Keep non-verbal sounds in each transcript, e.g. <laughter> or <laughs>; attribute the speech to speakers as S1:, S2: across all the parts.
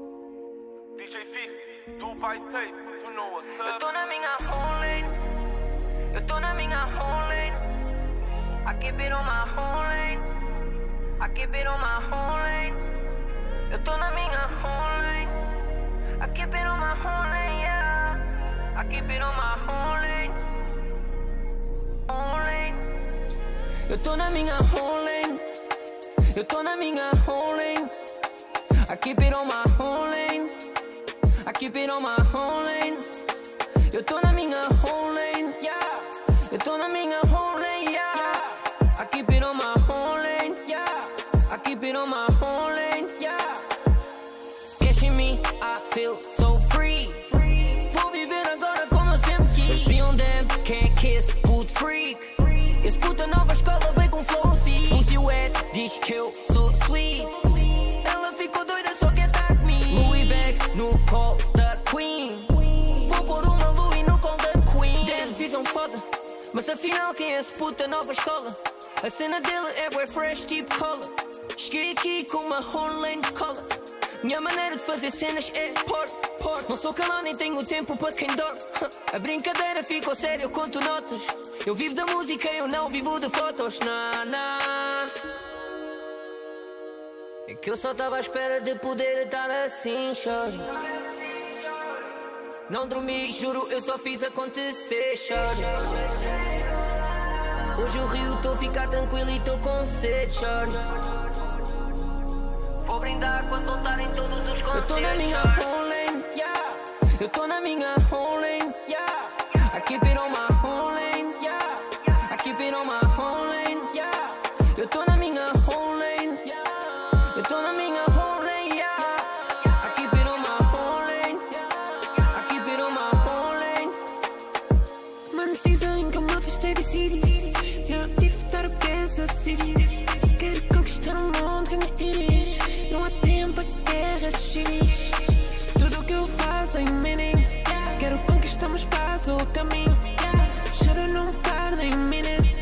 S1: DJ 50, Dubai Tape, tu know what's
S2: Eu
S1: up.
S2: tô na minha home lane. Eu tô na minha home lane. I keep it on my home lane. I keep it on my home lane. Eu tô na minha home lane. I keep it on my home lane, yeah. I keep it on my home lane. Home lane. Eu tô na minha home lane. Eu tô na minha home lane. I keep it on my home lane. I keep it on my home lane. Eu tô na minha home lane. Yeah. Eu tô na minha home lane. Yeah. I keep it on my home lane. Yeah. I keep it on my home lane. Yeah. Catching me, I feel so free. Vou viver agora como eu sempre quis. Be on them, can't kiss, boot freak. Esse puta nova escola vem com flow sim. Um silhouette diz que eu sou sweet. Ela ficou doida, só quer dar de mim. Louis bag no call da Queen. Vou pôr uma Louis no call da Queen. Damn, fiz um foda. Mas afinal, quem é esse puta nova escola? A cena dele é wear fresh, tipo cola. Cheguei aqui com uma Hornland cola. Minha maneira de fazer cenas é por, por. Não sou calão nem tenho tempo para quem dorme. <laughs> A brincadeira ficou séria, eu conto notas. Eu vivo da música, eu não vivo de fotos. Na, na. É que eu só tava à espera de poder estar assim, choro. Não dormi, juro, eu só fiz acontecer, choro. Hoje o rio, tô a ficar tranquilo e tô com sede, choro. Vou brindar quando voltar em todos os concertos. Eu tô na minha home lane, yeah. Eu tô na minha home lane, yeah. I keep it on my home lane, yeah. I keep it on my home lane, yeah. Eu tô na minha home lane, yeah. Eu tô na minha home lane, yeah. I keep it on my home lane, I keep it on my home lane.
S3: Manos dizem que eu me afastei da City Eu tive de estar presa à City Quero conquistar o mundo que me iris Não há tempo a guerra X Tudo o que eu faço é meaning Quero conquistar um espaço ou caminho Choro não tarda em minutes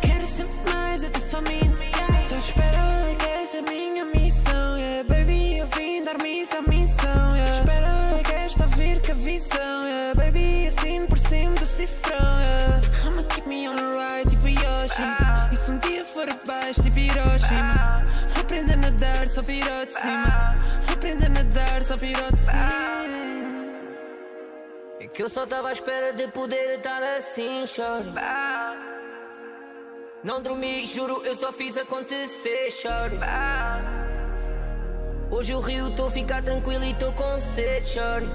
S3: Quero sempre mais, eu tô faminto Tô à espera que essa é a minha missão yeah. Baby, eu vim dar missa à missão yeah. Espera que esta vir que a visão yeah. Baby, assim por cima do cifrão yeah. I'ma keep me on the right, tipo Yoshi E se um dia for abaixo, tipo Hiroshima Aprenda a nadar, só virou de cima Aprenda a nadar, só virou de cima
S2: É que eu só tava à espera de poder estar assim, choro. Não dormi, juro, eu só fiz acontecer, choro. Hoje o rio, tô a ficar tranquilo e tô com sede, choro.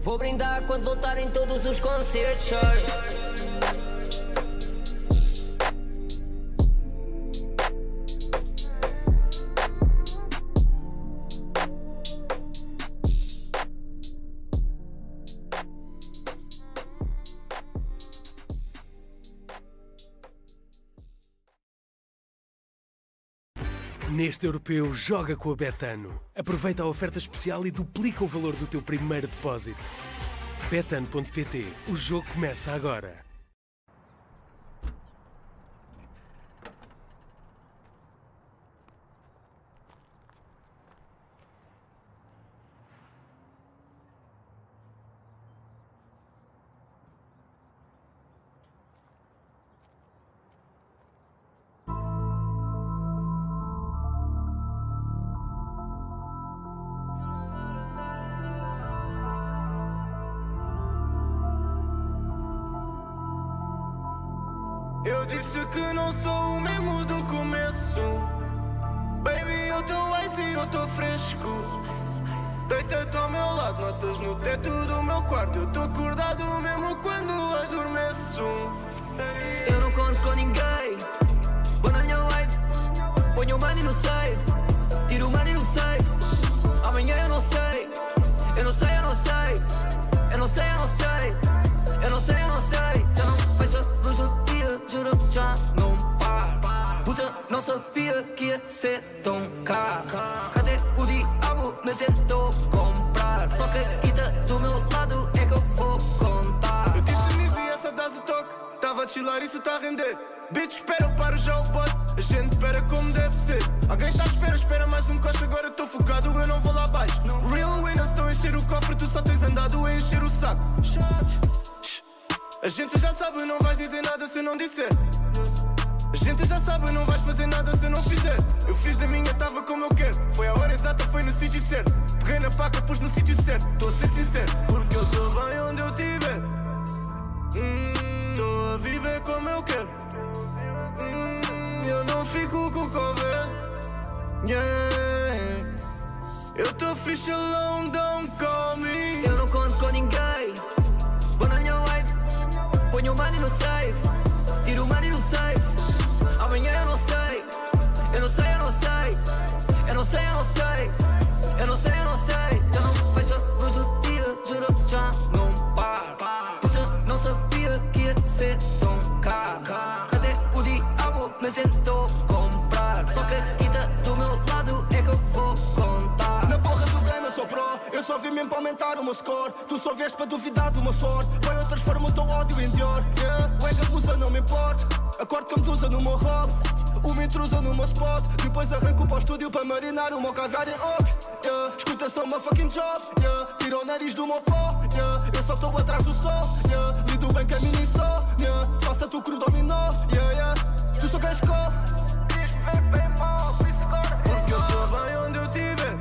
S2: Vou brindar quando voltar em todos os concertos, choro.
S4: Neste europeu, joga com a Betano. Aproveita a oferta especial e duplica o valor do teu primeiro depósito. Betano.pt O jogo começa agora.
S5: Eu disse que não sou o mesmo do começo. Baby, eu tô ice e eu tô fresco. Deita-te ao meu lado, notas no teto do meu quarto. Eu tô acordado mesmo quando adormeço. Ei,
S2: Eu não conto com ninguém. Vou na minha live. Ponho o money no safe. Tiro o money no safe. Amanhã eu não sei. Eu não sei, eu não sei. Eu não sei, eu não sei. Eu não sei, eu não sei. Já não vejo a luz do dia. Juro, já não paro. Puta, não sabia que ia ser. ser tão caro. Até o diabo me tentou comprar. Só que quita do meu lado é que eu vou contar.
S6: Eu disse nisso e essa dás o toque. Tava a chilar, isso tá a render. Bitch, espera, eu paro já o bote. A gente espera como deve ser. Alguém tá à espera, espera mais um coche. Agora tô focado, eu não vou lá abaixo. Real winners estão a encher o cofre, tu só tens andado a encher o saco. A gente já sabe, não vais dizer nada se eu não disser. A gente já sabe, não vais fazer nada se eu não fizer. Eu fiz a minha, tava como eu quero. Foi a hora exata, foi no sítio certo. Peguei na faca, pus no sítio certo. Tô a ser sincero, porque eu tô bem onde eu tiver. Hum, tô a viver como eu quero. Hum, eu não fico com o cover. Yeah. Eu tô fixe alone, don't call me.
S2: Eu não conto com ninguém. Vou na minha wave. Ponho o money no safe. Tiro o money no safe. Amanhã eu não sei. Eu não sei, eu não sei. Eu não sei, eu não sei. Eu não sei, eu não sei. Eu não vejo a luz do dia. Juro que já não paro. Porque eu não sabia que ia ser tão caro. Até o diabo me tentou comprar. Só que quita do meu lado é que eu vou contar.
S6: Na porra do game eu sou pro Eu só vim mesmo para aumentar o meu score Tu só vieste para duvidar do meu sorte Põe eu transformo o teu ódio em Dior yeah. O ego acusa, não me importa Acordo com medusa no meu hobby Uma intrusa no meu spot Depois arranco para o estúdio para marinar o meu caviar em ouro yeah. Escuta só uma fucking job yeah. Tira o nariz do meu pó yeah. Eu só estou atrás do sol yeah. Lido bem com a minha insó yeah. Faça tu cru dominó yeah, yeah. Tu só queres cor Porque eu estou bem onde eu tiver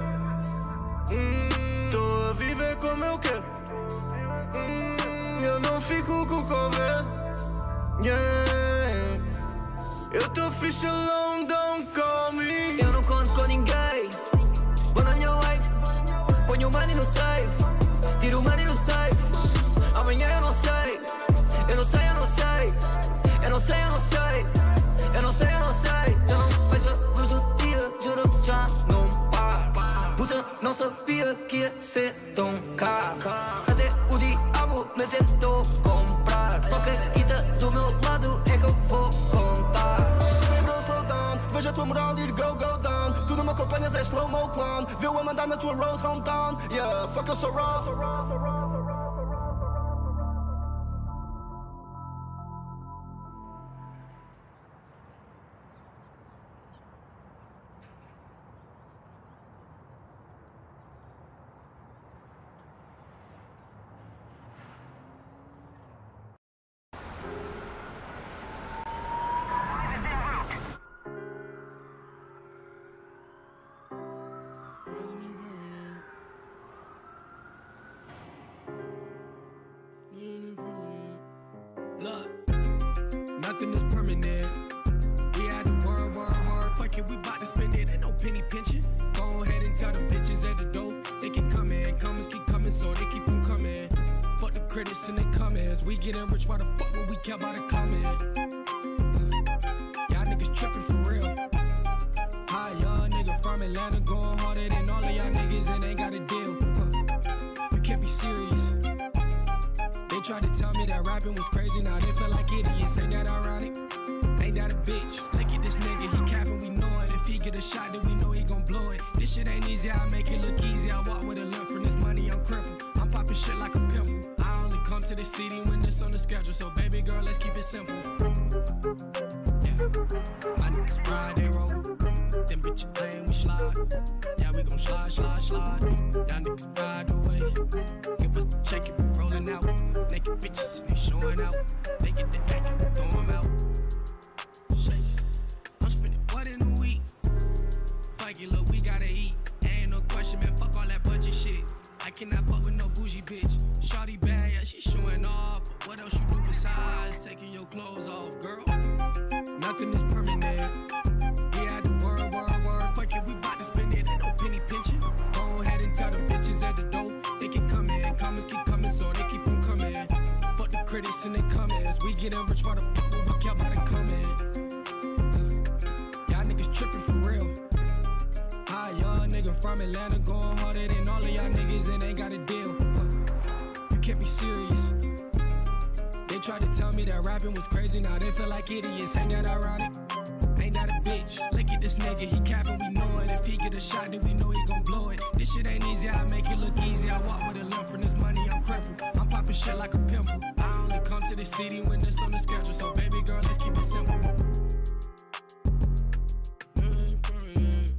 S6: Hum, Tô a viver como eu quero. Hum, eu não fico com o cover. Yeah. Eu tô fixe alone, don't call me.
S2: Eu não conto com ninguém. Vou na minha wave. Ponho o money no safe. Tiro o money no safe. Amanhã eu não sei. Eu não sei, eu não sei. Eu não sei, eu não sei. Eu não sei, eu não sei. Eu não vejo a luz do dia. Juro que já não paro. Puta, não sabia que ia ser tão caro. Até o diabo me tentou comprar. Só que quita do meu lado é que eu vou contar.
S6: Bro, slow down. Vejo a tua moral ir go, go down. Tu não me acompanhas, és slow mo é clown. Vê-o a mandar na tua road hometown. Yeah, fuck, eu sou raw.
S7: Look, nothing is permanent. We had the word, word, word. Fuck it, we bout to spend it. Ain't no penny pinching. Go ahead and tell them bitches at the door. They keep coming, comments keep coming, so they keep on coming. Fuck the critics and the comments. We getting rich, why the fuck would we care about a comment? Y'all niggas tripping for real. Hi, young nigga from Atlanta, going harder than all of y'all niggas and ain't got a deal. Huh. You can't be serious. They tried to tell me that rapping was crazy, now they feel like idiots. Ain't that ironic? Ain't that a bitch? Look at this nigga, he capping, we know it. If he get a shot, then we know he gon' blow it. This shit ain't easy, I make it look easy. I walk with a lump from this money, I'm crippled. I'm popping shit like a pimple. I only come to the city when it's on the schedule, so baby girl, let's keep it simple. Yeah. My niggas ride, they roll. Them bitches lame, we slide. Yeah, we gon' slide, slide, slide. Y'all niggas ride away. Give us the check if we rolling out. Naked bitches and they showing out. They get the back and we throw 'em out. Shake. I'm spending what in a week. Fuck it, look, we gotta eat. Ain't no question, man. Fuck all that budget shit. I cannot fuck with no bougie bitch. Shawty bad, yeah, she showing off. But what else you do besides taking your clothes off, girl? Nothing is permanent. We had the word, word, word. Fuck it, we bout to spend it. Ain't no penny pinching. Go ahead and tell them bitches at the door. They keep coming, comments keep coming, so they keep on coming. Fuck the critics and the comments. We getting rich, why the fuck would we care about a comment? Y'all niggas tripping for real. Hi, young nigga from Atlanta, going harder than all of y'all niggas and ain't got a deal. Huh. You can't be serious. They tried to tell me that rapping was crazy, now they feel like idiots. Ain't that ironic? Ain't that a bitch? Look at this
S8: This nigga, he capping, we know it. If he get a shot, then we know he gon' blow it. This shit ain't easy, I make it look easy. I walk with a lump from this money, I'm crippled. I'm popping shit like a pimple. I only come to the city when it's on the schedule. So, baby girl, let's keep it simple. Nothing for it.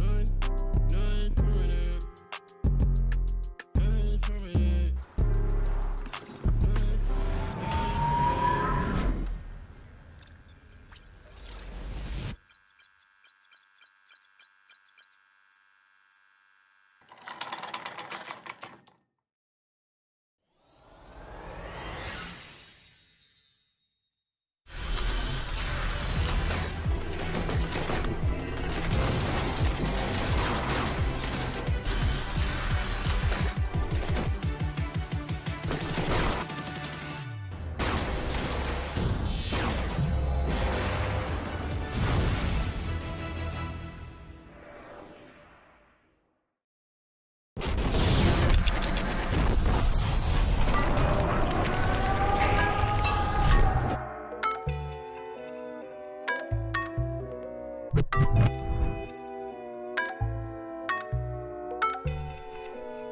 S8: Nothing- nothing for it. Nothing for it.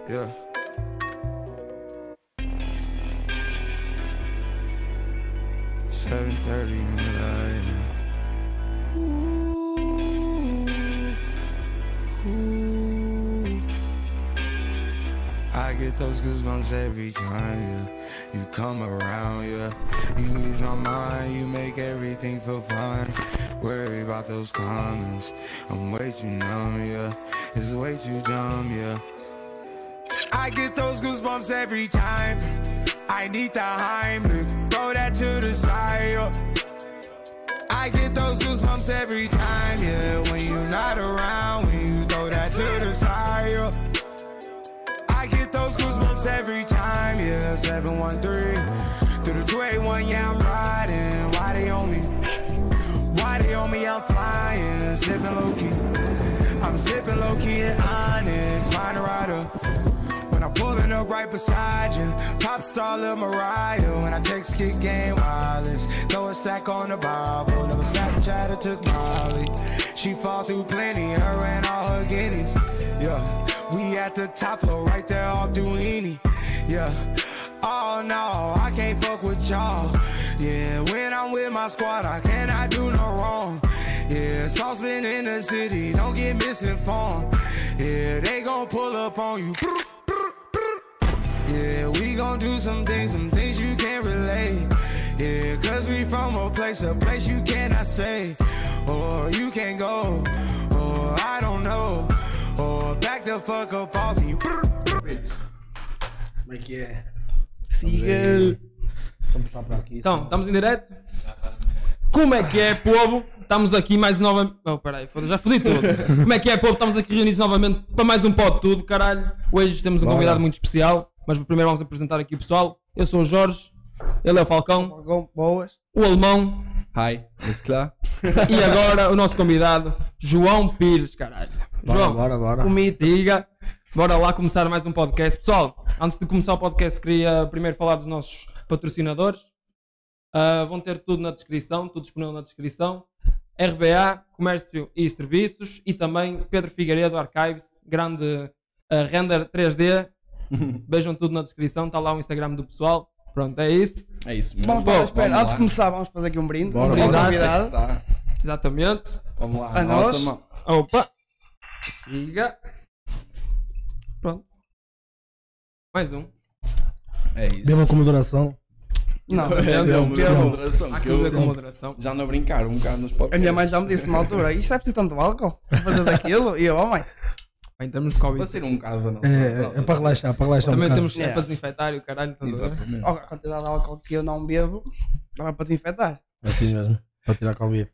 S7: Yeah. Seven thirty in the night. Ooh, ooh. I get those goosebumps every time, yeah. You come around, yeah. You ease my mind, you make everything feel fine. Worry about those comments. I'm way too numb, yeah. It's way too dumb, yeah. I get those goosebumps every time. I need the Heimlich, throw that to the side. yo. I get those goosebumps every time, yeah. When you're not around, when you throw that to the side. yo. I get those goosebumps every time, yeah. 713 through the 281, yeah, I'm riding. Why they on me? Why they on me? I'm flying, sipping low key. I'm sipping low key in Onyx, find a rider. When I'm pulling up right beside you, pop star Lil Mariah. When I text kick game wireless, throw a stack on the Bible. Never Snapchat or took Molly. She fall through plenty, her and all her guineas. Yeah, we at the top floor, right there off Duini. Yeah, oh no, I can't fuck with y'all. Yeah, when I'm with my squad, I cannot do no wrong. Yeah, saucepan in the city, don't get misinformed. Yeah, they gon' pull up on you. Brr, brr, brr. Yeah, we gon' do some things, some things you can't relate. Yeah, cause we from a place, a place you cannot stay. Or you can't go, or I don't know. Or back the fuck up, I'll be. Brr, brr.
S2: Como é que é?
S9: Siga.
S2: Vamos lá para aqui.
S9: Então, estamos em direto? Como é que é, povo? Estamos aqui mais nova. Oh, peraí, foda já fodi tudo. Como é que é, povo? Estamos aqui reunidos novamente para mais um pó de tudo, caralho. Hoje temos um
S2: Bora.
S9: convidado muito especial, mas primeiro vamos apresentar aqui o pessoal. Eu sou o Jorge, ele é o Falcão,
S2: Falcão, boas.
S9: o Alemão
S6: Hi, alles klar?
S9: e agora o nosso convidado, João Pires, caralho.
S2: Bora,
S9: João,
S2: bora, bora.
S9: o me diga. Bora lá começar mais um podcast. Pessoal, antes de começar o podcast, queria primeiro falar dos nossos patrocinadores. Ah, vão ter tudo na descrição, tudo disponível na descrição. RBA, Comércio e Serviços e também Pedro Figueiredo Archives, grande ah, render 3D. Vejam tudo na descrição, está lá o Instagram do pessoal. Pronto, é isso.
S6: É isso mesmo.
S2: Vamos, para,
S6: Bom,
S2: espera,
S6: vamos
S2: antes de
S6: lá.
S2: começar, vamos fazer aqui um brinde.
S6: Bora,
S2: um brinde
S9: bora.
S2: ao convidado.
S6: Tá.
S9: Exatamente.
S6: Vamos lá.
S2: A nós?
S6: mão.
S9: Opa! Siga. Pronto. Mais um.
S6: É isso.
S3: Bebam com moderação.
S2: Não,
S6: É, não, mas é uma
S2: eu-
S6: moderação,
S9: Há
S6: que
S9: que
S6: eu-
S9: fazer com moderação.
S6: Já não brincar um bocado nos podcasts.
S2: a minha mãe já me disse numa altura: Isto é preciso tanto álcool para fazer aquilo. E eu, oh mãe,
S9: Em termos de Covid.
S6: Para ser um bocado da nossa.
S3: É, é para relaxar, para relaxar
S9: Também
S3: um
S9: temos que
S2: Yeah.
S9: para desinfetar e o caralho. estás a ver?
S6: Exatamente.
S2: ó, a quantidade de álcool que eu não bebo dá para desinfetar.
S3: bocado. Assim mesmo, para tirar Covid.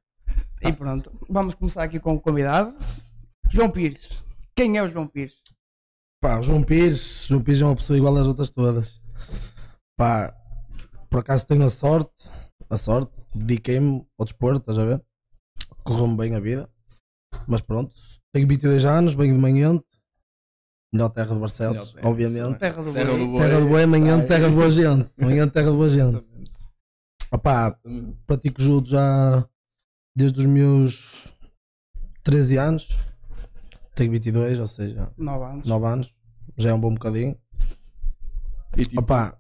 S2: E pronto, vamos começar aqui com o convidado, João Pires. Quem é o João Pires?
S3: Pá, o João Pires, o João Pires é uma pessoa igual às outras todas. Pá, por acaso tenho a sorte, a sorte, dediquei-me ao desporto, estás a ver? Correu-me bem a vida. Mas pronto, tenho 22 anos, venho de Manhente, melhor terra de Barcelos,
S6: Melhor terra,
S3: obviamente.
S2: Terra do
S6: Terra
S2: Boi.
S6: do Boi.
S3: Terra de boa, Manhente, terra de boa
S9: <laughs>
S3: gente. Manhente, terra de boa gente.
S9: Exatamente.
S3: Opá, pratico judo já
S9: desde os meus 13 anos, tenho 22, ou seja,
S10: Nove anos.
S9: 9 anos, já é um bom bocadinho.
S6: E tipo,
S9: Opa,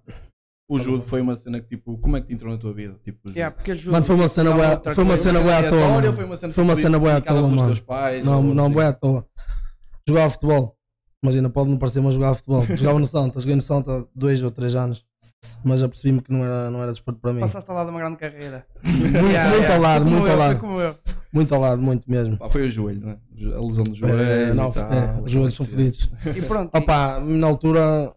S6: o judo foi uma cena que tipo, como é que te entrou na tua vida? Tipo, o judo.
S10: Yeah, porque ajuda.
S9: Mano, foi uma cena
S10: Dá
S9: boa,
S10: outra
S9: foi uma
S10: coisa.
S9: cena boa à toa.
S6: aleatória ou
S9: mano.
S6: foi uma cena que
S9: Foi uma
S6: foi
S9: cena boa à
S6: indicada
S9: toa,
S6: pelos
S9: mano.
S6: teus pais
S9: Não,
S6: ou
S9: não
S6: assim?
S9: boa à toa. Jogava É, futebol. Imagina, pode não parecer, mas jogava
S3: <laughs>
S9: futebol. Jogava no Santa, joguei no Santa há dois ou três anos. Mas já percebi-me que não era, não era desporto para mim.
S10: Passaste ao lado de uma grande carreira.
S9: Muito,
S10: Yeah,
S9: muito
S10: yeah.
S9: ao lado,
S10: É, Foi como
S9: Tá muito ao
S10: eu, foi
S9: lado.
S10: como eu.
S9: Muito ao lado, muito mesmo.
S6: Pá, foi o joelho, né? A lesão do joelho.
S9: É,
S6: e
S9: não,
S6: tal,
S9: é, os joelhos são fodidos.
S10: E pronto.
S9: Opa, na altura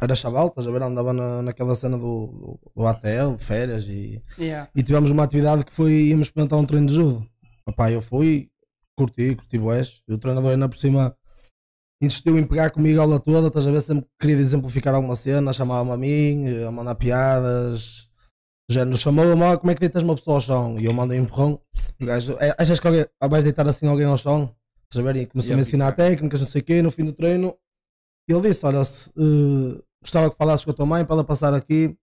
S9: era chaval, estás a ver? Andava na, naquela cena do, do, do ATL, de férias e,
S10: e- yeah.
S9: e tivemos uma atividade que foi íamos experimentar um treino de judo. Opa, eu fui, curti, curti boés. E o treinador ainda por cima insistiu em pegar comigo a aula toda, estás a ver? Sempre queria exemplificar alguma cena, chamava-me a mim, eh, a mandar piadas. O género chamou-me, "Ah, como é que deitas uma pessoa ao chão? E eu mandei um empurrão. O gajo, "Eh, achas que alguém, ah, vais deitar assim alguém ao chão? Estás a ver? E começou
S6: E a
S9: a ensinar
S6: picar.
S9: técnicas, não sei o quê, no fim do treino. Ele disse, olha, se, eh, gostava que falasses com a tua mãe para ela passar aqui,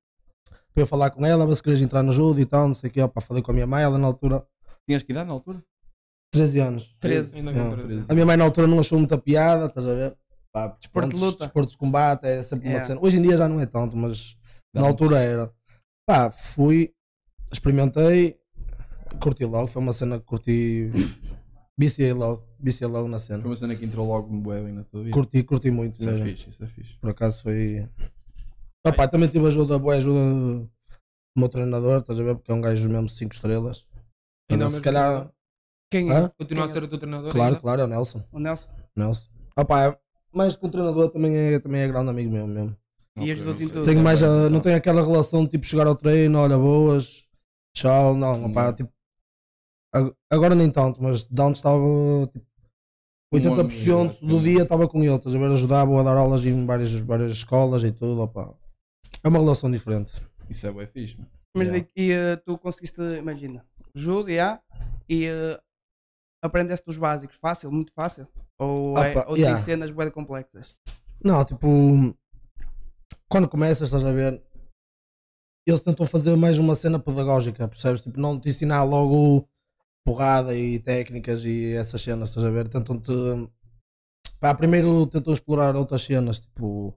S9: para eu falar com ela, ver se querias entrar no judo e tal, não sei o quê. Opa, falei com a minha mãe, ela na altura,
S6: Tinhas que idade na altura?
S9: 13 anos.
S10: 13.
S3: Ainda
S9: Não,
S3: com 13.
S9: A minha mãe na altura não achou muita piada, estás a ver? Pá,
S10: Desporto de
S9: pronto,
S10: luta.
S9: Desporto de combate é sempre
S10: Yeah.
S9: uma cena. Hoje em dia já não é tanto, mas na
S6: Não.
S9: altura era. Pá, fui, experimentei, curti logo, foi uma cena
S6: <coughs>
S9: que curti. Viciei logo, viciei logo na
S6: Foi
S9: cena.
S6: uma cena que entrou logo no bem na tua vida.
S9: Curti, curti muito
S6: Isso é
S9: mesmo.
S6: fixe, isso é fixe.
S9: Por acaso foi. Opa, também tive ajuda, boa ajuda do meu treinador, estás a ver? Porque é um gajo mesmo 5 estrelas.
S3: Ainda é o
S9: se
S3: mesmo
S9: calhar,
S3: treinador?
S10: Quem é?
S9: Hã?
S3: Continua a
S10: Quem
S3: ser o teu treinador?
S9: claro,
S3: ainda?
S9: claro, é o Nelson.
S10: O Nelson.
S9: Nelson. Opa, é- mais que um treinador também é, também é grande amigo meu mesmo.
S10: E ajudou-te em tudo.
S9: Tenho mais a-
S6: tem
S9: não tenho aquela relação de tipo chegar ao treino, olha, boas, tchau, não,
S6: Hum.
S3: Uhum.
S9: opá, tipo. a- Agora nem tanto, mas de onde estava tipo,
S6: Um amigo,
S9: 80% do
S6: ok.
S9: dia estava com ele, estás a ver? Ajudava a dar aulas em várias, várias escolas e tudo, opá. É uma relação diferente.
S6: Isso é bem fixe, mano.
S10: Mas
S9: Yeah.
S10: e eh, tu conseguiste, imagina, judo, yeah, e eh, aprendeste os básicos, fácil, muito fácil? Ou, é-
S9: Opa,
S10: ou
S9: Ah, yeah.
S10: tem cenas bué complexas?
S9: Não, tipo, quando começas, estás a ver? Eles tentam fazer mais uma cena pedagógica, percebes? Tipo, não te ensinar logo porrada e técnicas e essas cenas, estás a ver? Tentam-te. Pá, primeiro tentam explorar outras cenas, tipo,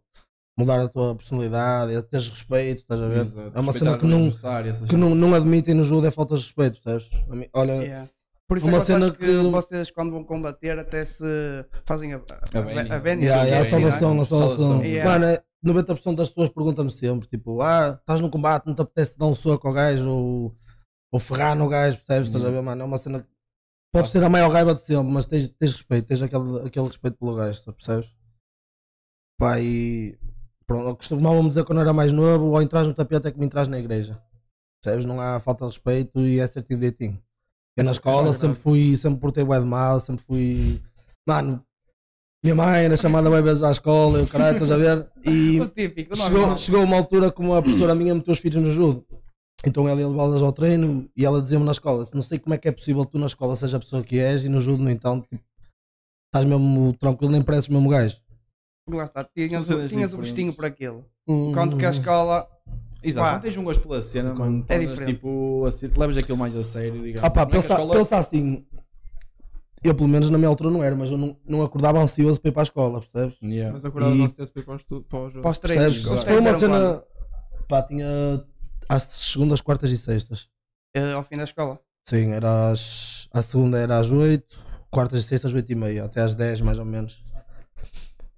S9: mudar a tua personalidade, é teres respeito, estás a ver?
S6: Exato.
S9: É uma
S6: Respeitar
S9: cena que
S6: o
S9: não,
S6: adversário, essas
S9: que
S6: cenas.
S9: não, não admitem no judo, é falta de respeito, percebes? A mim- Olha,
S10: Yeah. Por isso é
S9: Uma
S10: que, eu
S9: cena
S10: acho que,
S9: que-
S10: vocês quando vão combater até se fazem a, a,
S6: A bending.
S10: a, a bending,
S9: Yeah,
S6: Sim,
S9: yeah, a
S6: sim, sim,
S9: salvação,
S6: sim.
S9: a salvação.
S6: né? Salvação.
S10: Yeah.
S9: Mano, é- 90% das pessoas perguntam-me sempre, tipo, ah, estás no combate, não te apetece dar um soco ao gajo ou, ou ferrar no gajo, percebes? Estás a ver, mano? É uma cena que podes ter a maior raiva de sempre, mas tens, tens respeito, tens aquele, aquele respeito pelo gajo, tá, percebes? Pá, e pronto, costumavam-me dizer quando era mais novo, ou entras no tapete é que me entras na igreja. Percebes? Não há falta de respeito e é certinho direitinho. Eu na
S10: é
S9: escola sempre fui, sempre portei bué de mal, sempre fui. Mano, minha mãe era chamada bué vezes à escola, eu caralho, estás
S10: <laughs>
S9: a ver? E
S10: O típico, o normal.
S9: chegou, chegou uma altura que uma professora minha meteu os filhos no judo. Então ela ia levá-las ao treino e ela dizia-me na escola: Não sei como é que é possível tu na escola seja a pessoa que és e no judo, no entanto, tipo, estás mesmo tranquilo, nem pareces o mesmo gajo.
S10: Lá está, tinhas,
S6: São cenas
S10: tinhas o
S6: diferentes.
S10: gostinho por aquilo.
S9: Hum.
S10: Enquanto que a escola
S6: Exato,
S10: Pá.
S6: não tens um gosto pela cena, mano.
S10: É
S6: Tornas,
S10: diferente.
S6: Tipo, assim, levas aquilo mais a sério, digamos.
S9: Ah pá,
S6: Não é que a
S9: pensa,
S6: escola-
S9: pensa assim. Eu, pelo menos, na minha altura não era, mas eu não, não acordava ansioso para ir para a escola, percebes?
S6: Yeah.
S3: Mas acordavas
S9: E-
S3: ao CSP para o estu- para o jogo.
S10: para os treinos,
S9: Percebes?
S10: os
S9: Se foi
S10: treinos
S9: uma
S10: eram
S9: cena. Pá, tinha às segundas, quartas e sextas.
S10: quando? Eh, ao fim da escola.
S9: Sim, era às. A segunda era às 8, quartas e sextas, às 8 e meia, até às 10 mais ou menos.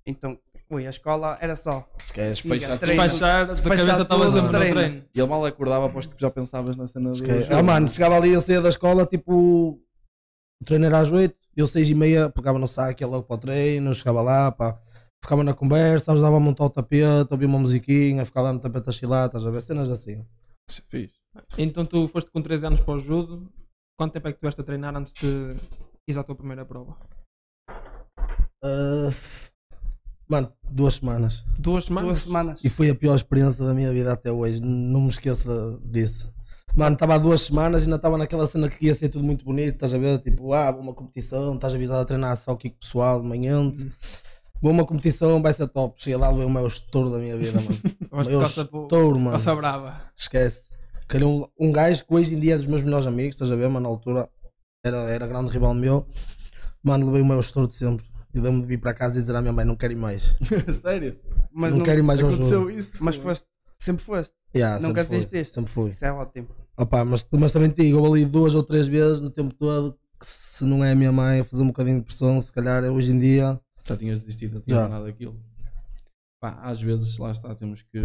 S10: Então, ui, a escola era só.
S9: Esquece.
S10: siga,
S6: despachar-
S10: treino.
S3: Despachar, da
S10: Despachar
S3: cabeça estava
S10: tudo,
S3: sempre no
S9: é?
S10: treino.
S3: treino.
S6: E ele mal acordava, após que já pensavas na cena dele.
S9: esquece. Ah, mano, chegava ali, eu saía da escola, tipo. O treino era às 8, eu 6 e meia, pegava no saco, ia logo para o treino, chegava lá, pá. Ficava na conversa, ajudava a montar o tapete, ouvia uma musiquinha, ficava lá no tapete a chilar, estás a ver? Cenas assim.
S6: Fiz.
S3: Então tu foste com 13 anos para o judo. Quanto tempo é que tu estiveste a treinar antes de ires à tua primeira prova?
S9: Ah, mano, duas semanas.
S3: Duas semanas?
S10: Duas semanas.
S9: E foi a pior experiência da minha vida até hoje. Não me esqueço de- disso. Mano, estava há duas semanas e ainda estava naquela cena que ia ser tudo muito bonito, estás a ver? Tipo, ah, vou uma competição, estás habituado a treinar só o kick pessoal de
S3: Hum.
S9: manhã. Vou uma competição, vai ser top. Cheguei lá, levei o maior estouro da minha vida, mano.
S3: Vais de
S9: Eu
S3: calça-
S9: estouro, mano.
S3: calça brava.
S9: Esquece.
S3: calhou um, um gajo que hoje em dia é dos meus melhores amigos, estás a ver, mano, na altura era, era grande rival meu, mano, levei o meu estouro de sempre. Eu lembro de vir para casa e dizer à minha mãe, não quero ir
S6: <laughs>
S3: mais.
S7: Sério?
S3: não, quero ir mais ao jogo.
S7: aconteceu isso?
S6: Mas foste, sempre foste.
S3: Yeah,
S6: Nunca
S3: sempre fui,
S6: desististe.
S3: Sempre fui.
S6: Isso é ótimo.
S3: Opa, mas, mas também te digo, eu ali duas ou três vezes no tempo todo, que se não é a minha mãe a fazer um bocadinho de pressão, se calhar hoje em dia.
S7: Já tinhas desistido, não tinha
S3: Já.
S7: nada daquilo. Pá, às vezes, lá está, temos que.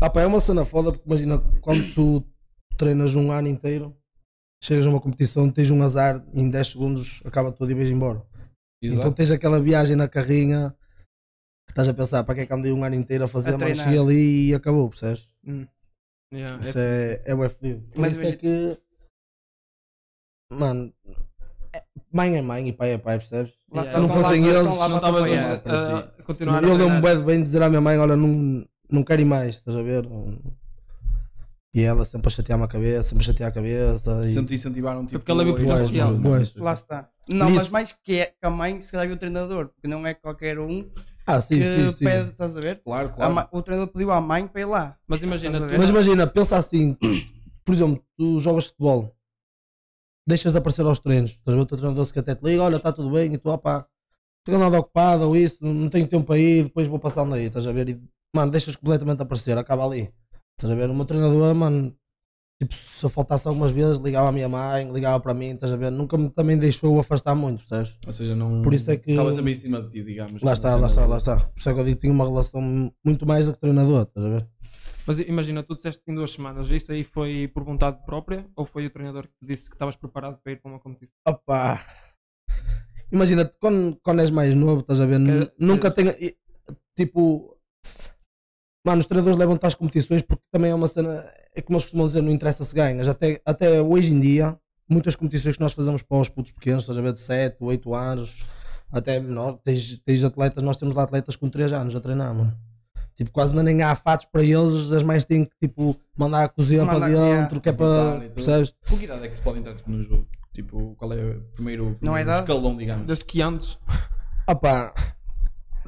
S3: Opa, é uma cena foda, porque imagina quando tu treinas um ano inteiro, chegas a uma competição, tens um azar, em 10 segundos acaba tudo e vais embora.
S7: Exato.
S3: Então tens aquela viagem na carrinha que estás a pensar para que é que andei um ano inteiro a fazer,
S6: A
S3: mas
S6: treinar.
S3: cheguei ali e acabou, percebes?
S9: Yeah,
S3: Isso é, é bué fodido. Por
S6: Mas
S3: isso é que. Mano. é- Mãe é mãe e pai é pai, percebes?
S6: Lá
S3: Se não
S6: estão lá-
S3: fossem
S6: estão
S3: eles,
S6: lá
S9: não estavas
S6: para
S9: a,
S6: apoiar.
S9: a,
S6: Ah,
S9: a continuar
S3: eu
S9: a
S3: dei-me
S9: treinar.
S3: um bué de bem dizer à minha mãe: Olha, não, não quero ir mais, estás a ver? E ela sempre a chatear-me a cabeça, sempre a chatear a cabeça. E...
S7: Sempre te incentivaram tipo.
S9: porque ela é bem
S7: a-
S9: potencial.
S3: Pois.
S6: Lá está. Não,
S3: Nisso-
S6: mas mais que, é, que a mãe, se calhar é o treinador, porque não é qualquer um
S3: Ah, sim,
S6: que
S3: sim, sim.
S6: pede, estás a ver?
S7: Claro,
S6: A
S7: claro.
S6: ma- o treinador pediu à mãe para ir lá.
S9: Mas imagina,
S6: Estás a
S9: tu,
S6: ver?
S3: Mas imagina, pensa assim: <clears throat> por exemplo, tu jogas futebol, deixas de aparecer aos treinos, estás a ver? O teu treinador que até te liga: Olha, está tudo bem, e tu, opá, estou nada ocupado ou isso, não tenho tempo aí, depois vou passando aí, estás a ver? E, mano, deixas completamente de aparecer, acaba ali. Estás a ver? O meu treinador, mano, tipo, se eu faltasse algumas vezes, ligava à minha mãe, ligava para mim, estás a ver? Nunca me também deixou afastar muito, percebes?
S7: Ou seja, não.
S3: Por isso é que-
S7: Estava sempre em cima de ti, digamos.
S3: Lá está,
S7: Uma
S3: lá está,
S7: cena-
S3: lá está. Por isso é que eu digo que tinha uma relação muito mais do que treinador, estás a ver?
S9: mas imagina, tu disseste que em duas semanas, isso aí foi por vontade própria ou foi o treinador que te disse que estavas preparado para ir para uma competição?
S3: Opa! Imagina, quando, quando és mais novo, estás a ver? nu-
S9: Que-
S3: Nunca tenho. e, Tipo. Mano, os treinadores levam-te às competições porque também é uma cena. É como eles costumam dizer, não interessa se ganhas. Até, até hoje em dia, muitas competições que nós fazemos para os putos pequenos, estás a ver? De 7, 8 anos, até menor. Tens, tens atletas, nós temos lá atletas com 3 anos a treinar, mano. Tipo, quase ainda nem há fatos para eles, as mães têm que, tipo, mandar a cozinha para
S6: Mandar- yeah.
S3: dentro, que é
S7: Voltar e
S3: para.
S7: tudo.
S3: Percebes?
S7: Com que idade é que se pode entrar tipo, no jogo? Tipo, qual é o primeiro,
S6: Não é
S7: primeiro
S6: idade?
S7: escalão, digamos?
S9: Desde que antes,
S3: Opa,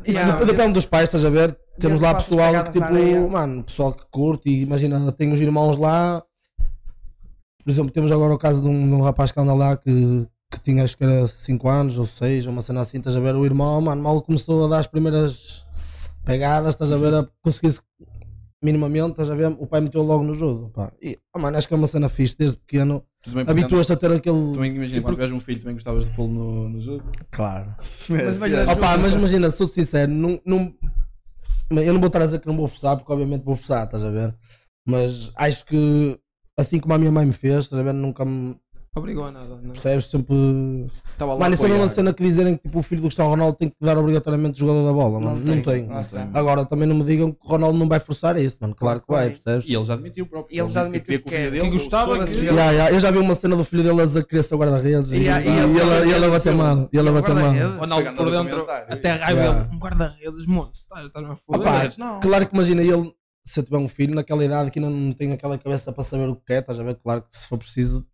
S3: Isso
S6: Yeah.
S3: dep- depende dos pais, estás a ver? Temos
S6: Desde
S3: lá
S6: que faças
S3: pessoal que
S6: cagadas na
S3: tipo,
S6: areia.
S3: mano, pessoal que curte e imagina, tem os irmãos lá. Por exemplo, temos agora o caso de um, de um rapaz que anda lá que, que tinha acho que era 5 anos ou 6, uma cena assim, estás a ver? O irmão, mano, mal começou a dar as primeiras pegadas, estás a ver? A conseguir-se minimamente, estás a ver? O pai meteu logo no jogo, pá. E, oh, mano, acho que é uma cena fixe, desde pequeno.
S7: Tu também,
S3: Habituas-te a ter
S7: portanto,
S3: aquele.
S7: também imagina, quando tiveres um filho, também gostavas de pô-lo no, no jogo?
S3: Claro.
S6: Mas imagina,
S3: Opa, mas imagina, sou sincero, não, não, eu não vou estar a dizer que não vou forçar, porque obviamente vou forçar, estás a ver? Mas acho que assim como a minha mãe me fez, estás a ver? Nunca me
S9: obrigou a nada. Não? é?
S3: percebes sempre.
S7: Estava lá
S3: Mano, isso é a
S7: apoiar.
S3: mesma cena que dizerem que tipo, o filho do Cristiano Ronaldo tem que dar obrigatoriamente jogador da bola, mano. Não, tem.
S6: Lá está.
S3: Agora também não me digam que o Ronaldo não vai forçar isso, mano. Claro que vai,
S6: Vai.
S3: percebes?
S7: E ele já admitiu próprio.
S6: E ele já
S7: disse
S6: admitiu
S7: queria
S6: que
S7: o filho
S6: quer.
S7: dele
S9: Que gostava
S7: fosse
S6: que-
S7: jogador.
S3: Yeah, yeah, Eu já vi uma cena do filho dele a dizer que queria ser guarda-redes e, e,
S6: Yeah, yeah,
S3: ele- e ele a bater mal. E ele a bater mal.
S6: Guarda-redes.
S9: Ronaldo por
S7: Chegando
S9: dentro,
S7: a comentar.
S9: até raiva
S3: Yeah.
S9: ele, um guarda-redes, moço, estás- estás-me a
S3: Opa,
S9: foder. Não.
S3: Claro que imagina ele, se eu tiver um filho naquela idade que ainda não tenho aquela cabeça para saber o que é, estás a ver? Claro que se for preciso,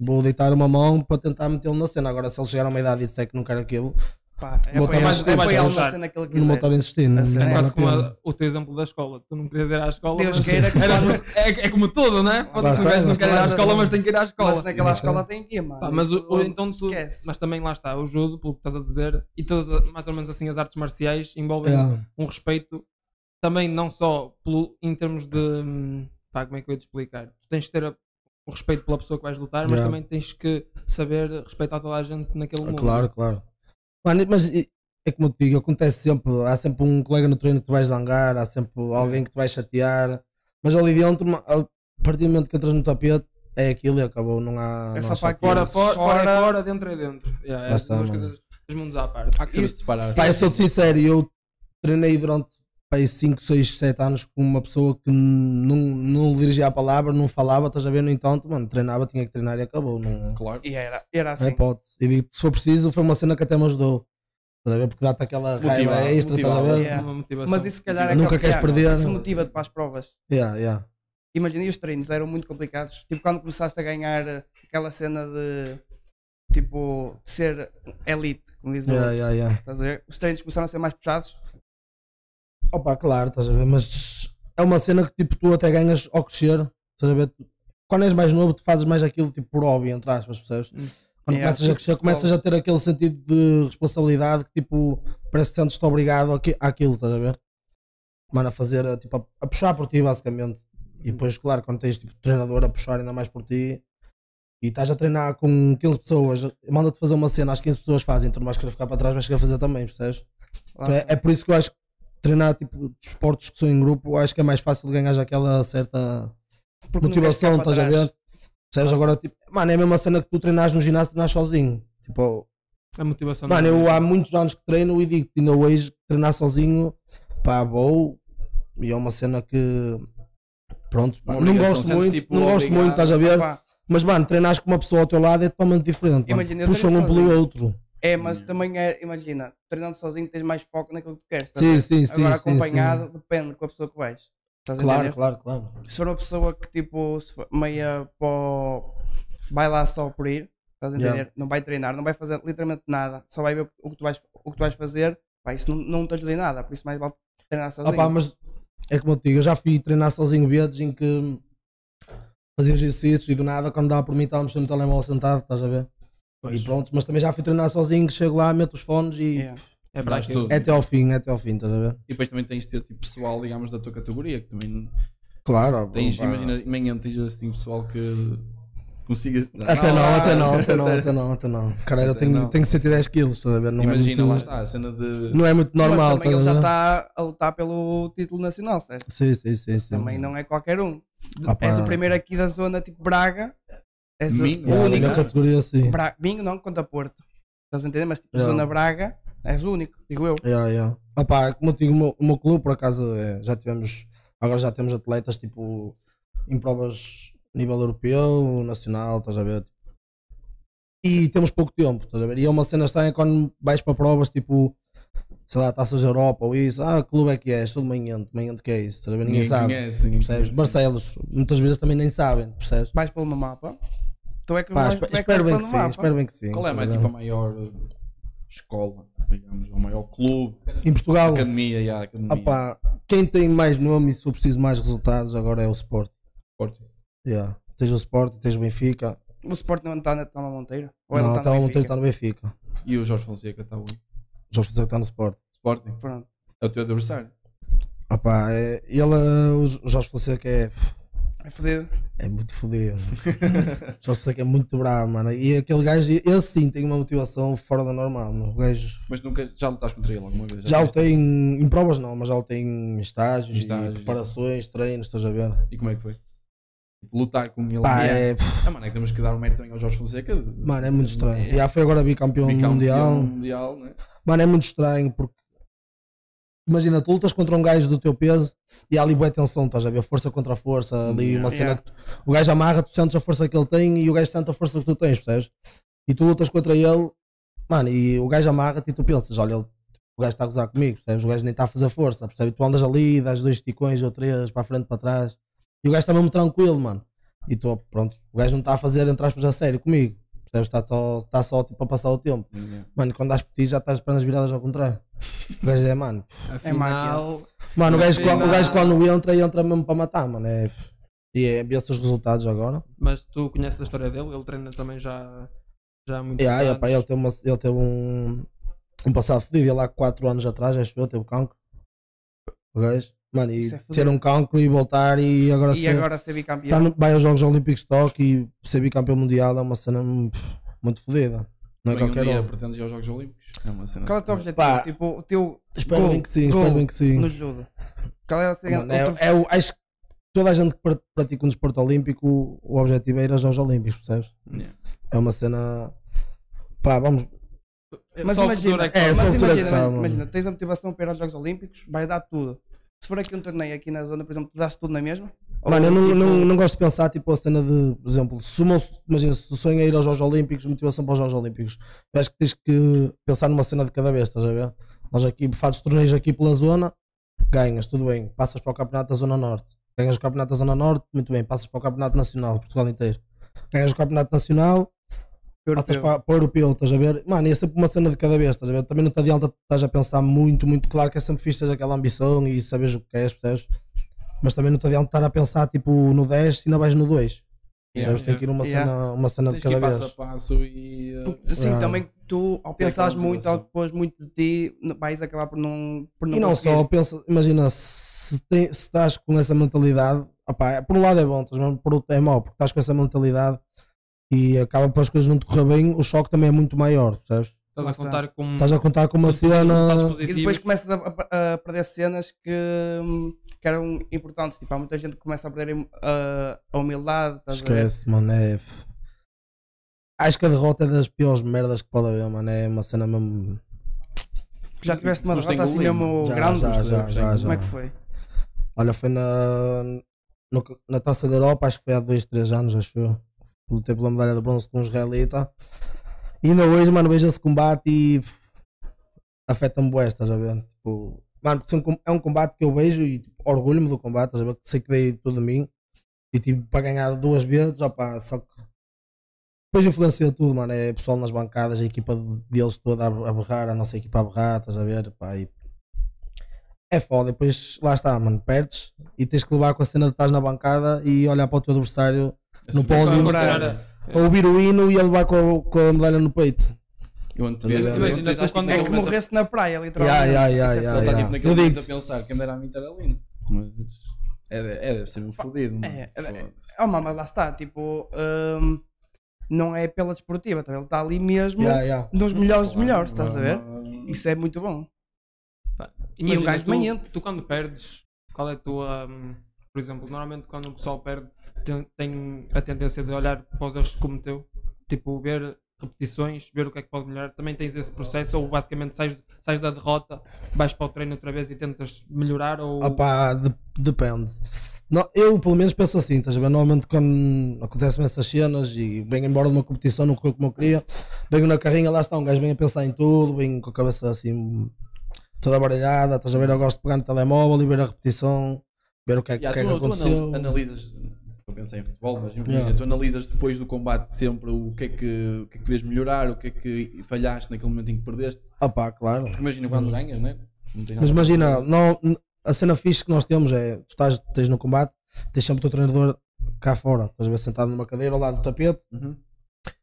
S3: vou deitar uma mão para tentar metê-lo na cena. Agora, se ele chegar a uma idade e disser que não quer aquilo,
S6: Pá, é
S3: Botar
S6: apoiar-
S3: mais-
S6: é apoiá-lo
S9: mais-
S6: na cena que ele
S3: não vou estar
S6: quiser.
S3: a insistir. não-
S6: cena
S3: não
S9: É
S6: Não
S9: quase
S3: vale a
S9: como
S3: pena.
S9: a- o teu exemplo da escola. Tu não querias ir à escola.
S6: Deus
S9: mas-
S6: queira que
S9: Era-
S6: quase-
S9: <laughs> é, é como tudo, não é? Posso
S3: Basta,
S9: um gajo não
S3: basta,
S9: quer ir à
S6: basta.
S9: escola, mas tem que ir à escola.
S6: Mas naquela escola tem que ir, mano.
S9: Pá, mas, o- o-
S6: Isso- é um
S9: então, tu-
S6: esquece.
S9: mas também lá está, o judo, pelo que estás a dizer, e todas a- mais ou menos assim as artes marciais envolvem
S3: Yeah.
S9: um respeito também não só pelo, em termos de hum, pá, como é que eu ia te explicar? Tu tens de ter a- o respeito pela pessoa que vais lutar, mas
S3: Yeah. Ah,
S9: também tens que saber respeitar toda a gente naquele mundo.
S3: Claro, claro. Mano, mas e- é como eu te digo, acontece sempre. Há sempre um colega no treino que te vai zangar, há sempre
S6: É.
S3: alguém que te vai chatear. Mas ali dentro, ma- a partir do momento que entras no tapete, é aquilo e acabou. Não há.
S6: É
S3: não
S6: só
S3: há
S6: para
S3: chatice.
S9: Fora, fora, fora,
S6: Fora-
S9: é fora, dentro é dentro. Yeah, é
S3: Lá
S9: as
S3: está,
S9: duas
S3: mano.
S9: coisas, os mundos à parte.
S7: Há que saber se separar.
S3: Pá, eu
S6: assim.
S3: sou sincero, eu treinei durante 5, 6, 7 anos com uma pessoa que não, não dirigia a palavra, não falava, estás a ver? No entanto, mano, treinava, tinha que treinar e acabou. Não,
S7: Claro.
S6: E era, era
S3: não é
S6: assim.
S3: hipótese. E digo, se for preciso, foi uma cena que até me ajudou. Estás a ver? Porque dá-te aquela raiva
S7: Motivava,
S3: extra, estás a ver?
S6: motivava,
S9: Uma
S6: Yeah.
S9: motivação.
S6: Mas isso se calhar é
S3: Nunca
S6: que-
S3: queres
S6: yeah,
S3: perder.
S6: Isso motiva-te para as provas.
S3: Yeah, yeah.
S6: Imagina, e os treinos eram muito complicados. Tipo, quando começaste a ganhar eh, aquela cena de tipo de ser elite, como diz o
S3: Yeah,
S6: outro,
S3: yeah, yeah.
S6: estás a ver? Os treinos começaram a ser mais puxados.
S3: Opa, claro, estás a ver? Mas é uma cena que tipo, tu até ganhas ao crescer, estás a ver? quando és mais novo, tu fazes mais aquilo tipo por hobby, entre aspas, percebes? Quando
S9: Yeah,
S3: começas, a,
S9: tipo
S3: crescer,
S9: futebol.
S3: começas a ter aquele sentido de responsabilidade que tipo, parece que sentes-te obrigado aqui- àquilo, estás a ver? Mano, a fazer, a, tipo, a, a puxar por ti, basicamente. E depois, claro, quando tens tipo treinador a puxar ainda mais por ti e estás a treinar com 15 pessoas, manda-te fazer uma cena, as 15 pessoas fazem, tu não vais querer ficar para trás, vais querer fazer também, percebes?
S9: Lá
S3: Então é,
S9: está.
S3: é por isso que eu acho que treinar tipo desportos que são em grupo, eu acho que é mais fácil de ganhar aquela certa
S9: Porque não queres ficar
S3: motivação,
S9: para
S3: estás a
S9: trás.
S3: ver? Percebes agora, tipo, mano, é a mesma cena que tu treinas no ginásio, treinas sozinho. Tipo,
S11: A motivação
S3: mano,
S9: é
S11: não-
S3: eu há muitos anos que treino e digo que ainda hoje treinar sozinho, pá, vou. E é uma cena que, pronto, pá,
S12: Uma
S3: não
S12: obrigação,
S3: gosto
S12: sentes
S3: muito,
S12: tipo
S3: não gosto
S12: obrigado.
S3: muito, estás a ver?
S9: Pá.
S3: Mas, mano, treinares com uma pessoa ao teu lado é totalmente diferente. mano.
S9: Imagina, eu
S3: Puxam um
S9: treino
S3: pelo
S9: sozinho.
S3: outro.
S9: É, mas também é, imagina, treinando sozinho tens mais foco naquilo que tu queres. estás
S3: Sim,
S9: a ver?
S3: sim, sim,
S9: Agora
S3: sim,
S9: acompanhado depende com a pessoa que vais. Estás a
S3: Claro,
S9: entender?
S3: claro, claro.
S9: Se for uma pessoa que tipo se for meia pó vai lá só por ir, estás a entender?
S3: Yeah.
S9: Não vai treinar, não vai fazer literalmente nada, só vai ver o que tu vais, o que tu vais fazer, pá, isso não, não te ajuda em nada, por isso mais vale treinar sozinho.
S3: Opa, Ah, mas é como eu te digo, eu já fui treinar sozinho vezes em que fazia exercícios e do nada, quando dava por mim, estávamos sempre no telemóvel Tá sentado, estás a ver? E pronto, mas também já fui treinar sozinho, que chego lá, meto os fones e
S9: Yeah.
S11: É para
S12: Traz
S11: aquilo.
S12: tudo.
S3: é até ao fim, é até ao fim, estás a ver?
S12: E depois também tens de ter tipo, pessoal, digamos, da tua categoria, que também
S3: Claro,
S12: tens,
S3: pá.
S12: imagina, amanhã tens assim pessoal que consigas.
S3: Até não, até não, até não,
S12: Até-
S3: até não, até não. Cara, eu
S12: Até
S3: tenho,
S12: não.
S3: tenho 110 quilos, estás a ver? Não
S12: Imagina,
S3: é
S12: lá
S3: muito,
S12: está, a cena de.
S3: Não é muito normal,
S9: mas também ele
S3: estás a
S9: já
S3: ver?
S9: está a lutar pelo título nacional, certo?
S3: Sim, sim, sim, sim.
S9: Também não é qualquer um.
S3: Ah, pá.
S9: És o primeiro aqui da zona, tipo Braga. És o
S12: Minho,
S9: o
S3: Yeah,
S12: único.
S3: Na categoria, sim.
S9: Bra... Minho não, conta Porto. Estás a entender? Mas tipo,
S3: Yeah.
S9: zona Braga, és o único, digo eu.
S3: Yeah, yeah. Opá, como eu digo, o meu, o meu clube, por acaso, é, já tivemos, agora já temos atletas tipo em provas a nível europeu, nacional, estás a ver? E temos pouco tempo, estás a ver? E é uma cena estranha quando vais para provas tipo, sei lá, taças da Europa ou isso, ah, que clube é que és? Sou de manhã, manhã que é isso, estás a ver? Ninguém, sabe,
S12: conhece, ninguém
S3: percebes?
S12: conhece.
S3: Barcelos, muitas vezes também nem sabem, percebes?
S9: Vais pelo meu mapa. Tu é que
S3: Pá,
S9: vais,
S3: espe-
S9: tu é que
S3: espero
S9: vais
S3: bem
S9: pelo
S3: que
S9: meu
S3: sim,
S9: mapa.
S3: espero bem que sim.
S12: Qual é
S3: estás a
S12: mais,
S3: ver?
S12: tipo, a maior eh, escola, digamos, ou o maior clube,
S3: Em Portugal,
S12: academia, e a academia?
S3: opá, quem tem mais nome e se for preciso mais resultados agora é o Sport.
S12: Porto.
S3: Yeah. Tens o Sport, tens o Benfica.
S9: O Sport não está na Toma Monteiro? Ou
S3: não,
S9: ele
S3: está
S9: está
S3: o
S9: no
S3: Monteiro
S9: Benfica?
S3: está no Benfica.
S12: E o Jorge Fonseca está onde?
S3: Já que está no Sport.
S12: Sporting.
S9: Pronto.
S12: É o teu adversário.
S3: Opa, é, ele, eh, o Jo- Jorge Fonseca é,
S9: É fodido.
S3: é muito fodido. <laughs> Jorge Fonseca é muito bravo, mano. E aquele gajo, ele sim tem uma motivação fora da normal. mano. O gajo
S12: Mas nunca, já lutaste contra ele alguma vez?
S3: já o
S12: tiveste?
S3: tem em, em provas, não, mas já o tem em estágios,
S12: Em
S3: e
S12: estágios,
S3: preparações, treinos, estás a ver?
S12: E como é que foi? Lutar com ele.
S3: Pá,
S12: é...
S3: é, pff,
S12: Ah, mano, é que temos que dar o mérito também ao Jorge Fonseca. de-
S3: mano, é
S12: de
S3: muito
S12: ser-
S3: estranho.
S12: é,
S3: Já foi agora bicampeão,
S12: bicampeão
S3: mundial.
S12: mundial, né?
S3: Mano, é muito estranho porque imagina, tu lutas contra um gajo do teu peso e há ali boa tensão, estás a ver? Força contra força, ali uma cena
S9: Yeah.
S3: que tu- o gajo amarra, tu sentes a força que ele tem e o gajo sente a força que tu tens, percebes? E tu lutas contra ele, mano, e o gajo amarra-te e tu pensas, olha, ele, o gajo está a gozar comigo, percebes? O gajo nem está a fazer força, percebes? Tu andas ali, dás dois ticões ou três para a frente, para trás, e o gajo está mesmo tranquilo, mano. E tu, pronto, o gajo não está a fazer, entre aspas, a sério comigo, percebes? Está, tó- está só tipo a passar o tempo. Mano, quando dás por ti já estás de pernas viradas ao contrário. O gajo é, mano.
S11: Afinal,
S3: Mano, o gajo,
S11: Afinal.
S3: o gajo quando entra, entra mesmo para matar, mano. É, e é vê-se os resultados agora.
S11: mas tu conheces a história dele, ele treina também já, já há muito
S3: E aí,
S11: anos.
S3: opa, ele teve, uma, ele teve um, um passado fodido. Ele há 4 anos atrás, acho eu, teve cancro. O gajo, mano, e
S9: Isso é fudido.
S3: ter um cancro e voltar e agora
S9: E
S3: ser-
S9: agora ser bicampeão.
S3: tá no- vai aos Jogos Olímpicos de Tóquio e ser bicampeão mundial é uma cena hum, muito fodida. Não é
S12: Também um
S3: qualquer
S12: dia
S3: um.
S12: pretendes ir aos Jogos Olímpicos. É uma cena.
S9: Qual é o teu objetivo?
S3: Pá,
S9: tipo, o teu
S3: Espero
S9: gol,
S3: bem que sim,
S9: gol
S3: espero bem que sim.
S9: no judo. Qual é o seguinte?
S3: Mano, é- é o- acho que toda a gente que pra- pratica um desporto olímpico, o- o objetivo é ir aos Jogos Olímpicos, percebes?
S12: Yeah.
S3: É uma cena. Pá, vamos.
S9: Mas
S11: Só o futuro
S9: imagina,
S11: é que sabe.
S3: é, só
S9: mas
S3: o futuro é que
S9: imagina,
S3: sabe,
S9: imagina, tens a motivação para ir aos Jogos Olímpicos, vais dar tudo. Se for aqui um torneio aqui na zona, por exemplo, tu dás tudo na mesma? Ou,
S3: Mano, eu não,
S9: tipo,
S3: não, não gosto de pensar tipo a cena de, por exemplo, se o meu- imagina, se o sonho é ir aos Jogos Olímpicos, motivação para os Jogos Olímpicos, eu acho que tens que pensar numa cena de cada vez, estás a ver? Nós aqui fazes torneios aqui pela zona, ganhas, tudo bem, passas para o Campeonato da Zona Norte, ganhas o Campeonato da Zona Norte, muito bem, passas para o Campeonato Nacional, de Portugal inteiro, ganhas o Campeonato Nacional, passas
S9: europeu.
S3: para, para o europeu, estás a ver? Mano, e é sempre uma cena de cada vez, estás a ver? Também não te adianta estás a pensar muito, muito claro que é sempre fixe teres aquela ambição e saberes o que queres, percebes? Mas também não te adianta estar a pensar tipo no 10 e ainda vais no 2.
S9: Sabes, tem que ir uma cena,
S3: Yeah.
S9: uma cena de
S6: Tens que ir
S9: cada
S6: passo a
S9: vez.
S6: passo e. uh,
S3: Sim,
S9: Ah.
S3: Assim, também tu, ao
S6: Ter
S3: pensares
S6: aquela
S3: muito, ao
S6: motivação.
S3: depois muito de ti, n- vais acabar por não por
S9: e não
S3: conseguir.
S9: só, pensa, imagina, se, te- se estás com essa mentalidade, opá, por um lado é bom, estás mesmo, por outro é mau, porque estás com essa mentalidade e acaba para as coisas não te correr bem, o choque também é muito maior, percebes?
S13: Estás a contar com.
S9: Estás a contar com uma
S13: com resultados
S9: cena.
S3: E
S13: positivos.
S3: depois começas a, a- a perder cenas que, hum, que eram importantes. Tipo, há muita gente que começa a perder hum, a, a humildade. estás a ver?
S9: Esquece, mano, é. Acho que a derrota é das piores merdas que pode haver, mano. É uma cena mesmo.
S3: Já tiveste uma
S6: Custa
S3: derrota assim
S6: engolir,
S3: mesmo
S9: Já,
S3: grande?
S9: já, já, já,
S3: Como é
S9: já.
S3: que foi?
S9: Olha, foi na, no- na Taça da Europa, acho que foi há dois três anos, acho eu. Lutei pela medalha de bronze com um israelita. E ainda hoje, mano, vejo esse combate e afeta-me bué, estás a ver? Tipo, mano, porque é um com- é um combate que eu vejo e tipo, orgulho-me do combate, estás a ver? Que sei que dei tudo de mim. E tipo, para ganhar duas vezes, opá, só que depois influencia tudo, mano. É pessoal nas bancadas, a equipa de- deles toda a a berrar, a nossa equipa a berrar, estás a ver? Pá, e é foda, depois lá está, mano, perdes e tens que levar com a cena de estás na bancada e olhar para o teu adversário, no
S6: subversão.
S9: pódio, a É. ouvir o hino e a levar com a, com a medalha no peito.
S6: Eu ando te vejo.
S13: Imagina, tu quando-
S3: É que morresse na praia,
S9: Yeah,
S3: literalmente.
S9: yeah, yeah,
S3: Isso é
S6: Ele
S9: yeah,
S6: está tipo
S9: yeah.
S6: naquele
S9: Eu
S6: momento a
S9: digo-te,
S6: pensar, quem me dera a mim estar ali. Mas. É, de- é, deve ser mesmo fodido. mano.
S3: é, é,
S6: Foda-se.
S3: Oh, mano, mas lá está, tipo, hum, não é pela desportiva, tá? ele está ali mesmo
S9: yeah, yeah.
S3: dos melhores dos
S6: Claro,
S3: melhores, estás a ver?
S6: claro.
S3: Isso é muito bom.
S13: Imagina,
S3: E um gajo
S13: tu-
S3: manhento.
S13: Tu, quando perdes, qual é a tua. hum, Por exemplo, normalmente quando um pessoal perde, tem, tem a tendência de olhar para os erros que cometeu, tipo, ver repetições, ver o que é que pode melhorar. Também tens esse processo, ou basicamente sais, sais da derrota, vais para o treino outra vez e tentas melhorar, ou.
S9: Opá, Ah, de- depende. Não, eu pelo menos penso assim, estás a ver? Normalmente quando acontecem essas cenas e venho embora de uma competição, não correu como eu queria, venho na carrinha, lá está, um gajo vem a pensar em tudo, vem com a cabeça assim toda baralhada, estás a ver? Eu gosto de pegar no telemóvel e ver a repetição, ver o que é,
S6: Yeah,
S9: o que, é
S6: tu,
S9: que
S6: tu anal-
S9: aconteceu.
S6: analisas, estou a pensar em futebol, mas imagina,
S9: Yeah.
S6: tu analisas depois do combate sempre o que é que, o que, é que podias melhorar, o que é que falhaste naquele momento em que perdeste.
S9: Opá, claro.
S6: Porque imagina quando ganhas, né? não tens nada
S9: Uhum. Mas
S6: a perder.
S9: imagina, não, a cena fixe que nós temos é: tu estás, tens no combate, tens sempre o teu treinador cá fora, estás a ver sentado numa cadeira ao lado do tapete
S6: Uhum.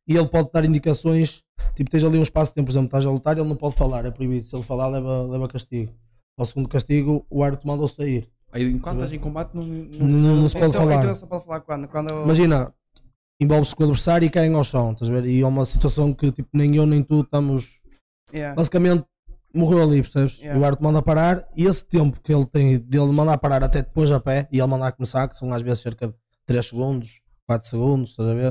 S9: e ele pode dar indicações. Tipo, tens ali um espaço de tempo, por exemplo, estás a lutar, ele não pode falar, é proibido. Se ele falar, leva, leva castigo. Ao segundo castigo, o árbitro mandou sair.
S6: Aí enquanto estás em combate não, não-
S9: Não, não, se pode
S3: então,
S9: falar.
S3: então eu só posso falar quando? Quando eu-
S9: Imagina, envolves com o adversário e caem ao chão, estás a ver? E é uma situação que tipo, nem eu nem tu estamos
S3: Yeah.
S9: basicamente morreu ali, percebes?
S3: Yeah.
S9: E o Arte manda parar e esse tempo que ele tem dele mandar parar até depois a pé e ele mandar começar, que são às vezes cerca de 3 segundos, 4 segundos, estás a ver?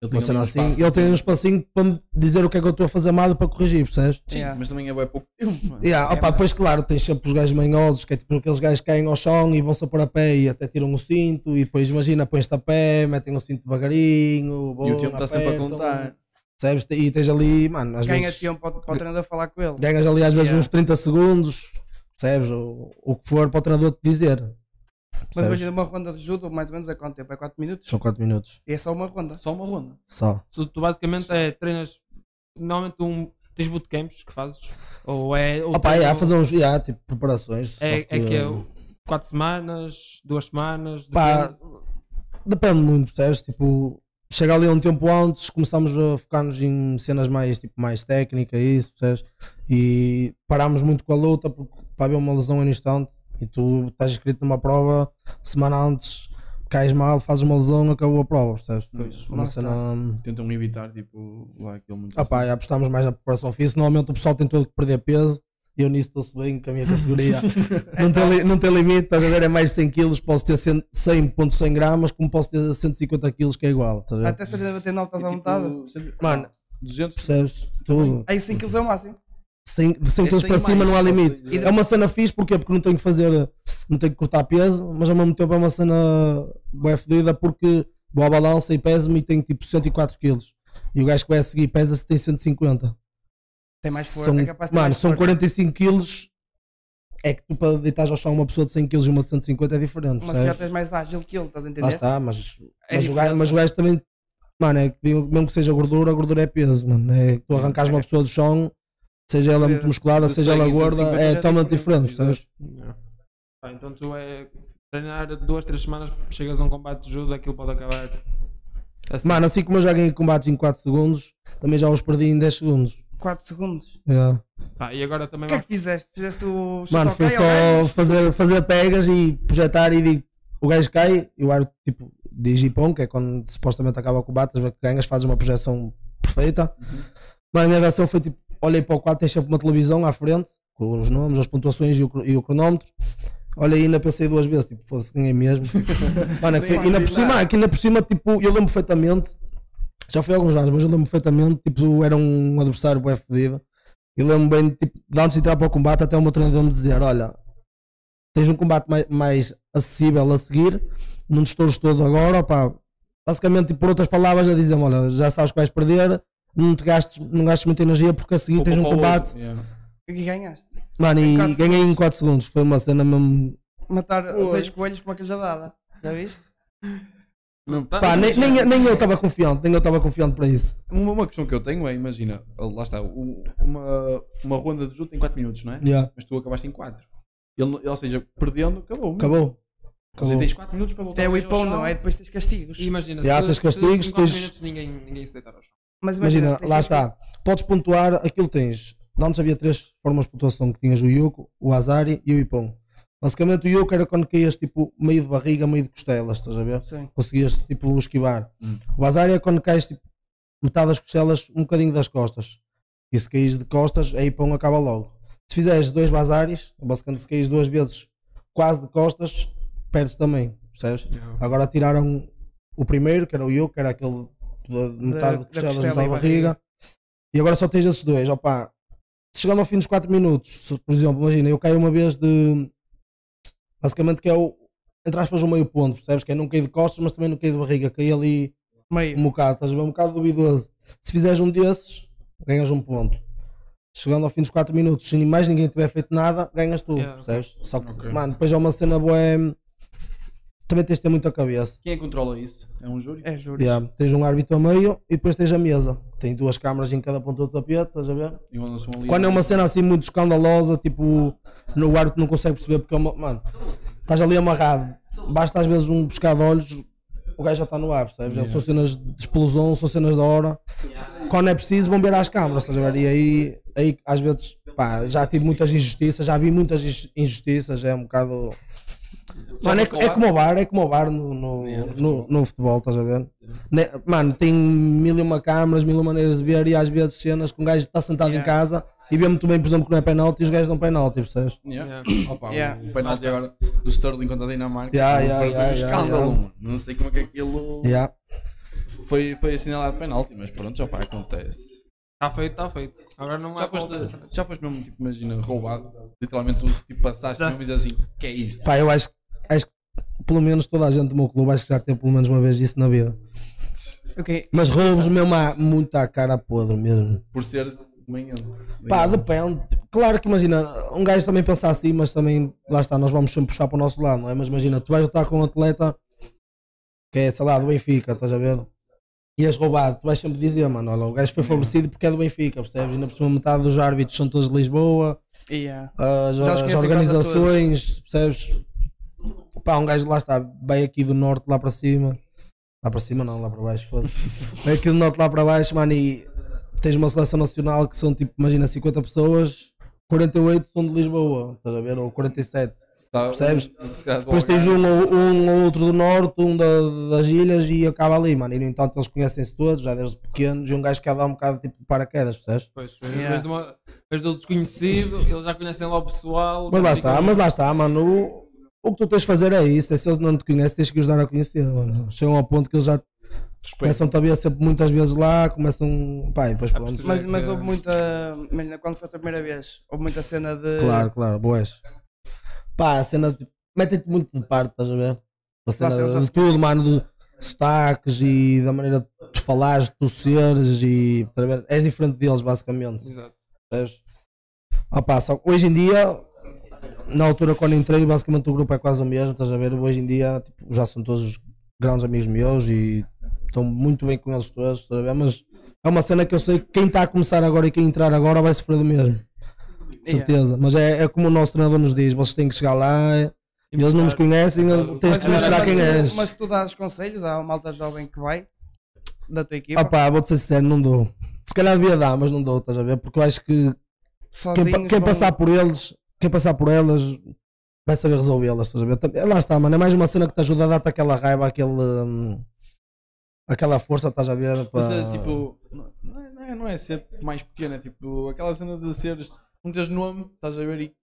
S6: ele
S9: Uma
S6: tem ali
S9: cena
S6: um
S9: assim,
S6: espaço.
S9: ele tem um espacinho para me dizer o que é que eu estou a fazer mal e para corrigir, percebes?
S6: Sim,
S3: Yeah. É,
S6: mas também é bem pouco tempo. mano.
S9: Yeah, opa,
S3: mas-
S9: depois, claro, tens sempre os gajos manhosos, que é tipo aqueles gajos que caem ao chão e vão-se a pôr a pé e até tiram o cinto. E depois, imagina, pões-te a pé, metem o cinto devagarinho.
S6: E o
S9: vão,
S6: tempo está sempre a
S9: apertam,
S6: contar.
S9: Percebes? E tens ali, mano, às
S3: ganha
S9: vezes.
S3: tempo para, o- para o treinador falar com ele.
S9: ganhas ali às vezes
S3: Yeah.
S9: uns 30 segundos, percebes? Ou, o que for para o treinador te dizer.
S3: Mas
S9: Percebes?
S3: imagina uma ronda de judo, mais ou menos é quanto tempo? É 4 minutos?
S9: São 4 minutos
S3: E é só uma ronda.
S6: Só uma ronda.
S9: só.
S13: Tu, tu basicamente é, treinas. Normalmente tu um, tens bootcamps que fazes, ou é. Ou
S9: Opa,
S13: tens-
S9: yeah, fazer uns yeah, tipo, preparações. só
S13: é, é que é 4 semanas, 2 semanas.
S9: Pá,
S13: depende.
S9: depende muito, percebes? Tipo, chega ali um tempo antes, começamos a focar-nos em cenas mais, tipo, mais técnica e isso, percebes? E parámos muito com a luta porque para haver uma lesão é no instante e tu estás inscrito numa prova, semana antes cais mal, fazes uma lesão, acabou a prova, percebes?
S6: Pois,
S9: uma
S3: lá está.
S9: cena.
S6: Tentam evitar, tipo, lá aquele momento.
S9: Ah pá, e apostámos mais na preparação física. Normalmente o pessoal tem todo que perder peso. e Eu nisso estou-se bem com a minha categoria. não,
S3: É,
S9: tem, li- não tem limite, estás a ver? É mais de 100 kg, posso ter 100, 100.100 gramas, como posso ter 150 kg, que é igual. Estás a ver?
S3: Até se a bater 9 estás à
S6: assim.
S3: vontade.
S6: Tipo,
S9: Mano,
S6: 200
S9: percebes? Tudo.
S3: Aí 100 kg é o máximo.
S9: 100 de 100
S6: É
S9: kg
S6: 100
S9: para cima
S6: mais,
S9: não há
S6: ou
S9: limite.
S6: seja-
S9: É uma cena fixe, porquê? Porque não tenho que fazer, não tenho que cortar peso, mas ao mesmo tempo é uma cena bem fodida porque vou à balança e peso-me e tenho tipo 104 kg. E o gajo que vai a seguir pesa-se tem 150.
S3: Tem mais força.
S9: São,
S3: é capaz de ter
S9: mano,
S3: mais
S9: são
S3: força.
S9: 45 quilos. É que tu para deitares ao chão uma pessoa de 100 quilos e uma de 150 é diferente.
S3: Mas se já
S9: percebes?
S3: estás mais ágil que ele, estás a
S9: Lá
S3: entender?
S9: está, mas,
S3: É
S9: mas, o gajo,
S3: diferença.
S9: mas o gajo também. Mano, é que digo, mesmo que seja gordura, a gordura é peso, mano. É que tu arrancares uma pessoa do chão, seja ela muito musculada,
S6: De
S9: seja
S6: 100
S9: ela
S6: e de
S9: gorda,
S6: 150
S9: é
S6: já é
S9: totalmente
S6: diferente,
S9: diferente, percebes?
S13: Pá, então tu é treinar duas, três semanas, chegas a um combate de judo, aquilo pode acabar
S9: Mano, assim como eu já ganhei combates em 4 segundos, também já os perdi em 10 segundos. É.
S10: 4 segundos.
S9: Yeah.
S3: Pá, e agora
S10: O
S3: também
S10: que é
S3: vai.
S10: que fizeste? Fizeste o
S9: Mano,
S10: Shotokai
S9: foi
S10: ao
S9: só
S10: gajo?
S9: fazer, fazer pegas e projetar e digo, o gajo cai e o árbitro tipo diz Ipon, que é quando supostamente acaba o combate, mas ganhas, fazes uma projeção perfeita. Mas a minha reação foi tipo, olhei para o quadro, tem sempre uma televisão à frente, com os nomes, as pontuações e o, cro- e o cronómetro. Olha, ainda pensei duas vezes, tipo, foda-se, ganhei mesmo. Mano, é que foi-
S10: Nem
S9: ainda por
S10: fiz
S9: cima,
S10: nada.
S9: é que ainda por cima, tipo, eu lembro perfeitamente, já foi há alguns anos, mas eu lembro perfeitamente, tipo, era um adversário bem fodido. E lembro bem, tipo, de antes de entrar para o combate, até o meu treinador me dizer: Olha, tens um combate mai- mais, acessível a seguir, não te estoures todo agora, pá. Basicamente, tipo, por outras palavras, já dizem: Olha, já sabes que vais perder, não te gastes, não gastes muita energia, porque a seguir
S6: Poupa
S9: tens um
S6: para o outro,
S9: combate.
S6: yeah.
S10: E é ganhaste.
S9: Mano,
S10: Em
S9: e
S10: quatro
S9: ganhei em 4 segundos, foi uma cena mesmo.
S10: Matar
S3: Oi.
S10: dois coelhos com uma cajadada. Já viste?
S6: Mesmo-
S9: Pá, Ah, nem, nem, é- nem eu estava confiante, nem eu estava confiante para isso.
S6: Uma, uma questão que eu tenho é, imagina, lá está, o- uma, uma ronda de judo tem 4 minutos, não é?
S9: Yeah.
S6: Mas tu acabaste em 4. Ele, não- ou seja, perdendo, acabou. meu.
S9: Acabou.
S6: Ou seja,
S9: acabou.
S6: tens 4 minutos para voltar
S10: Até
S6: ao
S10: o ipão
S6: chão.
S10: não, é depois tens castigos.
S3: E Imagina,
S9: Já, tens
S3: se,
S9: castigos,
S3: se em 4
S9: tens-
S3: minutos ninguém, ninguém se deitar ao chão.
S10: Mas
S9: Imagina,
S10: tens
S9: lá
S10: seis
S9: está. Podes pontuar, aquilo tens. de Antes havia três formas de pontuação que tinhas o Yoko, o Azari e o Ipon. Basicamente o Yoko era quando caías tipo meio de barriga, meio de costelas, estás a ver?
S10: Sim.
S9: Conseguias tipo esquivar. O Azari é quando caís tipo metade das costelas, um bocadinho das costas. E se caís de costas, a Ipon acaba logo. Se fizeres dois bazares, basicamente se caís duas vezes quase de costas, perdes também, percebes? Agora tiraram o primeiro, que era o Yoko, que era aquele da metade
S10: da
S9: de
S10: costela
S9: costelas, metade
S10: e
S9: da barriga. E agora só tens esses dois, opá. Se chegando ao fim dos 4 minutos, se, por exemplo, imagina, eu caio uma vez de. Basicamente que é o. Entre aspas, o meio ponto, percebes? Que é não caí de costas, mas também não caí de barriga, caí ali
S10: Meio.
S9: um bocado, estás a ver? Um bocado duvidoso. Se fizeres um desses, ganhas um ponto. Chegando ao fim dos 4 minutos, se mais ninguém tiver feito nada, ganhas tu,
S3: Yeah, ok.
S9: percebes? Só que,
S6: Ok.
S9: mano, depois é uma cena boa. Também tens de ter muita cabeça.
S6: Quem é que controla isso? É um júri?
S10: É, juro.
S9: Yeah, Tens um árbitro a meio e depois tens a mesa. Tem duas câmaras em cada ponta do tapete, estás a ver?
S6: Igual não são ali-
S9: Quando é uma cena assim muito escandalosa, tipo, no árbitro não consegue perceber porque é uma. Mano, estás ali amarrado. Basta às vezes um pescar de olhos, o gajo já está no ar, percebes? Já São cenas de explosão, são cenas da hora. Quando é preciso, vão ver às câmaras, estás a ver? E aí, aí às vezes, pá, já tive muitas injustiças, já vi muitas inju- injustiças, é um bocado. Mano, é, co- é como o bar, é como o bar no, no, no, no futebol, estás a ver? Ne- Mano, tem mil e uma câmaras, mil e uma maneiras de ver e às vezes cenas que um gajo está sentado em casa e vê muito bem, por exemplo, que não é penalti e os gajos dão penalti, percebes?
S6: Yeah. Opa,
S10: Yeah.
S6: O penalti agora do Sterling contra a Dinamarca.
S9: Yeah, yeah,
S6: foi
S9: yeah,
S6: um
S9: yeah,
S6: escândalo.
S9: yeah.
S6: mano. Não sei como é que aquilo
S9: Yeah.
S6: foi, foi assinalado penalti, mas pronto, já pá, acontece.
S3: Está Tá feito, está feito. Agora não há
S6: Já foste,
S3: volta.
S6: já foste mesmo, tipo, imagina, roubado. Literalmente, tu tipo, passaste
S3: Já.
S6: mesmo e diz assim: que é isto?
S9: Pá, eu acho, acho que pelo menos toda a gente do meu clube acho que já teve pelo menos uma vez isso na vida.
S10: Ok.
S9: Mas roubos mesmo há, muito à cara podre mesmo.
S6: Por ser manhã.
S9: Pá, depende. Claro que imagina, um gajo também pensa assim, mas também, lá está, nós vamos sempre puxar para o nosso lado, não é? Mas imagina, tu vais lutar com um atleta que é, sei lá, do Benfica, estás a ver? E és roubado, tu vais sempre dizer, mano, olha, o gajo foi favorecido porque é do Benfica, percebes? Ainda por cima metade dos árbitros são todos de Lisboa,
S10: Yeah.
S9: as,
S10: Já os
S9: Ah, as
S10: conhecem
S9: organizações, percebes? Pá, um gajo lá está, bem aqui do norte lá para cima. Lá para cima não, lá para baixo, foda-se. Bem aqui do um norte lá para baixo, mano, e tens uma seleção nacional que são tipo, imagina, 50 pessoas, 48 são de Lisboa, estás a ver? Ou 47. percebes? Depois tens um, ou- um ou outro do norte, um da- das ilhas e acaba ali, mano. E no entanto eles conhecem-se todos, já desde pequenos, e um gajo que dá um bocado tipo de paraquedas, percebes?
S3: Pois, vês- vês de uma- vês do desconhecido, eles já conhecem lá o pessoal.
S9: Mas
S3: já
S9: lá
S3: ficam-
S9: está, mas lá está, mano. O, o que tu tens de fazer é isso. É se eles não te conhecem, tens que os dar a conhecer, mano. Chegam ao ponto que eles já começam a ver sempre muitas vezes lá, começam. Pá, e depois pronto.
S3: perceber.
S10: Mas, mas houve muita. Imagina, quando fosse a primeira vez, houve muita cena de.
S9: Claro, claro, boas. Pá, a cena. de- Metem-te muito de parte, estás a ver? A cena
S10: Nossa, eu só
S9: de
S10: se
S9: tudo, mano, de sotaques e da maneira de tu falares, de tu seres e. estás a ver? És diferente deles, basicamente.
S3: Exato.
S9: Percebes? Ah pá, só que hoje em dia, na altura quando entrei, basicamente o grupo é quase o mesmo, estás a ver? Hoje em dia tipo, já são todos grandes amigos meus e estão muito bem com eles todos, estás a ver? Mas é uma cena que eu sei que quem está a começar agora e quem entrar agora vai sofrer do mesmo. De certeza. Mas é, é como o nosso treinador nos diz, vocês têm que chegar lá, eles não nos conhecem, tens
S10: Mas,
S9: de
S10: mas,
S9: mostrar
S10: mas
S9: quem
S10: tu-
S9: és.
S10: mas tu dás conselhos à malta jovem que vai. da tua equipa?
S9: Ah pá, vou-te ser sincero, não dou. Se calhar devia dar, mas não dou, estás a ver? Porque eu acho que quem, pa-
S10: Sozinhos
S9: quem
S10: vão-
S9: passar por eles, quem passar por elas vai saber resolvê-las, estás a ver? Também- Lá está, mano, é mais uma cena que te ajuda a dar-te aquela raiva, aquele. hum, aquela força, estás a ver? Pá.
S6: Mas é tipo, não não é, não é- não é ser mais pequena, é tipo aquela cena de seres, não tens nome, estás a ver e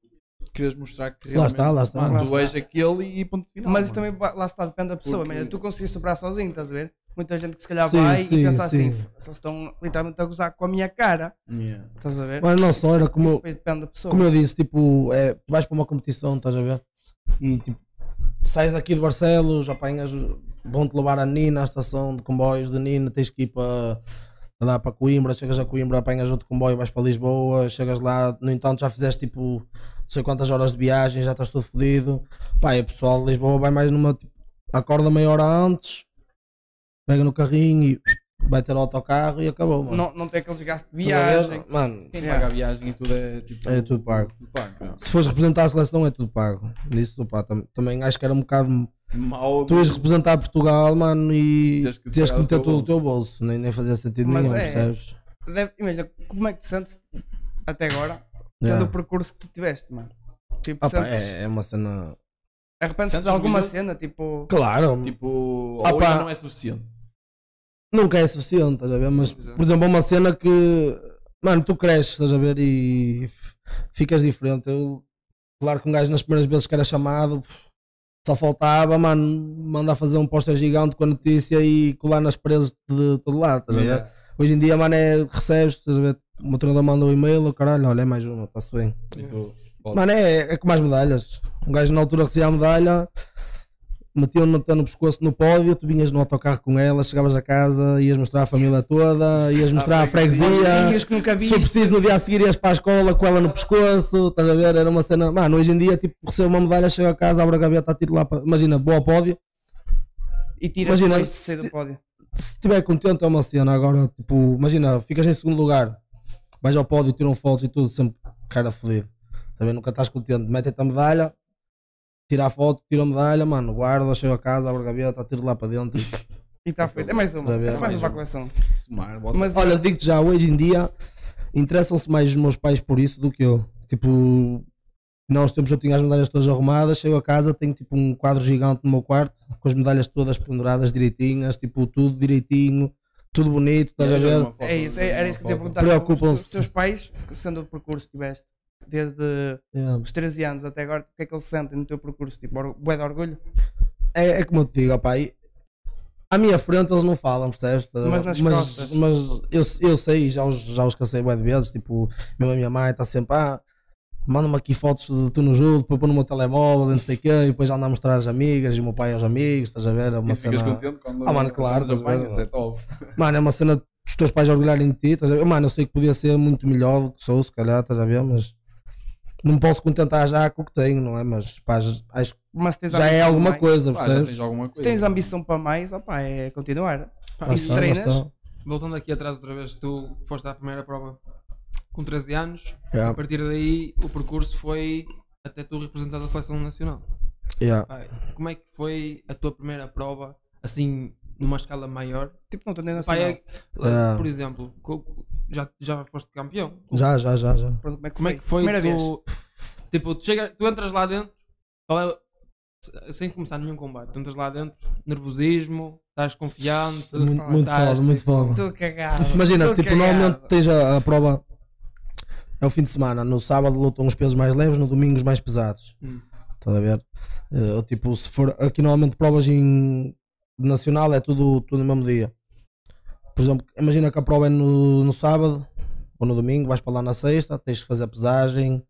S6: queres mostrar que realmente
S9: está, lá está.
S6: mano,
S9: Lá
S6: tu
S9: está.
S6: és aquele e ponto final.
S10: Mas isso
S6: mano.
S10: também ba- lá está, depende da pessoa.
S6: Porque-
S10: Imagina, tu conseguiste sobrar sozinho, estás a ver? Muita gente que se calhar
S9: Sim,
S10: vai
S9: sim,
S10: e pensa assim,
S9: sim.
S10: "F- se eles estão literalmente a gozar com a minha cara,
S6: Yeah.
S10: estás a ver?
S9: Mas não só,
S10: Isso-
S9: era como
S10: isso
S9: eu-
S10: depois depende da pessoa.
S9: Como eu disse, tipo, é, tu vais para uma competição, estás a ver? E tipo, sais daqui de Barcelos, apanhas, vão-te levar a Nina, à estação de comboios de Nina, tens que ir para, sei lá, para Coimbra, chegas a Coimbra, apanhas outro comboio, vais para Lisboa, chegas lá, no entanto já fizeste tipo, não sei quantas horas de viagem, já estás todo fodido. Pá, e o pessoal de Lisboa vai mais numa, tipo, acorda meia hora antes, pega no carrinho e vai ter o autocarro e acabou, mano.
S10: Não, não tem aqueles gastos de
S9: Estás a ver?
S10: viagem.
S9: Mano,
S6: Quem
S10: Yeah.
S6: paga a viagem e tudo é tipo.
S9: É tudo pago.
S6: Tudo pago. não.
S9: se fores representar a seleção é tudo pago. Nisso, pá, tam- também acho que era um bocado.
S6: Mau.
S9: Tu ias representar Portugal, mano,
S6: Tens
S9: e tens
S6: que
S9: que,
S6: tirar do
S9: meter
S6: teu
S9: tudo do teu
S6: bolso.
S9: bolso, nem, nem fazia sentido
S10: Mas
S9: nenhum,
S10: é.
S9: percebes?
S10: Deve- imagina, como é que tu sentes até agora,
S9: Yeah.
S10: tendo o percurso que tu tiveste, mano? Tipo,
S9: Ah, pá,
S10: sentes,
S9: é, é uma cena.
S10: arrependes-te de
S6: Sentes
S10: alguma
S6: orgulhoso?
S10: cena, tipo...
S9: Claro,
S6: Tipo,
S9: Ah,
S6: a
S9: pá.
S6: olha não é suficiente.
S9: nunca é suficiente, estás a ver? Mas, por exemplo, é uma cena que, mano, tu cresces, estás a ver? E f- ficas diferente. Eu, claro que um gajo nas primeiras vezes que era chamado, só faltava, mano, mandar fazer um póster gigante com a notícia e colar nas presas de todo lado, estás a ver? Hoje em dia, mano, é, recebes, estás a ver? O meu treinador manda o e-mail, caralho, olha, é mais uma, está-se bem.
S6: E tu, volta.
S9: Mano, é, é com mais medalhas. Um gajo na altura recebia a medalha, metiam-no até no pescoço no pódio, tu vinhas no autocarro com ela, chegavas a casa, ias mostrar à família toda, ias mostrar à freguesia.
S10: Os Ah, que nunca
S9: Se for
S10: viste.
S9: preciso, no dia a seguir ias para a escola com ela no pescoço, estás a ver? Era uma cena. Mano, hoje em dia, tipo, recebo uma medalha, chego a casa, abro a gaveta, tiro lá para. Imagina, vou ao pódio.
S10: E tiras
S9: Imagina,
S10: depois de
S9: se
S10: sair do
S9: ti-
S10: pódio.
S9: Se estiver contente, é uma cena. Agora, tipo, imagina, ficas em segundo lugar, vais ao pódio, tiram fotos e tudo, sempre cara fodido. Também nunca estás contente. Metem-te a medalha, tira a foto, tira a medalha, mano, guarda, chego a casa, abro a gaveta, tiro lá para dentro.
S10: E está feito. É mais uma.
S9: Para ver.
S10: É mais uma para a coleção.
S6: Somar, volta.
S10: Mas
S9: Olha, digo-te já, hoje em dia interessam-se mais os meus pais por isso do que eu. Tipo, nós tempos eu tinha as medalhas todas arrumadas, chego a casa, tenho tipo um quadro gigante no meu quarto, com as medalhas todas penduradas direitinhas, tipo, tudo direitinho, tudo bonito, estás a ver?
S10: É isso, é- era isso que eu te ia perguntar.
S9: Preocupam-se.
S10: Os teus pais, sendo o percurso que tiveste, desde
S9: Yeah.
S10: os 13 anos até agora, o que é que eles sentem no teu percurso? Tipo, or- bué de orgulho?
S9: É, é como eu te digo, opá, e- à minha frente eles não falam, percebes?
S10: Mas nas
S9: mas,
S10: costas.
S9: mas eu, eu sei, já os, já os cansei bué de vezes, tipo, mesmo a minha mãe está sempre, ah, manda-me aqui fotos de tu no jogo, para pôr no meu telemóvel, e não sei o quê, e depois anda a mostrar às amigas, e o meu pai aos amigos, estás a ver? É uma
S6: E ficas
S9: cena...
S6: contente quando
S9: Ah, mano,
S6: quando
S9: claro,
S6: nos
S9: estás a ver?
S6: apanhas, é
S3: <laughs>
S6: top.
S9: Mano, é uma cena dos teus pais orgulharem de ti, estás a ver? Mano, eu sei que podia ser muito melhor do que sou, se calhar, estás a ver? Mas não me posso contentar já com o que tenho, não é? Mas, pá, acho que
S10: Mas tens
S9: já é
S10: ambição
S9: alguma
S10: para mais?
S9: coisa,
S6: Ah, já
S9: percebes?
S6: tens alguma coisa.
S10: Se tens ambição para mais, opá, é continuar.
S3: Pá,
S9: Lá
S10: e se
S9: está, lá
S10: treinas?
S9: está.
S3: Voltando aqui atrás outra vez, tu foste à primeira prova com 13 anos.
S9: Yeah.
S3: A partir daí, o percurso foi até tu representar a seleção nacional.
S9: Yeah.
S3: Pá, Como é que foi a tua primeira prova, assim, numa escala maior?
S10: Tipo, não estou nem
S3: Pá,
S10: nacional.
S3: é-
S9: Yeah.
S3: Por exemplo, co- já, já foste campeão.
S9: Já, já, já, já.
S10: Pronto, como é que
S3: Como
S10: foi?
S3: é que foi
S10: Primeira vez.
S3: tu... Tipo, tu, chega, tu entras lá dentro, qual é o- se- sem começar nenhum combate, tu entras lá dentro, nervosismo, estás confiante,
S9: Muito, muito
S3: estás,
S9: foda, muito
S3: tipo,
S9: foda.
S10: Estou cagado.
S9: Imagina,
S10: Estou
S9: tipo,
S10: cagado.
S9: normalmente tens a, a prova é o fim de semana. No sábado lutam os pesos mais leves, no domingo os mais pesados.
S3: Hum.
S9: Estás a ver? Eh, ou tipo, se for aqui normalmente provas em nacional é tudo, tudo no mesmo dia. Por exemplo, imagina que a prova é no, no sábado ou no domingo, vais para lá na sexta, tens que fazer a pesagem.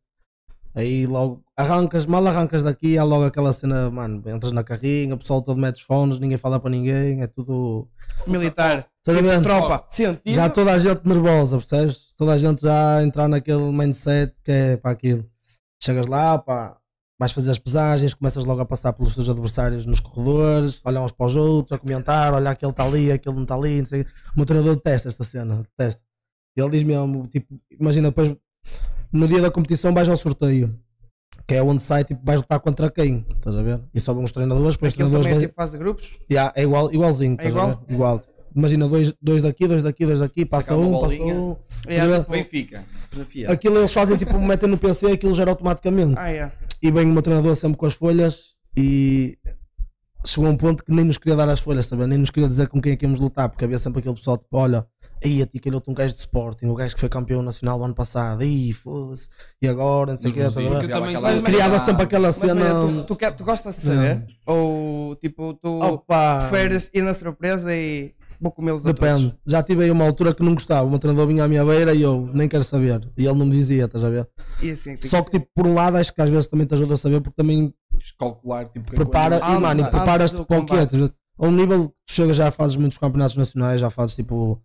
S9: Aí logo arrancas, mal arrancas daqui, há logo aquela cena, mano, entras na carrinha, o pessoal todo mete os fones, ninguém fala para ninguém, é tudo.
S10: Militar.
S9: Estás a ver?
S10: Tipo Tropa. Sentido.
S9: já toda a gente nervosa, percebes? Toda a gente já a entrar naquele mindset que é para aquilo. Chegas lá, pá, vais fazer as pesagens, começas logo a passar pelos teus adversários nos corredores, olhar uns para os outros, a comentar, olha aquele está ali, aquele não está ali, não sei. O meu treinador detesta esta cena, detesta. Ele diz mesmo, tipo, imagina, depois no dia da competição vais ao sorteio. Que é onde sai, tipo, vais lutar contra quem? Estás a ver? E sobem os treinadores, depois os
S10: Aquilo
S9: treinadores.
S10: também é
S9: vêm-
S10: tipo fase de grupos.
S9: Yeah, é igual, igualzinho,
S10: É
S9: estás a ver?
S10: igual?
S9: Igual. imagina dois, dois daqui, dois daqui, dois daqui, passa
S6: Sacar uma
S9: um, passa
S6: bolinha.
S9: um.
S6: É,
S9: Estás a ver?
S6: tipo, Benfica, Benfica.
S9: Aquilo eles fazem tipo, metem no PC e aquilo gera automaticamente.
S10: Ah, é.
S9: E vem o meu treinador sempre com as folhas e chegou a um ponto que nem nos queria dar as folhas, sabe? nem nos queria dizer com quem é que íamos lutar, porque havia sempre aquele pessoal tipo, olha, aí a ti calhou-te um gajo de Sporting, o gajo que foi campeão nacional do ano passado, aí foda-se, e agora, não sei o tá, que,
S10: Nos vizinhos. Porque também- assim. Mas-
S9: criava
S10: mas-
S9: sempre aquela
S10: mas,
S9: cena. um-
S10: olha, tu- tu quer- tu gostas de saber? Ou tipo, tu
S9: Opa!
S10: preferes ir na surpresa e vou comê-los a todos?
S9: Depende. Já tive aí uma altura que não gostava. O meu treinador vinha à minha beira e eu nem quero saber. E ele não me dizia, estás a ver?
S10: E assim, tem que
S9: Só que, tipo, por um lado, acho que às vezes também te ajuda a saber porque também
S6: calcular, tipo, que
S9: prepara
S6: coisa-
S9: e, mano, e
S6: Antes-
S9: preparas-te
S6: antes do
S9: para o quê?
S6: combate.
S9: Estás a ver? A um nível que tu chegas já fazes muitos campeonatos nacionais, já fazes tipo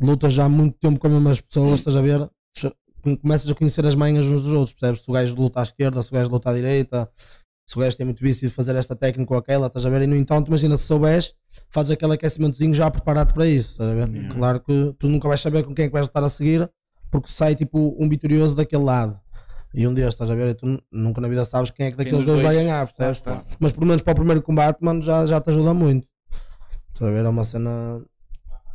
S9: lutas já há muito tempo com as mesmas pessoas, estás a ver? Che- Começas a conhecer as manhas uns dos outros, percebes? Se o gajo luta à esquerda, se o gajo luta à direita, se o gajo tem muito vício de fazer esta técnica ou aquela, estás a ver? E no entanto, imagina se souberes, fazes aquele aquecimentozinho já preparado para isso, estás a ver? Claro que tu nunca vais saber com quem é que vais lutar a seguir, porque sai tipo um vitorioso daquele lado. E um deles, estás a ver? E tu nu- nunca na vida sabes quem é que
S6: Quem
S9: daqueles
S6: dos
S9: dois, vai
S6: dois?
S9: ganhar, percebes?
S3: Ah, tá.
S6: Claro, claro.
S9: Mas pelo menos para o primeiro combate, mano, já, já te ajuda muito. Estás a ver? É uma cena.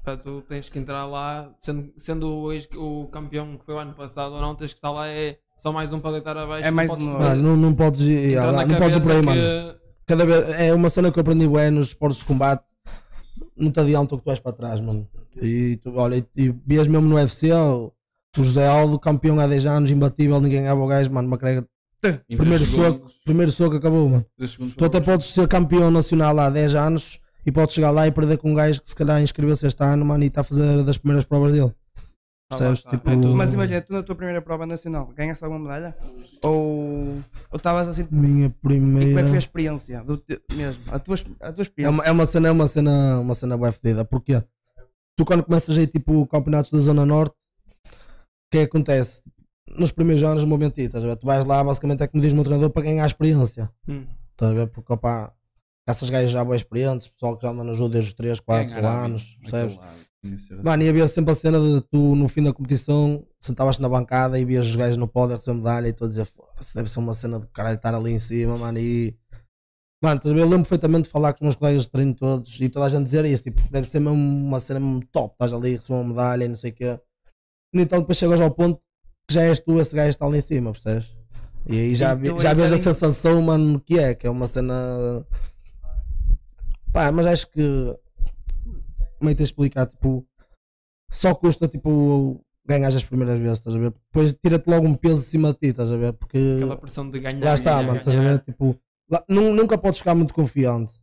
S3: Pá, tu tens que entrar lá, sendo, sendo o, ex- o campeão que foi o ano passado ou não, tens que estar lá, é só mais um para deitar abaixo. não podes-
S9: Mano, não, não podes ir,
S3: Entra na
S9: não podes ir por aí,
S3: cabeça
S9: mano. Cada vez, é uma cena que eu aprendi bem nos esportes de combate. Não te adianta o que tu vais para trás, mano. E tu, olha, e, e vias mesmo no UFC, o o José Aldo, campeão há 10 anos, imbatível, ninguém ganhava o gajo, mano, McGregor.
S6: Em
S9: Primeiro
S6: três segundos.
S9: soco, primeiro soco acabou, mano.
S6: Três segundos,
S9: Tu até podes ser campeão nacional há 10 anos e podes chegar lá e perder com um gajo que se calhar inscreveu-se este ano, mano, e está a fazer das primeiras provas dele. Percebes? tipo,
S10: Tá Mas imagina, tu na tua primeira prova nacional ganhaste alguma medalha? Ou ou estavas assim.
S9: Minha
S10: E como é
S9: primeira.
S10: que foi a experiência? Do te- mesmo, a tua, a tua
S9: É
S10: experiência.
S9: uma, é uma cena, é uma cena, uma cena bem fedida. Porquê? Tu quando começas aí tipo campeonatos da Zona Norte, o que é que acontece? Nos primeiros anos, não vou mentir, estás a ver? Tu vais lá, basicamente é como diz o meu treinador, para ganhar a experiência.
S3: Hum.
S9: Estás a ver? Porque, opá, essas gajas já bem experientes, pessoal que já anda no jogo desde os 3, 4
S6: Ganhar hábito,
S9: anos, percebes?
S6: aquele hábito, conhecer a
S9: Mano, e havia sempre a cena de tu, no fim da competição, sentavas-te na bancada e vias os gajos no pódio a receber medalha e tu a dizer, "Foda-se, deve ser uma cena do caralho estar ali em cima, mano, e... Mano, estás a ver? eu lembro perfeitamente de falar com os meus colegas de treino todos e toda a gente dizer isso, tipo, deve ser mesmo uma cena mesmo top, estás ali, receber uma medalha e não sei o quê. No entanto, então depois chegas ao ponto que já és tu esse gajo que está ali em cima, percebes? E aí já,
S10: E
S9: vi-
S10: tu
S9: já
S3: é
S10: aí
S9: vejo a
S10: já nem-
S9: sensação, mano, que é, que é uma cena... Pá, mas acho que... Meio te explicar, tipo... Só custa, tipo, ganhar as primeiras vezes, estás a ver? Depois tira-te logo um peso de cima de ti, estás a ver? Porque...
S3: Aquela pressão de ganhar.
S9: Lá está,
S3: ganhar,
S9: mano, estás a ver?
S3: ganhar.
S9: Tipo, lá- nu- nunca podes ficar muito confiante.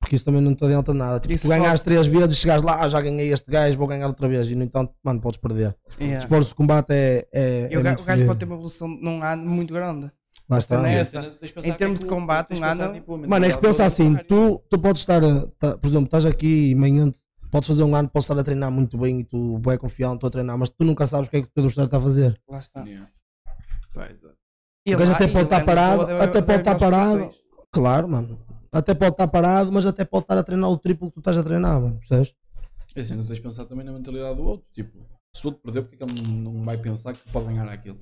S9: Porque isso também não te adianta nada. Tipo,
S10: Isso
S9: tu ganhas
S10: falta.
S9: três vezes e chegas lá, "Ah, já ganhei este gajo, vou ganhar outra vez. E no entanto, mano, podes perder.
S10: Yeah.
S9: Esportes de combate é. é,
S10: E o
S9: é
S10: ga-
S9: muito
S10: o gajo
S9: fodido.
S10: pode ter uma evolução num ano muito grande.
S9: Lá
S10: A
S9: está.
S10: cena é
S9: Sim.
S10: essa.
S6: Sim, tu tens de pensar
S10: Em
S6: que
S10: termos
S6: é
S10: de
S6: tu-
S10: combate,
S6: tens
S10: um
S6: de pensar,
S10: ano.
S6: tipo, a
S9: Mano, é que
S6: mentalidade
S9: pensa
S6: do
S9: assim,
S6: adversário.
S9: tu, tu podes estar, a- tá- por exemplo, estás aqui amanhã, podes fazer um ano, podes estar a treinar muito bem e tu é confiante, estou a treinar, mas tu nunca sabes o que é que o teu adversário está a fazer.
S10: Lá está.
S6: Yeah. Pá, exato.
S10: E
S9: o gajo
S10: lá-
S9: até
S10: e
S9: pode
S10: lá
S9: estar
S10: em
S9: parado,
S10: Lisboa deve-
S9: até
S10: deve
S9: pode estar
S10: haver umas
S9: parado.
S10: condições.
S9: Claro, mano. Até pode estar parado, mas até pode estar a treinar o triplo que tu estás a treinar, mano, percebes?
S6: É assim, não tens de pensar também na mentalidade do outro. Tipo, se o outro perder, porque é que ele não não vai pensar que pode ganhar aquilo?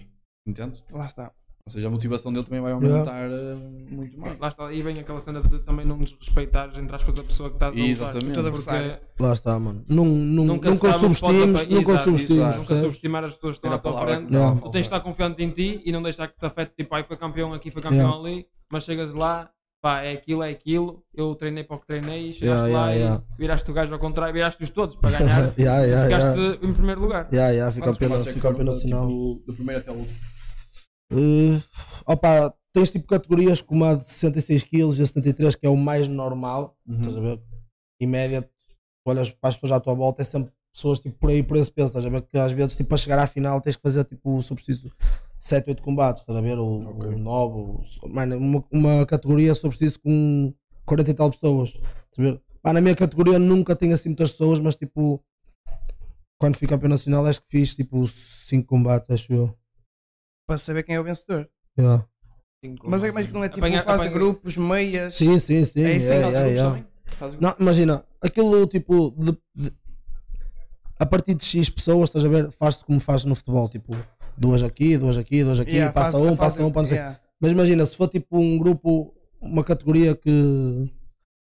S6: Entendes?
S10: Lá está.
S6: Ou seja, a motivação dele também vai
S9: Yeah.
S6: aumentar eh, muito mais.
S3: Lá está, e vem aquela cena de também não desrespeitares, entre aspas, a pessoa que estás a lutar.
S6: Exatamente.
S10: Todo
S3: Porque
S10: adversário.
S9: Lá está, mano. Nun- nun-
S3: nunca,
S9: Nunca,
S3: sabe o que
S9: subestimes,
S3: pode-
S9: nunca
S3: Exato,
S9: subestimes.
S3: exato. Nunca
S9: percebes?
S3: subestimar as pessoas que
S6: Era
S3: estão à
S6: a
S3: tua
S6: palavra que
S3: frente.
S6: estava a
S3: Tu tens de estar confiante em ti e não deixar que te afete, tipo, ai, foi campeão aqui, foi campeão
S9: Yeah.
S3: ali, mas chegas lá, pá, é aquilo, é aquilo, eu treinei para o que treinei, chegaste
S9: Yeah,
S3: lá
S9: yeah,
S3: e
S9: yeah.
S3: viraste o gajo ao contrário, viraste-os todos para ganhar,
S9: <laughs> Yeah, yeah,
S3: tu ficaste
S9: yeah.
S3: em primeiro lugar.
S9: Ya, ya, fica
S6: Quantos
S9: pena,
S6: combates é que
S9: fica
S6: foram,
S9: pena sinal.
S6: Tipo, do primeiro até o último.
S9: Uh, opa, tens tipo categorias como a de 66 kg e a 73, que é o mais normal,
S10: Uhum.
S9: estás a ver? Em média, tu olhas para as pessoas à tua volta, é sempre pessoas tipo, por aí, por esse peso, estás a ver? Que às vezes, tipo, para chegar à final, tens que fazer tipo, se eu preciso, 7, 8 combates, estás a ver? Ou,
S6: Ok.
S9: ou 9, ou, mano, uma, uma categoria, se eu preciso, com 40 e tal pessoas, estás a ver? Pá, na minha categoria nunca tenho assim muitas pessoas, mas tipo, quando fui campeão nacional, acho que fiz tipo 5 combates, acho eu.
S10: Para saber quem é o vencedor.
S9: Yeah.
S10: Mas é mas que não é tipo
S3: Apanhar-
S10: fase de
S3: apanhar-
S10: grupos, meias.
S9: Sim, sim, sim.
S10: É isso,
S9: é,
S10: sim, faz
S9: é, é. Não, imagina, aquilo tipo de- de- a partir de X pessoas, estás a ver, faz-se como faz no futebol, tipo, duas aqui, duas aqui, duas aqui,
S10: Yeah,
S9: passa
S10: fase-
S9: um,
S10: fase-
S9: passa um, para não sei.
S10: yeah.
S9: Mas imagina, se for tipo um grupo, uma categoria que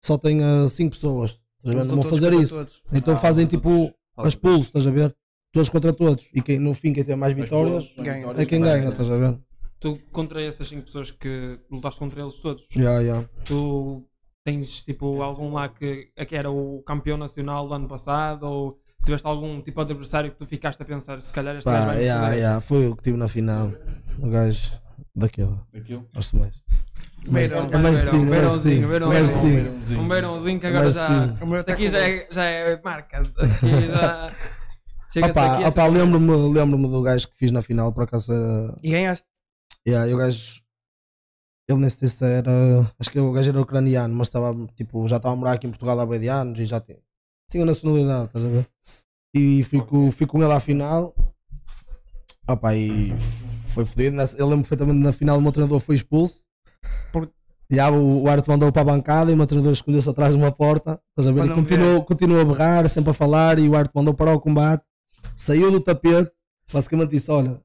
S9: só tenha cinco pessoas, estás Estás a ver?
S10: Lutam
S9: Não vão
S10: todos
S9: fazer
S10: contra
S9: isso.
S10: todos.
S9: Então
S6: Ah,
S9: fazem
S6: lutam
S9: tipo
S6: Fala.
S9: as pulos, estás a ver? Todos contra todos. E quem, no fim, quem tem mais
S6: Mas
S9: vitórias
S6: boas,
S10: ganha.
S6: vitórias,
S9: é quem
S6: vai,
S9: ganha,
S6: né?
S9: estás a ver?
S3: Tu contra essas 5 pessoas que lutaste contra eles todos,
S9: Já, já.
S3: tu tens tipo algum lá que, a que era o campeão nacional do ano passado ou tiveste algum tipo de adversário que tu ficaste a pensar se calhar este gajo
S9: Pá,
S3: vai me
S9: já,
S3: foder?
S9: já. Foi o que tive na final. O gajo daquele.
S6: Aquilo.
S9: Acho mais. Mas
S10: Beirão,
S9: é
S3: Beirão,
S9: mais sim, mais sim.
S3: Beirãozinho, Beirãozinho.
S9: Mais sim.
S6: Beirãozinho.
S3: Um beirãozinho que agora
S9: Mas
S3: já.
S9: sim.
S10: O meu
S3: Isto
S10: está
S3: aqui
S10: com
S3: já é, já é marca. Aqui
S9: <laughs>
S3: já. Chega-se
S9: Opa,
S3: aqui a
S9: opa,
S3: ser-
S9: lembro-me lembro do gajo que fiz na final, por acaso era.
S10: E ganhaste.
S9: Yeah, e o gajo. Ele nem sei se era. Acho que o gajo era ucraniano, mas estava tipo, já estava a morar aqui em Portugal há bem de anos e já tinha, tinha nacionalidade, estás a ver? E fui, com- fui com ele à final. Opa, e f- foi fodido. Nessa- Eu lembro perfeitamente na final o meu treinador foi expulso. Por... Já, o, o Arte mandou para a bancada e o meu treinador escondeu-se atrás de uma porta. Estás a ver?
S10: Para
S9: E
S10: não
S9: continuou, continuou a berrar, sempre a falar. E o Arte mandou para o combate, saiu do tapete. Basicamente disse: Olha,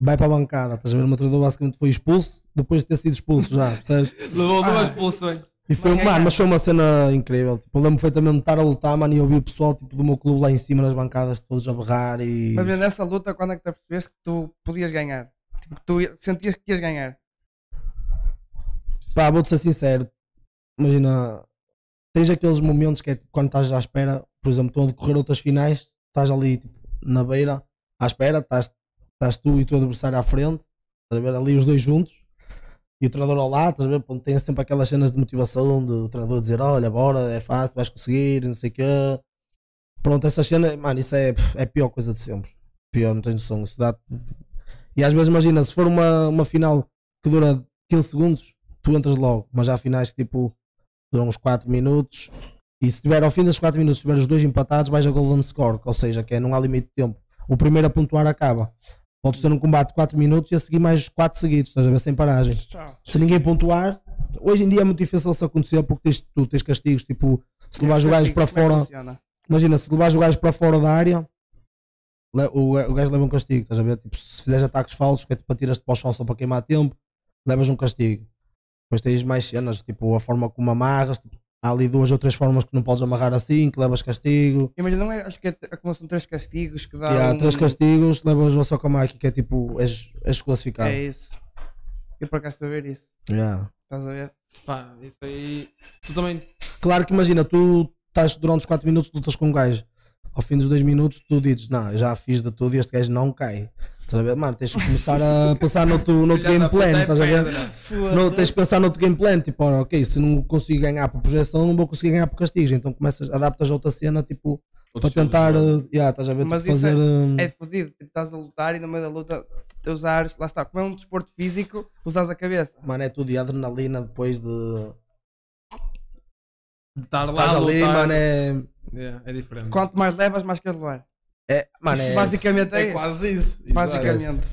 S9: vai para a bancada. Estás a ver? O meu treinador basicamente foi expulso depois de ter sido expulso já. percebes? Ah,
S3: Levou duas pulsões.
S9: E foi, um
S10: Vai
S9: mano,
S10: ganhar.
S9: mas foi uma cena incrível. Tipo, eu lembro perfeitamente de estar a lutar, mano, e eu vi o pessoal tipo, do meu clube lá em cima nas bancadas, todos a berrar. E...
S10: Mas bem, nessa luta, quando é que tu percebeste que tu podias ganhar? Tipo, que tu ia- sentias que ias ganhar.
S9: Pá, vou-te ser sincero. Imagina, tens aqueles momentos que é tipo, quando estás à espera, por exemplo, estão a decorrer outras finais, estás ali tipo, na beira, à espera, estás, estás tu e o teu adversário à frente, estás a ver ali os dois juntos, e o treinador ao lado, estás a ver? Pronto, tem sempre aquelas cenas de motivação do treinador dizer: olha, bora, é fácil, vais conseguir, não sei o quê. Pronto, essa cena, mano, isso é, é a pior coisa de sempre. Pior, não tens noção. Isso dá E às vezes, imagina, se for uma, uma final que dura 15 segundos, tu entras logo, mas há finais que tipo duram uns 4 minutos e se tiver ao fim dos 4 minutos, se tiver os dois empatados, vais a Golden Score, ou seja, que é, não há limite de tempo. O primeiro a pontuar acaba. Podes ter um combate de 4 minutos e a seguir mais 4 seguidos, estás a ver sem paragem. Se ninguém pontuar, hoje em dia é muito difícil isso acontecer porque tens, tu tens castigos, tipo, se levares o gajo para
S10: Como é que
S9: fora,
S10: funciona?
S9: imagina, se levares o gajo para fora da área, le- o, ga- o gajo leva um castigo, estás a ver? Tipo, se fizeres ataques falsos, que é tipo, atiras-te para o chão só para queimar tempo, levas um castigo. Depois tens mais cenas, tipo, a forma como amarras, tipo, há ali duas ou três formas que não podes amarrar assim, que levas castigo.
S10: Imagina, não é, acho que é, como são três castigos que dá.
S9: e há
S10: um-
S9: três castigos, levas o socamaki, que é tipo, és, és classificado.
S10: É isso. Eu por acaso estou a ver isso.
S9: Yeah.
S10: Estás a
S9: Hum.
S10: ver?
S3: Pá, isso aí. Tu também.
S9: Claro que imagina, tu estás durante os 4 minutos, lutas com um gajo. Ao fim dos 2 minutos, tu dizes, não, eu já fiz de tudo e este gajo não cai. Estás a ver? Mano, tens que
S3: <laughs>
S9: começar a pensar no teu, no teu
S3: Filha
S9: game
S3: da puta,
S9: plan,
S3: é
S9: estás a ver?
S3: pedra.
S9: Não, tens que pensar no teu game plan, tipo, ora, ok, se não consigo ganhar por projeção, não vou conseguir ganhar por castigos. Então começas, adaptas outra cena, tipo,
S6: Outros
S9: para
S6: estilos de
S9: tentar,
S6: jogo.
S9: eh, yeah, estás a ver,
S10: Mas
S9: tipo,
S10: isso
S9: fazer... eh,
S10: É fodido. Tipo, Estás a lutar e no meio da luta te usares. Lá está. Como é um desporto físico, usas a cabeça.
S9: Mano, é tudo, e a adrenalina depois de...
S3: De estar lá
S9: Estás
S3: a
S9: ali,
S3: lutar.
S9: mano, é...
S3: É, é diferente.
S10: Quanto mais levas, mais queres levar.
S9: é
S10: <laughs>
S9: mano, é...
S10: Basicamente é,
S6: É
S10: isso.
S6: quase isso.
S10: Basicamente.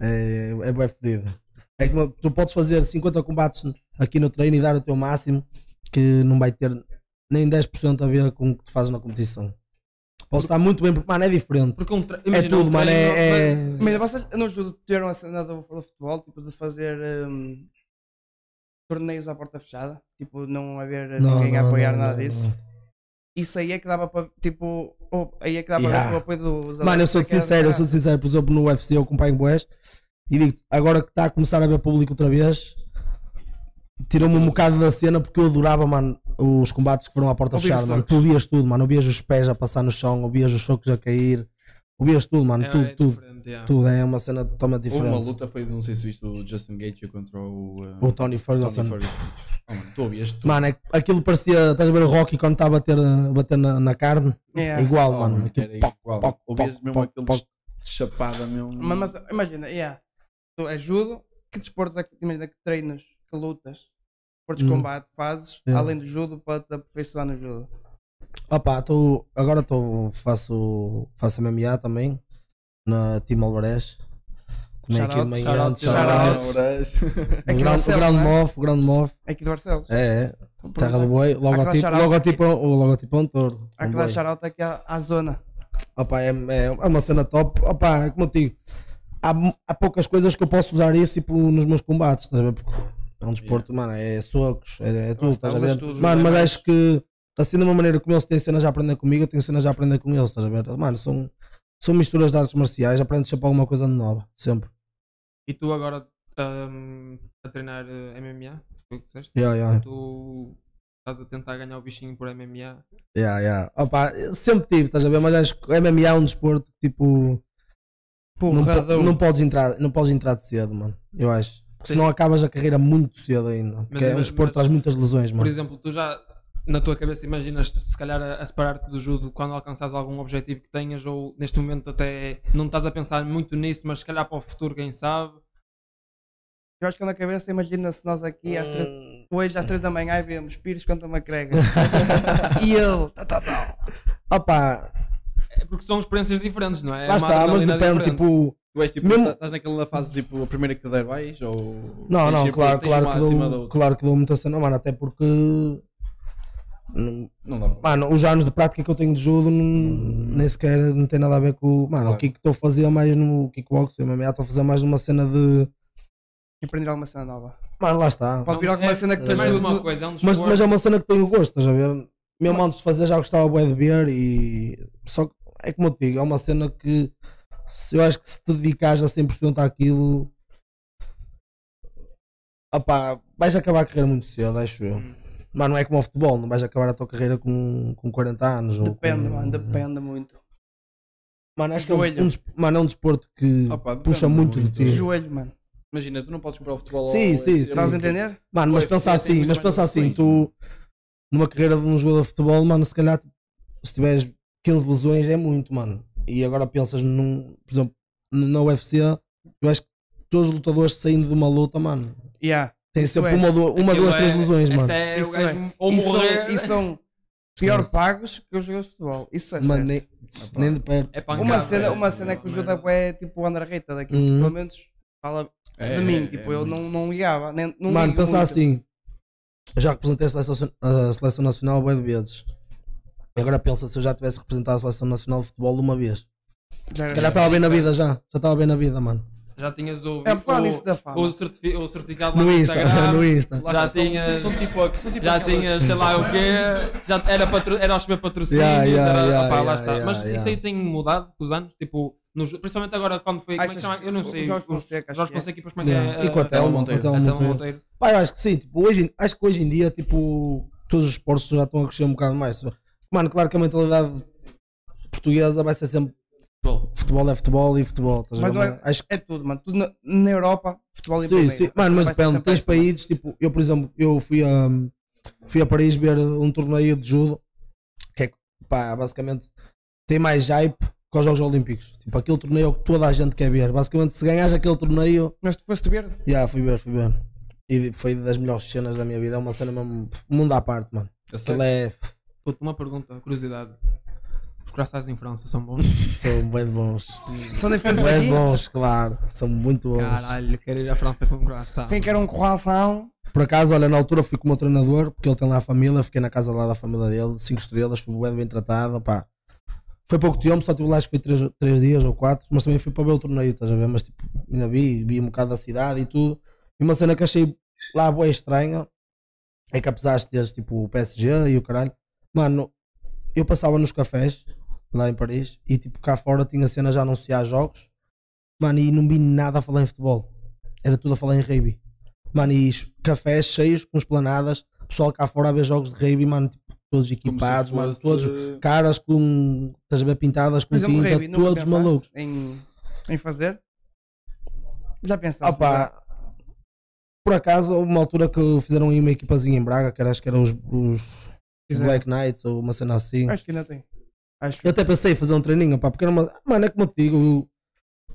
S9: É, é bem fodido. É que tu podes fazer 50 combates aqui no treino e dar o teu máximo, que não vai ter nem 10% a ver com o que tu fazes na competição. Posso estar muito bem, porque, mano, é diferente.
S3: Porque um tre...
S9: é tudo, mano. É, é-
S10: Mas vocês não ajudam teram a cena do, do futebol, tipo, de fazer hum, torneios à porta fechada? Tipo, não haver
S9: Não,
S10: ninguém a
S9: não,
S10: apoiar
S9: não,
S10: nada
S9: não,
S10: disso?
S9: não.
S10: Isso aí é que dava para, tipo, ou- aí é que dava
S9: Yeah.
S10: para o apoio dos
S9: Mano, eu
S10: adeptos,
S9: sou
S10: que era do
S9: sincero, eu sou
S10: caralho.
S9: sincero. Por exemplo, no UFC eu acompanho boés e digo agora que está a começar a haver público outra vez, tirou-me um bocado da cena porque eu adorava, mano, os combates que foram à porta
S10: Ouvir os
S9: fechada, mano.
S10: socos.
S9: Tu ouvias tudo, mano. Ouvias os pés a passar no chão, ouvias os socos a cair, ouvias tudo, mano.
S3: é,
S9: tudo,
S3: é
S9: tudo.
S3: diferente, yeah.
S9: Tudo é uma cena totalmente
S6: Houve
S9: diferente.
S6: uma luta, foi, não sei se viste, o Justin Gaethje contra o... eh,
S9: O Tony Ferguson.
S6: Tony Ferguson. Oh, mano, tu ouvias tudo.
S9: Mano, é que aquilo parecia. Estás a ver o Rocky quando estava a bater, a bater na, na carne?
S10: Yeah.
S9: É igual,
S6: Oh,
S9: mano.
S6: mano,
S9: Aquilo,
S6: era
S9: pá,
S6: igual.
S9: poc,
S6: Ouvias
S9: poc,
S6: mesmo
S9: poc,
S6: aqueles
S9: poc.
S6: chapada mesmo.
S10: Mas, mas imagina, yeah. tu és judo, que desportos é que, imagina, que treinos, que lutas, desportos de
S9: Hum.
S10: combate fazes,
S9: Yeah.
S10: além do judo, para te aperfeiçoar no judo?
S9: Opa, tô, agora tô, faço, faço MMA também. Na Team Alvarez. Também
S10: Shout
S9: aqui de
S10: out,
S9: manhã.
S10: shout out,
S9: shout
S10: shout
S9: out.
S10: out. Aqui
S9: O grande, o
S10: Barcelos,
S9: grande
S10: não é?
S9: Move, o grande Move.
S10: Aqui de Barcelos. Então,
S9: É, é. Terra do Boi.
S10: Aquela
S9: Logotipo,
S10: shout out
S9: logotipo, o logotipo é um touro.
S10: Há
S9: um
S10: que
S9: boi.
S10: dar shout-out aqui à, à zona.
S9: Opa, é, é, é uma cena top. Opa, como eu te digo, há, mu- há poucas coisas que eu posso usar isso tipo, nos meus combates, estás a ver? Porque é um desporto, mano, é socos, é, é tudo,
S10: está,
S9: estás a
S10: usas
S9: ver?
S10: tudo,
S9: mano,
S10: não é
S9: mas
S10: mais-
S9: acho que assim de uma maneira como eles têm cenas a aprender comigo, eu tenho cenas a aprender com eles, estás a ver? Mano, são, são misturas de artes marciais, aprendes sempre alguma coisa de nova, sempre.
S3: E tu agora ahm, Hum, a treinar eh, MMA? Foi o que disseste?
S9: Yeah, yeah.
S3: Tu estás a tentar ganhar o bichinho por MMA.
S9: Yeah, yeah. Opa, eu sempre tive, estás a ver? Mas acho que MMA é um desporto que, tipo. não, po-
S6: Porradão.
S9: não, podes entrar, não podes entrar de cedo, mano. Eu acho. Porque
S3: Sim.
S9: senão acabas a carreira muito cedo ainda.
S3: Mas
S9: que é um
S3: ima-
S9: desporto
S3: mas-
S9: que traz muitas lesões, mano.
S3: Por exemplo, tu já na tua cabeça imaginas se calhar a, a separar-te do judo quando alcançares algum objetivo que tenhas ou neste momento até não estás a pensar muito nisso, mas se calhar para o futuro, quem sabe?
S10: Eu acho que na cabeça imagina-se nós aqui às três,
S9: Hum.
S10: hoje às 3 da manhã e vemos Pires contra Macrega. e ele, tá, tá, tá.
S9: Opa,
S3: É porque são experiências diferentes, não é?
S9: lá
S3: É uma
S9: está, mas
S3: adrenalina
S9: depende,
S3: diferente.
S9: tipo.
S6: Tu és tipo,
S9: Mesmo-
S6: tá- estás naquela fase tipo a primeira cadeira vais ou.
S9: Não,
S6: tens
S9: não,
S6: sempre-
S9: claro,
S6: tens
S9: claro,
S6: uma
S9: que
S6: acima da
S9: dou,
S6: outra?
S9: claro que dou muita cena, mano, até porque. não-
S6: Não dá para.
S9: Mano, os anos de prática que eu tenho de judo não- nem sequer não tem nada a ver com. Mano, o
S6: Claro.
S9: que estou a fazer mais no kickbox, o MMA, estou a fazer mais numa cena de.
S10: E aprender alguma cena nova.
S9: Mano, lá está.
S10: Pode vir alguma
S3: é-
S10: cena que te
S3: É mais
S10: ajude.
S3: uma coisa, é um
S9: Mas,
S3: desporto.
S9: mas é uma cena que tenho gosto, estás a ver? Mesmo antes de fazer já gostava bué de ver e. Só que é como eu te digo, é uma cena que se- eu acho que se te dedicares a 100% àquilo. Opá, vais acabar a carreira muito cedo, acho eu.
S6: Hum.
S9: Mas não é como ao futebol, não vais acabar a tua carreira com, com 40 anos. ou
S10: Depende,
S9: com-
S10: mano, depende muito.
S9: Mano, acho que é um-
S10: Joelho.
S9: um des- mano, é um desporto que
S6: Ah, pá, depende
S9: puxa muito de ti.
S10: Joelho, mano.
S6: Imagina, tu não podes comprar o futebol
S9: Sim,
S6: ao-
S9: sim,
S6: esse-
S9: sim.
S10: Estás a entender?
S9: Mano, mas
S6: UFC
S9: pensa
S6: tem
S9: assim,
S6: muito
S9: mas
S6: mais
S9: pensa assim,
S6: lesões.
S9: tu numa carreira de um jogador de futebol, mano, se calhar se tiveres 15 lesões é muito, mano. E agora pensas num, por exemplo, no- na UFC, eu acho que todos os lutadores saindo de uma luta, mano,
S10: Yeah.
S9: têm
S10: Isso
S9: sempre
S10: é.
S9: uma, du- uma
S3: Aquilo
S9: duas, três
S3: é-
S9: lesões,
S3: esta
S9: mano.
S3: é o
S10: Isso
S3: gajo
S10: é.
S3: ou
S10: e, são,
S3: morrer.
S10: e são pior
S9: Esquece.
S10: pagos que os jogadores de futebol. Isso é certo.
S9: Mano, nem, nem de perto.
S3: É pancada,
S10: Uma cena,
S3: é.
S10: uma cena é que o
S3: Merda.
S10: Juda é tipo underrated aqui,
S9: Uhum.
S10: pelo menos fala
S6: É,
S10: de mim,
S6: é,
S10: tipo,
S6: é
S10: eu
S6: muito.
S10: não, não ligava, nem, não
S9: Mano,
S10: ligo
S9: pensar
S10: muito.
S9: assim, eu já representei a seleção, a seleção nacional bué de vezes. E Agora pensa se eu já tivesse representado a seleção nacional de futebol uma vez.
S10: Já é.
S9: Se
S10: era-
S9: calhar estava bem na vida já. Já estava bem na vida, mano.
S3: Já tinhas o,
S10: É por falar
S3: o-
S10: nisso da fama.
S3: o certifi- o certificado lá
S9: No
S3: no
S9: Insta,
S3: Instagram.
S9: no Insta.
S6: Lá
S3: Já
S6: está, são-
S3: tinhas-
S6: São, tipo, são tipo
S3: Já
S6: aquelas-
S3: tinhas, sei lá o quê, já era, patro, era a receber patrocínios,
S9: Yeah, yeah,
S3: era,
S9: yeah,
S3: opá, lá
S9: yeah,
S3: está.
S9: yeah,
S3: Mas
S9: yeah.
S3: isso aí tem mudado com os anos, tipo, nos- principalmente agora quando foi, como é que
S10: Achas
S3: chama? Eu não
S10: que o
S3: sei,
S10: Jorge
S3: os-
S10: Fonseca, acho
S3: Jorge
S10: que é.
S3: Fonseca e depois como é que
S9: Yeah.
S3: é?
S9: E com a
S3: uh,
S9: Telmo,
S6: Monteiro.
S9: com a Telmo
S3: Telmo
S9: Monteiro.
S3: Monteiro.
S9: Pá, eu acho que sim. Tipo, hoje, acho que hoje em dia, tipo, todos os esportes já estão a crescer um bocado mais. Mano, claro que a mentalidade portuguesa vai ser sempre
S3: Futebol.
S9: futebol é futebol e futebol. estás a
S10: Mas
S9: ver,
S10: não é-
S9: mano? Acho que
S10: É tudo, mano. Tudo na, na Europa, futebol em
S9: sim,
S10: primeiro.
S9: sim.
S10: A
S9: Mano,
S10: cena
S9: mas
S10: vai ser
S9: depende.
S10: sempre
S9: Tens
S10: essa, mano.
S9: países, tipo, eu, por exemplo, eu fui a, fui a Paris ver um torneio de judo que é, pá, basicamente tem mais hype que os Jogos Olímpicos. Tipo, aquele torneio é o que toda a gente quer ver. Basicamente, se ganhas aquele torneio,
S10: Mas tu foste ver,
S9: Já, fui ver, fui ver. E foi das melhores cenas da minha vida. É uma cena mesmo. pff, Mundo à parte, mano.
S6: Eu sei.
S9: Aquilo é.
S3: Puto, uma pergunta, curiosidade. Os croissants em França são bons?
S9: São bem de bons.
S10: são diferentes
S9: bem
S10: aqui.
S9: bons, claro. São muito bons.
S3: Caralho, quero ir à França com croissant.
S10: Quem quer um croissant,
S9: Por acaso, olha, na altura fui com o meu treinador, porque ele tem lá a família. Fiquei na casa lá da família dele. cinco estrelas, fui bem, bem tratado. Pá. Foi pouco tempo, só tive lá, acho que foi 3, três dias ou quatro Mas também fui para ver o torneio, estás a ver? Mas tipo, ainda vi, vi um bocado da cidade e tudo. E uma cena que achei lá boa estranha é que apesar de teres tipo o PSG e o caralho, mano, eu passava nos cafés lá em Paris e tipo cá fora tinha cenas a anunciar jogos, mano, e não vi nada a falar em futebol, era tudo a falar em rugby, mano, e os cafés cheios com esplanadas, pessoal cá fora a ver jogos de rugby, mano, tipo,
S6: como
S9: todos
S6: se
S9: equipados, mano,
S6: fosse- é um
S9: todos caras com, estás a ver, pintadas com
S10: por exemplo,
S9: tinta,
S10: rugby, nunca
S9: todos
S10: pensaste
S9: malucos.
S10: Em, em fazer? Já pensaste?
S9: Opa, Ah, por acaso, houve uma altura que fizeram aí uma equipazinha em Braga, que era, acho que eram os, os
S10: Fizeram.
S9: Black Knights ou uma cena assim.
S10: já? Acho que ainda tem. Acho
S9: Eu até pensei em fazer um treininho, pá, porque era uma. Mano, é como eu te digo, eu-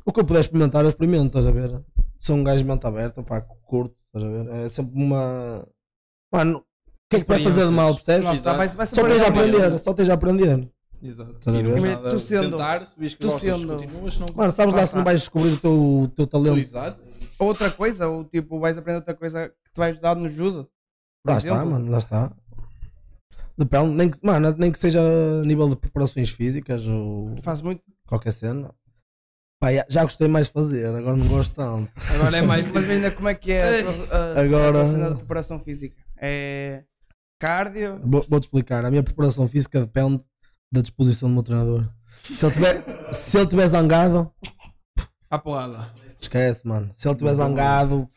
S9: o que eu puder experimentar, eu experimento, estás a ver? Sou um gajo de mente aberta, pá, curto, estás a ver? É sempre uma. Mano, o que é que vai fazer de mal, percebes?
S10: Nossa, tá, vai, vai
S9: Só tens a
S10: aprender mais.
S9: aprender, só tens a aprender.
S3: Exato.
S9: Estás a
S6: E não
S9: ver?
S6: há nada
S10: Tu
S6: a
S10: sendo-
S6: tentar, se vês que
S10: tu
S6: gostas,
S10: sendo-
S6: continuas, se não
S9: Mano, sabes lá se não vais descobrir o teu, o teu talento.
S6: Exato.
S10: Outra coisa, ou tipo, vais aprender outra coisa que te vai ajudar no judo. por
S9: Lá está,
S10: exemplo.
S9: mano, lá está. Depende, nem que, mano, nem que seja a nível de preparações físicas ou
S10: Faz muito.
S9: qualquer cena. Pá, já- já gostei mais de fazer, agora não gosto tanto.
S3: Agora é mais
S10: Mas
S3: tipo, <laughs>
S10: ainda como é que é a tua, a- a
S9: Agora-
S10: tua cena de preparação física? É Cardio.
S9: Vou- Vou-te explicar. A minha preparação física depende da disposição do meu treinador. Se ele tiver, se ele tiver zangado,
S3: À porrada.
S9: esquece, mano. Se ele tiver zangado,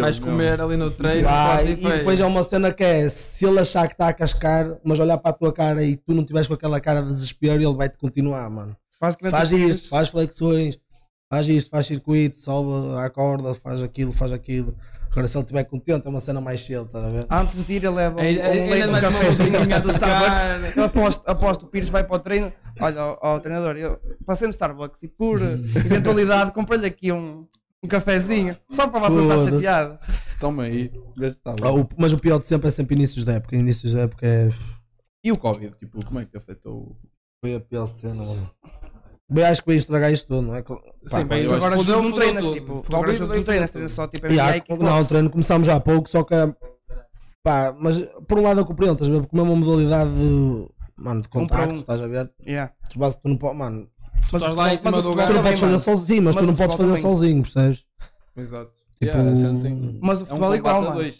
S3: Vais comer ali no treino.
S9: vai.
S3: faz
S9: E
S3: efeito.
S9: depois é uma cena que é: se ele achar que está a cascar, mas olhar para a tua cara e tu não tiveres com aquela cara de desespero, ele vai-te continuar, mano.
S10: Basicamente,
S9: faz
S10: tu
S9: isto,
S10: queres-
S9: faz flexões, faz isto, faz circuito, sobe à corda, faz aquilo, faz aquilo. Agora, se ele estiver contente, é uma cena mais cedo, estás a ver?
S10: Antes de ir, ele leva um,
S3: Aí- aí-
S10: um
S3: ainda
S10: leite, um
S3: mais uma
S10: cafezinho
S3: musiquinha
S10: do
S3: a tocar.
S10: <laughs> Starbucks. Eu aposto, aposto, o Pires vai para o treino. Olha, ó, ó, treinador, eu passei no Starbucks e
S9: <laughs>
S10: por eh, eventualidade comprei-lhe aqui um, um cafezinho, só para você não estar
S9: Foda-se.
S10: chateado.
S6: Toma aí, vê se está
S9: Ah,
S6: bom.
S9: o- mas o pior de sempre é sempre inícios da época. Inícios da época é.
S6: E o Covid, tipo, como é que afetou? o-
S9: Foi a pior cena, mano. Bem, acho que veio estragar isto tudo, não é? Pá,
S6: Sim, bem,
S10: Tu
S6: eu acho
S10: agora
S6: que
S3: fudeu-
S10: junto não
S3: fudeu
S10: treinas,
S3: tudo.
S10: tipo,
S3: Talvez
S10: agora junto
S3: fudeu
S10: não treinas,
S3: tudo.
S10: treinas só tipo
S9: e
S10: MMA
S9: há-
S3: é
S10: e
S9: não, o
S10: kickboxing.
S9: treino começámos já há pouco, só que. Pá, mas por um lado eu compreendo, estás a ver? Porque não é uma modalidade de. Mano, de
S10: Um para
S9: contacto,
S10: um.
S9: estás a ver?
S10: Yeah.
S9: Tu, base- tu não podes. Mano,
S3: Tu estás lá em
S10: mas
S3: cima
S10: o futebol
S3: do
S9: tu não
S3: lugar.
S10: também-
S9: podes fazer
S10: mano.
S9: sozinho, mas,
S10: Mas
S9: tu não
S10: o
S9: podes fazer
S10: futebol também.
S9: sozinho, percebes?
S3: Exato.
S9: Tipo,
S6: Yeah, assim, tem-
S10: Mas o
S6: é um
S10: futebol é igual,
S6: combate a
S10: mano.
S6: dois.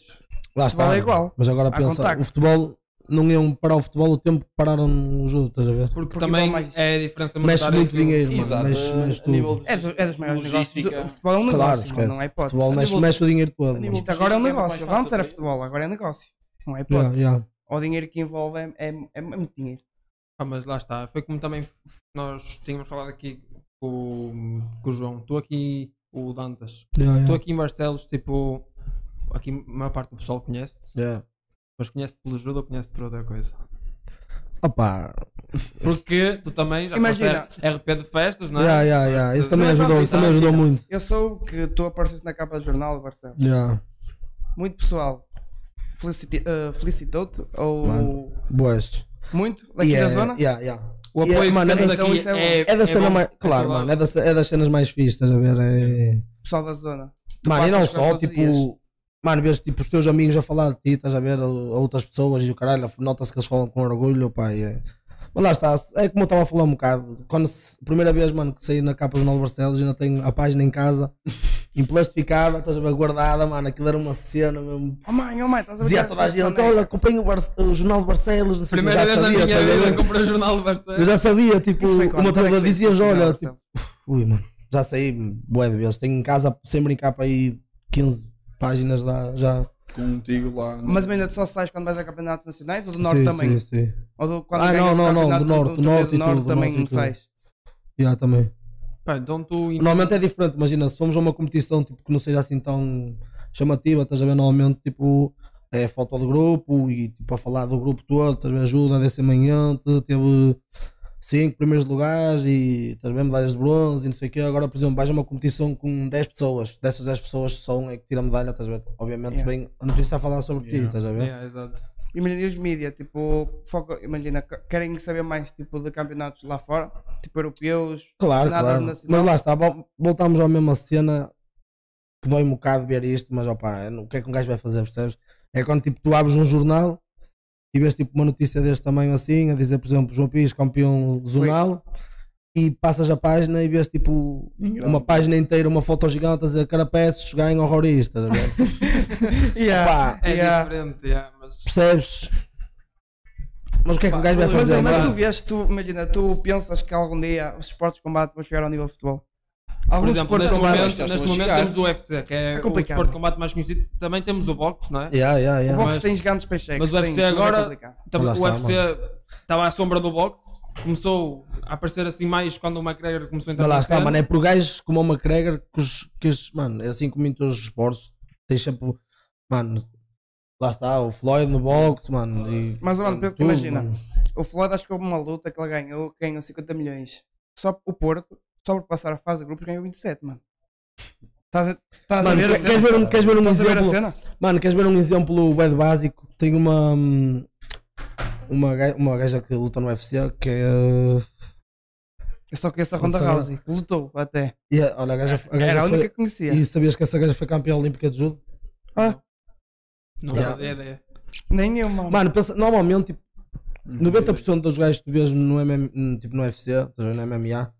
S9: Lá
S10: futebol
S9: está.
S10: é igual.
S9: Mas agora
S10: Há
S9: pensa,
S10: contacto.
S9: o futebol não iam parar o futebol o tempo que pararam o jogo, estás a ver?
S3: Porque
S10: Porque
S3: também
S10: vale mais.
S3: é a diferença
S9: Mexe
S3: monetária um-
S9: muito
S3: que-
S9: dinheiro,
S6: Exato,
S9: mano. Mexe, mexe
S6: a nível
S9: tudo.
S6: de
S10: É, do- é dos maiores
S6: logística.
S10: negócios. O futebol é um negócio,
S9: Claro,
S10: mano,
S9: esquece.
S10: não é hipótese.
S9: futebol
S6: A
S9: mexe,
S6: nível-
S9: mexe o dinheiro todo.
S6: a
S9: mano.
S6: nível
S10: Isto agora é um
S6: Logística é muito mais
S10: negócio.
S6: fácil
S10: Antes era
S6: para ele.
S10: futebol, agora é negócio. Não é
S9: Yeah,
S10: hipótese.
S9: yeah.
S10: O dinheiro que envolve é, é, é muito dinheiro.
S3: Ah, mas lá está. Foi como também f- nós tínhamos falado aqui com, com o João. Estou aqui, o Dantas.
S9: Yeah, yeah.
S3: Estou aqui em Barcelos, tipo. Aqui a maior parte do pessoal conhece-te,
S9: Yeah.
S3: mas conhece pelo judo ou conhece por outra coisa?
S9: Opa,
S3: Porque tu também já
S10: Imagina.
S3: foste RP de festas, não é?
S9: yeah, yeah, yeah. Isso também
S10: Não é só
S9: ajudou, isso também
S10: amizade,
S9: ajudou muito.
S10: Eu sou o que tu apareceste na capa do jornal de Barcelos.
S9: Yeah.
S10: Muito pessoal feliciti- eh, felicitou-te ou
S9: Mano. Boas.
S10: muito daqui
S9: E é-
S10: da zona.
S9: Yeah, yeah.
S3: O apoio
S9: Yeah,
S3: que
S9: mano,
S3: mano,
S9: é-
S10: então
S3: aqui
S10: isso é bom.
S3: é,
S9: É da cena
S3: bom,
S9: mais. Claro,
S3: sei lá.
S9: mano, é, da, ce- é das cenas mais fixas, estás a ver? É...
S10: Pessoal da zona. Tu
S9: Mano, e não
S10: passas quase
S9: só,
S10: todos os dias.
S9: tipo. Mano, vês tipo, os teus amigos a falar de ti, estás a ver? A, a outras pessoas e o caralho, nota-se que eles falam com orgulho, pá. e é- Mas lá está, é como eu estava a falar um bocado. Quando se- primeira vez, mano, que saí na capa do Jornal de Barcelos, ainda tenho a página em casa, emplastificada, estás a ver? Guardada, mano, aquilo era uma cena mesmo.
S10: Oh mãe, oh mãe, estás a
S9: Dizia a
S10: brincar?
S9: toda a gente: olha, acompanho o, Barce- o Jornal de Barcelos, não sei o que,
S3: Primeira
S9: já
S3: vez na
S9: sabia,
S3: minha
S9: estás a
S3: vida
S9: ver?
S3: comprei o jornal de
S9: Eu
S3: Barcelos.
S9: já sabia, tipo,
S10: Isso foi
S9: o
S10: quando?
S9: meu treinador
S10: Quando é que
S9: dizia:
S10: saíste do
S9: olha,
S10: jornal,
S9: tipo,
S10: Marcelo?
S9: <laughs> Ui, mano, já saí bué de vezes. Tenho em casa, sem brincar, para aí 15 páginas lá já.
S6: Contigo lá.
S3: né?
S6: no-
S10: Mas ainda só sais quando vais a campeonatos nacionais ou do norte
S9: Sim,
S10: também?
S9: Sim, sim.
S10: Ou do, quando
S9: Ah,
S10: ganhas
S9: não,
S10: o
S9: não, não,
S10: campeonato
S9: do norte,
S10: do torneio
S9: norte e
S10: do norte
S9: tudo, do
S10: também
S9: norte e
S10: não
S9: tudo.
S10: sais.
S9: tipo, Já também.
S3: Pá, então tu.
S9: Normalmente é diferente, imagina, se formos a uma competição tipo, que não seja assim tão chamativa, estás a ver? Normalmente, tipo, é foto de grupo e tipo, a falar do grupo todo, estás a ver? Ajuda, desse manhã, teve cinco primeiros lugares e estás a ver? Medalhas de bronze e não sei o quê. Agora, por exemplo, vais a uma competição com 10 pessoas, dessas 10 pessoas só um é que tira a medalha, estás a ver? Obviamente,
S10: Yeah.
S9: vem a notícia a falar sobre ti,
S6: Yeah.
S9: estás a ver?
S3: Yeah, exato.
S10: Imagina, e os mídia, tipo, foco, imagina, que- querem saber mais tipo de campeonatos lá fora, tipo europeus.
S9: Claro,
S10: Nada
S9: claro.
S10: nacional.
S9: Mas lá está, vol- voltamos à mesma cena que dói um bocado ver isto, mas opá, é no- o que é que um gajo vai fazer, percebes? É quando tipo, tu abres um jornal e vês tipo, uma notícia deste tamanho assim, a dizer, por exemplo, João Pires, campeão zonal, e passas a página e vês tipo uma página inteira, uma foto gigante a dizer Carapetes ganha horrorista, estás tá a
S10: <laughs>
S9: ver? Opá,
S3: É
S10: Yeah.
S3: diferente, yeah, mas.
S9: percebes? Mas o que é que um gajo vai
S10: Mas,
S9: fazer?
S10: mas
S9: sabe?
S10: tu vês, tu, imagina, tu pensas que algum dia os esportes de combate vão chegar ao nível de futebol.
S3: Por
S10: Alguns
S3: exemplo,
S10: esportes
S3: neste
S10: de combate.
S3: momento,
S6: já estão
S3: neste
S6: a
S3: momento
S6: chegar.
S3: temos o UFC, que é,
S10: É
S3: o
S10: complicado.
S3: desporto de combate mais conhecido. Também temos o boxe, não é?
S9: Yeah, yeah,
S10: O
S9: yeah.
S10: boxe
S3: Mas-
S10: é, tem gigantes peixeiros.
S3: mas o UFC agora-
S10: então,
S3: Também
S9: Lá
S3: o
S9: está,
S3: UFC estava à sombra do boxe, começou a aparecer assim mais quando o McGregor começou a entrar
S9: Mas lá
S3: na
S9: está,
S3: cena.
S9: mano, é por gajos como o McGregor que os, que os- mano, é assim como em todos os esportes, tens sempre, mano, lá está, o Floyd no boxe, mano, e
S10: Mas, mano, pensa-
S9: tudo,
S10: imagina,
S9: mano.
S10: o Floyd acho que houve uma luta que ele ganhou, ganhou 50 milhões. Só o Porto, só por passar a fase de grupos, ganhou 27, mano. Estás a, estás a
S9: Mano,
S10: ver a
S9: queres,
S10: cena?
S9: ver um, queres ver um
S10: Estás a ver a
S9: exemplo,
S10: cena?
S9: mano, queres ver um exemplo bem básico, tem uma, hum, uma, ga- uma gaja que luta no UFC, que é,
S10: Eu É só conheço a Ronda
S9: Não sei.
S10: Rousey, que lutou até.
S9: e a- olha, a gaja, a gaja
S10: Era a
S9: foi-
S10: única que conhecia.
S9: e sabias que essa gaja foi campeã olímpica de judo?
S3: Não
S9: Yeah.
S3: fazia ideia.
S10: Nem eu, mano.
S9: Mano, pensa, normalmente, tipo,
S10: Uhum.
S9: 90% dos gajos que tu vês no, MM, tipo, no UFC, estás a ver, no MMA,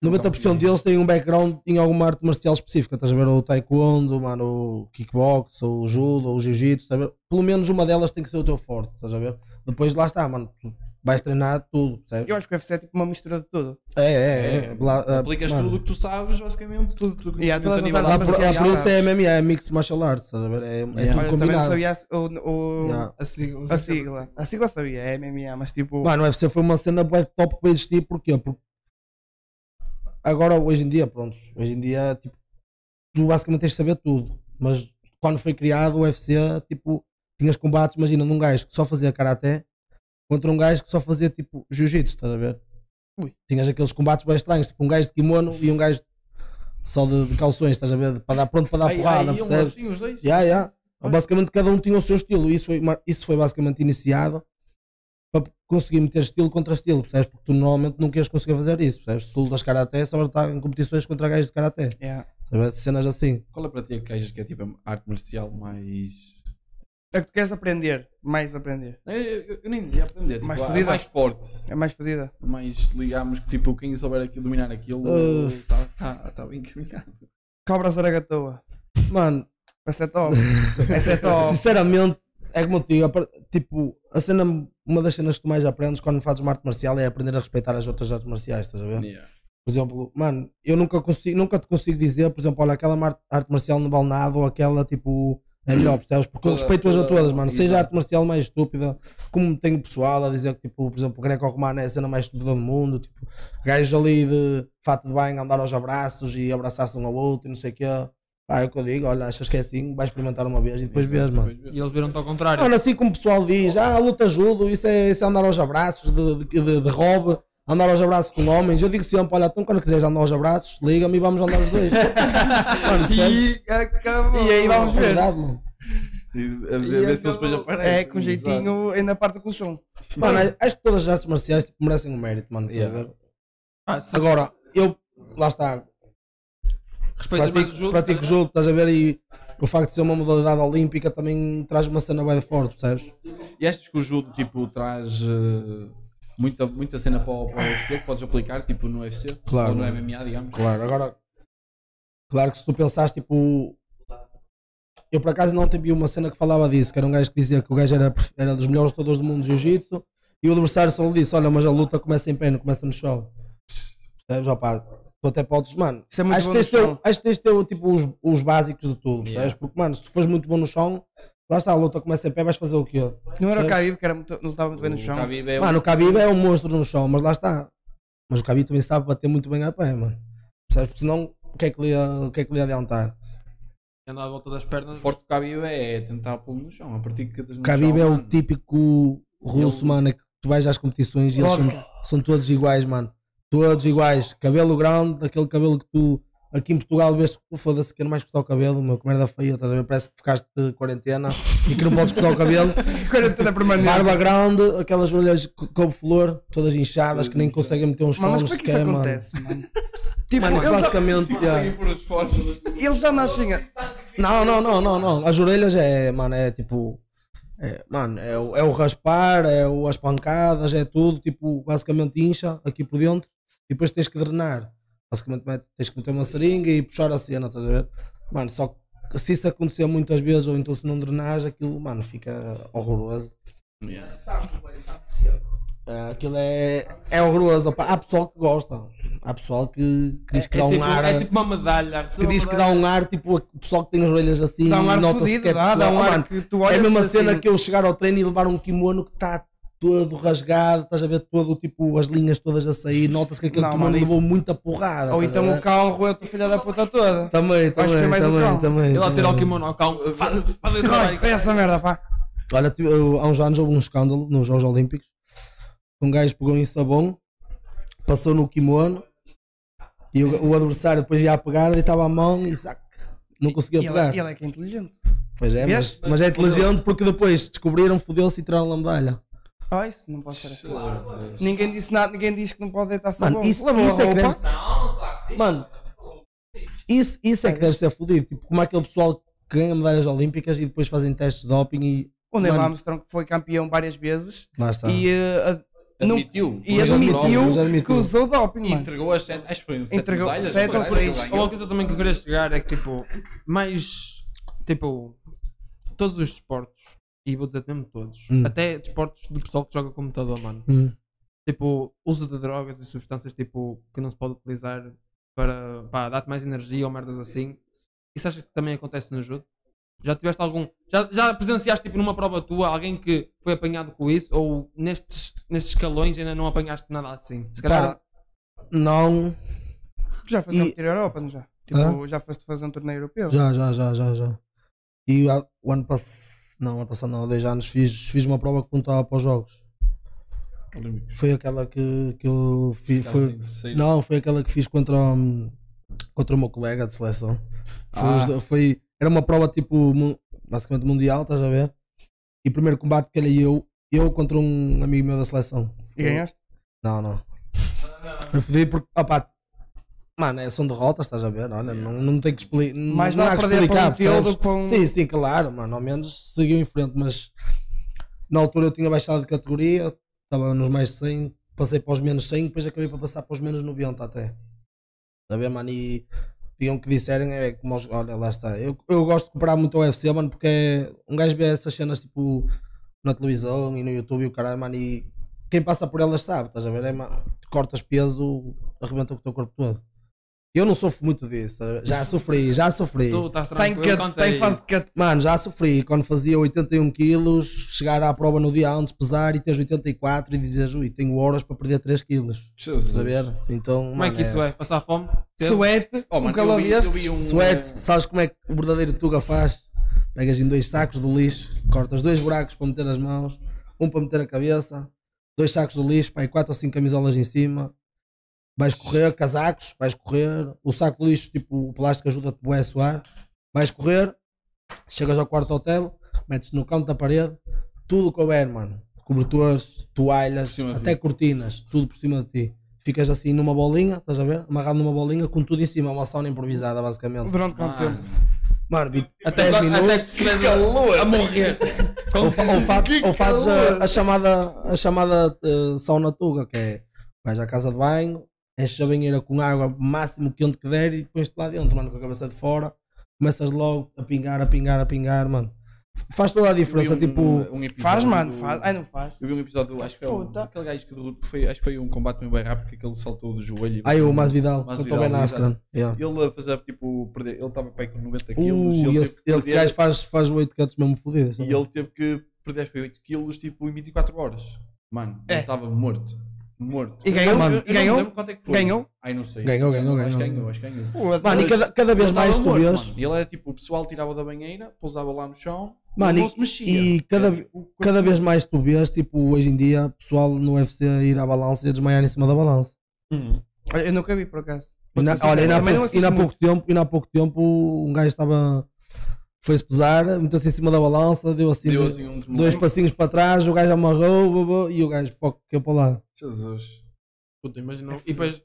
S9: 90% deles têm um background em alguma arte marcial específica, estás a ver? Ou taekwondo, mano, ou kickbox, ou judo, ou jiu-jitsu, estás a ver? Pelo menos uma delas tem que ser o teu forte, estás a ver? Depois lá está, mano, tu vais treinar tudo, percebes?
S10: Eu acho que o UFC é tipo uma mistura de tudo.
S9: É, é, é. Lá, ah,
S6: Aplicas
S9: mano,
S6: tudo o que tu sabes, basicamente, tudo tudo o que
S10: Yeah,
S6: tu
S10: todas as
S6: sabes a nível de
S9: Lá por, lá
S10: artes
S9: por
S6: marcial.
S9: isso é MMA, é Mixed Martial Arts, estás a ver? É, é
S10: Olha,
S9: tudo
S10: também não
S9: combinado.
S10: sabia a, o, o-
S9: Yeah.
S3: Assim,
S10: a sigla. A sigla sabia, é MMA, mas tipo.
S9: Mano, o UFC foi uma cena bué top para existir, porquê? Porque agora, hoje em dia, pronto, hoje em dia, tipo, tu basicamente tens de saber tudo, mas quando foi criado o UFC, tipo, tinhas combates, imagina, num gajo que só fazia karaté contra um gajo que só fazia, tipo, jiu-jitsu, estás a ver? Tinhas aqueles combates bem estranhos, tipo, um gajo de kimono e um gajo só de, de calções, estás a ver? Para dar, pronto para dar
S6: Ai,
S9: porrada,
S6: ai, iam
S9: percebes?
S6: assim os dois?
S9: Yeah, yeah. Basicamente cada um tinha o seu estilo. Isso foi, mar- isso foi basicamente iniciado para conseguir meter estilo contra estilo, percebes? Porque tu normalmente não queres conseguir fazer isso, percebes? Se tu lutas karaté, só vais estar em competições contra gajos de karaté.
S10: Yeah.
S9: Percebes? Cenas assim.
S6: Qual é para ti a queijo que é tipo a arte marcial mais.
S10: É que tu queres aprender, mais aprender.
S6: Eu, eu- eu nem dizia aprender, tipo,
S10: Mais
S6: mais, a, a
S10: fodida.
S6: mais forte.
S10: É mais fodida.
S6: Mas ligamos que tipo, quem souber aquilo, dominar aquilo,
S9: Uh.
S6: está tá, tá bem encaminhado.
S10: Cobra Zaragatoa.
S9: Mano,
S10: Essa é top. Essa é top.
S9: sinceramente, é como eu te digo, apar- tipo, a cena, uma das cenas que tu mais aprendes quando fazes uma arte marcial é aprender a respeitar as outras artes marciais, estás a ver?
S6: Yeah.
S9: Por exemplo, mano, eu nunca, consigo, nunca te consigo dizer, por exemplo, olha, aquela mar- arte marcial não vale nada ou aquela tipo é melhor, percebes? Porque eu
S6: Toda-
S9: respeito-as a
S6: toda-
S9: todas, mano. Seja a
S6: exato.
S9: arte marcial mais estúpida, como tem o pessoal a dizer que, tipo, por exemplo, o greco-romano é a cena mais estúpida do mundo, tipo, gajos ali de fato de banho andar aos abraços e abraçar-se um ao outro e não sei o quê. Pá, é o que eu digo, olha, achas que é assim, vais experimentar uma vez e depois vês, mano.
S3: E eles viram-te ao contrário.
S9: Mano, assim como o pessoal diz, ah, a luta judo, isso é, isso é andar aos abraços de, de, de, de robe, andar aos abraços com homens. Eu digo sempre, olha, então quando quiseres andar aos abraços, liga-me e vamos andar os dois. mano, percebes?
S10: Acabou. E aí vamos
S9: É
S10: ver.
S9: verdade, mano.
S6: E a, a ver se eles depois aparecem.
S10: É, com jeitinho, ainda parte com o chão.
S9: Mano, a- acho que todas as artes marciais tipo, merecem um mérito, mano. estás a
S6: Yeah.
S9: ver?
S3: Ah, se-
S9: Agora, eu, lá está,
S3: respeitas é mais o
S9: pratico,
S3: jogo.
S9: pratico judo, estás a ver? E o facto de ser uma modalidade olímpica também traz uma cena bem forte, percebes?
S6: E achas que o judo tipo, traz eh, muita, muita cena para o, para o UFC que podes aplicar tipo, no UFC?
S9: Claro.
S6: Ou no MMA, digamos?
S9: Claro, agora. Claro que se tu pensares, tipo. Eu por acaso não vi uma cena que falava disso, que era um gajo que dizia que o gajo era, pref- era dos melhores lutadores do mundo de jiu-jitsu e o adversário só lhe disse: Olha, mas a luta começa em pé, não começa no chão. Percebes, opá? Tu até podes, mano.
S10: Isso é muito
S9: acho,
S10: bom
S9: que
S10: no
S9: tens de ter-
S10: chão.
S9: acho que tens de ter tipo, os, os básicos de tudo, percebes? Porque, mano, se tu fores muito bom no chão, lá está, a luta começa em pé, vais fazer o quê?
S10: Não era o
S9: Sabes?
S10: Khabib que era muito, lutava muito bem no chão.
S6: O Khabib é um-
S9: Mano, o Khabib é um monstro no chão, mas lá está. Mas o Khabib também sabe bater muito bem a pé, mano. Percebes? Porque senão, o que é que lhe, o que é que lhe ia adiantar?
S3: Andar à volta das pernas.
S6: O forte do Khabib é tentar pô-lo no chão. A partir que estás no
S9: O Khabib
S6: chão,
S9: é o
S6: mano,
S9: típico russo,
S6: Ele-
S9: mano, é que tu vais às competições e eles são,
S10: Vodka.
S9: são todos iguais, mano. Todos iguais. Cabelo grande, aquele cabelo que tu aqui em Portugal vês que foda-se que eu não mais cortar o cabelo, meu, que merda feia, estás a ver? Parece que ficaste de quarentena e que não podes cortar o cabelo.
S10: <laughs> Quarentena permanente.
S9: Barba grande, aquelas orelhas co- couve-flor, todas inchadas, que nem
S6: Todas
S9: conseguem meter uns
S10: Mano, mas
S9: fones
S10: como é que isso
S9: sequer, mano.
S10: acontece,
S9: <laughs>
S10: mano? tipo,
S9: Mano,
S10: eles,
S9: isso
S10: já,
S9: basicamente. yeah.
S6: Conseguem pôr as fórmulas.
S10: eles já nascem. a-
S9: Não, não, não, não, não. As orelhas é, mano, é tipo. é, mano, é o, é o raspar, é o, as pancadas, é tudo. Tipo, basicamente incha aqui por dentro e depois tens que drenar. Basicamente mete- tens que meter uma seringa e puxar a cena, estás a ver? Mano, só que se isso acontecer muitas vezes ou então se não drenares, aquilo, mano, fica horroroso.
S6: Yeah.
S9: É, aquilo é, é horroroso. opá. Há pessoal que gosta, há pessoal que, que diz que dá um
S3: tipo,
S9: ar.
S3: é tipo uma medalha.
S9: que diz que dá um ar, tipo, o pessoal que tem as orelhas assim,
S10: Dá um ar
S9: nota-se
S10: fodido,
S9: que é
S10: dá, dá um
S9: pessoal.
S10: ar
S9: Mano,
S10: que tu
S9: É
S10: olhas
S9: a mesma
S10: assim.
S9: cena que eu chegar ao treino e levar um kimono que está todo rasgado, estás a ver todo, tipo, as linhas todas a sair, nota-se que aquele
S10: Não,
S9: kimono
S10: mano, isso-
S9: levou muita porrada.
S10: Ou
S9: estás
S10: então
S9: a
S10: o
S9: ver?
S10: cão roeu a tua filha da puta toda.
S9: Também,
S10: vais ver
S9: também,
S10: mais o
S9: também,
S10: cão.
S9: também.
S3: Ele a tirar o
S9: também.
S3: kimono ao cão. Faz faz o trabalho.
S10: Olha essa merda, pá.
S9: Olha, tive- eu- há uns anos houve um escândalo nos Jogos Olímpicos. Um gajo pegou em sabão, passou no kimono e o, o adversário depois ia a pegar, deitava a mão e sac. Não conseguia
S10: E ele,
S9: pegar.
S10: e ele é que é inteligente.
S9: Pois é, mas,
S10: Vês?
S9: mas é inteligente porque depois descobriram, fodeu-se e tiraram a medalha.
S10: Ah, isso não pode ser assim. Ninguém disse nada, ninguém disse que não pode deitar sabão.
S9: Mano, isso,
S10: Levou
S9: isso
S10: a
S9: é
S10: roupa.
S9: que deve ser. Mano, isso, isso é que deve ser fodido. Tipo, como aquele pessoal que ganha medalhas olímpicas e depois fazem testes de doping e.
S10: O Neil
S9: Mano. Tá.
S10: Armstrong foi campeão várias vezes
S9: Lá está.
S10: e eh, a-
S6: admitiu.
S10: e
S6: Mas ele
S10: admitiu,
S6: próprio
S10: que usou doping, mano.
S6: Entregou as sete, acho que foi um sete
S10: Entregou
S6: medalhas, assim.
S10: sete
S6: foi,
S10: ou
S6: acho que ele
S10: seis.
S6: ganhou.
S3: Uma coisa também que eu queria chegar é que, tipo, mais. Tipo, todos os esportes, e vou dizer mesmo todos,
S9: Hum.
S3: até desportos do pessoal que joga computador, mano.
S9: Hum.
S3: Tipo, uso de drogas e substâncias, tipo, que não se pode utilizar para pá, dar-te mais energia ou merdas assim. Isso acha que também acontece no judo? Já tiveste algum. Já, já presenciaste, tipo, numa prova tua alguém que foi apanhado com isso? Ou nestes, nestes escalões ainda não apanhaste nada assim? Se calhar.
S9: Pá, não.
S10: Já foste
S9: E-
S10: competir a Europa, não já? Tipo, já foste fazer um torneio europeu?
S9: Já, já, já, já, já. E há- o ano passado, não, o ano passado não, há dois anos, fiz, fiz uma prova que contava para os Jogos.
S6: Olímpicos.
S9: Foi aquela que, que eu fiz.
S6: Ficaste em
S9: Foi,
S6: terceiro.
S9: não, foi aquela que fiz contra, o- contra o meu colega de seleção. Foi,
S6: Ah.
S9: os do- foi- era uma prova tipo, mu- basicamente mundial, estás a ver? E o primeiro combate que era eu, eu contra um amigo meu da seleção.
S10: E ganhaste?
S9: Não, não. Me fodi porque, opá, mano, é, são derrotas, estás a ver? Olha, não, não tem que explicar.
S10: Mais
S9: não
S10: vale
S9: há que
S10: perder para um
S9: explicar,
S10: teu
S9: percebes?
S10: do que para um-
S9: Sim, sim, claro, mano, ao menos seguiu em frente, mas na altura eu tinha baixado de categoria, estava nos mais 100, passei para os menos 100, depois acabei para passar para os menos 90 até. Está a ver, mano? E tinham que disserem, é como os, olha, lá está. Eu, eu gosto de comprar muito o UFC, mano, porque é, um gajo vê essas cenas tipo na televisão e no YouTube e o caralho, mano, e quem passa por elas sabe, estás a ver? É, mano, tu cortas peso, arrebenta com o teu corpo todo. Eu não sofro muito disso, estás a ver? já sofri, já sofri.
S3: Tu estás
S9: Tá em
S3: tranquilo
S9: cut-
S3: quanto
S9: tá
S3: a
S9: em fase
S3: isso.
S9: de cut. Mano, já sofri quando fazia 81 quilos, chegar à prova no dia antes, pesar e teres 84 e dizeres, ui, tenho horas para perder 3 quilos.
S6: Jesus.
S9: Estás a ver? Então,
S3: Como é que isso é? Passar fome?
S9: Suete,
S6: Oh,
S9: um
S6: mano, eu
S9: calor
S6: vi- eu
S9: destes,
S6: vi um,
S9: suete,
S6: eh,
S9: sabes como é que o verdadeiro Tuga faz? Pegas em dois sacos de lixo, cortas dois buracos para meter as mãos, um para meter a cabeça, dois sacos de lixo, pai, quatro ou cinco camisolas em cima, vais correr, casacos, vais correr, o saco de lixo, tipo, o plástico ajuda-te bué a suar, vais correr, chegas ao quarto hotel, metes no canto da parede, tudo o que houver, mano, cobertores, toalhas,
S6: cima de
S9: até
S6: ti.
S9: cortinas, tudo por cima de ti. Ficas assim numa bolinha, estás a ver? Amarrado numa bolinha com tudo em cima, uma sauna improvisada, basicamente.
S10: Durante quanto tempo?
S9: Mano, vi-
S3: Até,
S9: dez
S3: que- até
S10: é
S9: minutos,
S3: que se vês a, a morrer.
S9: ou, fa- ou fazes, ou fazes a, a chamada, a chamada eh, sauna tuga, que é vais à casa de banho, enches a banheira com água o máximo quente que der e pões-te lá dentro, mano, com a cabeça de fora, começas logo a pingar, a pingar, a pingar, mano. Faz toda a diferença,
S6: Eu vi um-
S9: tipo.
S6: um episódio
S10: Faz, mano,
S6: do-
S10: faz. Ai, não faz.
S6: Eu vi um episódio, acho que é o,
S10: Puta.
S6: aquele gajo que derrubou, foi, acho que foi um combate meio bem rápido, que aquele saltou do joelho. e-
S9: Aí Ah, o Masvidal,
S6: Masvidal,
S9: eu estou bem na
S6: exato.
S9: Ascran. Yeah.
S6: Ele a fazer tipo, perder, ele estava para aí com 90 quilos
S9: Uh,
S6: e ele,
S9: esse,
S6: teve que
S9: esse
S6: perder,
S9: gajo faz, faz 8 cantos mesmo fodidos.
S6: e ele teve que perder foi 8 quilos tipo, em 24 horas. Mano,
S10: É.
S6: ele estava morto. Morto.
S10: E ganhou,
S6: Eu não- eu-
S10: mano,
S6: eu não
S10: ganhou?
S6: me lembro quanto é que foi.
S10: Ganhou?
S6: Ai, não sei.
S9: Ganhou,
S6: Acho
S9: ganhou,
S6: que
S9: ganhou.
S6: Acho que ganhou.
S10: Pô,
S9: Mano, e cada, cada vez
S6: Ele
S9: mais
S6: estava
S9: tu
S6: morto,
S9: vês.
S6: mano. E Ele era tipo, o pessoal tirava da banheira, pousava lá no chão,
S9: Mano,
S6: ele
S9: e-
S6: não se mexia.
S9: e cada-
S6: Era, tipo,
S9: Cada vez mais tu vês, tipo, hoje em dia, pessoal no UFC ir à balança e desmaiar em cima da balança.
S6: Uhum.
S10: Olha, eu nunca vi por acaso.
S9: E na-
S10: Vou-te ser
S9: Olha, e
S10: sincero,
S9: na
S10: também não
S9: pouco- e
S10: assisto
S9: na
S10: muito.
S9: pouco tempo, e na pouco tempo, um gajo estava. Foi-se pesar, meteu-se em cima da balança, deu assim,
S6: Deu
S9: dois-
S6: assim um
S9: dois
S6: tremor.
S9: passinhos para trás, o gajo amarrou bu- bu- e o gajo pô, caiu para lá.
S6: Jesus.
S3: Puta, imagina. E depois.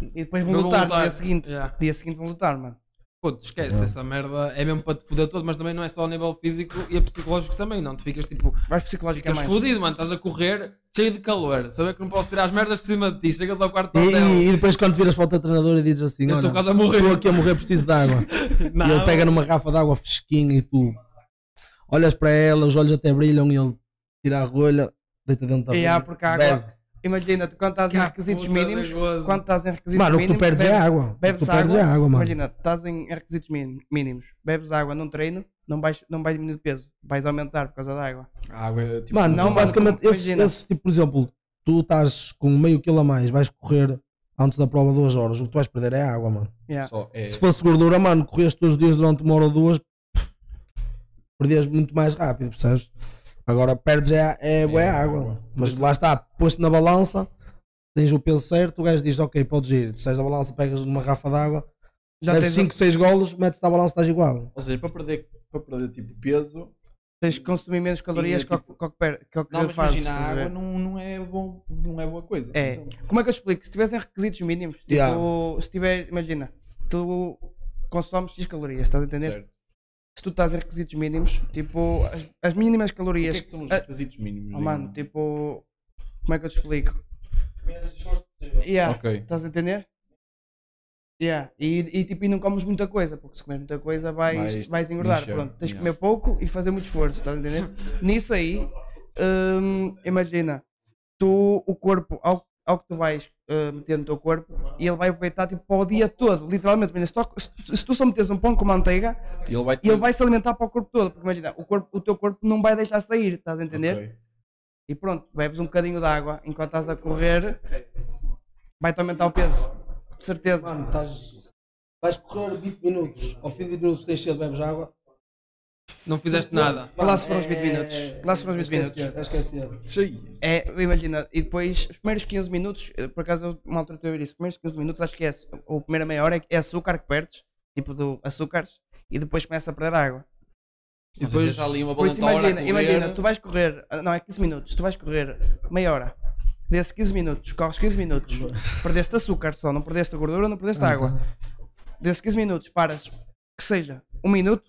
S10: E depois
S3: Eu
S10: vão
S3: vou
S10: lutar no
S3: lutar.
S10: dia seguinte.
S3: Yeah.
S10: Dia seguinte vão lutar, mano.
S3: Puto, esquece
S9: Yeah.
S3: essa merda. É mesmo para te foder todo, mas também não é só a nível físico e é psicológico também. Não, tu ficas tipo.
S10: Vais psicológica mais.
S3: Ficas fodido, mano. Estás a correr cheio de calor. Saber que não posso tirar as merdas de cima de ti. Chegas ao quarto
S9: E,
S3: do hotel.
S9: e- e depois, quando viras para o teu treinador e dizes assim:
S3: eu
S9: Olha,
S3: estou
S9: estou
S3: quase a morrer.
S9: aqui a morrer, preciso
S3: <laughs>
S9: de água.
S3: Não.
S9: E ele pega numa garrafa de água fresquinha e tu olhas para ela, os olhos até brilham e ele tira a rolha, deita dentro da
S10: E há
S9: rolha.
S10: porque a água.
S9: Bebe.
S10: Imagina, tu quando estás em
S3: Que
S10: requisitos
S3: puta
S10: mínimos,
S3: nervoso.
S10: quando estás em requisitos
S9: Mano, o que
S10: mínimos,
S9: tu perdes é
S10: bebes-
S9: a água. O que
S10: Bebes
S9: tu perdes é a água, mano.
S10: Imagina, estás em requisitos min- mínimos, bebes água num treino, não vais, não vais diminuir de peso, vais aumentar por causa da água.
S6: A água é, tipo.
S9: Mano,
S10: não, mano,
S9: basicamente,
S10: como-
S9: esses,
S10: imagina.
S9: esses tipo, por exemplo, tu estás com meio quilo a mais, vais correr antes da prova duas horas, o que tu vais perder é a água, mano.
S10: Yeah.
S6: Só é.
S9: Se fosse gordura, mano, corrias todos os dias durante uma hora ou duas, pff, perdias muito mais rápido, percebes? Agora perdes é, a- é, é,
S6: É,
S9: água.
S6: água.
S9: Mas lá está, posto na balança, tens o peso certo, o gajo diz, ok, podes ir. Tu sais da balança, pegas numa garrafa de água,
S10: Já
S9: já
S10: tens,
S9: 5, 6 golos, metes na balança, estás igual.
S6: Ou seja, para perder, para perder tipo peso,
S10: tens que consumir menos calorias
S6: E é
S10: que, o-
S3: tipo
S10: que, o que per- que, o que
S6: não, mas
S10: fazes.
S6: imagina, a
S10: estás a
S6: água
S10: ver?
S6: não, não, é bom, não é boa coisa.
S10: É.
S6: Então,
S10: Como é que eu explico? Se estiveres em requisitos mínimos, tipo,
S9: Yeah.
S10: se tiver, imagina, tu consomes X calorias, estás a entender?
S6: certo.
S10: Se tu estás em requisitos mínimos, tipo, as, as mínimas
S6: O que
S10: calorias
S6: é que são os
S10: a-
S6: requisitos mínimos?
S10: Oh, mano, tipo,
S3: Oh, Como é que eu te explico? Yeah,
S6: Ok.
S3: Estás a entender? Yeah. E, e, tipo, e não comes muita coisa, porque se comer muita coisa vais,
S6: Vais
S3: vais, engordar.
S6: inchar,
S3: Pronto, tens de
S6: yeah.
S3: comer pouco e fazer muito esforço, estás a
S6: <laughs>
S3: entender? Nisso aí, hum, imagina, tu, o corpo, ao, ao que tu vais uh, meter no teu corpo, e ele vai aproveitar tipo, para o dia todo, literalmente. Imagina, se, tu, se- se tu só metes um pão com manteiga,
S6: E ele vai
S3: e ele vai se alimentar para o corpo todo, porque imagina, o, corpo, o teu corpo não vai deixar sair, estás a entender?
S6: Ok.
S3: E pronto, bebes um bocadinho de água enquanto estás a correr, vai-te aumentar o peso, de certeza.
S9: Mano, estás. Vais correr 20 minutos. Ao fim de 20 minutos tens cedo, bebes água. é,
S1: Não fizeste nada.
S3: Lá se foram os 20 minutos. Lá se foram os 20 minutos.
S9: Esquecer.
S3: É, imagina, e depois os primeiros 15 minutos, eh, por acaso eu uma altura estive a ver isso, os primeiros 15 minutos acho que é, aç- ou a primeira meia hora é- é açúcar que perdes, tipo do açúcares, e depois começa a perder água.
S6: E depois já ali uma
S3: Por isso
S6: balança hora a
S3: imagina,
S6: correr.
S3: imagina, tu vais correr, ah, não é 15 minutos, tu vais correr meia hora. Desses 15 minutos, corres 15
S6: <laughs>
S3: minutos, perdeste açúcar só, não perdeste gordura, não
S6: Ah,
S3: perdeste água.
S6: então.
S3: Desses 15 minutos, paras, que seja, um minuto,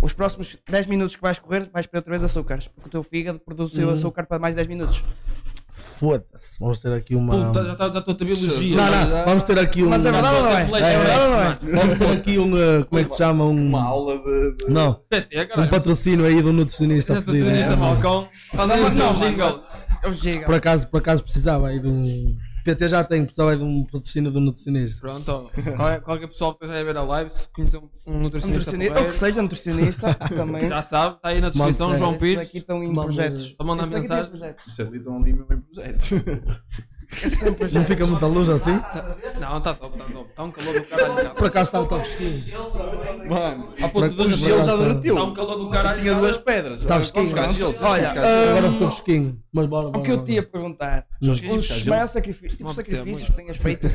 S3: os próximos 10 minutos que vais correr, vais perder outra vez açúcares, porque o teu fígado produz o seu
S6: Uhum.
S3: açúcar para mais 10 minutos.
S9: Foda-se. Vamos ter aqui uma.
S1: Puta, tá, já está já estou a ter biologia.
S9: Não, não, vamos ter aqui um.
S3: Mas é verdade ou não é? É verdade ou não é?
S9: Vamos ter aqui um. eh, Como é que se chama? Um.
S6: Uma aula de. de-
S9: Não,
S1: PT,
S9: um
S1: caralho.
S9: patrocínio aí do nutricionista.
S1: um
S9: fudido,
S1: Sensacionista
S9: é, mano.
S1: balcão. Faz aí um jingle.
S3: Eu digo.
S9: Por acaso, por acaso precisava aí de um. PT já tem, precisava aí de um patrocínio do nutricionista.
S1: Pronto, ó. Qual- qualquer pessoal que esteja a ver a live, se conhecer um- um nutricionista,
S3: Nutricionista, ou
S1: porreiro,
S3: que seja nutricionista
S1: <laughs>
S3: também.
S1: já sabe, está aí na descrição,
S9: Mano,
S1: João
S3: é, Estes
S1: Pires.
S3: aqui estão em
S9: Manda-
S3: projetos.
S1: Só manda
S3: Estes aqui têm
S1: mensagem.
S3: projetos.
S6: Isso ali estão ali mesmo em projetos.
S3: <laughs> Estes têm projetos.
S9: Não fica muita luz assim?
S1: Não, está top, está top. Está um calor do caralho. Está
S9: Por acaso está um fresquinho.
S6: Mano,
S1: Há ponto
S9: Por
S1: de
S9: acaso
S1: gelo já
S9: está-
S1: derreteu.
S3: Tá
S1: Está um calor do caralho.
S6: tinha duas pedras.
S9: Tá
S6: Vamos
S9: fresquinho,
S6: buscar
S9: não?
S6: gelo.
S3: Olha, um,
S6: vamos buscar gelo.
S9: Agora ficou fresquinho. Mas bora, bora.
S3: O que eu
S9: bora.
S3: te ia perguntar?
S9: Hum.
S3: Os maiores sacrifícios, tipo,
S1: Não apetece,
S3: sacrifícios que tenhas feito,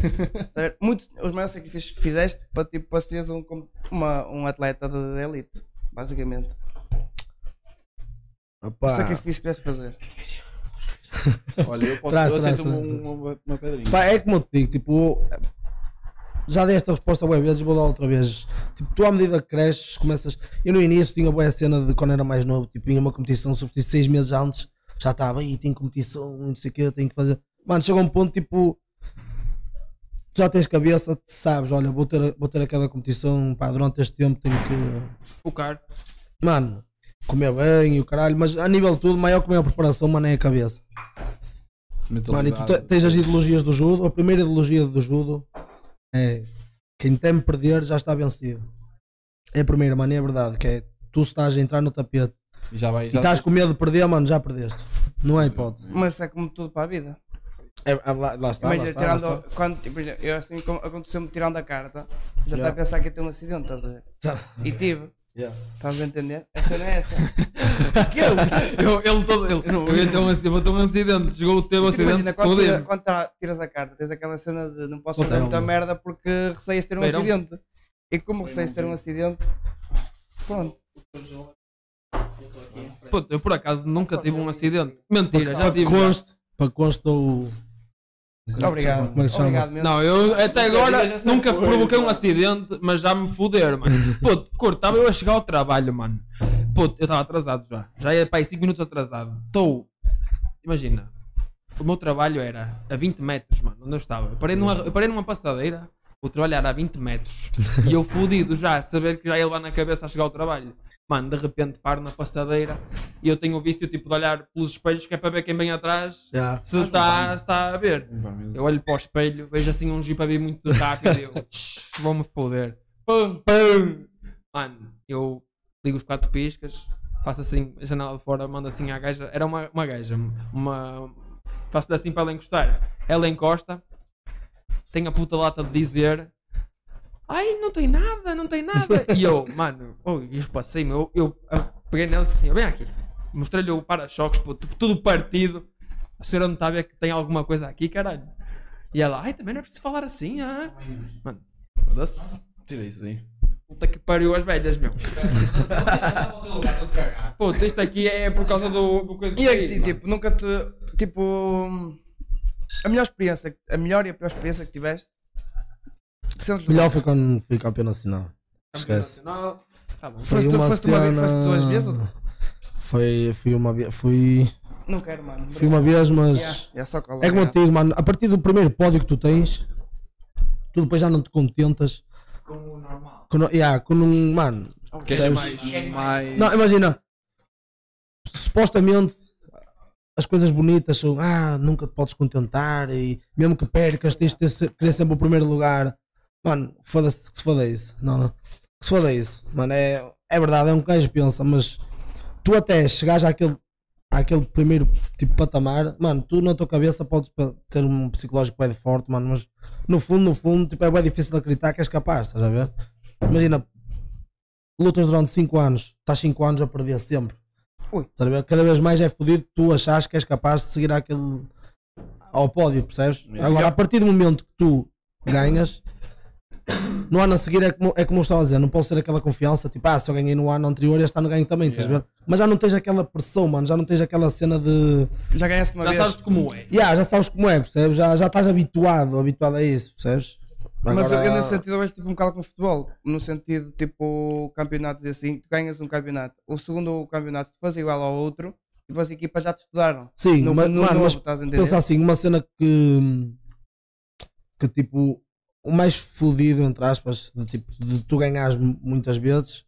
S3: eh, muitos, os maiores sacrifícios que fizeste para, tipo, para seres um, com- uma, um atleta de elite, basicamente. O
S9: Opa.
S3: sacrifício que tiveste de fazer.
S6: Olha, eu posso.
S9: Traz,
S6: eu
S9: traz,
S6: aceito uma,
S9: traz, traz.
S6: uma- uma pedrinha.
S9: Pá, é como eu te digo, tipo, já dei esta resposta bué vezes, vou dar outra vez. Tipo, tu à medida que cresces, começas. Eu no início tinha boa cena de quando era mais novo, tipo, tinha uma competição, substituí seis meses antes, já estava aí, tenho competição, não sei o que, tenho que fazer. Mano, chega um ponto, tipo, tu já tens cabeça, tu sabes, olha, vou ter, vou ter aquela competição, pá, durante este tempo tenho que
S1: Focar.
S9: mano, comer bem e o caralho, mas a nível de tudo, maior que a maior preparação, mano, é a cabeça. Mano, e tu te- tens as ideologias do judo, a primeira ideologia do judo é quem teme perder já está vencido. É a primeira, mano, e é verdade, que é tu se estás a entrar no tapete
S6: E já vai.
S9: e
S6: Já
S9: estás com medo de perder, mano, já perdeste. Não há hipótese.
S1: Hum.
S3: Mas é como tudo para a vida.
S9: É, é, lá, lá está, lá
S3: Imagina,
S9: está, lá
S3: tirando.
S9: está.
S3: Quando, tipo, eu assim, como aconteceu-me tirando a carta, já está
S9: Yeah.
S3: a pensar que ia ter um acidente, estás a ver?
S1: Tá.
S3: E tive.
S9: Yeah.
S3: Estás a entender? A cena é
S1: <laughs>
S3: essa.
S1: é Eu, ele todo. Ele, eu ia ter um acidente, vou ter um acidente. Chegou o teu
S3: Tipo,
S1: acidente.
S3: imagina, quando, tira-
S1: Fodeu. um
S3: quando tá- tiras a carta, tens aquela cena de não posso
S9: Não
S3: fazer
S9: tem
S3: muita
S9: uma.
S3: merda porque receias ter um
S1: Beirão.
S3: acidente. E como receias ter um acidente, pronto.
S1: Puta, eu por acaso nunca tive um acidente. Mentira, já tive.
S9: Conste, para conste ou.
S3: Obrigado.
S9: Como é que se chama?
S3: Obrigado mesmo.
S1: Não, eu até agora nunca provoquei um acidente, mas já me foder, mano. Puto, curto, estava eu a chegar ao trabalho, mano. Puto, eu estava atrasado já. Já ia para aí 5 minutos atrasado. Estou. Imagina. O meu trabalho era a 20 metros, mano, onde eu estava. Eu parei numa, eu parei numa passadeira, o trabalho era a 20 metros. E eu fodido já, a saber que já ia levar na cabeça a chegar ao trabalho. Mano, de repente paro na passadeira e eu tenho o vício tipo de olhar pelos espelhos que é para ver quem vem atrás
S9: Já.
S1: se está se tá a ver. Eu olho para o espelho, vejo assim um jeep a vir muito rápido e eu "Tch, vou-me foder. Pum, pum. Mano, eu ligo os quatro piscas, faço assim, a janela de fora, mando assim à gaja. Era uma, uma gaja, uma. Faço-lhe assim para ela encostar. Ela encosta, tem a puta lata de dizer. Ai, não tem nada, não tem
S3: <laughs>
S1: nada. E eu, mano, oh, eu passei-me, eu, eu, eu peguei nela assim, "Ó, vem aqui. Mostrei-lhe o para-choques, pô, tipo, tudo partido. A senhora não está a ver que tem alguma coisa aqui, caralho. E ela, ai, também não é preciso falar assim, ah. Mano, foda-se.
S6: Tira isso daí.
S1: Puta que pariu as velhas, meu. Puta, isto aqui é por causa do, do coisa
S3: E é que,
S1: daí, mano.
S3: tipo, nunca te. Tipo. A melhor experiência, a melhor e a pior experiência que tiveste. Sendo
S9: Melhor foi quando fui campeão nacional.
S1: Campeonato
S9: Esquece.
S1: Nacional. Tá bom.
S3: Foste- foste uma vez- foste duas vezes ou-
S9: Foi, fui uma vez. Fui.
S10: Não quero, mano.
S9: Fui uma vez, mas.
S10: Yeah, yeah, só cola,
S9: é como eu
S10: yeah.
S9: te digo, mano. A partir do primeiro pódio que tu tens, tu depois já não te contentas. Com o normal. Com, yeah, com um. Mano.
S6: Queres
S9: percebes?
S6: mais, mais.
S9: Não, imagina. Supostamente as coisas bonitas são ah, nunca te podes contentar e mesmo que percas, tens de ter se- querer sempre o primeiro lugar. Mano, foda-se que se foda isso. Não, não. Que se foda isso. Mano, é, é verdade, é um que gajo pensa, mas tu até chegares àquele, àquele primeiro tipo patamar, mano, tu na tua cabeça podes pe- ter um psicológico bem forte, mano, mas no fundo, no fundo, tipo, é bem difícil de acreditar que és capaz, estás a ver? Imagina, lutas durante 5 anos, estás 5 anos a perder sempre.
S10: Ui.
S9: Estás a ver? Cada vez mais é fodido tu achas que és capaz de seguir aquele ao pódio, percebes? Agora, a partir do momento que tu ganhas, no ano a seguir é como, é como eu estava a dizer, não posso ter aquela confiança, tipo, ah, se eu ganhei no ano anterior, este ano ganho também, estás a ver? Mas já não tens aquela pressão, mano, já não tens aquela cena de.
S10: Já ganhaste uma
S3: Já
S10: vez.
S3: sabes como é.
S9: Yeah, já sabes como é, percebes? Já, já estás habituado, habituado a isso, percebes?
S10: Mas eu,
S9: Agora-
S10: eu nesse sentido eu vejo tipo um bocado com futebol. No sentido, tipo, campeonatos e assim, tu ganhas um campeonato. O segundo campeonato, se tu fores igual ao outro, tipo, as equipas já te estudaram.
S9: Sim,
S10: No-
S9: mas,
S10: no
S9: mano,
S10: novo,
S9: mas
S10: estás a entender?
S9: pensa assim, uma cena que que tipo o mais fodido entre aspas de, tipo, de tu ganhares mu- muitas vezes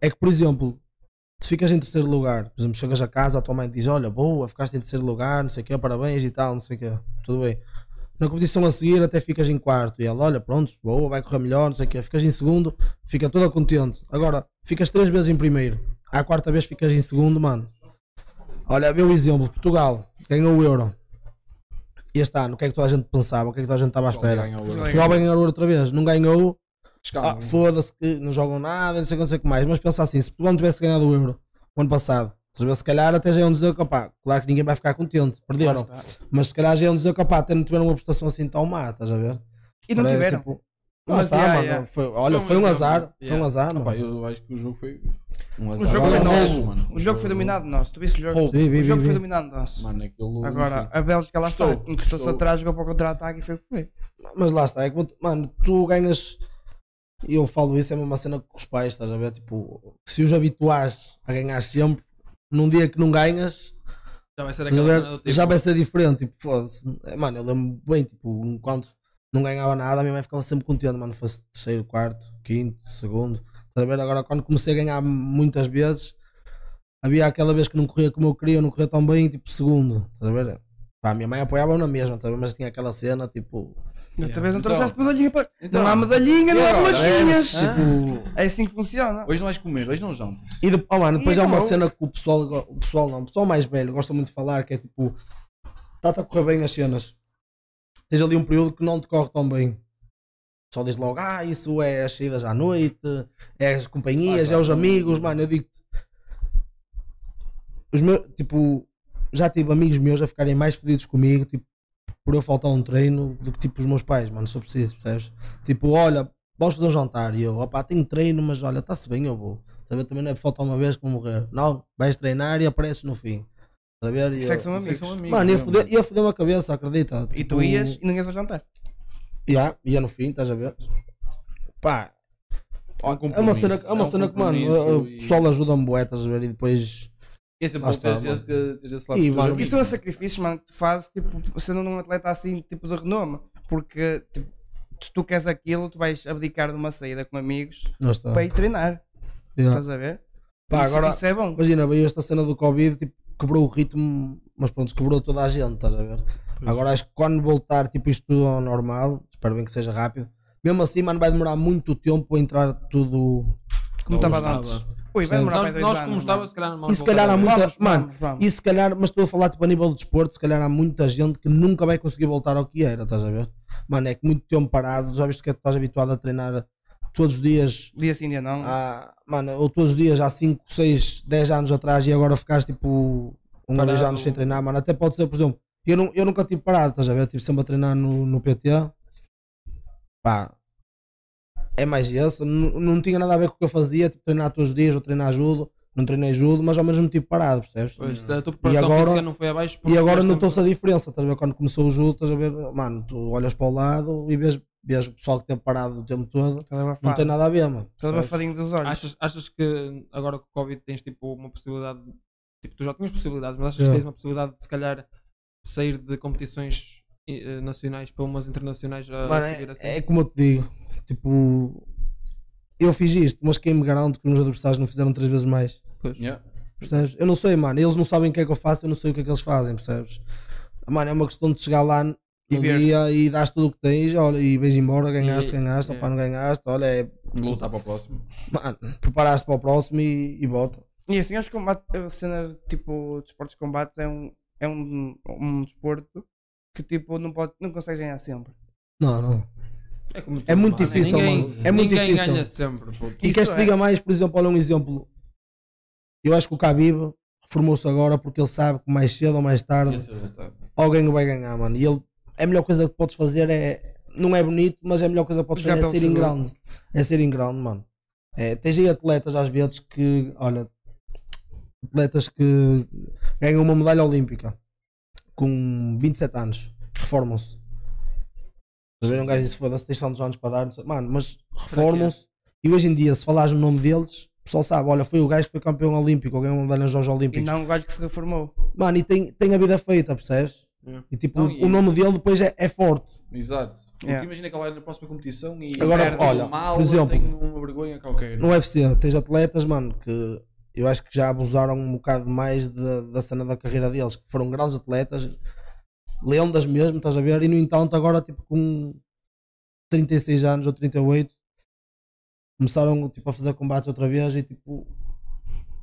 S9: é que por exemplo se ficas em terceiro lugar, por exemplo, chegas a casa, a tua mãe te diz, olha, boa, ficaste em terceiro lugar, não sei o quê, parabéns e tal, não sei o quê, tudo bem. Na competição a seguir até ficas em quarto e ela, olha, pronto, boa, vai correr melhor, não sei o quê, ficas em segundo, fica toda contente. Agora, ficas três vezes em primeiro, à quarta vez ficas em segundo, mano. Olha, meu exemplo, Portugal ganhou o Euro. Este ano, o que é que toda a gente pensava? O que é que toda a gente estava à espera? Portugal vai ganhar o Euro outra vez. Não ganhou, ah,
S10: né?
S9: foda-se que não jogam nada, não sei o que, não sei o que mais. Mas pensa assim, se Portugal não tivesse ganhado o Euro o ano passado, outra vez, se calhar até já iam dizer, que, opá, claro que ninguém vai ficar contente, perderam. Mas se calhar já iam dizer, que, opá, até não tiveram uma prestação assim tão má, estás a ver?
S10: E não
S9: Era,
S10: tiveram.
S9: tipo, lá
S10: Mas,
S9: está,
S10: yeah,
S9: mano,
S10: yeah.
S9: Foi, olha,
S6: Foi um
S9: foi um
S6: exemplo,
S9: azar, foi
S6: yeah.
S9: um azar, mano.
S6: Pá, eu acho que o jogo foi um azar.
S10: O jogo foi
S9: Agora é
S10: nosso.
S6: Roubo, mano.
S10: O jogo foi dominado nosso. Tu viste o jogo?
S9: Roubo. Vi, vi,
S10: o jogo
S9: vi,
S10: foi
S9: vi.
S10: dominado nosso.
S6: Mano, aquilo.
S10: Agora, a Bélgica lá está.
S6: Estou.
S10: Encostou-se
S6: Estou.
S10: atrás, jogou para o contra-ataque e foi o que foi.
S9: Mas lá está, é como, tu- mano, tu ganhas. e Eu falo isso, é uma cena com os pais, estás a ver? Tipo, se os habituares a ganhar sempre, num dia que não ganhas,
S3: Já vai ser
S9: estás a
S3: aquela
S9: ver?
S3: cena do tipo,
S9: já vai ser diferente. Tipo, foda-se. É, Mano, eu lembro bem, tipo, enquanto não ganhava nada, a minha mãe ficava sempre contente, mano, fosse terceiro, quarto, quinto, segundo, estás a ver? Agora, quando comecei a ganhar muitas vezes, havia aquela vez que não corria como eu queria, não corria tão bem, tipo, segundo, estás a ver? Pá, a minha mãe apoiava na mesma, estás a ver? mas tinha aquela cena, tipo,
S10: Desta vez não
S6: Então.
S10: trouxeste medalhinha para.
S6: Então.
S10: não há medalhinha, não
S6: E
S10: há
S6: agora?
S10: bolachinhas.
S6: É,
S9: tipo,
S10: É assim que funciona.
S6: Hoje não vais comer, hoje não jantas.
S9: E depois, mano, depois
S10: E
S9: há uma
S10: acabou.
S9: cena que o pessoal, go- o pessoal não, o pessoal mais velho gosta muito de falar que é tipo, está-te a correr bem as cenas. Tens ali um período que não te corre tão bem. O pessoal diz logo, ah, isso é as saídas à noite, é as companhias, é os amigos, mano, eu digo-te. Os meus, tipo, já tive amigos meus a ficarem mais fodidos comigo, tipo, por eu faltar um treino do que tipo os meus pais, mano, se eu preciso, percebes? Tipo, olha, vamos fazer um jantar. E eu, opá, tenho treino, mas olha, está-se bem, eu vou. Sabe, também não é por faltar uma vez que vou morrer. Não, vais treinar e apareces no fim. Sabe, e
S10: Isso é que
S9: eu,
S10: são amigos.
S9: mano, ia foder, ia foder uma cabeça, acredita?
S10: E tu ias e não ias ao jantar.
S9: Yeah, ia no fim, estás a ver? Pá,
S6: É um
S9: é uma cena,
S6: compromisso,
S9: é uma
S6: um
S9: cena que, mano, o
S6: compromisso e-
S9: pessoal ajuda-me, bué, estás a ver? E depois.
S6: É sempre
S9: Lá
S6: bom
S9: está,
S6: teres esse- teres esse lado
S9: E,
S6: dos teus
S9: mano,
S6: amigos,
S10: E são
S6: mano.
S10: os sacrifícios, é um mano, que tu fazes, tipo, sendo um atleta assim, tipo, de renome. Porque, tipo, se tu queres aquilo, tu vais abdicar de uma saída com amigos
S9: Não está.
S10: para ir treinar.
S9: Yeah.
S10: Estás a ver?
S9: Ah. Pá,
S10: isso,
S9: agora,
S10: isso é bom.
S9: Imagina, veio esta cena do Covid, tipo, quebrou o ritmo, mas pronto, quebrou toda a gente, estás a ver? Agora acho que quando voltar, tipo, isto tudo ao normal, espero bem que seja rápido. Mesmo assim, mano, vai demorar muito tempo a entrar tudo.
S10: Como
S6: Não
S10: estava
S6: gostava.
S10: antes. Ui, vai
S9: Sim.
S10: demorar mais
S3: Nós,
S10: dois
S3: nós
S10: anos. é?
S3: como
S10: mano.
S3: estava, se calhar, não
S9: E
S3: vamos
S9: se calhar há
S3: voltar
S9: muita.
S10: Vamos,
S9: mano,
S10: vamos, vamos.
S9: e se calhar, mas estou a falar tipo a nível do desporto, se calhar há muita gente que nunca vai conseguir voltar ao que era, estás a ver? Mano, é que muito tempo parado, já viste que estás habituado a treinar todos os dias
S10: Dia sim, dia não.
S9: há, mano, ou todos os dias há 5, 6, 10 anos atrás e agora ficaste tipo um ou dois
S3: Parado.
S9: anos sem treinar, mano. Até pode ser, por exemplo, eu, não, eu nunca tive parado, estás a ver? Estive sempre a treinar no, no PT. Pá, é mais isso. N- Não tinha nada a ver com o que eu fazia, tipo, treinar todos os dias ou treinar judo. Não treinei judo, mas ao menos não tive parado, percebes?
S3: Pois, a tua preparação
S9: agora-
S3: física não foi abaixo.
S9: E
S3: porque tu
S9: agora não
S3: sempre-
S9: estou-se a diferença, estás a ver? Quando começou o judo, estás a ver? Mano, tu olhas para o lado e vês, vês o pessoal que teve parado o tempo todo.
S10: Estás
S9: Não tem
S10: abafado.
S9: nada a ver, mano.
S10: Estás
S9: percebes?
S10: abafadinho dos olhos.
S3: Achas, achas que agora com o Covid tens tipo uma possibilidade Tipo, tu já tinhas possibilidades, mas achas
S9: Já.
S3: que tens uma possibilidade de se calhar sair de competições eh, nacionais para umas internacionais a
S9: Mano,
S3: seguir
S9: é,
S3: assim?
S9: é como eu te digo, tipo, eu fiz isto, mas quem me garante que os meus adversários não fizeram três vezes mais?
S3: Pois.
S6: Yeah.
S9: Percebes? Eu não sei, mano. Eles não sabem o que é que eu faço, eu não sei o que é que eles fazem, percebes? Mano, é uma questão de chegar lá no
S6: E ver.
S9: dia e dás tudo o que tens, olha, e vais embora, ganhaste,
S3: E-
S9: ganhaste,
S3: é.
S9: opá, não ganhaste, olha, é,
S6: Lutar para o próximo.
S9: mano, preparaste para o próximo e, e bota.
S10: E assim, acho que combate, a cena tipo, de esportes de combates é um, é um, um desporto que tipo, não, pode, não consegues ganhar sempre.
S9: Não, não.
S3: É, como
S9: É
S3: tudo,
S9: muito
S3: mano.
S9: difícil,
S3: Ninguém-
S9: mano. É muito
S3: ninguém
S9: difícil.
S3: ganha sempre, puto.
S9: E
S10: Isso
S9: queres que te
S10: é.
S9: diga mais, por exemplo, olha um exemplo. Eu acho que o Khabib reformou-se agora porque ele sabe que mais cedo ou mais tarde
S3: é
S6: Ia ser lutar.
S9: alguém o vai ganhar, mano. E ele, a melhor coisa que podes fazer é. Não é bonito, mas a melhor coisa que podes
S10: Já
S9: fazer é
S10: pelo
S9: ser em
S10: seguro.
S9: ground. É ser em ground, mano. É, tens aí atletas às vezes que, olha, atletas que ganham uma medalha olímpica com 27 anos, reformam-se. Mas um gajo disse: foda-se, tens tantos anos para dar, não sei- mano, mas
S10: é?
S9: reformam-se. E hoje em dia, se falares o nome deles, o pessoal sabe: olha, foi o gajo que foi campeão olímpico ou ganhou uma medalha nos Jogos
S10: E
S9: Olímpicos.
S10: não um gajo que se reformou. É.
S9: Mano, e tem, tem a vida feita, percebes?
S3: Yeah.
S9: E tipo,
S6: Não,
S9: o-
S6: e-
S9: o nome dele depois é, é forte.
S6: Exato. Porque
S10: Yeah.
S6: Imagina que ela vai na próxima competição e
S9: Agora,
S6: perde uma
S9: olha,
S6: mala,
S9: por exemplo,
S6: tem uma vergonha qualquer.
S9: No UFC, tens atletas, mano, que eu acho que já abusaram um bocado mais da, da cena da carreira deles, que foram grandes atletas, leondas mesmo, estás a ver? E no entanto, agora, tipo, com 36 anos ou 38, começaram tipo, a fazer combates outra vez e tipo.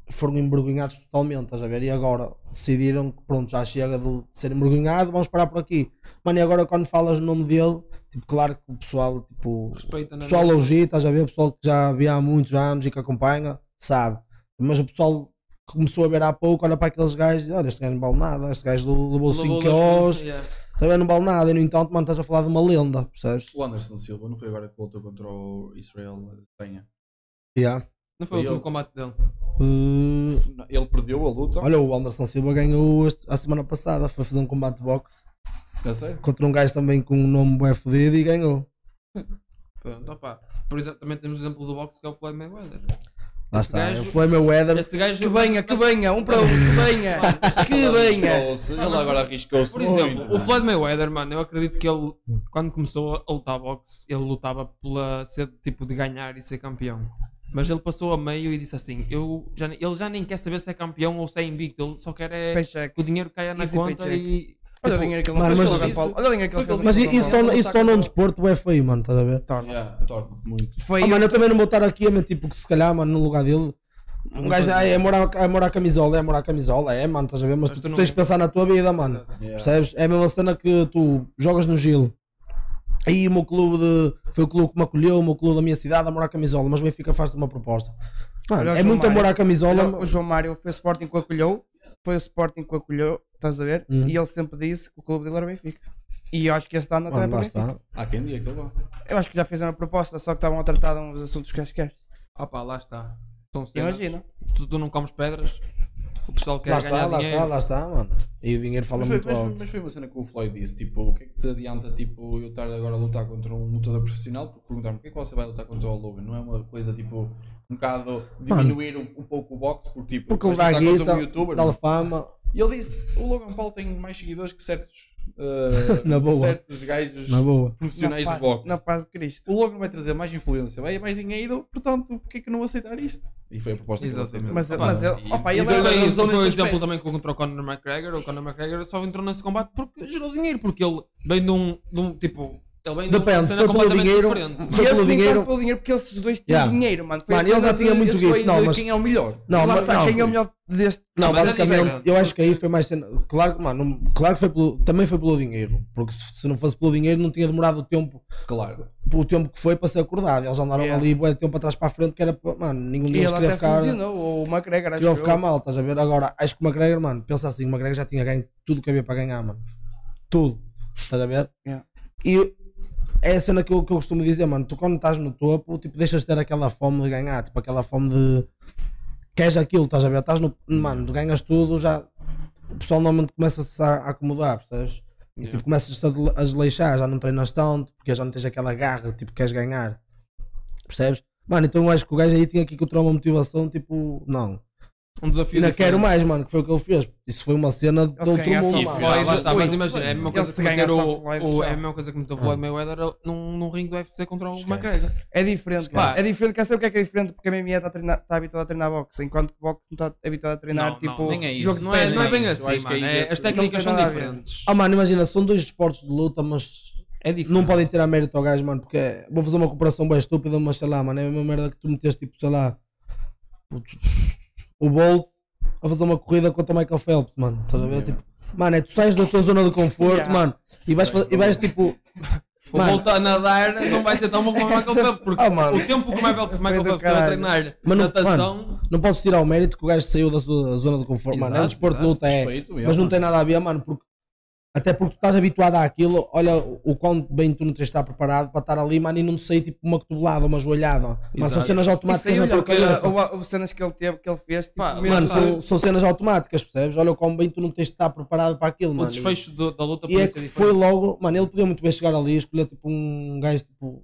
S9: Foram envergonhados totalmente, estás a ver? E agora decidiram que pronto, já chega de ser envergonhado, vamos parar por aqui. Mano, e agora quando falas o nome dele, tipo, claro que o pessoal, tipo,
S3: Respeita,
S9: o
S3: não é?
S9: pessoal elogia, estás a ver? O pessoal que já vê há muitos anos e que acompanha, sabe. Mas o pessoal que começou a ver há pouco, olha para aqueles gajos e olha, este gajo não vale nada, este gajo levou
S3: Levou
S9: 5
S3: dois pontos,
S9: KOs,
S3: yeah.
S9: também não vale nada. E no entanto, mano, estás a falar de uma lenda, percebes?
S6: O Anderson Silva não foi agora que voltou contra o Israel Penha.
S9: Yeah.
S3: Não foi o
S6: Foi
S3: último
S6: ele.
S3: combate dele.
S9: Uh,
S6: Hum, Ele perdeu a luta.
S9: olha, o Anderson Silva ganhou este- a semana passada, foi fazer um combate de boxe
S6: É sério?
S9: contra um gajo também com um nome bem fodido e ganhou.
S3: Pronto, opá. Por exemplo, também temos o exemplo do boxe que é o Floyd Mayweather.
S9: Lá
S3: Esse
S9: está,
S3: gajo-
S9: foi meu weather.
S3: Esse gajo
S10: Que venha, que venha, um para um, que venha, que venha.
S6: Arriscou-se, Ele agora arriscou-se
S3: Por
S6: muito,
S3: exemplo, o
S6: mano.
S3: Floyd Mayweather, mano, eu acredito que ele, quando começou a lutar boxe, ele lutava pela sede tipo de ganhar e ser campeão. Mas ele passou a meio e disse assim: eu já, ele já nem quer saber se é campeão ou se é invicto, ele só quer é
S10: Paycheck.
S3: que o dinheiro caia na
S10: Easy
S3: conta
S10: paycheck.
S3: e.
S10: Olha o
S3: tipo,
S10: dinheiro que ele
S9: Mano,
S10: fez
S9: mas
S10: com o Logan
S6: isso-
S10: Paul. Olha o dinheiro que ele fez
S9: Mas
S10: com o Logan
S9: isso
S10: Paul.
S9: torna, isso torna um desporto bem feio, mano, estás a ver?
S6: Yeah, torna muito.
S10: Foi
S9: Ah, mano, eu também não vou estar aqui a mentir, porque se calhar, mano, no lugar dele, um gajo "Ah, é amor à, é amor à camisola, é amor à camisola, é, mano, estás a ver? Mas tu,
S3: tu não-
S9: tens de pensar na tua vida, mano.
S6: Yeah.
S9: Percebes? É a mesma cena que tu jogas no Gil. Aí o meu clube de. Foi o clube que me acolheu, o meu clube da minha cidade, amor à camisola, mas o Benfica faz-te uma proposta. Mano,
S10: Olha o
S9: é
S10: João
S9: muito amor
S10: Mário.
S9: à camisola.
S10: Olha, o João Mário foi o Sporting que o acolheu, foi o Sporting que o acolheu, estás a ver?
S9: Hum.
S10: E ele sempre disse que o clube dele era Benfica. E eu acho que esse ano também é
S9: Mano,
S10: para
S9: lá
S10: o Benfica.
S9: está.
S6: Há quem diga que ele vá.
S10: Eu acho que já fizeram a proposta, só que estavam a tratar de uns assuntos que acho que é.
S3: Opá, lá está. São cenas.
S10: Imagina.
S3: Tu, tu não comes pedras, o pessoal quer
S9: Lá
S3: ganhar
S9: está, lá
S3: dinheiro.
S9: está, lá está, mano. E o dinheiro fala
S6: Mas foi,
S9: muito
S6: mas-
S9: alto.
S6: mas foi uma cena que o Floyd disse: tipo, o que é que te adianta tipo, eu estar agora a lutar contra um lutador profissional? Porque perguntaram porque é que você vai lutar contra o Logan? Não é uma coisa tipo, um bocado diminuir um, um pouco o boxe? Porque, tipo,
S9: Porque ele
S6: vais
S9: dá
S6: lutar contra um
S9: guita,
S6: youtuber,
S9: dá
S6: não?
S3: é?
S9: fama.
S6: E ele disse: o Logan Paul tem mais seguidores que certos, eh,
S9: <laughs> Na boa.
S6: certos gajos
S9: Na boa.
S6: profissionais
S10: na
S6: de
S10: paz,
S6: boxe.
S10: Na paz de Cristo.
S6: O Logan vai trazer mais influência, vai mais dinheiro, portanto, porquê que não aceitar isto? E foi a proposta que ele
S3: Exatamente.
S6: aceitou.
S10: Mas,
S3: Opa,
S10: mas ele,
S6: e-
S10: opa,
S3: E
S10: ele
S3: foi,
S10: é
S3: foi,
S10: razão
S3: o
S10: nesse
S3: exemplo
S10: aspecto.
S3: também contra o Conor McGregor. O Conor McGregor só entrou nesse combate porque gerou dinheiro, porque ele vem de um, de um tipo. Ele vem de uma
S9: Depende,
S3: cena
S9: foi pelo
S3: completamente
S9: dinheiro,
S3: diferente. mano.
S9: foi
S10: E esse
S9: pelo
S10: não
S9: dinheiro.
S10: está pelo dinheiro porque esses dois tinham
S9: Yeah.
S10: dinheiro, mano. Foi
S9: Mano,
S10: a
S9: ele
S10: cena
S9: já tinha
S10: de-
S9: muito
S6: Esse foi
S9: guito. Não,
S6: de
S9: mas.
S6: quem é o melhor.
S9: Não,
S10: Lá
S9: mas
S10: está,
S9: não.
S10: quem é o melhor deste.
S9: Não,
S3: Mas é
S9: basicamente,
S3: diferente.
S9: eu acho que aí foi mais cena. Claro que, mano, não- claro que foi pelo- também foi pelo dinheiro. Porque se, se não fosse pelo dinheiro, não tinha demorado o tempo,
S6: Claro.
S9: o tempo que foi para ser acordado. Eles andaram
S10: Yeah.
S9: ali bué de tempo atrás para a frente, que era para, mano, nenhum
S10: E ele
S9: deles queria
S10: até se
S9: ficar,
S10: lesionou, ou o McGregor, acho
S9: queria
S10: que
S9: ficar mal, estás a ver? Agora, acho que o McGregor, mano, pensa assim: o McGregor já tinha ganho tudo o que havia para ganhar, mano. Tudo, estás a ver?
S10: Yeah.
S9: E é a cena que eu, que eu costumo dizer, mano, tu quando estás no topo, tipo, deixas de ter aquela fome de ganhar, tipo, aquela fome de. Queres aquilo, estás a ver? Estás no. Mano, tu ganhas tudo, já, o pessoal normalmente começa-se a a acomodar, percebes? E tipo, começas-te a dele- a desleixar, já não treinas tanto, porque já não tens aquela garra, tipo, queres ganhar, percebes? Mano, então eu acho que o gajo aí tinha que encontrar uma motivação, tipo, não,
S3: um desafio
S9: Ainda
S3: diferente.
S9: quero mais, mano, que foi o que ele fez. Isso foi uma cena de
S10: se
S9: outro
S10: ganhasse
S9: mundo,
S10: ao
S3: E
S9: mano.
S10: Floyd,
S3: Floyd, lá está,
S10: ui,
S3: mas imagina, é a mesma
S10: ele
S3: coisa
S10: se
S3: que
S10: ganha
S3: meter
S10: só
S3: o,
S10: Floyd,
S3: o- é a
S10: só.
S3: mesma coisa que meter o Floyd Mayweather num, num ringue do UFC contra o
S9: Esquece.
S3: McGregor.
S10: É diferente,
S3: Pá.
S10: mano. É diferente, quer saber o que é que é diferente? Porque a MMA está a treinar- está habituada a treinar boxe, enquanto que boxe não está habituada a treinar
S3: Não,
S10: tipo
S3: não,
S6: nem é isso.
S10: jogo de
S3: Não é,
S10: pés,
S3: não é
S10: mano.
S3: bem
S6: Eu
S3: assim,
S6: acho que
S3: mano.
S6: aí
S3: é-
S6: esse-
S3: as
S10: não tem
S3: técnicas são
S10: nada a ver.
S3: diferentes.
S9: Ah, mano, imagina, são dois esportes de luta, mas
S3: É diferente.
S9: não podem tirar mérito ao gajo, mano, porque é- vou fazer uma comparação bem estúpida, mas sei lá, mano, é a mesma merda que tu meteste, tipo, sei lá, puto, o Bolt a fazer uma corrida contra o Michael Phelps, mano, estás a ver? Tipo, mano, é tu sais da tua zona de conforto,
S10: Yeah.
S9: mano, e vais, fa- e vais tipo,
S3: <laughs> O
S9: Mano.
S3: voltar a nadar não vai ser tão bom como o
S9: <laughs>
S3: Michael Phelps, porque
S9: Ah, mano.
S3: o tempo que o Michael, Michael
S10: Foi Ah, é do
S3: Phelps teve a
S10: caralho.
S3: treinar
S9: Mas não-
S3: natação,
S9: não posso tirar o mérito que o gajo saiu da sua zona de conforto, mano, é um
S3: Exato,
S9: desporto de
S3: exato,
S9: luta, é, mas não tem nada a ver, mano, porque até porque tu estás habituado àquilo, olha o- o quão bem tu não tens de estar preparado para estar ali, mano, e não te sair tipo uma cotovelada, uma joelhada, mas são
S6: Exato.
S9: cenas
S10: Isso
S9: automáticas
S10: aí,
S9: na
S10: olha,
S9: tua cabeça.
S10: ou, ou, ou cenas que ele teve, que ele fez, tipo,
S3: Pá,
S10: mesmo
S9: Mano,
S3: Claro.
S9: são, são cenas automáticas, percebes? Olha o quão bem tu não tens de estar preparado para aquilo,
S3: o
S9: mano.
S3: desfecho do- da luta
S9: E
S3: podia
S9: é
S3: ser
S9: que
S3: diferente.
S9: foi logo, mano, ele podia muito bem chegar ali e escolher tipo um gajo tipo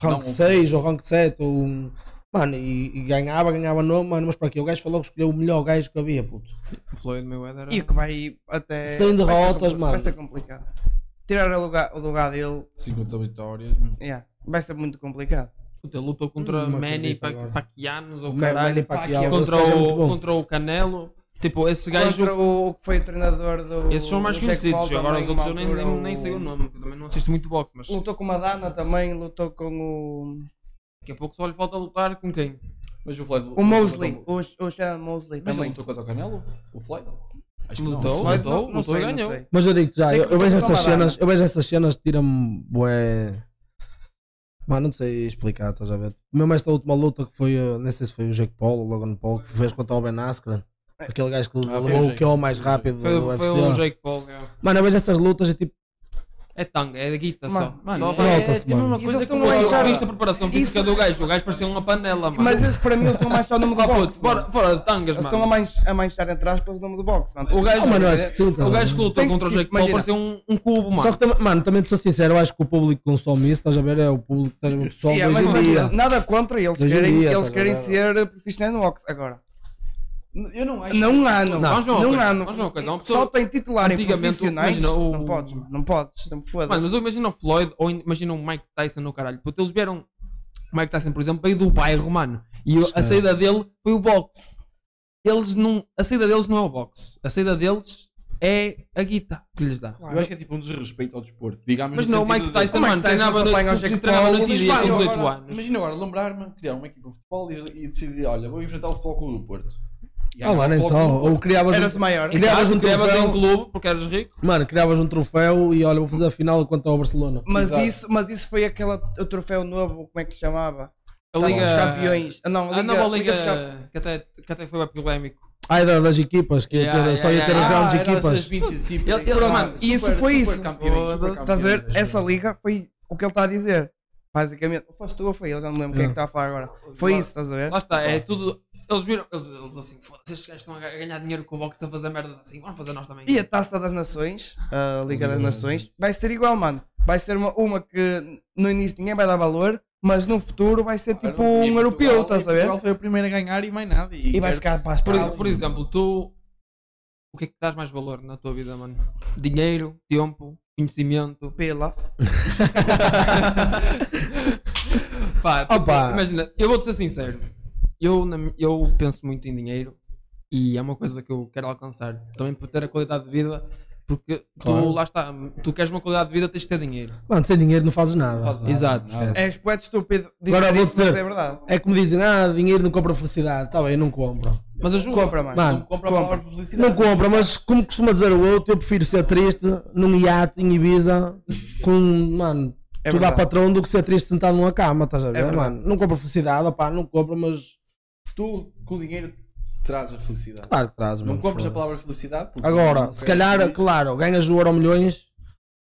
S9: rank
S6: Não, um-
S9: 6 ou rank 7 ou um. Mano, e, e ganhava, ganhava novo, mano, mas para quê? O gajo foi logo escolher o melhor gajo que havia, puto.
S3: Floyd Mayweather.
S10: E o que vai até.
S9: Sem
S10: É, vai ser
S9: derrotas,
S10: compli-
S9: mano.
S10: Vai ser complicado. Tirar o lugar, o lugar dele
S6: 50 vitórias, meu.
S10: yeah, vai ser muito complicado.
S3: Puta, ele lutou contra
S9: Hum, não
S3: Manny
S9: acredito
S3: Pa-
S9: agora.
S3: Pacquianos ou
S9: Ma-
S3: caralho.
S9: Manny Pacquiao,
S3: contra,
S9: esse gajo é muito
S3: o,
S9: bom.
S3: contra o Canelo. Tipo, esse gajo.
S10: Contra o, o que foi o treinador do.
S3: Esses são mais
S10: do Jack
S3: conhecidos.
S10: Paul
S3: Agora
S10: também,
S3: os outros eu
S10: uma
S3: nem, nem,
S10: altura,
S3: nem sei o
S10: o-
S3: nome. porque Também não assisto muito boxe, mas
S10: Lutou com uma Dana também, lutou com o.
S3: daqui a pouco só lhe falta lutar com quem?
S6: Mas o Floyd.
S10: O Mosley,
S6: Mas
S10: o, o Sean Mosley
S6: ele
S10: também.
S6: lutou contra o Canelo? O Floyd? Acho que não.
S3: Lutou,
S10: Floyd, não-
S3: lutou,
S10: não
S3: lutou e
S10: sei, não
S3: ganhou.
S10: sei.
S9: Mas eu digo já,
S10: Sei
S9: eu,
S10: que
S9: eu vejo
S10: lutou com
S9: essas
S10: uma banana.
S9: cenas, eu vejo essas cenas, tira-me bué. Mano, não sei explicar, estás a ver? Mesmo esta última luta que foi, eh, nem sei se foi o Jake Paul ou o Logan Paul que fez contra o Ben Askren. Aquele
S3: Ah,
S9: gajo que
S6: foi o
S9: levou o
S6: Jake.
S9: que é o mais rápido
S3: Foi,
S9: do
S3: foi o
S9: UFC.
S3: Jake Paul. é.
S9: Mano, eu vejo essas lutas e tipo,
S3: É tanga, é da guita só.
S10: Mano,
S6: Mano,
S3: Só
S6: só-
S3: vai-
S9: nota-se,
S3: tipo,
S9: mano.
S3: uma
S10: Isso
S3: coisa
S10: eles
S3: que
S10: estão
S3: não
S10: mais
S3: eu
S10: já-
S3: visto a é preparação física
S10: Isso-
S3: do gajo. O gajo parecia uma panela, mano.
S10: Mas eles, para mim, eles estão mais só o nome do
S3: <laughs> Pá, puto,
S10: boxe.
S3: fora,
S10: mano.
S3: fora de tangas,
S10: Eles
S3: mano.
S10: estão a mais- a manchar, entre aspas, o nome do boxe. mano.
S3: O gajo,
S9: Oh, mano, eu acho que sim, tá
S3: o gajo
S9: bem.
S3: que lutou
S10: Tem
S3: contra o
S10: que- tipo,
S3: Jake Paul
S10: imagina.
S3: parecia um, um cubo, mano.
S9: Só que, tam- mano, também te sou sincero, eu acho que o público que consome isso, estás a ver? É o público que está o pessoal
S10: Yeah,
S9: hoje
S10: é, mas
S9: em
S10: imagina,
S9: dia.
S10: nada contra eles
S9: Hoje em
S10: querem,
S9: dia,
S10: eles
S9: tá
S10: querem
S9: ligado?
S10: ser profissionais no boxe. Agora,
S6: Eu não acho.
S10: não há, não.
S3: Vamos ver uma
S10: não
S3: coisa,
S10: há,
S3: vamos ver uma coisa, É uma pessoa-
S10: Só tem titular em
S3: Antigamente,
S10: profissionais.
S3: imagina, o-
S10: Não podes, mano, não podes. Não me
S3: Mano,
S10: fodas.
S3: mas eu imagino o Floyd ou in- imagino o Mike Tyson no caralho. Puto, eles vieram. O Mike Tyson, por exemplo, veio do bairro, mano. E eu- a
S9: Esquece.
S3: saída dele foi o boxe. Eles não. A saída deles não é o boxe. A saída deles é a guita que lhes dá.
S6: Eu acho que é tipo um desrespeito ao desporto. Digamos
S3: Mas
S6: no
S3: não, o
S6: sentido
S3: Mike
S6: de-
S3: Tyson,
S10: O Mike
S3: mano,
S10: Tyson
S3: treinava
S10: só
S3: no
S10: apanha o
S3: se
S10: Jack
S3: treinava
S10: Paul,
S3: no
S10: mas
S3: TD
S10: vai,
S3: com 18
S6: agora,
S3: anos.
S6: Imagina agora lembrar-me, criar uma equipa de futebol e, e decidir, olha, vou enfrentar o Futebol Clube do Porto. E
S9: Ah, mano,
S6: há um Futebol Clube do
S9: então,
S6: Porto.
S9: ou criavas
S10: Era-se
S9: um,
S10: maior.
S9: criavas um
S3: Exato, criavas em um
S9: troféu,
S3: clube porque eras rico.
S9: mano, criavas um troféu e olha, vou fazer a final contra o Barcelona.
S10: Mas
S6: Exato.
S10: isso, mas isso foi aquele o troféu novo, como é que se chamava?
S3: A
S10: Taça
S3: Liga
S10: dos Campeões. Ah, Não, a
S3: A
S10: Liga,
S3: nova
S10: Liga dos Campeões.
S3: Liga que até, que até foi bem polémico.
S9: Ah, era das equipas, que ia
S3: Yeah,
S9: ter- só ia
S3: yeah,
S9: ter as
S3: yeah.
S9: grandes
S6: Ah, era
S9: equipas.
S6: essas 20, tipo,
S3: Ele- ele-
S6: ah,
S3: mano,
S6: super-
S10: isso foi
S6: super
S10: isso.
S6: campeões, super
S3: Foda-se.
S10: Estás a ver?
S6: campeões,
S10: Essa
S6: mano.
S10: liga foi o que ele está a dizer. Basicamente, ou foste tu ou foi ele, já não me lembro quem é que está a falar agora. Foi isso, estás a ver?
S3: Lá está, é tudo. Eles viram, eles, eles assim, foda-se, estes gajos estão a ga- ganhar dinheiro com o boxe a fazer merdas assim, vamos fazer nós também.
S10: E a Taça das Nações, a Liga das Nações, vai ser igual, mano. Vai ser uma, uma que no início ninguém vai dar valor, mas no futuro vai ser tipo
S6: E
S10: um
S6: Portugal-
S10: europeu,
S6: e
S10: estás a
S6: Portugal
S10: ver?
S6: foi o primeiro a ganhar e mais nada.
S10: E vai
S6: quero-
S10: ficar para
S3: Por,
S10: a
S3: por exemplo, tu. O que é que dás mais valor na tua vida, mano? Dinheiro, tempo, conhecimento.
S10: pela.
S3: <laughs> Pá, tu-
S9: Opa.
S3: imagina, eu vou-te ser sincero. Eu, na mi- eu penso muito em dinheiro e é uma coisa que eu quero alcançar. Também para ter a qualidade de vida, porque tu,
S9: Claro.
S3: lá está, tu queres uma qualidade de vida, tens de ter dinheiro.
S9: Mano, sem dinheiro não fazes nada.
S6: fazes nada.
S3: Exato.
S9: Esquece.
S10: És poeta estúpido dizer
S9: Ah, é Agora vou
S10: isso, mas
S9: dizer,
S10: é verdade.
S9: é como dizem, ah, dinheiro não compra felicidade. Tá bem, não compra.
S3: Mas ajuda.
S10: Compra, mano.
S9: Mano,
S6: Não compra a palavra de publicidade.
S9: Não compra, mas como costuma dizer o outro, eu prefiro ser triste num iate em Ibiza com, mano,
S10: É
S9: tudo
S10: verdade. É
S9: à patrão do que ser triste sentado numa cama, estás a ver,
S10: verdade.
S9: mano? Não compra felicidade, opá, não compra, mas
S6: Tu, com o dinheiro, traz a felicidade.
S9: claro que traz,
S6: Não
S9: mano,
S6: compras a
S9: foda-se.
S6: palavra felicidade. porque
S9: Agora,
S6: não
S9: se
S6: queres
S9: calhar,
S6: feliz.
S9: claro, ganhas o Euro Milhões,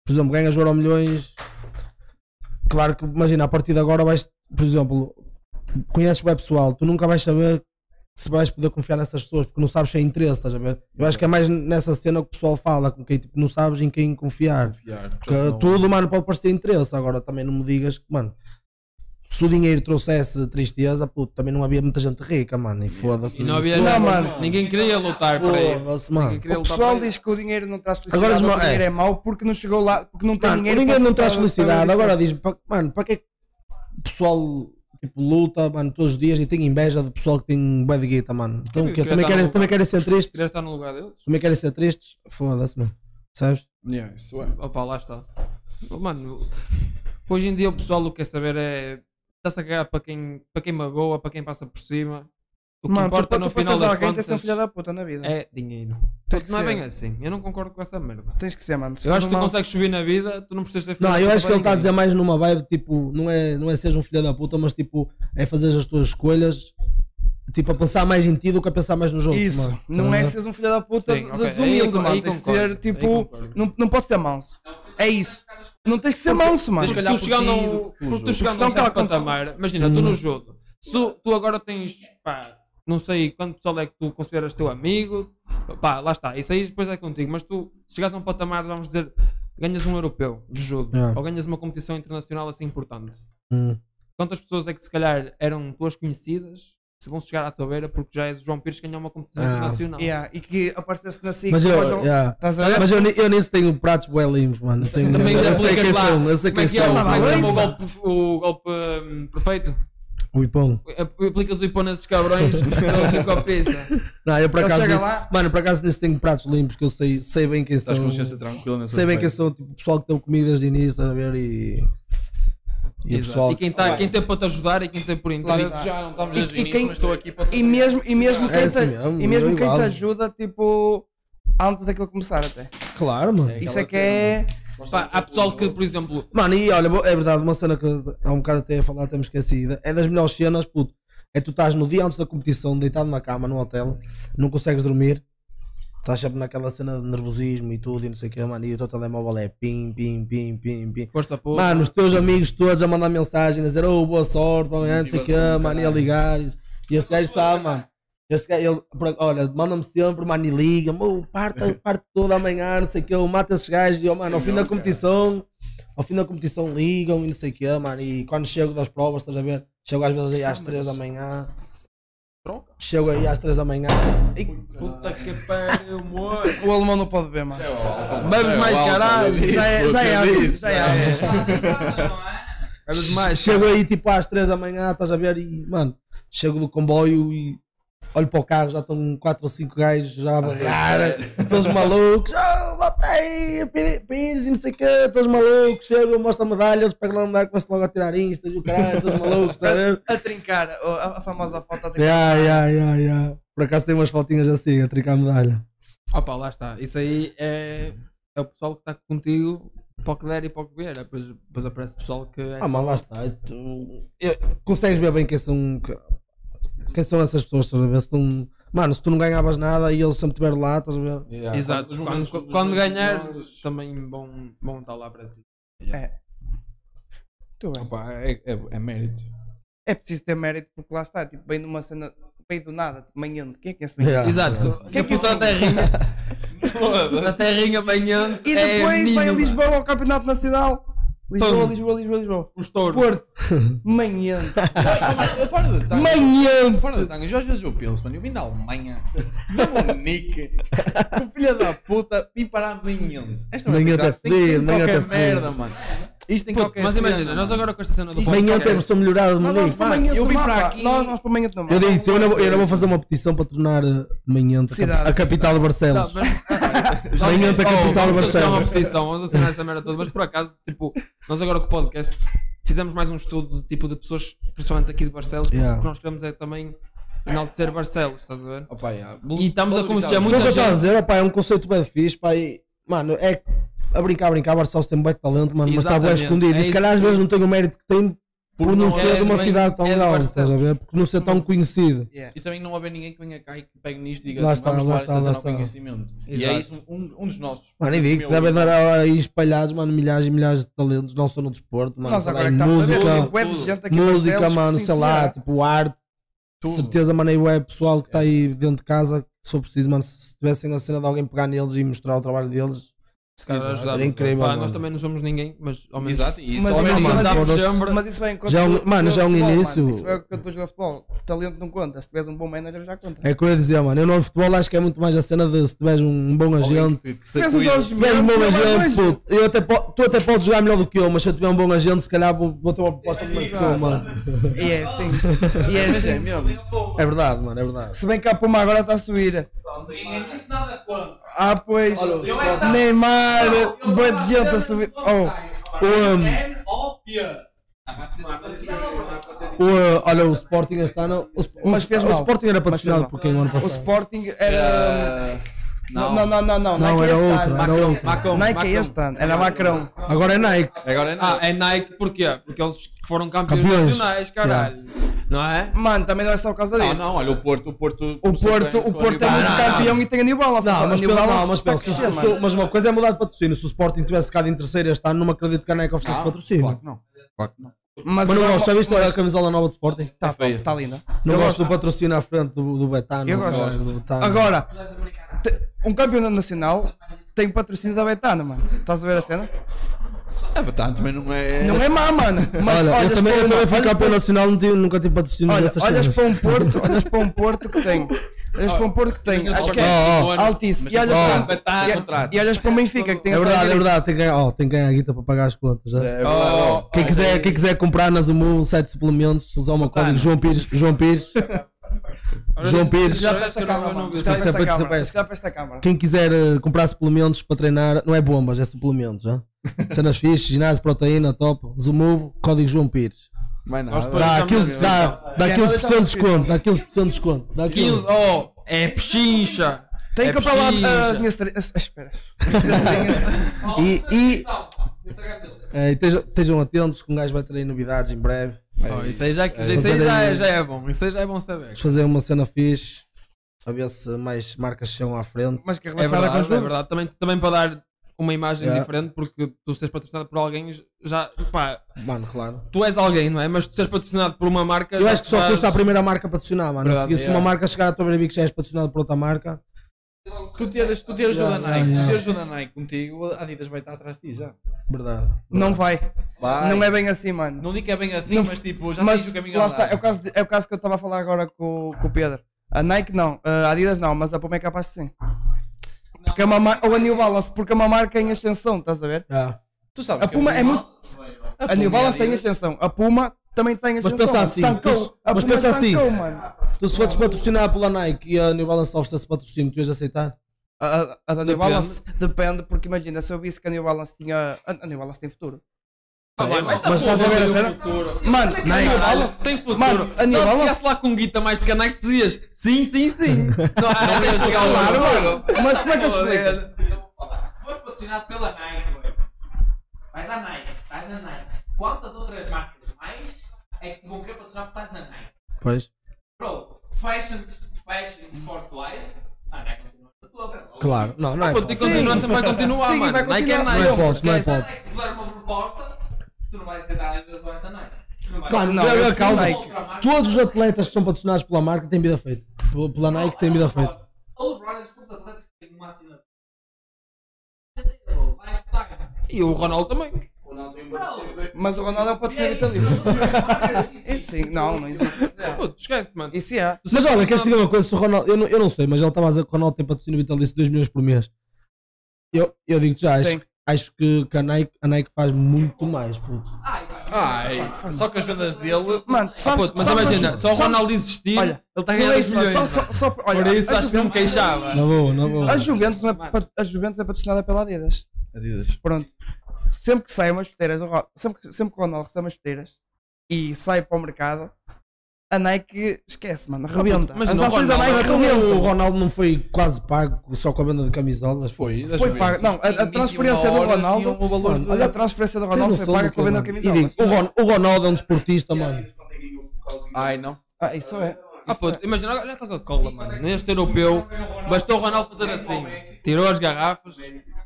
S9: por exemplo, ganhas o Euro Milhões, claro que imagina, a partir de agora vais, por exemplo, conheces bem pessoal, tu nunca vais saber se vais poder confiar nessas pessoas, porque não sabes se é interesse, estás a ver? Eu acho que é mais nessa cena que o pessoal fala, com quem tipo, não sabes em quem confiar.
S6: Confiar, porque
S9: Porque
S6: senão-
S9: tudo, mano, pode parecer interesse. Agora também não me digas que, mano, se o dinheiro trouxesse tristeza, puto, também não havia muita gente rica, mano. E foda-se.
S3: E não havia
S10: Não, mano.
S3: Ninguém queria lutar para
S9: Foda-se,
S3: isso.
S9: mano.
S3: Ninguém queria
S10: O
S3: lutar
S10: pessoal
S3: para
S10: diz
S3: isso.
S10: que o dinheiro não traz
S9: Agora
S10: felicidade,
S9: os
S10: ou
S9: ma-
S10: que o dinheiro
S9: é.
S10: é mau porque não chegou lá, porque não tem
S9: Mano,
S10: dinheiro.
S9: ninguém
S10: para-
S9: não traz
S10: para- para-
S9: felicidade.
S10: para-
S9: Agora diz, pa- mano, para que é que o pessoal tipo, luta, mano, todos os dias e tem inveja do pessoal que tem um bad guita, mano? Então
S3: Sim,
S9: o quê?
S3: queria
S9: Também
S3: dar
S9: querem,
S3: um-
S9: também querem ser
S3: Queria
S9: tristes?
S3: estar no lugar deles.
S9: Também querem ser tristes? Foda-se, mano. Sabes?
S6: Yeah, isso é.
S3: Opa, lá está. Mano, hoje em dia o pessoal o que quer saber é. Está-se a cagar para quem, para quem magoa, para quem passa por cima. O que
S10: Mano, tu,
S3: importa
S10: para
S3: no
S10: tu
S3: final
S10: passas
S3: das
S10: alguém, tens de ser um
S3: contas
S10: filho da puta na vida.
S3: é dinheiro.
S10: Tens que
S3: Não é
S10: ser.
S3: bem assim. Eu não concordo com essa merda.
S10: Tens que ser, mano. Se
S3: Eu acho
S10: for
S3: que tu
S10: mal-
S3: consegues subir na vida, tu não precisas ser filho
S9: Não,
S3: da
S9: eu
S3: puta
S9: acho que
S3: para
S9: ele está a dizer
S3: ninguém.
S9: mais numa vibe tipo, não é, não é seres um filho da puta, mas tipo, é fazer as tuas escolhas, tipo, a pensar mais em ti do que a pensar mais nos outros.
S10: Isso,
S9: mano.
S10: não é
S9: Estás a ver?
S10: seres um filho da puta
S3: Sim,
S10: de-
S3: ok. Aí
S10: desumilde,
S3: con- aí
S10: mano. Tens de
S3: concordo.
S10: ser
S3: Aí
S10: tipo.
S3: concordo.
S10: Não, não pode ser manso. É isso. Não tens que ser manso, mano.
S3: Tens que
S6: olhar
S3: tu
S6: por
S3: chegando
S6: ti
S3: a
S6: do que
S3: um-
S6: pelos
S3: porque tu
S6: outros.
S3: chegando a um
S10: Porque senão
S3: certo
S10: cala-
S3: patamar, imagina, tu no jogo, se tu agora tens, pá, não sei quanto pessoal é que tu consideras teu amigo, pá, lá está, isso aí depois é contigo, mas tu chegas a um patamar, vamos dizer, ganhas um europeu de judo,
S9: É.
S3: ou ganhas uma competição internacional assim importante,
S9: Hum.
S3: quantas pessoas é que se calhar eram tuas conhecidas, se vão chegar à tua beira porque já és o João Pires que ganhou uma competição
S9: Ah.
S3: internacional?
S10: Yeah, E que aparecesse na SIC.
S9: Mas eu,
S10: como o João-
S9: yeah.
S10: Estás a ver?
S9: Mas eu, ni- eu nem se tenho pratos bué limpos, mano. Eu, tenho,
S3: Também
S9: eu sei
S3: aplicas
S9: quem
S3: lá.
S9: são, eu sei
S3: Como é
S9: quem
S3: que é o,
S9: são.
S3: como é que se
S6: um
S3: chama o
S10: Tá
S3: golpe, o golpe hum, perfeito?
S9: O Ipão.
S3: Aplicas o ipão nesses cabrões, eles ficam a pizza.
S9: Não, eu por
S10: Ele
S9: acaso.
S10: chega
S9: Nisso,
S10: lá-
S9: Mano, por acaso nisso tenho pratos limpos que eu sei, sei bem quem são.
S6: Estás com consciência tranquila nessa
S9: Sei bem quem são, tipo, o pessoal que tem comidas de início, estás a ver? E. E o
S3: Exato.
S9: pessoal.
S3: E quem, tá, quem tem para te ajudar e quem tem por
S6: Lá
S3: interesse.
S6: está, já não estamos
S10: E-
S6: desde
S10: e
S6: o início,
S10: quem-
S6: mas estou aqui para te
S10: E mesmo, e mesmo
S9: É
S10: quem,
S9: assim
S10: te,
S9: mesmo,
S10: e mesmo
S9: é
S10: quem te
S9: igual.
S10: ajuda, tipo, antes daquilo começar até.
S9: Claro, mano.
S6: É
S10: Isso
S6: aquela
S10: é que é.
S3: Pá, há
S6: um
S3: pessoal que, por exemplo,
S9: Mano, e olha, bo- é verdade, uma cena que há um bocado até ia falar, até me esqueci. É das melhores cenas, puto. É tu estás no dia antes da competição, deitado na cama, no hotel, não consegues dormir, estás sempre naquela cena de nervosismo e tudo, e não sei o que, mano. E o teu telemóvel é pim, pim, pim, pim, pim.
S3: força porra.
S9: Mano, os teus amigos todos a mandar mensagem, a dizer, oh, boa sorte, para amanhã, não sei o que,
S6: Motivação,
S9: mano, e a
S6: caralho.
S9: ligar. E e este gajo sabe, mano. Este gajo, ele, por- olha, manda-me sempre, mano, e liga-me, oh,
S6: <laughs>
S9: parte, parte toda amanhã, não sei o que, mata esses gajos, e, oh, mano, ao
S6: Sim,
S9: fim da
S6: não, cara.
S9: competição, ao fim da competição ligam e não sei o que, é, mano, e quando chego das provas, estás a ver, chego às vezes aí às 3 da manhã,
S3: Troca.
S9: chego aí às 3 da manhã, e,
S3: Puta que pariu, moço.
S10: O alemão não pode ver, mano. é
S3: Bebes mais caralho.
S10: Já é, já é, hábito, já é. hábito.
S3: Bebes mais.
S9: chego aí tipo às 3 da manhã, estás a ver, e, mano, chego do comboio e olho para o carro, já estão 4 ou 5 gajos já
S10: Ah,
S9: a barrar, todos malucos, oh, volta aí, Pires, Pires, e não sei o quê, todos malucos, chego, mostro a medalha, eles pegam lá a medalha, começam logo a tirar isto, e o caralho, todos malucos, estás a ver?
S10: A trincar, a, a famosa foto a trincar.
S9: Ya, ya, ya, ya. Por acaso tem umas fotinhas assim, a trincar a medalha.
S3: Opa, lá está. Isso aí é, é o pessoal que está contigo para o que der e para o que vier. Depois, depois aparece pessoal que é.
S9: Ah, mas lá está. eu- tu- eu- consegues ver bem quem são, que- quem são essas pessoas, estás a ver? Se tu- mano, se tu não ganhavas nada e eles sempre estiveram lá, estás a ver?
S3: Exato. Quando, quando, ganhares, também vão, vão estar lá para ti.
S10: É. Muito bem.
S6: Opa, é, é- é mérito.
S10: É preciso ter mérito porque lá está, tipo, bem numa cena, bem do nada, tipo, manhã, quem é que é esse manhã?
S9: Yeah.
S3: Exato.
S10: Quem é que
S3: Tipo, só a
S10: isso-
S3: terrinha. <laughs> Na terrinha banhante.
S10: E
S3: é
S10: depois vai a
S3: mínima.
S10: Lisboa ao Campeonato Nacional. Lisboa,
S3: Pum.
S10: Lisboa, Lisboa, Lisboa.
S3: Um estouro. <laughs>
S10: Porto, manhã.
S6: Fora
S10: tá.
S6: de tanga.
S10: Manhã.
S6: Fora de tanga. Já às vezes eu penso, mano, eu vim da Alemanha, da Munique, com filha da puta, vim para amanhã. Esta
S9: Manhã
S6: merda
S9: tá
S6: tem que ter
S9: fedido, manhã
S6: qualquer
S9: tá
S6: merda, mano. Isto tem
S3: Puto,
S6: qualquer
S3: mas
S6: cena,
S3: imagina,
S6: mano.
S3: nós agora com esta cena do
S6: Isto-
S9: Amanhã
S3: podcast-
S9: temos versão melhorada de
S10: Nós vamos
S9: Munique.
S10: para manhã
S6: eu
S10: do
S6: vim
S10: mapa.
S6: para aqui-
S10: Nós vamos para manhã do mapa.
S9: Eu digo-te, eu, não vou- eu não vou fazer uma petição para tornar eh, manhã a, cap-
S10: Cidade.
S9: a capital de
S3: Tá,
S9: Barcelos.
S3: mas-
S9: Manhã tá
S3: Oh,
S9: capital
S3: vamos
S9: Barcelos.
S3: assinar uma petição, vamos assinar essa merda toda, mas por acaso, tipo, nós agora com o podcast fizemos mais um estudo de tipo de pessoas, principalmente aqui de Barcelos, porque
S9: Yeah.
S3: o que nós queremos é também enaltecer Barcelos, tá? estás a ver?
S6: Opa, yeah.
S3: E estamos a conhecer
S9: Foi o
S3: muita
S9: que eu estava a
S3: gente.
S9: dizer, opá, é um conceito bem fixe, pá, e, mano, é que- a brincar, a brincar, Barcelos tem bem de talento, mano, mas está bem
S3: Exatamente,
S9: escondido.
S3: é
S9: e se calhar
S3: isso
S9: às vezes não tem o mérito que tem por
S3: não
S9: não
S3: é
S9: ser de uma
S3: bem-
S9: cidade tão
S3: é de
S9: grande, estás a
S3: Barcelos.
S9: ver? Por não ser tão
S3: Mas-
S9: conhecido.
S6: E também não haver ninguém que venha cá e que pegue nisto e diga
S9: Lá
S6: assim,
S9: está,
S6: vamos
S9: lá
S6: levar esta
S9: está, lá
S6: cena ao
S9: está.
S6: conhecimento. E é isso um, um dos nossos.
S9: Mano, e digo,
S6: Meu,
S9: deve dar aí espalhados, mano, milhares e milhares de talentos, não só no desporto, mano.
S10: Nós
S9: sei lá,
S10: agora que
S9: em
S10: estamos a ver,
S9: música,
S10: tem bué de gente aqui em
S9: música,
S10: Barcelos que
S9: mano,
S10: se
S9: sei lá,
S10: insere.
S9: tipo arte,
S6: tudo.
S9: certeza, mano, aí é pessoal que está aí dentro de casa, que se for preciso, mano, se tivessem a cena de alguém pegar neles e mostrar o trabalho deles,
S3: Se calhar
S9: Exato,
S3: ajudava.
S9: era incrível,
S3: Pá,
S9: mano.
S3: nós também não somos ninguém, mas ao menos.
S6: Exato, e
S10: Mas
S6: só
S10: ao
S6: mesmo
S10: menos
S6: mandar-
S10: mandar-
S3: foda-se.
S9: Mas,
S10: Mas isso vai em conta.
S9: Já é um-
S10: do-
S9: mano,
S10: do
S9: já é um
S10: futebol, mano.
S9: início.
S10: Isso vai o que eu estou a jogar futebol. Talento não conta. Se tiveres um bom manager, já conta.
S9: É o que eu ia dizer, mano. Eu no futebol acho que é muito mais a cena de se tiveres um bom agente.
S6: Se
S10: tiveres uns olhos
S9: Se tiveres um bom
S10: Mas, é
S9: agente,
S10: mas-
S9: puto, eu até po- tu até podes jogar melhor do que eu, mas se eu tiver um bom agente, se calhar vou, vou ter uma proposta melhor do que eu, mano.
S10: E é
S9: <laughs>
S10: assim. E é
S6: Mas é
S10: assim.
S6: mesmo.
S9: É verdade, mano, é verdade.
S10: Se bem que a Puma agora está a subir.
S3: Ninguém disse nada quando.
S10: Ah, pois.
S3: eu é que tá-
S10: Neymar. Boa de gente a subir. Oh.
S9: O,
S3: É
S6: Ah,
S9: o, olha, o Sporting este ano. O, Sp-
S10: Mas fez
S9: o
S10: mal.
S9: Sporting era patrocinado
S10: mal.
S9: por quem o ano
S10: O
S9: passado?
S10: Sporting era. Não, não, não, não. Não,
S9: Não,
S10: Nike
S9: era
S10: este
S9: outro,
S10: ano. é
S9: era outro.
S6: Macron,
S10: Nike
S6: Macron.
S10: este
S3: É
S10: ano. Era Macron.
S9: Agora é Nike.
S6: Agora é não.
S3: Ah, é Nike porquê? Porque eles foram campeões,
S9: Campeões.
S3: nacionais, caralho. Não é?
S10: Mano, também não é só por causa
S6: não,
S10: disso.
S6: não, olha, o Porto, o Porto.
S10: O Porto, o Porto é muito campeão e tem a New Balance.
S9: Não, mas,
S10: a New
S9: pelo- não,
S10: Balance
S9: mas,
S10: está a
S9: pelo- se-
S10: crescer,
S9: se-
S10: mano.
S9: mas uma coisa é mudar de patrocínio. Se o Sporting tivesse ficado em terceiro este ano, não me acredito que a Nike oferecesse patrocínio.
S6: Claro que não. Claro que não.
S9: Mas, não gosto, já viste a camisola nova do Sporting?
S10: Está
S6: feia.
S10: tá linda.
S9: Não
S10: Eu
S9: gosto do patrocínio à frente do, do Betano.
S10: Eu
S9: não
S10: gosto.
S9: do Betano.
S10: Agora, te- um campeonato nacional tem patrocínio da Betano, mano. Estás a ver a cena?
S6: É, mas tá, também não é.
S10: Não é má, mano. Mas
S9: olha,
S10: olhas
S9: eu também,
S10: para
S9: eu
S10: um-
S9: também fui
S10: olhas para-
S9: campeão nacional, não tive- nunca tive patrocínio
S10: Olha,
S9: dessas
S10: olhas
S9: cenas.
S10: para um Porto, olhas para um Porto que
S3: <laughs>
S10: tem. Olhas para um Porto que tem. Acho que é
S9: Oh, oh,
S10: altíssimo. E olhas
S6: Oh,
S10: para- um-
S3: tá,
S6: Betano,
S10: e-
S6: contrato.
S10: E olhas para o Benfica que tem
S9: É
S10: a
S9: verdade, é
S10: Frederic.
S9: verdade. Tem que ganhar, oh, tem que ganhar a guita para pagar as contas. já.
S6: É verdade, ó.
S9: Quem quiser, quem quiser comprar na Zumu, site de suplementos, usar o meu código João Pires.
S3: <laughs>
S9: João Pires. João Pires.
S3: Já está a não vi
S10: Se calhar
S9: Isso
S10: para esta
S9: é para-
S10: câmara,
S9: isso é-
S10: se calhar para esta câmara.
S9: Quem quiser eh, comprar suplementos para treinar, não é bombas, é
S10: <laughs>
S9: suplementos. já. Cenas fixas, ginásio, proteína, top. Zumu, código João Pires.
S6: Mais nada.
S3: Nós depois
S9: Dá
S3: já
S9: 15%,
S3: me-
S9: dá, dá 15
S10: é
S9: de desconto. Dá 15 de desconto. Dá
S3: 15,
S9: 15.
S3: oh, é pechincha.
S10: Tem
S3: É
S10: que comprar lá ah,
S3: pechincha.
S10: as minhas. tre- as- Espera. <laughs>
S9: E, e, eh, estejam- estejam atentos que um gajo vai ter aí novidades em breve.
S3: Oh, isso aí, já, isso aí
S9: fazer- um-
S3: já, é- já é bom, isso aí já é bom saber.
S9: Vamos fazer uma cena fixe. A ver se mais marcas chegam à frente.
S10: Mas que
S3: É
S10: relacionada com
S3: verdade,
S10: o
S3: é
S10: jogo.
S3: verdade. Também, também para dar uma imagem
S9: Yeah.
S3: diferente, porque tu seres patrocinado por alguém, já, pá,
S9: Mano, claro.
S3: tu és alguém, não é? Mas tu seres patrocinado por uma marca.
S9: Eu
S3: já
S9: acho que só
S3: faz-
S9: custa a primeira marca patrocinar, mano.
S6: Verdade,
S9: se se
S6: é.
S9: uma marca chegar à tua beira e ver que já és patrocinado por outra marca,
S6: Tu teres, tu teres
S9: Yeah,
S6: o da Nike,
S9: yeah,
S6: tu
S9: yeah.
S6: teres o da Nike contigo, a Adidas vai estar atrás de ti já.
S9: verdade.
S10: Não vai.
S6: Vai.
S10: Não é bem assim, mano.
S6: Não digo que é bem assim,
S10: Não-
S6: mas tipo, já
S10: mas
S6: tens o caminho
S10: lá
S6: andado.
S10: está, é o caso, de- é o caso que eu estava a falar agora com, com o Pedro. A Nike não, a Adidas não, mas a Puma é capaz de sim. Porque é uma mar- ou a New Balance, porque é uma marca em ascensão, estás a ver?
S9: Já.
S6: Tu sabes
S10: A
S6: que
S10: Puma é muito. A é New
S6: Puma e a
S10: Balance tem
S6: Adidas.
S10: ascensão, a Puma também tem ascensão.
S9: pensa
S10: mano.
S9: assim,
S10: Tancou.
S9: mas-
S10: A
S9: mas
S10: Puma
S9: pensa assim.
S10: tancou, mano.
S9: Tu se fosses patrocinado pela Nike e a New Balance oferecesse patrocínio, tu ias aceitar?
S10: A, a-
S6: Ah,
S10: a da New
S3: Depende.
S10: Balance depende, porque imagina, se eu visse que a New Balance tinha. A, a New Balance tem futuro.
S3: Ah, bem, mano,
S10: Mas estás a ver a cena? Mano,
S3: Caralho,
S10: New Balance.
S3: tem futuro.
S10: Mano, a New
S3: Se ela
S10: Balance-
S3: chegasse lá com guita mais de que a Nike, dizias sim,
S10: <laughs>
S3: sim, sim. não, não ia chegar
S10: Claro,
S3: lá.
S10: mano. Mas como é que eu explico?
S14: Então, Se fores patrocinado pela Nike, ué, vais à Nike, estás na Nike. Quantas outras marcas mais é que te vão querer patrocinar porque estás na Nike?
S9: Pois.
S14: Bro, fashion, fashion sport-wise,
S3: Ah,
S14: a
S3: é
S14: Nike continua na tua, bro.
S9: Claro. Não, não é.
S3: Pô, tem que continuar, sempre vai continuar,
S10: Sim,
S3: mano.
S10: vai
S3: Nike é
S10: continuar
S9: Não é
S3: Nike.
S9: hipótese, não é
S14: Se a
S9: hipótese.
S14: Nike te der uma proposta, tu não vais aceitar a Adidas ou esta Nike. Não vais
S9: Claro, não,
S10: Não,
S9: é
S10: eu
S9: a causa.
S10: defendo
S14: Outra marca-
S9: Todos os atletas que são patrocinados pela marca têm vida feita. Pela- Pela Nike têm vida feita.
S14: O LeBron é dos poucos atletas que tem uma assinatura. Lifetime.
S3: E o Ronaldo também.
S14: Bro,
S10: Mas o Ronaldo é um patrocínio
S14: são
S10: vitalício.
S14: duas marcas que
S10: Isso sim, não, não existe.
S3: <laughs>
S10: Isso é.
S3: Pô, esquece, mano.
S10: Isso é.
S9: Mas olha, queres dizer uma coisa? Se o Ronaldo, eu, não, eu não sei, mas ele estava a dizer que o Ronaldo tem patrocínio vitalício de 2 milhões por mês. Eu, eu digo-te já, acho,
S10: Tem.
S9: acho que, que a, Nike, a Nike faz muito mais, puto.
S6: Ai, só que as vendas dele.
S10: Mano,
S3: Ah,
S10: sabes,
S3: puto, mas
S10: sabes-
S3: imagina, só o
S10: sabes-
S3: Ronaldo existir,
S10: Olha,
S3: ele está a
S10: Não
S3: ganhar
S10: é
S3: 2
S10: isso, mano.
S3: milhões.
S10: Só, só, só, olha,
S3: Por isso
S10: a
S3: acho que não me
S10: Juventus-
S14: Ah.
S3: queixava.
S9: Não vou, não vou.
S10: A Juventus, não é, pa- a Juventus é patrocinada pela Adidas.
S6: Adidas.
S10: Pronto. Sempre que saem umas chuteiras, o Ro- sempre, que- sempre que o Ronaldo recebe umas chuteiras e sai para o mercado, a Nike esquece, mano, rebenta.
S3: mas
S10: As
S6: um
S3: não,
S10: ações da
S3: Ronaldo-
S10: Nike
S9: O
S10: rebentam.
S9: Ronaldo não foi quase pago só com a venda de camisolas.
S6: Foi, das
S10: Foi
S6: Juventus.
S10: pago. Não, a- a
S6: Em
S10: transferência
S6: 21
S10: do
S6: horas
S10: Ronaldo-
S6: tinham O um valor do-
S10: Olha, a transferência do Ronaldo foi paga com a venda de camisola.
S9: é? o, Ron- o Ronaldo é um desportista, mano.
S3: é
S6: Ai, não.
S10: Ah, isso é.
S3: Ah, puto, imagina, olha a Coca-Cola, mano. Neste europeu, bastou o Ronaldo fazer assim: tirou as garrafas,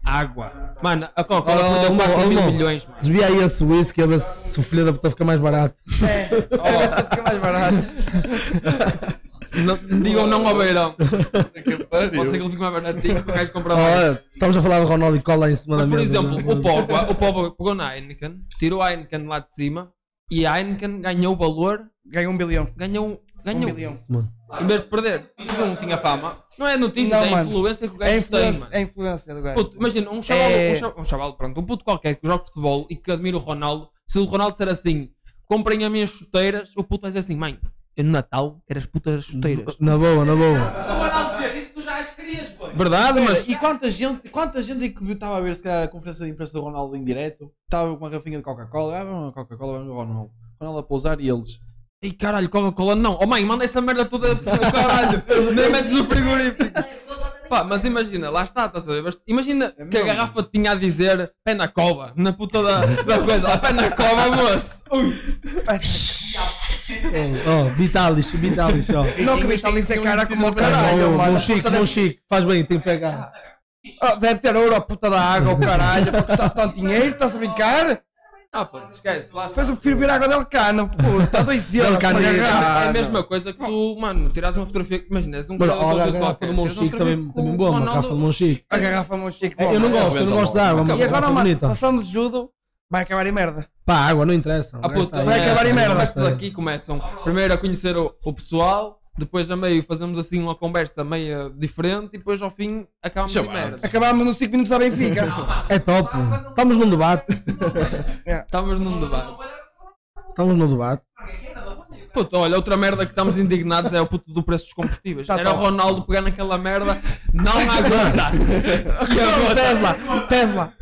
S3: água. Mano, a Coca-Cola
S9: Oh,
S3: perdeu
S9: oh,
S3: 4
S9: oh,
S3: mil
S9: oh.
S3: milhões, mano.
S9: Desvia aí esse whisky a ver se o filho da puta fica mais barato.
S10: É, oh. fica mais barato.
S3: Não- digam não ao
S9: <laughs>
S3: beirão.
S6: Pode
S3: ser que ele fique mais baratinho que o gajo compra mais.
S9: Olha, estamos a falar de Ronaldo e Cola em cima
S3: Mas,
S9: da
S3: por
S9: mesa.
S3: exemplo,
S9: não é?
S3: o Pogba, o Pogba pegou na Heineken, tirou a Heineken lá de cima e a Heineken ganhou valor.
S10: Ganhou um bilhão.
S3: Ganhou, ganhou.
S10: Um bilhão.
S3: Em vez de perder. Porque Não tinha fama. Não é notícia,
S10: Não,
S3: é a
S10: mano.
S3: influência que o gajo
S10: É a
S3: tem.
S10: influência-
S3: mano.
S10: é a influência do gajo.
S3: Puto, imagina, um chaval,
S10: É-
S3: um, chaval, um chaval, pronto, um puto qualquer que joga futebol e que admira o Ronaldo, se o Ronaldo disser assim, comprem as minhas chuteiras, o puto vai dizer assim, mãe, eu no Natal era as putas chuteiras.
S9: Na boa, na boa.
S14: Se o Ronaldo dizer isso, tu já as querias, boi.
S3: Verdade,
S6: Espera,
S3: mas-
S6: E quanta gente, quanta gente é que estava a ver, se calhar, a conferência de imprensa do Ronaldo em direto? Estava com uma garrafinha de Coca-Cola. Ah, vamos a Coca-Cola, vamos ao Ronaldo. Ronaldo a pousar e eles.
S3: Ei, caralho, Coca-Cola não. Oh mãe, manda essa merda toda, <laughs> caralho. Nem metes no frigorífico. Pá, mas imagina, lá está, estás a ver? Mas
S10: É
S3: Imagina que a garrafa tinha a dizer pé na cova, na puta da, da coisa. Ó, pé na cova, moço. Ui.
S9: Oh, Vitalis, Vitalis, ó.
S10: Não, que Vitalis é cara como o
S9: Caralho,
S10: caralho, mano.
S9: Bom chico, bom chico. Faz bem, tem que pegar.
S10: Ah, deve ter ouro, a puta da água, o caralho, porque está tanto dinheiro, estás a brincar?
S3: Ah, pô, esquece, lá está.
S10: Faz o prefiro vir água del cano, pô, está dois euros.
S9: Del Cano
S10: por
S9: é-
S10: garrafa.
S3: É a mesma coisa que tu, mano, tiras uma fotografia. Imagina, és um
S9: Mas
S3: cara
S9: ó, a
S3: conteúdo
S9: garrafa do
S3: qualquer, tiras uma
S9: Monchique também,
S3: fotografia
S9: também
S3: com
S9: boa,
S3: o
S9: uma garrafa do
S3: Ronaldo.
S9: Monchique.
S10: A garrafa Monchique, bom,
S9: Eu não
S10: mano.
S9: gosto, eu não gosto de água, mas
S10: E
S9: uma
S10: agora,
S9: garrafa
S10: mano,
S9: bonita.
S10: passamos de judo, vai acabar em merda.
S9: Pá, água não interessa.
S3: Ah, puto,
S10: Vai
S3: é,
S10: acabar em merda.
S3: Estas aqui começam primeiro a conhecer o, o pessoal, depois a meio fazemos assim uma conversa meio diferente e depois ao fim acabamos em
S6: Chamados.
S3: merda.
S10: Acabámos nos 5 minutos à Benfica.
S9: É top, mano. Estamos num debate.
S10: É.
S3: Estamos num debate.
S9: Estamos num debate.
S3: Puto, olha, outra merda que estamos indignados é o puto do preço dos combustíveis.
S10: Tá,
S3: Era
S10: tá.
S3: o Ronaldo pegar naquela merda,
S9: <laughs>
S3: não aguenta.
S9: é
S3: E
S10: Não,
S3: agora?
S10: Tesla, Tesla.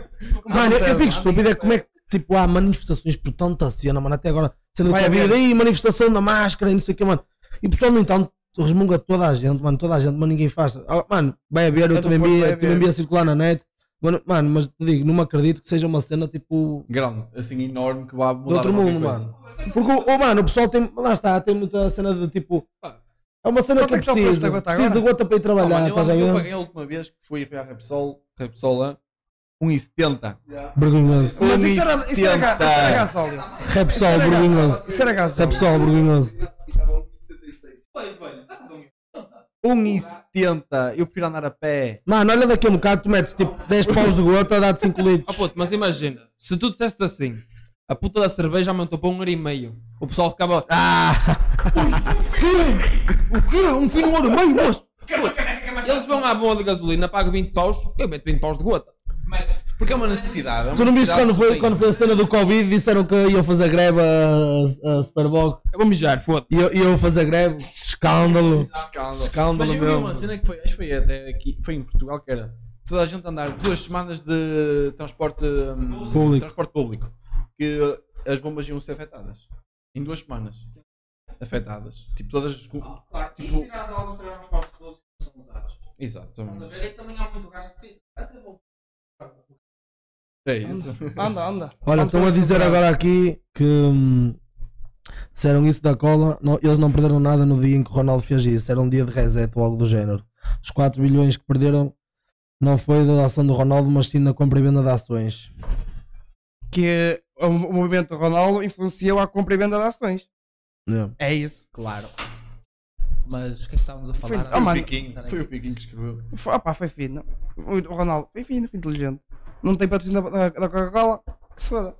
S9: Mano, eu- eu fico estúpido. É como é que tipo, há manifestações por tanta cena, mano. Até agora, sendo
S10: Vai
S9: a
S10: haver.
S9: vida aí, manifestação da máscara e não sei o que, mano. E o pessoal, no entanto, resmunga toda a gente, mano. Toda a gente, mas ninguém faz. Ah, Mano, vai haver, eu,
S10: Eu
S9: também
S10: depois
S9: vi,
S10: vai
S9: também
S10: haver.
S9: vi a circular na net. Mano, mano, mas te digo, não me acredito que seja uma cena tipo.
S6: Grande, assim enorme que vai mudar.
S9: do outro
S6: qualquer
S9: mundo,
S6: coisa.
S9: mano. Porque, o- o mano, o pessoal tem. Lá está, tem muita cena de tipo. É uma cena
S10: Quanto
S9: que
S10: é que
S9: eu
S10: está o preço
S9: preciso.
S10: da gota
S9: Preciso de
S10: agora?
S9: gota para ir
S6: Não,
S9: trabalhar,
S6: mano,
S9: estás a
S6: eu, eu
S9: ver?
S6: paguei a última vez que fui fui à Repsol, um Repsol lá, 1,70.
S9: Vergonhoso.
S10: Mas isso era, isso era, ga- isso era
S6: 1,70.
S10: gasóleo.
S9: Repsol, vergonhoso.
S10: Isso era gasóleo.
S9: Repsol, vergonhoso.
S14: Pois, boi, dá razão.
S6: 1,70. Eu prefiro andar a pé.
S9: Mano, olha daqui a um bocado, tu metes tipo 10 paus de gota, dá-te 5
S3: Ah,
S9: litros.
S3: puto, mas imagina, se tu dissesse assim, a puta da cerveja aumentou para um euro e meio, o pessoal ficava. "Ah,
S9: O quê? Um fim no ouro meio, moço?
S3: Eles vão à bomba de gasolina, pago 20 paus, eu meto 20 paus de gota.
S6: Porque é uma necessidade. é uma
S9: Tu não viste
S6: necessidade
S9: quando
S6: que
S9: foi,
S6: tens.
S9: quando foi a cena do Covid disseram que iam fazer greve a, a Superboc?
S3: Eu vou mijar, foda-se.
S9: E eu- iam fazer greve? Que Escândalo.
S6: Escândalo.
S9: Escândalo
S6: Mas eu vi uma
S9: mesmo.
S6: cena que foi, acho que foi até aqui, foi em Portugal, que era toda a gente andar duas semanas de transporte hum,
S9: Público.
S6: transporte público que uh, as bombas iam ser afetadas. Em duas semanas. Afetadas. Tipo, todas as. cu-
S14: Ah, Claro, e se tirares algum transporte público que são usados?
S6: Exato.
S14: Estás a ver? E também há muito gasto disso. Até bom.
S6: É isso.
S10: Anda,
S6: <laughs>
S10: anda. Vamos um
S9: Olha, estão a
S10: todos
S9: dizer
S10: comprar.
S9: agora aqui que hum, disseram isso da cola. não- eles não perderam nada no dia em que o Ronaldo fez isso. Era um dia de reset ou algo do género. Os 4 bilhões que perderam não foi da ação do Ronaldo, mas sim da compra e venda de ações.
S10: Que o o movimento do Ronaldo influenciou a compra e venda de ações.
S9: Yeah.
S10: É isso.
S6: Claro. Mas o que é que estávamos a falar?
S10: Ah, mas-
S6: Foi, o Piquinho, foi o Piquinho que escreveu.
S10: Foi, opá, foi fino. O o Ronaldo foi fino, foi inteligente. Não tem patrocínio da, da- da Coca-Cola, que se foda.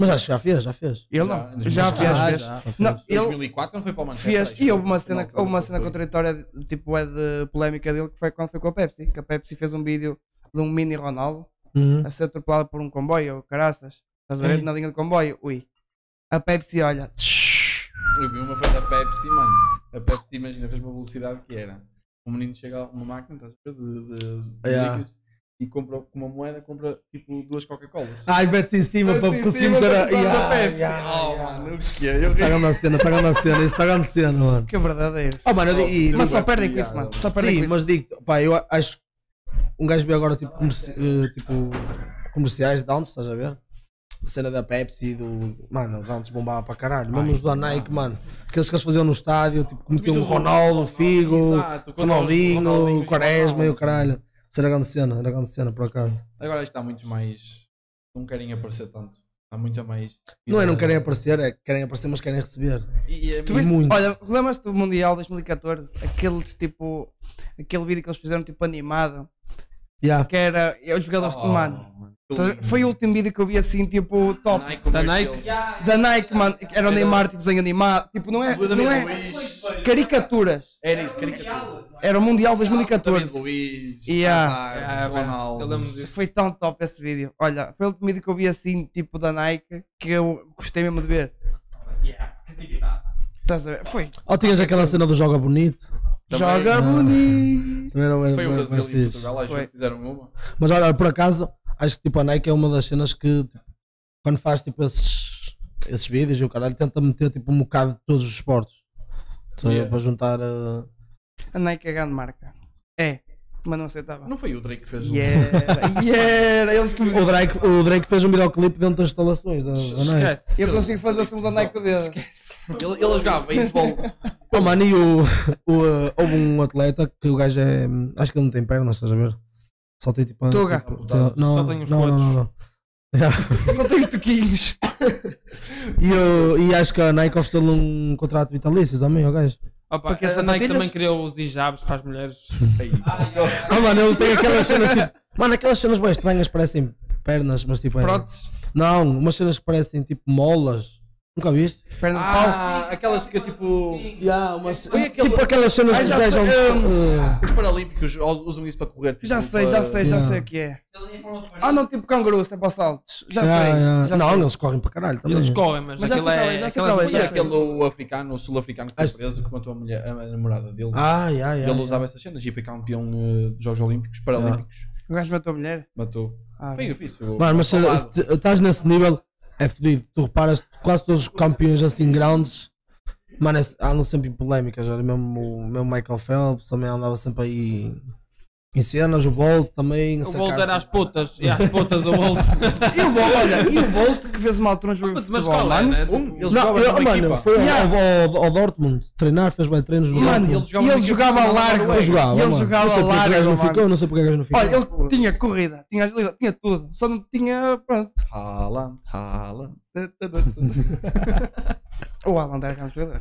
S9: Mas acho que já fez, já fez.
S10: Ele
S6: Já,
S10: não. Já,
S6: já,
S10: fez,
S6: já,
S10: fez.
S6: já.
S9: fez.
S10: Não, ele
S6: 2004 não foi para o Manchester.
S10: fez.
S6: acho
S10: E
S6: eu.
S10: houve uma cena,
S6: é Não, foi
S10: houve uma
S6: não
S10: cena
S6: foi.
S10: contraditória, tipo, é de polémica dele, que foi quando foi com a Pepsi. Que a Pepsi fez um vídeo de um mini Ronaldo
S9: Uhum.
S10: a ser atropelado por um comboio, caraças. Estás a ver na linha de comboio? Ui. A Pepsi olha.
S6: Eu vi uma foi da Pepsi, mano. A Pepsi, imagina, fez uma velocidade que era. Um menino chega a uma máquina, estás a ver? De, de, de
S9: Yeah.
S6: líquidos, e compra com uma moeda, compra tipo duas Coca-Colas.
S9: Ai, mete-se em cima para
S6: Em
S9: conseguir
S6: cima
S9: meter
S6: para
S9: a.
S6: comprar
S9: Yeah,
S6: da Pepsi.
S9: yeah,
S6: oh,
S9: yeah.
S6: mano, o que é? Eu
S9: Isso está
S6: ri.
S9: grande a cena, está grande a cena, isso está grande a cena, mano.
S10: Que verdadeiro.
S9: Oh, mano, eu digo- e-
S10: Mas só
S6: Ué,
S10: perdem com
S6: piada,
S10: isso, mano. Só perdem
S9: Sim,
S10: com isso.
S9: mas digo, pá, eu a- acho um gajo vê agora tipo, comerci- eh, tipo, comerciais de antes, estás a ver? A cena da Pepsi e do. Mano, de antes bombava para caralho. Mesmo os da Nike, mano. Aqueles que eles faziam no estádio, tipo, que metiam o
S6: viste o
S9: Ronaldo, o Figo,
S6: Exato, quando o
S9: Ronaldinho,
S6: Ronaldinho
S9: o Quaresma e o
S6: fez Ronaldo.
S9: caralho. Isso era grande cena, era grande cena por acaso.
S6: Agora isto está muito mais. Não querem aparecer tanto. Há muita mais.
S9: Não é não querem aparecer, é que querem aparecer, mas querem receber.
S3: Tu
S9: E
S3: viste-
S9: muito.
S3: olha, lembras-te do Mundial 2014? Aquele tipo. Aquele vídeo que eles fizeram tipo animado.
S9: Yeah.
S3: Que era é, os jogadores
S6: Oh,
S3: de mano. Estás a ver? Foi o último vídeo que eu vi assim, tipo, top.
S15: Da Nike?
S3: Da Nike, mano. Era o Neymar, tipo, desenho animado. Tipo, não é. Não é caricaturas.
S6: Era isso, caricatura.
S3: Era o Mundial 2014.
S6: David Luiz,
S3: Yeah.
S6: Hazard, Ronaldo.
S3: Foi tão top esse vídeo. Olha, foi o último vídeo que eu vi assim, tipo da Nike, que eu gostei mesmo de ver.
S16: Yeah, criatividade.
S3: Estás a ver? Foi.
S9: Ou Oh, tinhas aquela cena do Joga Bonito.
S3: Também.
S15: Ah.
S3: Joga Bonito.
S9: Também era bem-
S6: Foi o
S9: bem-
S6: Brasil
S9: bem
S6: e
S9: fixe.
S6: Portugal, acho que fizeram uma.
S9: Mas olha, por acaso, acho que tipo a Nike é uma das cenas que tipo, quando faz tipo esses, esses vídeos e o caralho tenta meter tipo um bocado de todos os esportes. Então,
S6: Yeah.
S9: Para juntar eh, a.
S3: A Nike é a grande marca. É, mas não aceitava.
S6: Não foi o Drake que fez
S3: Yeah, yeah, eles que
S9: O Drake, o Drake fez um videoclipe dentro das instalações da, da Nike.
S15: Esquece.
S3: Eu consigo fazer o símbolo da Nike com o dedo.
S6: Ele, ele a jogar beisebol.
S9: <laughs> Oh, mano, e o, o, uh, houve um atleta que o gajo é. Acho que ele não tem pernas, estás a ver? Só tem tipo.
S3: Tuga.
S9: tipo, tem- não,
S15: Só tem os
S9: não, não, não, <laughs> não. Yeah.
S3: Só tens toquinhos.
S9: E, eu, e acho que a Nike ofereceu-lhe um contrato vitalício também, o gajo.
S15: Opa,
S3: Porque as
S15: a Nike
S3: sapatilhas-
S15: também criou os hijabs para as mulheres.
S9: Ah, mano, ele tem aquelas cenas tipo. <laughs> Mano, aquelas cenas bem estranhas parecem pernas, mas tipo. é-
S3: Próteses.
S9: Não, umas cenas que parecem tipo molas. Nunca viste?
S3: Perna de pau.
S6: Ah, aquelas que tipo. Foi aquele-
S9: Tipo aquelas cenas
S6: Ah,
S9: que os
S6: já
S9: gajos.
S6: sei,
S9: uh,
S6: Os Paralímpicos us- usam isso para correr.
S3: Já
S6: tipo,
S3: sei,
S6: para-
S3: já sei, já
S9: Yeah.
S3: sei o que é.
S16: Ele informa o
S3: Ah, não, tipo canguru, sem para os saltos. Já
S9: yeah,
S3: sei.
S9: yeah.
S3: Já
S9: Ah, não,
S3: sei.
S9: eles correm para caralho também.
S15: Eles correm, mas,
S3: Mas já
S15: aquilo
S3: sei qual
S15: é.
S3: é, já sei
S15: aquelas
S3: qual é,
S6: Foi
S3: já
S15: mulheres-
S3: sei.
S6: aquele africano, o sul-africano que foi
S9: Acho-
S6: preso que matou a, mulher, a namorada dele.
S9: Ah, yeah,
S6: ele
S9: yeah, yeah.
S6: usava essas cenas e foi campeão eh, dos Jogos Olímpicos, Paralímpicos.
S3: O gajo matou a mulher.
S6: Matou.
S3: Ah,
S6: Foi difícil. foi
S9: Mano, mas se,
S6: falado.
S9: se te- estás nesse nível, é fodido. Tu reparas que quase todos os campeões assim grandes, mano, é, andam sempre em polémicas. Olha, mesmo o mesmo Michael Phelps também andava sempre aí em cenas. O Bolt também.
S15: O Bolt era às putas. E às putas o Bolt.
S3: <laughs> E o Bolt, olha, e o Bolt que fez uma altura no jogo de
S15: Mas- Mas
S3: futebol,
S15: qual é,
S3: mano.
S15: né?
S6: Um, ele
S9: Não,
S6: jogava
S9: eu,
S6: numa
S9: mano,
S6: equipa.
S9: foi ao, ao, ao Dortmund treinar, fez bem treinos no
S3: Mano,
S9: Dortmund.
S6: ele jogava
S3: e ele
S6: no
S3: jogava a
S6: equipe
S3: largo.
S6: nacional da
S9: Ele jogava,
S3: ele
S9: mano.
S3: jogava
S9: não sei porque
S3: largo,
S9: o gajo não
S3: mano.
S9: ficou, não sei porque é o gajo não ficou.
S3: Olha, ele tinha corrida, tinha agilidade, tinha tudo. Só não tinha, pronto.
S6: Haaland, Haaland.
S15: <laughs>
S3: O Alan era grande jogador.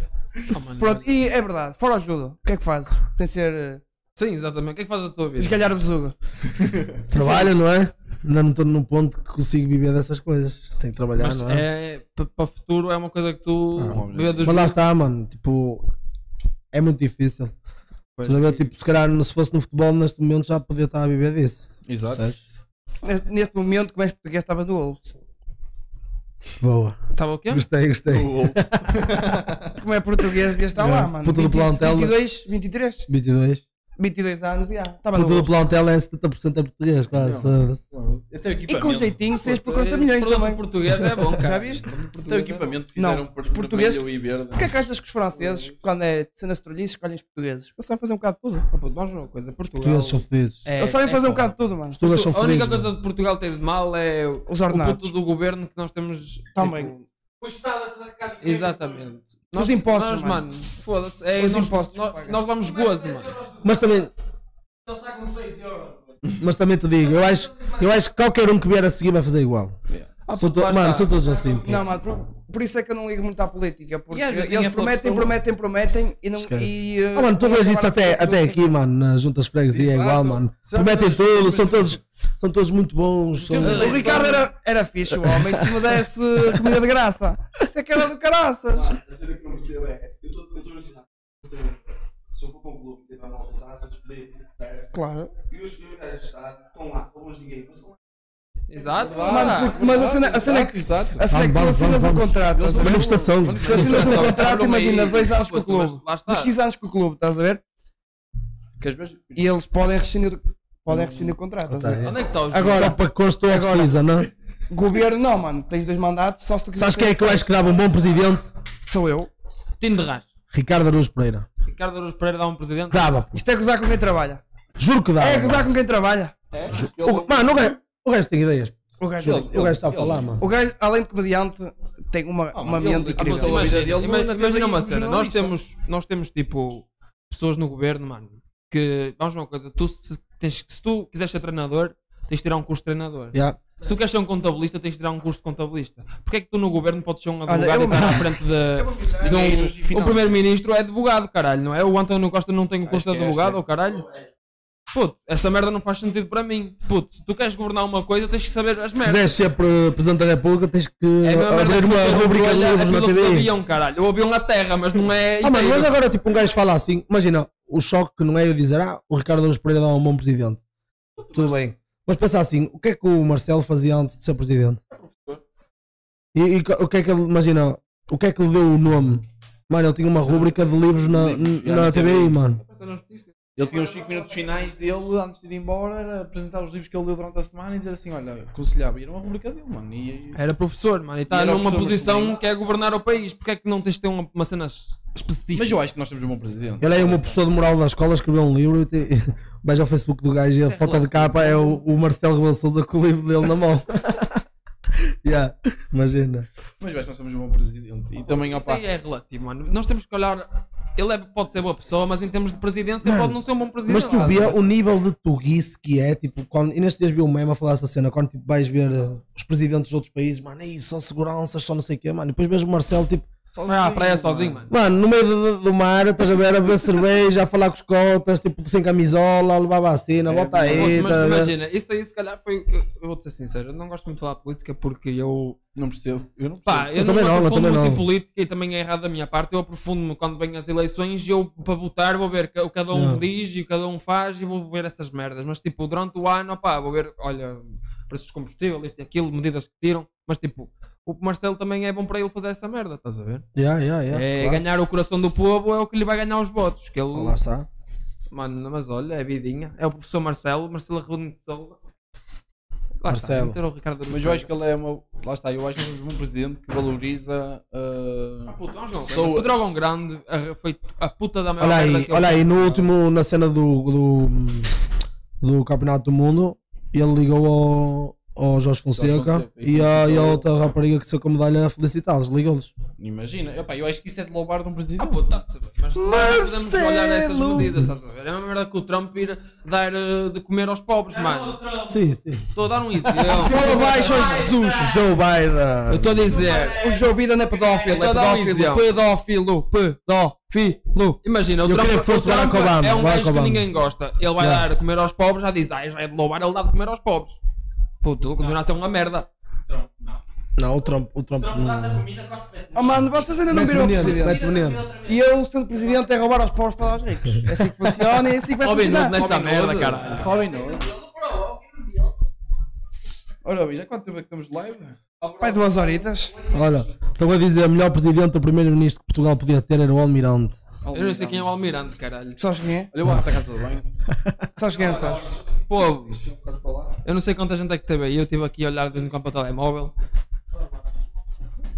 S15: Oh, mano.
S3: Pronto, e é verdade, fora o judo, o que é que fazes? Sem ser eh,
S15: Sim, exatamente. O que é que faz a tua
S3: uh,
S15: vida?
S3: esgalhar o besugo.
S9: Trabalho, não é? Ainda não estou num ponto que consigo viver dessas coisas. Tenho que trabalhar,
S15: Mas
S9: não é?
S15: é, pa- para o futuro é uma coisa que tu
S6: Ah, óbvio.
S15: vê dos
S9: Mas lá está, mano, tipo, é muito difícil. Estás a ver? Tipo, se calhar se fosse no futebol neste momento já podia estar a viver disso.
S6: Exato.
S9: Percebes?
S3: Neste, neste momento, como é és português, estavas no Wolves.
S9: Boa.
S15: Estava o quê?
S9: Gostei, gostei.
S3: Como é português, devias estar
S9: Yeah.
S3: lá, mano.
S9: Puto do plantel.
S3: 22, 23?
S9: 22.
S3: 22 anos, já. Estava
S9: Mas
S3: no
S9: todo o
S3: Wolves.
S9: plantel é 70% é português, quase.
S6: Não.
S9: foda-se.
S6: Até o
S3: E com
S6: equipamento.
S3: jeitinho, 6 por 40
S15: Eh,
S3: milhões
S15: produto
S3: também.
S15: português é bom, cara.
S3: Já viste?
S15: é
S6: Até Então, o equipamento
S3: Não,
S6: fizeram por
S3: os portugueses-
S6: vermelho e verde.
S3: Porquê é que achas que os franceses, quando é cenas trolhices, escolhem os portugueses? Eles sabem fazer um bocado de tudo. Ah, puto, Vamos ver uma coisa, Portugal.
S9: Portugueses são fodidos.
S15: É,
S3: Eles sabem
S15: é
S3: fazer um
S15: foda.
S3: bocado de tudo, mano.
S9: Os tugas são
S15: A única
S9: fodidos.
S15: coisa de Portugal tem de mal é o
S3: é? Os
S15: o
S3: ornatos.
S15: puto do governo que nós temos.
S3: Também.
S15: tipo,
S16: O Estado a casa
S15: exatamente.
S3: Os impostos,
S15: Nós,
S3: mano.
S15: mano, foda-se. É,
S3: Os
S15: nós,
S3: impostos
S15: nós-
S3: pagas.
S15: nós vamos gozo, mano.
S9: mano. Mas também,
S16: Ele sai com 6 euros.
S9: mas também te digo, eu acho, eu acho que qualquer um que vier a seguir vai fazer igual.
S15: Ah,
S9: São to-
S15: lá
S9: mano,
S15: está.
S9: são todos assim. pô.
S3: Não, mano, por, por isso é que eu não ligo muito à política, porque
S6: E às vezes nem
S3: eles
S6: é pela
S3: prometem,
S6: pessoa.
S3: prometem, prometem e não.
S9: Esquece.
S3: E, eh,
S9: Ah, mano, tu
S3: não
S9: vês isso
S3: acabaram
S9: até,
S3: com tudo.
S9: até aqui, mano, nas juntas de freguesia é igual,
S6: Exato.
S9: mano.
S6: Sabe,
S9: Prometem
S6: nós-
S9: tudo, são todos, são todos muito bons. São...
S15: Temos-
S3: O Ricardo era, era fixe, o homem, se me desse comida de graça. Isso é que era do caraças.
S17: A cena que eu não percebo é. Eu estou no ginásio. Se eu for para um clube, tiver mal voltar, eu descobri, certo?
S3: Claro.
S17: E os meus gajos estão lá, não vão ninguém, mas estão lá.
S15: Exato.
S3: Mano, porque- mas a cena, a cena é que.
S6: Exato.
S3: A cena é que tu
S9: Vamos, vamos,
S3: assinas um
S9: vamos.
S3: contrato, estás a ver?
S9: Manifestação.
S3: Tu assinas um contrato, imagina, dois anos com o clube.
S15: Lá está.
S3: De X anos com o clube, estás a ver?
S6: Queres ver?
S3: E eles podem rescindir, podem rescindir o contrato, estás a ver?
S15: Onde é que está o
S3: Agora-
S9: Só para consta off
S3: Agora-
S9: season, não? é?
S3: Governo não, mano, tens dois mandatos, só se tu quiseres.
S9: Sabes quem é que eu acho que dava um bom presidente?
S3: Sou eu.
S15: Tino de Rás.
S9: Ricardo Araújo Pereira.
S15: Ricardo Araújo Pereira dá um presidente.
S9: Dava, pô.
S3: Isto é gozar com quem trabalha.
S9: juro que dava.
S3: É gozar
S10: tá
S3: com quem trabalha.
S9: O- Mano, o gajo, o gajo tem ideias.
S3: O gajo,
S9: O gajo está a falar, mano.
S3: o gajo, além de comediante, tem uma, uma
S6: ele-
S3: mente
S6: ele-
S3: incrível.
S6: ele-
S15: Imagina,
S6: vida dele,
S15: ima-
S6: não teve
S15: imagina
S6: aí
S15: uma
S6: um
S15: cena, nós
S6: jornalista.
S15: temos, nós temos tipo pessoas no governo, mano, que vamos ver uma coisa, tu se, tens, se tu quiseres ser treinador, tens de tirar um curso de treinador.
S9: Yeah.
S3: Se tu queres ser um contabilista, tens de tirar um curso de contabilista. Porquê é que tu no governo podes ser um advogado
S10: eu
S3: e
S10: vou-
S3: estar à frente de, de um-
S10: Dinheiros,
S3: O primeiro-ministro é advogado, caralho, não é? O António Costa não tem um curso de
S6: que é
S3: advogado,
S6: esta.
S3: ou caralho? Puto, essa merda não faz sentido para mim. Puto, se tu queres governar uma coisa, tens que saber as
S9: Se quiseres
S3: merdas. É
S9: ser pre- Presidente da República, tens que
S3: a mesma merda
S9: abrir
S3: que
S9: uma
S3: tu
S9: rubrica de
S3: olha
S9: livros na
S3: aquilo do
S9: TV.
S3: é avião, caralho. O avião à terra, mas não é.
S9: Ah, mano, mas
S3: inteiro.
S9: agora, tipo, um gajo fala assim, imagina, o choque que não é eu dizer, ah, o Ricardo Alves Pereira dá um bom presidente. Tudo bem. Mas pensa assim, o que é que o Marcelo fazia antes de ser presidente? E, e co- o que é que ele, imagina, o que é que lhe deu o nome? Mano, ele tinha uma rubrica de livros na,
S6: Livros, já,
S9: na
S6: na
S9: TVI,
S6: TVI.
S9: mano.
S6: Ele tinha os 5 minutos finais dele, antes de ir embora, era apresentar os livros que ele leu durante a semana e dizer assim: olha, aconselhava. E era uma rubrica dele, mano. E,
S3: Era professor, mano, e
S6: E
S3: está
S6: era o
S3: numa
S6: professor
S3: posição
S6: Marcelino.
S3: que é governar o país. Porquê é que não tens de ter uma, uma cena es- específica?
S6: Mas eu acho que nós temos um bom presidente.
S9: Ele é uma pessoa de moral da escola, escreveu um livro e <laughs> te- vais ao Facebook do gajo e a foto de capa é o, o Marcelo Rebelo de Sousa com o livro dele na mão. <laughs> yeah, imagina.
S6: Mas eu acho que nós temos um bom presidente. E também,
S3: Isso
S6: opa.
S3: aí é relativo, mano. Nós temos que olhar. Ele é- pode ser boa pessoa, mas em termos de presidência
S9: Mano,
S3: pode não ser um bom presidente.
S9: Mas tu vê o nível de tuguice que é, tipo, quando, e nestes dias vi um meme a falar essa cena, quando tipo, vais ver eh, os presidentes de outros países, mano, aí são seguranças, só não sei o quê, mano, e depois vês o Marcelo, tipo,
S3: Vai à praia é sozinho, mano.
S9: mano, no meio do, do mar, estás a ver, a beber cerveja, a falar com os cotas, tipo, sem camisola, a levar vacina,
S6: É,
S9: volta aí,
S3: Mas
S9: estás a ver?
S3: imagina, isso aí se calhar foi. Eu eu vou-te ser sincero, eu não gosto muito de falar de política porque eu.
S6: Não percebo. Eu não
S3: Pá,
S6: percebo.
S3: eu,
S6: Eu
S3: não
S6: também
S3: me
S6: não, eu tipo,
S3: aprofundo
S6: também
S3: muito em
S6: não.
S3: política e também é errado da minha parte. Eu aprofundo-me quando vêm as eleições e eu, para votar, vou ver o que cada um
S6: Não.
S3: diz e o que cada um faz e vou ver essas merdas. Mas tipo, durante o ano, pá, vou ver, olha, preços de combustível, isto e aquilo, medidas que tiram. Mas tipo, o Marcelo também é bom para ele fazer essa merda, estás a ver?
S9: Yeah, yeah, yeah,
S3: é
S9: claro.
S3: ganhar o coração do povo é o que lhe vai ganhar os votos. Que ele...
S9: Lá está.
S3: Mano, mas olha, é vidinha. É o professor Marcelo, Marcelo Rodrigues de Souza. Lá
S6: Marcelo.
S3: Está, meter o Ricardo Araújo
S6: mas eu acho que
S3: Pereira.
S6: ele é uma. Lá está, eu acho que temos um presidente que valoriza. Uh, ah,
S3: puto, vamos lá, O Dragão Grande a- foi a puta da maior
S9: Olha
S3: merda
S9: aí,
S3: que ele
S9: olha aí,
S3: fez.
S9: no último, na cena do, do, do Campeonato do Mundo, ele ligou ao, ao Jorge Fonseca,
S6: Fonseca
S9: e,
S6: e
S9: a, e a
S6: felicitou-
S9: outra rapariga que saiu com a medalha a felicitá-los, ligou-lhes.
S6: Imagina, Epá, eu acho que isso é de louvar de um presidente.
S3: Ah, puta, está-se bem. Mas não é podemos olhar essas
S6: Marcelo!
S3: medidas, estás a ver? É uma merda que o Trump ir dar eh, de comer aos pobres, mano.
S9: Sim, sim.
S3: Estou a dar um
S6: <laughs>
S3: exemplo.
S9: Fala baixo, Jesus, Joe Biden.
S3: Eu estou a dizer. O Joe Biden é pedófilo,
S9: é pedófilo,
S3: pedófilo, pedófilo. Imagina, o
S9: Eu
S3: Trump,
S9: queria que fosse
S3: o Trump
S9: Barack Obama,
S3: é um
S9: Barack
S3: gajo que
S9: Obama.
S3: ninguém gosta. Ele vai
S9: Yeah.
S3: dar a comer aos pobres, já diz, ah, já é de louvar, ele dá de comer aos pobres. Puto, ele continua a ser uma merda.
S9: Não, o Trump. O Trump, não.
S10: Oh mano, vocês ainda não
S9: Mete
S10: viram o
S9: veneno,
S10: presidente.
S9: mete veneno.
S10: E eu, sendo presidente, é roubar aos pobres para os ricos. É assim que funciona e é assim que vai
S3: Robin
S10: funcionar.
S3: Hood nessa merda, caralho.
S6: Robin Hood. Ora, Robin, já quanto tempo é que estamos de live?
S10: Pai, duas horitas.
S9: Olha, estão a dizer, o melhor presidente, o primeiro-ministro que Portugal podia ter era o Almirante.
S3: Eu não sei quem é o Almirante, caralho.
S10: Sabes quem é?
S6: Olha, o
S3: tá
S6: Arta casa bem.
S10: Sabes quem é, sabes?
S3: Pô, eu não sei quanta gente é que teve aí. Eu estive aqui a olhar de vez em quando para o telemóvel.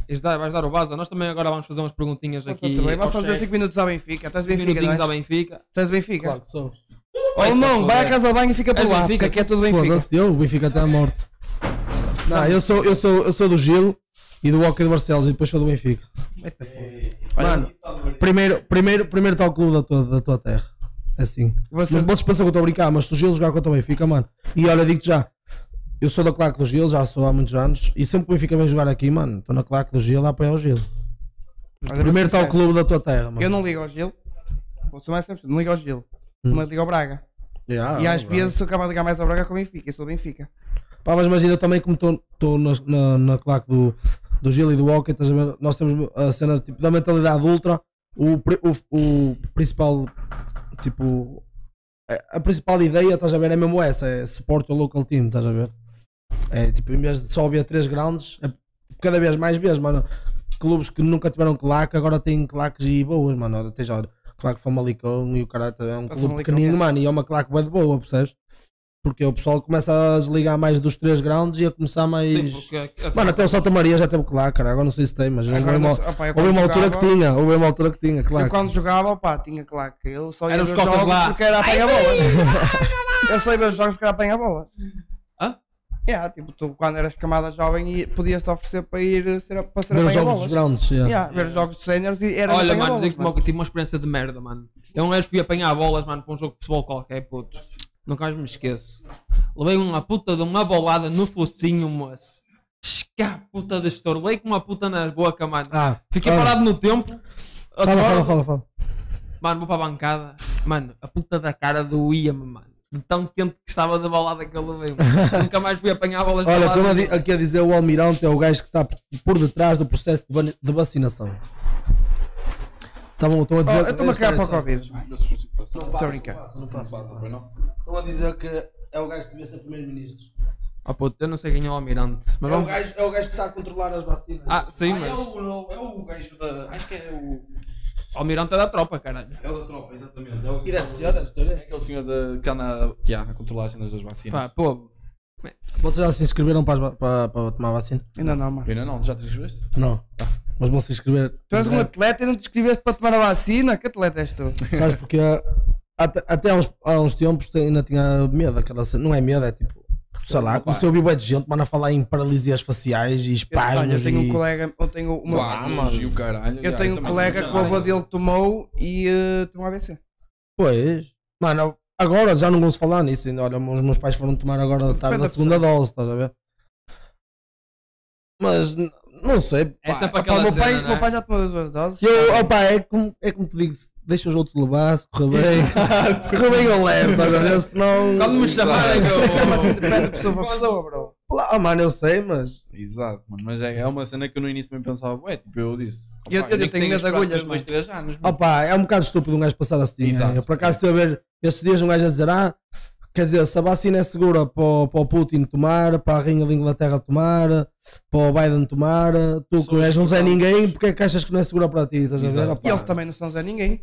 S3: Isto dá- Vais dar o vaso. Nós também agora vamos fazer umas perguntinhas aqui.
S10: Também vai
S3: ao
S10: fazer
S3: chefe.
S10: 5 minutos à Benfica. Estás de
S3: Cinco
S10: Benfica, não
S3: minutinhos
S10: és?
S3: à Benfica.
S10: Estás de Benfica?
S3: Claro
S9: que somos.
S10: Ô, irmão, vai à casa de banho e fica por lá, porque aqui é tudo Benfica.
S9: Foda-se, eu, o Benfica até à morte. Não, eu sou, eu sou, eu sou do Gil e do Walker de Barcelos e depois sou do Benfica. Mano, primeiro, primeiro, primeiro está o clube da tua, da tua terra. Assim.
S10: Vocês-
S9: Vocês, vocês pensam que eu estou a brincar, mas se o Gil jogar contra o Benfica, mano. E olha, digo-te já. Eu sou da claque do Gil, já sou há muitos anos. E sempre que o Benfica vem jogar aqui, mano, estou na claque do Gil a apoiar o Gil.
S10: Olha,
S9: primeiro
S10: vou-te
S9: está o
S10: dizer,
S9: clube da tua terra, mano.
S10: Eu não ligo ao Gil. Vou ser mais simples, não ligo ao Gil. Mas ligo ao Braga.
S9: Yeah,
S10: e às
S9: ao Braga.
S10: vezes sou capaz de ligar mais ao Braga que ao Benfica. Eu sou do Benfica.
S9: Pá, mas imagina, eu também como estou na, na, na claque do, do Gil e do Walker, estás a ver? nós temos a cena tipo, da mentalidade ultra, o, pri- o, o principal, tipo, a- a principal ideia, estás a ver, é mesmo essa, é suporte ao local team, estás a ver? É tipo, em vez de só haver três grandes, é cada vez mais vezes, mano. Clubes que nunca tiveram claque, agora têm claques e boas, mano. Olha, Tens, olha, claque Famalicão e o cara é um
S10: Tá,
S9: clube
S10: Famalicão,
S9: pequenino,
S10: tá.
S9: mano, e é uma claque bué de boa, percebes? Porque o pessoal começa a desligar mais dos três grandes e a começar mais.
S3: Sim, porque até-
S9: Mano, até o Santa Maria já teve claque, cara. Agora não sei se tem, mas
S10: Agora
S9: houve uma,
S10: não sei- opa, eu
S9: houve uma
S10: quando
S9: altura que
S10: jogava-
S9: tinha, houve uma altura que tinha, claro.
S10: Eu quando jogava, pá, tinha claque. Eu só ia
S3: Eram
S10: ver
S3: os
S10: os
S3: cotas
S10: jogos
S3: lá.
S10: porque era apanha-bolas. Eu só ia ver os jogos porque era apanha-bolas.
S3: Hã?
S10: É, tipo, tu quando eras camada jovem e podias-te oferecer para ir ser, para ser
S9: Ver os
S10: apanha-bolas.
S9: jogos dos grandes, yeah.
S10: Yeah, ver os jogos dos séniores e era
S3: Olha,
S10: apanha-bolas,
S3: É mano, digo-te uma- tive uma experiência de merda, mano. Eu um gajo fui apanhar bolas, mano, para um jogo de futebol qualquer, puto. Nunca mais me esqueço. Levei uma puta de uma bolada no focinho, moço. Esca, puta de estouro. Levei com uma puta na boca, mano.
S9: Ah,
S3: Fiquei
S9: olha.
S3: parado no tempo.
S9: Fala, fala, fala, fala.
S3: Mano, vou para a bancada. Mano, a puta da cara doía-me, mano. De tão quente que estava da bolada que eu levei.
S9: <laughs>
S3: mano. Nunca mais fui apanhar bolas de
S9: Olha,
S3: bolada.
S9: estou aqui a dizer o Almirante é o gajo que está por detrás do processo de, van- de vacinação. Estavam estão a dizer.
S10: Oh, eu estou-me a cagar para o
S9: Sério,
S10: Covid.
S9: sério.
S10: Estou a brincar.
S9: Não passa, não passa. Estão a dizer que é o gajo que devia ser primeiro-ministro.
S3: Ah, puta, eu não sei quem é o almirante. Mas
S9: É, o
S3: vamos...
S9: gajo- é o gajo que está a controlar as vacinas.
S3: Ah, sim,
S6: Ah, é
S3: mas.
S6: o- não, é o gajo da. Acho que é o.
S3: O almirante é da tropa, caralho.
S6: É o da tropa, exatamente. É o
S9: E deve ser, deve ser.
S6: É aquele senhor de, que anda que há a controlar as cenas das vacinas.
S3: Pá, pô.
S9: Vocês já se inscreveram para, as va- para, para tomar a vacina?
S10: Ainda não, mano.
S6: Ainda não, já te inscreveste?
S9: Não. Mas vão se inscrever.
S10: Tu és um
S9: É.
S10: atleta e não te inscreveste para tomar a vacina? Que atleta és tu?
S9: <laughs> Sabes porque até, até há, uns, há uns tempos te- ainda tinha medo daquela cena. Não é medo, é tipo. Sei lá,
S10: Opa.
S9: começou a ouvir bué de gente, mano, a falar em paralisias faciais e espasmos.
S10: Olha, eu tenho
S9: e-
S10: um colega, eu tenho uma.
S9: Vá, mano. E o caralho,
S10: eu
S9: já,
S10: tenho
S9: eu
S10: um
S9: também
S10: colega
S9: tenho
S10: que o avô
S9: caralho.
S10: dele tomou e eh, tomou AVC.
S9: Pois, mano, agora já não vão se falar nisso. ainda. Olha, os meus pais foram tomar agora da tarde a
S10: 50%.
S9: segunda dose, estás a ver? Mas n- não sei. pá.
S3: Essa para
S9: Opa,
S3: aquela
S9: meu pai-
S3: cena, não é?
S10: meu pai já tomou as duas doses.
S9: Eu, opa, é como, é como te digo, se deixa os outros levar, se correr bem. <laughs> se correr bem eu levo, estás a ver? Senão.
S3: Quando me chamarem,
S6: eu-
S9: Mas é
S10: depende de pessoa para pessoa, bro.
S9: Ah, mano, eu sei, mas.
S6: Exato, mano. Mas é, é uma cena que eu no início também pensava, ué, tipo, eu disse.
S10: Eu-
S6: opá,
S10: eu
S6: nem que
S10: tenho medo
S6: tenhas
S10: de agulhas,
S6: esperado dois,
S10: mano.
S6: três anos, mano.
S9: Opa, é um bocado estúpido um gajo passar assim. é. Eu, por acaso estive a ver estes dias um gajo a dizer, ah, quer dizer, se a vacina é segura para o, para o Putin tomar, para a Rainha da Inglaterra tomar, para o Biden tomar, tu que não és um Zé ninguém, porque é que achas que não é segura para ti? Estás a ver?
S10: Exato.
S9: Opa,
S10: E eles também não são Zé ninguém.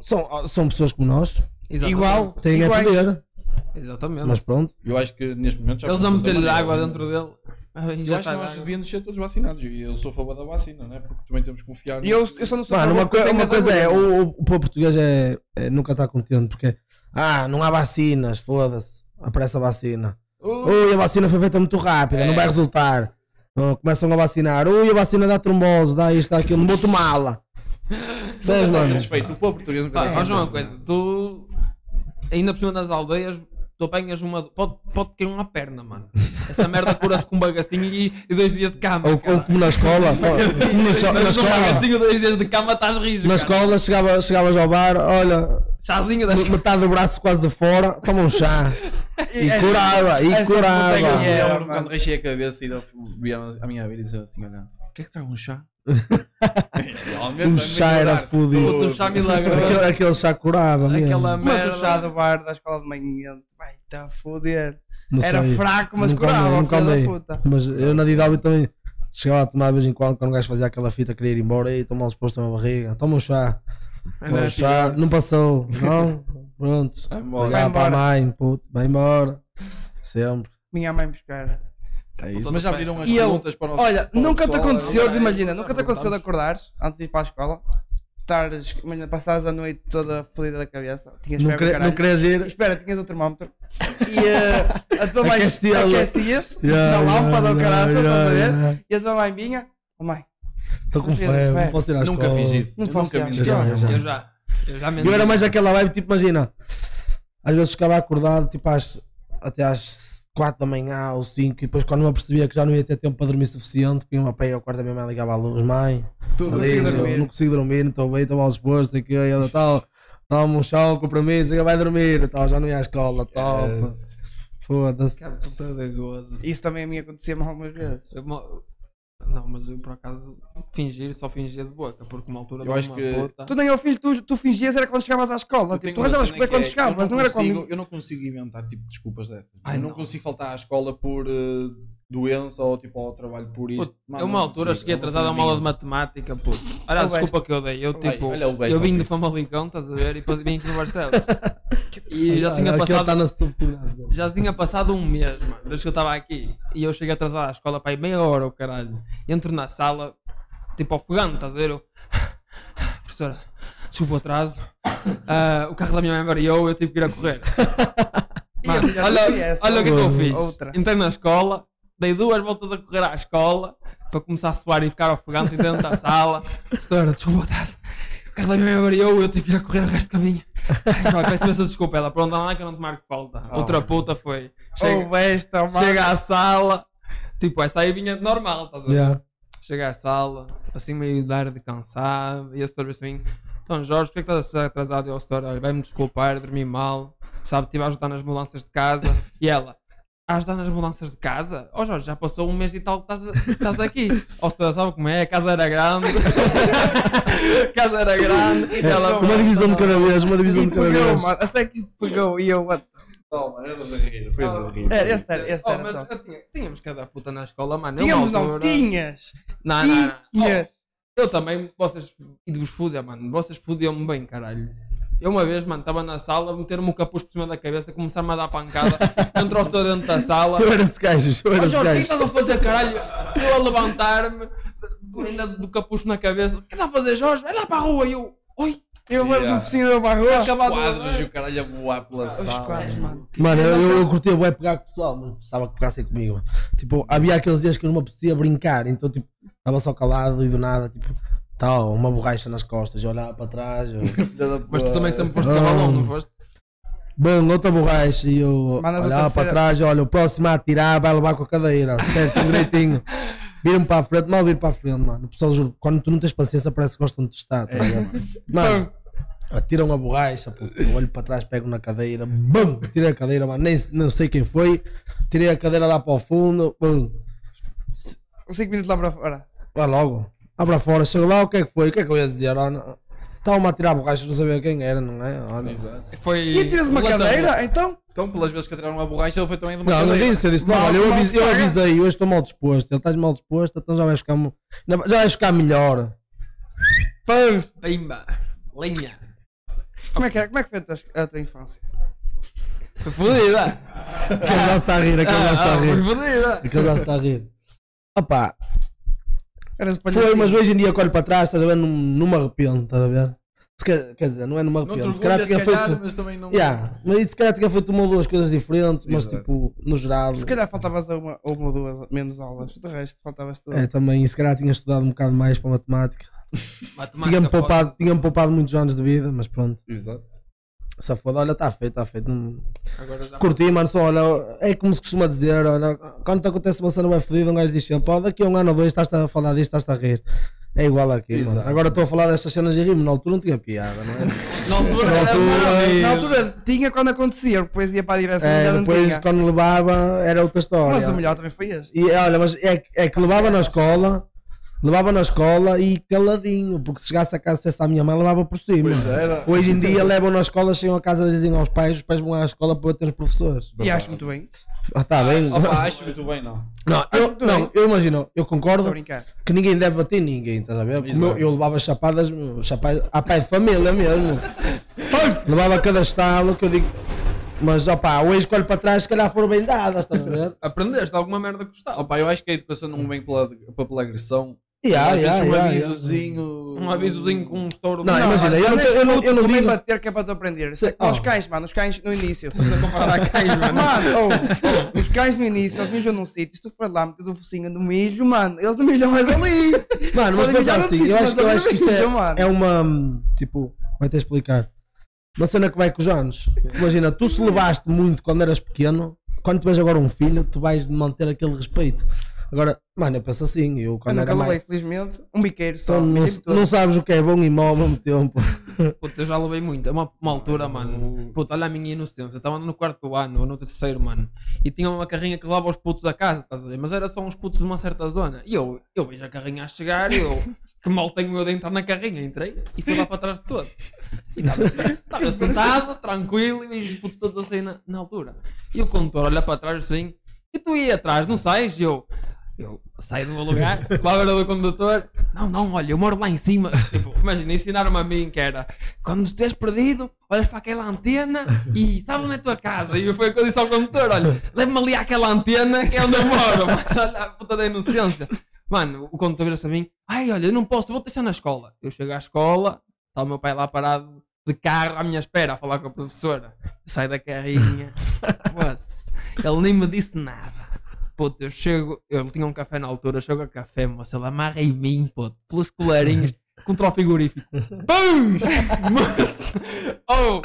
S9: são, são pessoas como nós.
S10: Exatamente. Igual,
S9: Têm a
S10: iguais.
S9: poder.
S3: Exatamente.
S9: Mas pronro.
S6: Eu acho que neste momento já
S3: Eles vão
S6: começou
S3: meter-lhe
S6: também,
S3: água
S6: né?
S3: dentro dele. Ah,
S6: Eu acho
S3: injetar
S6: que nós
S3: água.
S6: devíamos ser todos vacinados. E eu sou a favor da vacina, né? Porque também temos que confiar.
S10: E eu- eu só não
S3: Tipo,
S10: sou
S9: Mano, uma, coi- uma coisa é, o, o, o povo português é, é nunca está contente, porque ah, não há vacinas, foda-se, aparece a vacina.
S3: Oh.
S9: Ui, a vacina foi feita muito rápida,
S3: É.
S9: não vai resultar. Ah, começam a vacinar, ui, a vacina dá trombose, dá isto, dá aquilo, não vou tomá-la. Sabes,
S3: Não
S9: mano?
S6: Respeito, o povo português nunca
S3: Pá,
S10: É.
S6: tem
S3: faz
S6: certeza.
S3: uma coisa. Tu, ainda por cima das aldeias, tu apanhas uma. Pode, pode cair uma perna, mano. Essa merda cura-se com um bagacinho e, e dois dias de cama.
S9: Ou, ou como
S3: <laughs>
S9: na escola, pá,
S3: Bagacinho,
S9: como na, esco- na
S3: dois- um
S9: escola,
S3: bagacinho, dois dias de cama, estás rijo. cara.
S9: na escola chegava, chegavas ao bar, olha,
S3: Chazinho das-
S9: me- metade do braço quase de fora, toma um chá. E curava, e curava.
S6: Eu lembro quando rechei a cabeça e deu- vieram a minha vida e disseram assim: olha, quer que traga um
S9: <laughs>
S6: chá? Realmente
S9: Um
S6: vai
S9: chá era
S6: melhorar
S9: fodido.
S6: tudo.
S9: Aquele, aquele chá curava mesmo.
S3: Aquela
S10: Mas
S3: merda.
S10: o chá do bar da escola de manhã, vai, tá a foder.
S9: Não
S10: Era
S9: sei.
S10: fraco, mas
S9: Nunca andei,
S10: curava,
S9: nunca
S10: filho
S9: andei.
S10: da puta.
S9: Mas eu na Didalbi também chegava a tomar de vez em quando, quando o gajo fazia aquela fita, queria ir embora, e toma um suposto na barriga, toma
S10: <laughs>
S9: um chá. Toma
S3: Era
S9: um chá,
S3: assim.
S9: não passou, não? Pronto.
S6: Vai embora.
S9: Ligava
S10: é Vai
S9: para a
S10: embora.
S9: mãe, puto, vai embora. Sempre.
S10: Minha mãe buscar.
S6: É isso. Mas já abriram as
S10: E eu,
S6: perguntas para o nosso.
S10: olha,
S6: para o
S10: nunca te
S6: pessoal,
S10: aconteceu,
S6: agora
S10: de,
S6: é-
S10: imagina, nunca te
S6: agora
S10: aconteceu de
S6: voltamos.
S10: acordares antes de ir para a escola, estares, imagina, passares a noite toda fodida da cabeça, tinhas
S9: Não
S10: febre,
S9: quer-
S10: caralho.
S9: não querias ir.
S10: Espera, tinhas o termómetro e eh, a tua mãe
S9: Aquecia-la.
S10: aquecias, tipo,
S9: Yeah,
S10: na
S9: yeah,
S10: lâmpada ou
S9: yeah,
S10: caraça,
S9: yeah,
S10: estás a ver?
S9: yeah.
S10: E a tua mãe vinha, oh mãe,
S9: Estou com
S10: Não queria
S9: febre, não
S10: febre.
S9: posso ir à
S6: Nunca
S9: escola.
S6: fiz isso.
S10: Não
S6: Eu
S10: posso
S6: nunca
S10: ir
S6: menti.
S10: à escola.
S9: Eu já.
S3: Eu já. Eu já menti.
S9: Eu era mais aquela vibe, tipo, imagina, às vezes ficava acordado, tipo, às, até às 4 da manhã ou 5, e depois quando me apercebia que já não ia ter tempo para dormir suficiente, vinha uma peia ao quarto da minha mãe ligava à luz, mãe,
S10: Tu
S9: tá
S10: não
S9: lixo,
S10: consigo dormir."
S9: não consigo dormir, não estou bem, estou mal disposto, aqui, ela tal, toma um chão, compromisso, vai dormir, tal, já não ia à escola, top, foda-se.
S3: Cara, puta de gozo.
S10: Isso também a mim acontecia-me algumas vezes.
S3: Eu mo- Não, mas eu por acaso fingir, só fingia de boca, porque uma altura
S6: Eu
S3: dá
S6: acho
S3: uma
S6: que-
S3: puta.
S10: Tu nem ao filho, tu, tu fingias era quando chegavas à escola, tipo,
S6: Tenho
S10: tu
S6: uma
S10: arranjavas
S6: cena
S10: comer
S6: que
S10: quando
S6: é,
S10: chegavas,
S6: eu
S10: não, era
S6: consigo-
S10: quando...
S6: Eu não consigo inventar tipo desculpas dessas.
S3: Ai,
S6: eu não,
S3: não.
S6: consigo faltar à escola por eh, doença ou tipo ao trabalho por isto.
S3: Eu uma altura cheguei atrasado a uma aula de matemática, puto. Olha a
S6: Olha o
S3: desculpa que eu dei. Eu,
S6: Olha aí,
S3: tipo,
S6: olha o besta,
S3: eu vim de
S6: Pedro.
S3: Famalicão, estás a ver? E depois vim aqui no Barcelos. e já
S9: Olha,
S3: tinha
S9: aquele
S3: passado.
S9: tá na subtilidade.
S3: Já tinha passado um mês, mano, desde que eu estava aqui. E eu cheguei atrasado à escola, pai, meia hora, o caralho. Entro na sala, tipo afogando, estás a ver? Eu, professora, desculpa o atraso. Ah, o carro da minha mãe variou, eu tipo, tive que ir a correr. Mano,
S10: E a mulher não
S3: olha,
S10: conhece,
S3: olha o que é que eu
S10: outra.
S3: fiz.
S10: Outra.
S3: Entrei na escola, dei duas voltas a correr à escola para começar a suar e ficar afogando tá? dentro da sala. Professora, desculpa o atraso. O carro da minha mãe variou, eu tive que ir a correr o resto do caminho. Olha, Peço imensa desculpa, ela, pronto, lá que eu não te marco falta.
S10: Oh.
S3: Outra puta foi.
S10: Oh, besta, mano.
S3: chega à sala, tipo, essa aí vinha normal, estás a ver?
S9: Yeah.
S3: Chega à sala, assim meio de ar de cansado, e a senhora vê-se a mim, então Jorge, porquê que estás a ser atrasado? E eu, senhora, olha, vai-me desculpar, dormi mal, sabe, estive a ajudar nas mudanças de casa, e ela... A ajudar nas mudanças de casa? Oh Jorge, já passou um mês e tal que estás, a- estás aqui. <laughs> Ou senhora, sabe como é? A casa era grande. a casa era grande.
S9: É, uma divisão de cada vez, uma divisão
S3: Tipo,
S9: de Tipo, cada
S10: pegou,
S9: vez.
S10: mano. Até que isto pegou e eu. What?
S6: Toma, era de rir, foi de rir.
S10: Era, esse era, esse
S3: Oh,
S10: era.
S3: mas
S10: só.
S3: eu tinha- tínhamos cada puta na escola, mano. eu
S10: Tínhamos,
S3: na
S10: não,
S3: altura-
S10: tinhas.
S3: Não, não, não.
S10: Tinhas.
S3: Oh, eu também, vocês, e de vos fudem, mano, vocês fudiam-me bem, caralho. Eu uma vez, mano, estava na sala, meter-me o capuz por cima da cabeça, começar-me a dar
S10: <laughs>
S3: pancada, entrou estou dentro da sala.
S9: Eu era esse gajo, eu era
S3: "Oh,
S9: esse
S3: Jorge, o que é que estás
S9: gajo."
S3: a fazer, caralho? Eu a levantar-me, ainda do capuz na cabeça, o que estás a fazer, Jorge? Vai lá para a rua, e eu, oi.
S10: Eu
S6: lembro Yeah. do
S10: oficina da barroa.
S3: Acabado.
S6: Quadros e o caralho a voar pela sala.
S10: quadros, mano.
S9: Mano, eu, eu, eu curtia bué pegar com o pessoal, mas estava que graça comigo. mano. Tipo, havia aqueles dias que eu não me apetecia brincar, então tipo, estava só calado e do nada, tipo, tal, uma borracha nas costas, eu olhava para trás. eu- Ah.
S3: Mas tu também sempre foste cavalão, não foste?
S9: Bom, outra borracha e eu
S3: Mandas a
S9: olhava
S3: terceira.
S9: para trás, olha, o próximo a atirar vai levar com a cadeira, certo, direitinho. Viram para a frente, mal vir para a frente, mano. O pessoal juro, quando tu não tens paciência, parece que gostam de testar. Tá ligado? mano, atiram a borracha, puto, eu olho para trás, pego na cadeira, bum, tirei a cadeira, mano, nem não sei quem foi, tirei a cadeira lá para o fundo, bum,
S10: 5 minutos lá para fora.
S9: Vai logo. Abra fora, chego lá, o que é que foi? O que é que eu ia dizer? Estavam-me a tirar borrachas, não sabia quem era, não é? Olha.
S3: Foi...
S10: E tiras uma
S6: Levanta a mão.
S10: cadeira, então?
S6: Então, pelas vezes que atiraram uma borracha, ele foi também de uma
S9: Não, não
S6: cadeira.
S9: disse, eu disse, não, olha, eu, avisei, eu avisei, hoje estou mal disposto. Ele estás mal disposto, então já vais ficar, mu- já vais ficar melhor. Fã!
S3: Pimba, lenha.
S10: Como é que, era? Como é que foi a tua, a tua infância?
S3: Se fodida!
S9: Aquele já se está a rir, aquele já se está a
S3: Ah,
S9: rir.
S3: foi fodida.
S9: Aquele já se está a rir. Opa,
S10: Eras um
S9: foi, mas hoje em dia que olho para trás, estás a ver, não, não me arrependo, estás a ver? Se quer, quer dizer, não é não me
S6: te
S9: arrependo.
S6: orgulhas,
S9: Se calhar tinha
S6: se calhar,
S9: feito.
S6: mas também não-
S10: é.
S9: Yeah, mas se calhar tinha feito uma ou duas coisas diferentes, mas tipo, no geral.
S10: Se calhar faltavas a uma, uma ou duas menos aulas. De resto, faltavas tudo.
S9: É, também, e se calhar tinha estudado um bocado mais para matemática.
S3: Matemática,
S9: Tinha-me
S3: pode.
S9: poupado, tinha poupado muitos anos de vida, mas pronto.
S6: Exato.
S9: Essa foda, olha, está feito, está feito. Não...
S3: Agora já-
S9: Curti, mano, só olha, é como se costuma dizer, olha, quando te acontece uma cena bem fodida, um gajo diz sempre, ó, daqui a um ano ou dois estás a falar disto, estás a rir. É igual aqui,
S6: Exato.
S9: mano. Agora estou a falar destas cenas e rimo, na altura não tinha piada,
S10: <laughs>
S9: não é?
S3: Na altura
S9: na
S10: Era-
S9: altura,
S10: na altura tinha quando acontecia, depois ia para a direção e
S9: é,
S10: já não
S9: depois
S10: tinha.
S9: quando levava era outra história.
S10: Mas o melhor também foi este.
S9: E olha, mas é, que- é que levava na escola, levava na escola e caladinho, porque se chegasse a casa dissesse à minha mãe, levava por cima.
S6: Pois era.
S9: Hoje em dia levam na escola, chegam a casa dizem aos pais, os pais vão à escola para bater os professores.
S10: E acho muito bem.
S9: Ah, tá bem.
S6: Opa, acho muito bem, não.
S9: Não, eu, não, eu imagino, eu
S10: Estou a
S9: concordo
S10: brincar.
S9: que ninguém deve bater ninguém, estás a ver? Como eu,
S6: Exato.
S9: eu levava chapadas, meu, chapadas a pai de é
S6: <laughs>
S9: família mesmo. levava cada estalo que eu digo. Mas opá, hoje que olho para trás, se calhar foram bem dadas, estás
S6: <laughs>
S9: a ver?
S3: Aprendeste alguma merda que gostava.
S6: Opa, eu acho que a educação não vem pela, pela agressão.
S9: Yeah,
S6: Às vezes
S9: yeah,
S6: um
S9: yeah, yeah.
S6: avisozinho.
S3: Um avisozinho com um estouro.
S9: Não, imagina, eu não,
S10: Mas
S9: te- eu não, eu não
S10: também
S9: digo.
S10: bater que é para tu aprender. Sei,
S9: oh.
S10: Os cães, mano, os cães no início.
S3: Para
S10: <laughs>
S3: cá, mano.
S10: Mano, oh, oh, os cães no início, eles mijam num sítio. Se tu for lá, metes o focinho no mijo, mano, eles não mijam mais ali.
S9: Mano, mas
S10: Podem
S9: pensa
S10: mijar no
S9: assim,
S10: sítio,
S9: eu
S10: mas
S9: acho, que- eu
S10: não
S9: acho que isto
S10: mijam, mano.
S9: é, é uma. hum, Tipo, vai ter explicar. Uma cena que vai com os anos. Imagina, tu se levaste muito quando eras pequeno, quando tiveres agora um filho, tu vais manter aquele respeito. Agora, mano, eu penso assim, eu
S10: Eu
S9: quando
S10: nunca
S9: era
S10: levei,
S9: mais.
S10: felizmente, um biqueiro só.
S9: Então, não,
S10: mijei-me todo.
S9: não sabes o que é bom e mau ao mesmo tempo.
S3: <laughs> Puta, eu já levei muito. É uma, uma altura, mano. Puta, olha a minha inocência. Estava no quarto ano, ou no terceiro, mano. E tinha uma carrinha que levava os putos a casa, estás a ver? Mas era só uns putos de uma certa zona. E eu, eu vejo a carrinha a chegar e eu. Que mal tenho eu de entrar na carrinha, entrei e fui lá para trás de todo. E estava estava sentado, tranquilo, e vejo os putos todos assim na, na altura. E o condutor olha para trás assim, e tu ia atrás, não sais? E eu, eu saio do meu lugar, vou à beira do condutor, não, não, olha, eu moro lá em cima. <laughs> Tipo, imagina, ensinaram-me a mim que era quando estiveres perdido, olhas para aquela antena e sabes onde é a tua casa. E foi o que eu disse ao condutor: olha, leva-me ali àquela antena que é onde eu moro. <laughs> Mano, olha a puta da inocência. Mano, o condutor vira-se a mim: ai, olha, eu não posso, vou deixar na escola. Eu chego à escola, está o meu pai lá parado de carro à minha espera a falar com a professora. Eu saio da carrinha, Moço, ele nem me disse nada. Puto, eu chego, eu tinha um café na altura, eu chego a café, moço, ele amarra em mim, puto, pelos colarinhos. contra o frigorífico. Puns! Mas- oh!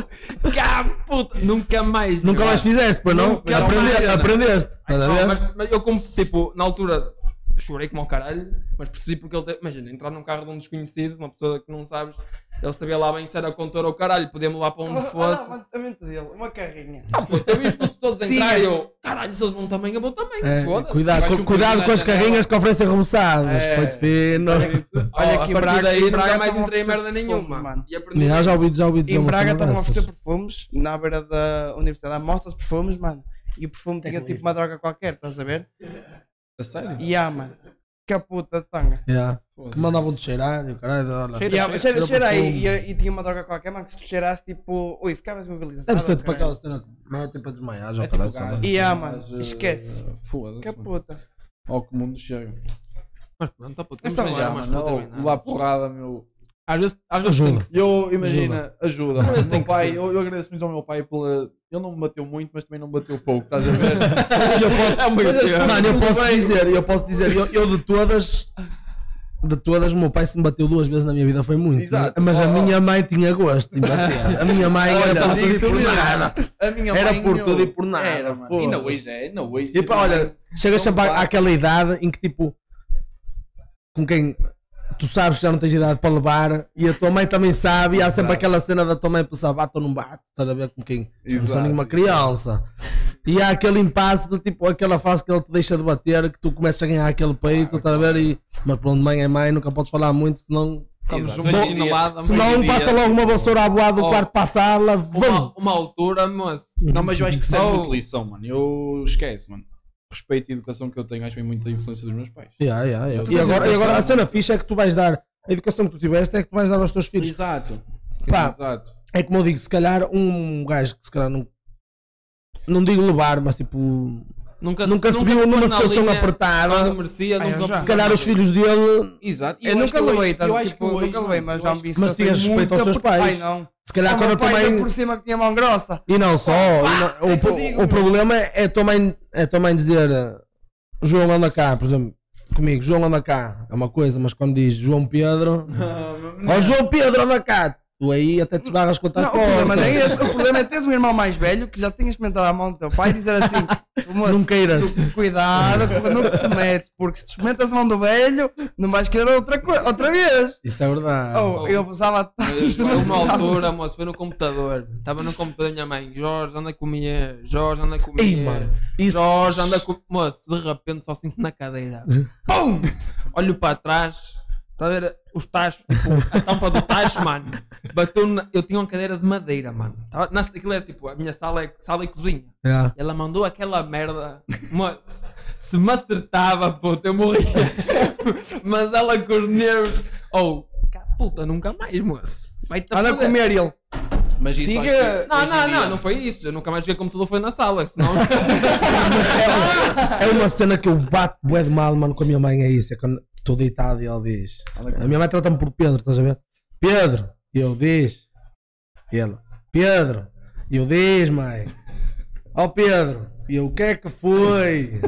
S3: Cá, puta! Nunca mais.
S9: Nunca
S3: meu.
S9: mais fizeste, pois não?
S3: Nunca
S9: Aprende-
S3: mais.
S9: aprendeste,
S3: Ai,
S9: estás a
S3: pá,
S9: ver?
S3: mas, mas eu, como, tipo, na altura chorei como ao caralho, mas percebi porque ele. te- Imagina, entrar num carro de um desconhecido, uma pessoa que não sabes, ele sabia lá bem se era contor ou caralho, podíamos lá para
S10: Ah,
S3: onde fosse.
S10: Apontamento dele, uma carrinha.
S3: todos
S10: Sim,
S3: entrar e
S10: é.
S3: eu, caralho, se eles vão também, eu vou também.
S9: É,
S3: Foda-se.
S9: cuidado
S3: Vai
S9: cu-
S3: que o
S9: cuidado
S3: Pedro
S9: com as
S3: na janela-
S9: carrinhas que oferecem remoçadas.
S3: É.
S9: Peito fino.
S3: Olha,
S10: aqui
S3: aqui
S10: em
S3: a partir
S10: Braga-
S3: daí
S10: em Braga
S3: nunca mais
S10: estão a
S3: entrei em
S10: oferecer
S3: merda
S10: perfume,
S3: nenhuma.
S10: mano.
S3: E é aprendi.
S9: Já ouvi, já ouvi dizer
S10: Em
S9: uma
S10: Braga
S9: cena
S10: estavam a
S9: dessas.
S3: assim.
S10: oferecer perfumes, na beira da universidade, há mostras de perfumes, mano. E o perfume tinha tipo uma droga qualquer, estás a ver?
S6: A sério?
S10: E há, mano. Que a puta de tanga.
S9: Yeah. Que mandavam-te É. cheirar e o caralho. olha,
S10: Cheira, cheira, cheira, aí.
S9: perfume.
S10: E, e tinha uma droga qualquer, mano, que se tu cheirasse tipo. Ui, ficavas mobilizado. tá
S9: Deve ser tipo
S10: caralho.
S9: aquela cena que não é tempo a desmaiar, já
S10: É
S9: o
S10: tipo
S9: caralho.
S10: gás,
S9: sabe?
S10: E há,
S6: mas,
S10: mano,
S6: eh,
S10: esquece.
S6: Foda-se.
S10: Que
S6: mano.
S10: puta.
S6: Ó, que mundo chega.
S3: Mas pronto, tá puto.
S6: É só
S3: Mas
S6: já,
S3: já, mas
S6: mano.
S3: não
S6: ó,
S3: terminar.
S6: Lá porrada, meu.
S3: Às vezes, às vezes tem que ser.
S6: Eu, imagina,
S3: Ajuda.
S6: ajuda.
S3: Às
S6: mano.
S3: vezes tem
S6: Meu
S3: que
S6: pai,
S3: ser.
S6: eu, eu agradeço muito ao meu pai pela. Ele não me bateu muito, mas também não me bateu pouco, estás a ver?
S9: eu posso,
S6: É muito pior.
S9: mano, eu
S6: Tudo
S9: posso
S6: bem.
S9: dizer, eu posso dizer, eu, eu de todas, de todas, o meu pai se me bateu duas vezes na minha vida, foi muito.
S6: Exato.
S9: Mas a
S6: Oh, oh.
S9: minha mãe tinha gosto em bater. A minha mãe
S6: Olha,
S9: era por tudo e
S6: digo-te
S9: por
S6: mesmo,
S9: nada.
S6: A minha
S9: Era
S6: mãe,
S9: por
S6: meu,
S9: tudo e por nada.
S6: era, mano.
S9: foda-se.
S6: Ainda hoje é, ainda hoje.
S9: E pá, olha, chegas sempre à- àquela idade em que tipo, com quem tu sabes que já não tens idade para levar e a tua mãe também sabe, e há sempre
S6: Exato.
S9: aquela cena da tua mãe pensar, bate ou não bate, estás a ver com quem? Eu Não sou
S6: Exato,
S9: nenhuma
S6: exato.
S9: criança. E há aquele impasse de tipo, aquela fase que ele te deixa de bater, que tu começas a ganhar aquele peito, estás a ver? E, mas pronto, mãe é mãe, nunca podes falar muito, senão.
S3: Ficamos
S9: Exato.
S3: um
S9: Bom,
S3: bocadinho chinelado,
S9: Se não,
S3: um bocadinho
S9: passa
S3: de-
S9: logo uma vassoura à boa do
S3: Oh.
S9: quarto para a sala,
S3: Uma,
S9: vamos!
S3: uma altura, moço.
S6: Não, mas eu acho que serve
S3: Oh.
S6: muito lição, mano. Eu esqueço, mano. Respeito e educação que eu tenho, acho que vem muito da influência dos meus pais.
S9: Yeah, yeah, yeah.
S6: Tu
S9: E,
S6: tens
S9: agora, e
S6: educação,
S9: agora a
S6: mano.
S9: cena fixa é que tu vais dar, a educação que tu tiveste é que tu vais dar aos teus filhos.
S6: Exato.
S9: Pá.
S6: Exato.
S9: É como eu digo, se calhar um gajo que se calhar não. Não digo levar, mas tipo.
S3: Nunca,
S9: Nunca se viu numa
S3: pôs na
S9: situação
S3: linha
S9: apertada.
S3: Quando merecia,
S10: Ah, eu
S3: nunca
S10: já.
S9: Se calhar os filhos dele.
S6: Exato. E
S10: Eu,
S6: acho
S10: nunca
S6: que hoje-
S10: levei,
S6: eu
S10: estás a
S6: acho
S10: ver?
S6: que
S10: Tipo,
S6: hoje,
S10: nunca
S6: mano,
S10: levei, mas
S6: eu
S10: já
S6: acho
S10: me
S6: que-
S10: vi
S9: Mas tinhas respeito aos teus pais.
S10: Ai não.
S9: Se calhar
S10: Ah,
S9: quando
S10: meu
S9: a tua
S10: pai ainda
S9: mãe.
S10: por cima que tinha mão grossa. é
S9: E não só. e não- o,
S6: que eu digo,
S9: o
S6: meu.
S9: problema é a tua mãe, é a tua mãe dizer eh, João anda cá, por exemplo, comigo, João anda cá, é uma coisa, mas quando diz
S10: <laughs>
S9: João Pedro, ó João Pedro anda cá, tu aí até te esbarras contra a
S10: Não, o problema não é
S9: porta.
S10: esse. O problema é teres um irmão mais velho que já tenha experimentado a mão do teu pai e dizer assim: "Tu, moço,
S9: Não queiras.
S10: tu cuidado, cu- não te metes, porque se te experimentas a mão do velho, não vais querer outra, coi- outra vez.
S9: Isso é verdade.
S10: Oh, eu usava
S3: Tá
S10: tanto, <laughs>
S3: Mas foi
S10: mas
S3: uma
S10: usava-
S3: altura, moço, foi no computador. Estava no computador da minha mãe. Jorge, anda com a mulher. Jorge, anda com a
S9: Ei,
S3: mulher.
S9: mano, isso-
S10: é
S3: Jorge, É. anda com. Moço, de repente só sinto na cadeira. Pum! Olho para trás. Está a ver os tachos, tipo, a tampa do tacho, mano. Bateu na... Eu tinha uma cadeira de madeira, mano. Tava... Nossa, aquilo é tipo, a minha sala é sala e cozinha.
S10: É.
S9: Yeah.
S3: Ela mandou aquela merda. Moço, se me acertava, puta, eu morria. <laughs> Mas ela com os nervos. Ou, oh, puta, nunca mais, moço. Vai
S10: Anda a comer ele.
S6: Mas isso
S10: Siga-
S6: acho que
S3: Não,
S6: hoje em
S3: não,
S6: dia-
S3: não, não foi isso. Eu nunca mais joguei computador, foi na sala. Senão.
S9: É uma cena que eu bato bué de mal, mano, com a minha mãe, é isso. É quando estou deitado e ela diz. A minha mãe trata-me por Pedro, estás a ver? Pedro, e eu diz. E ela, Pedro, e eu diz, mãe. Ó Pedro, e eu, o que é que foi?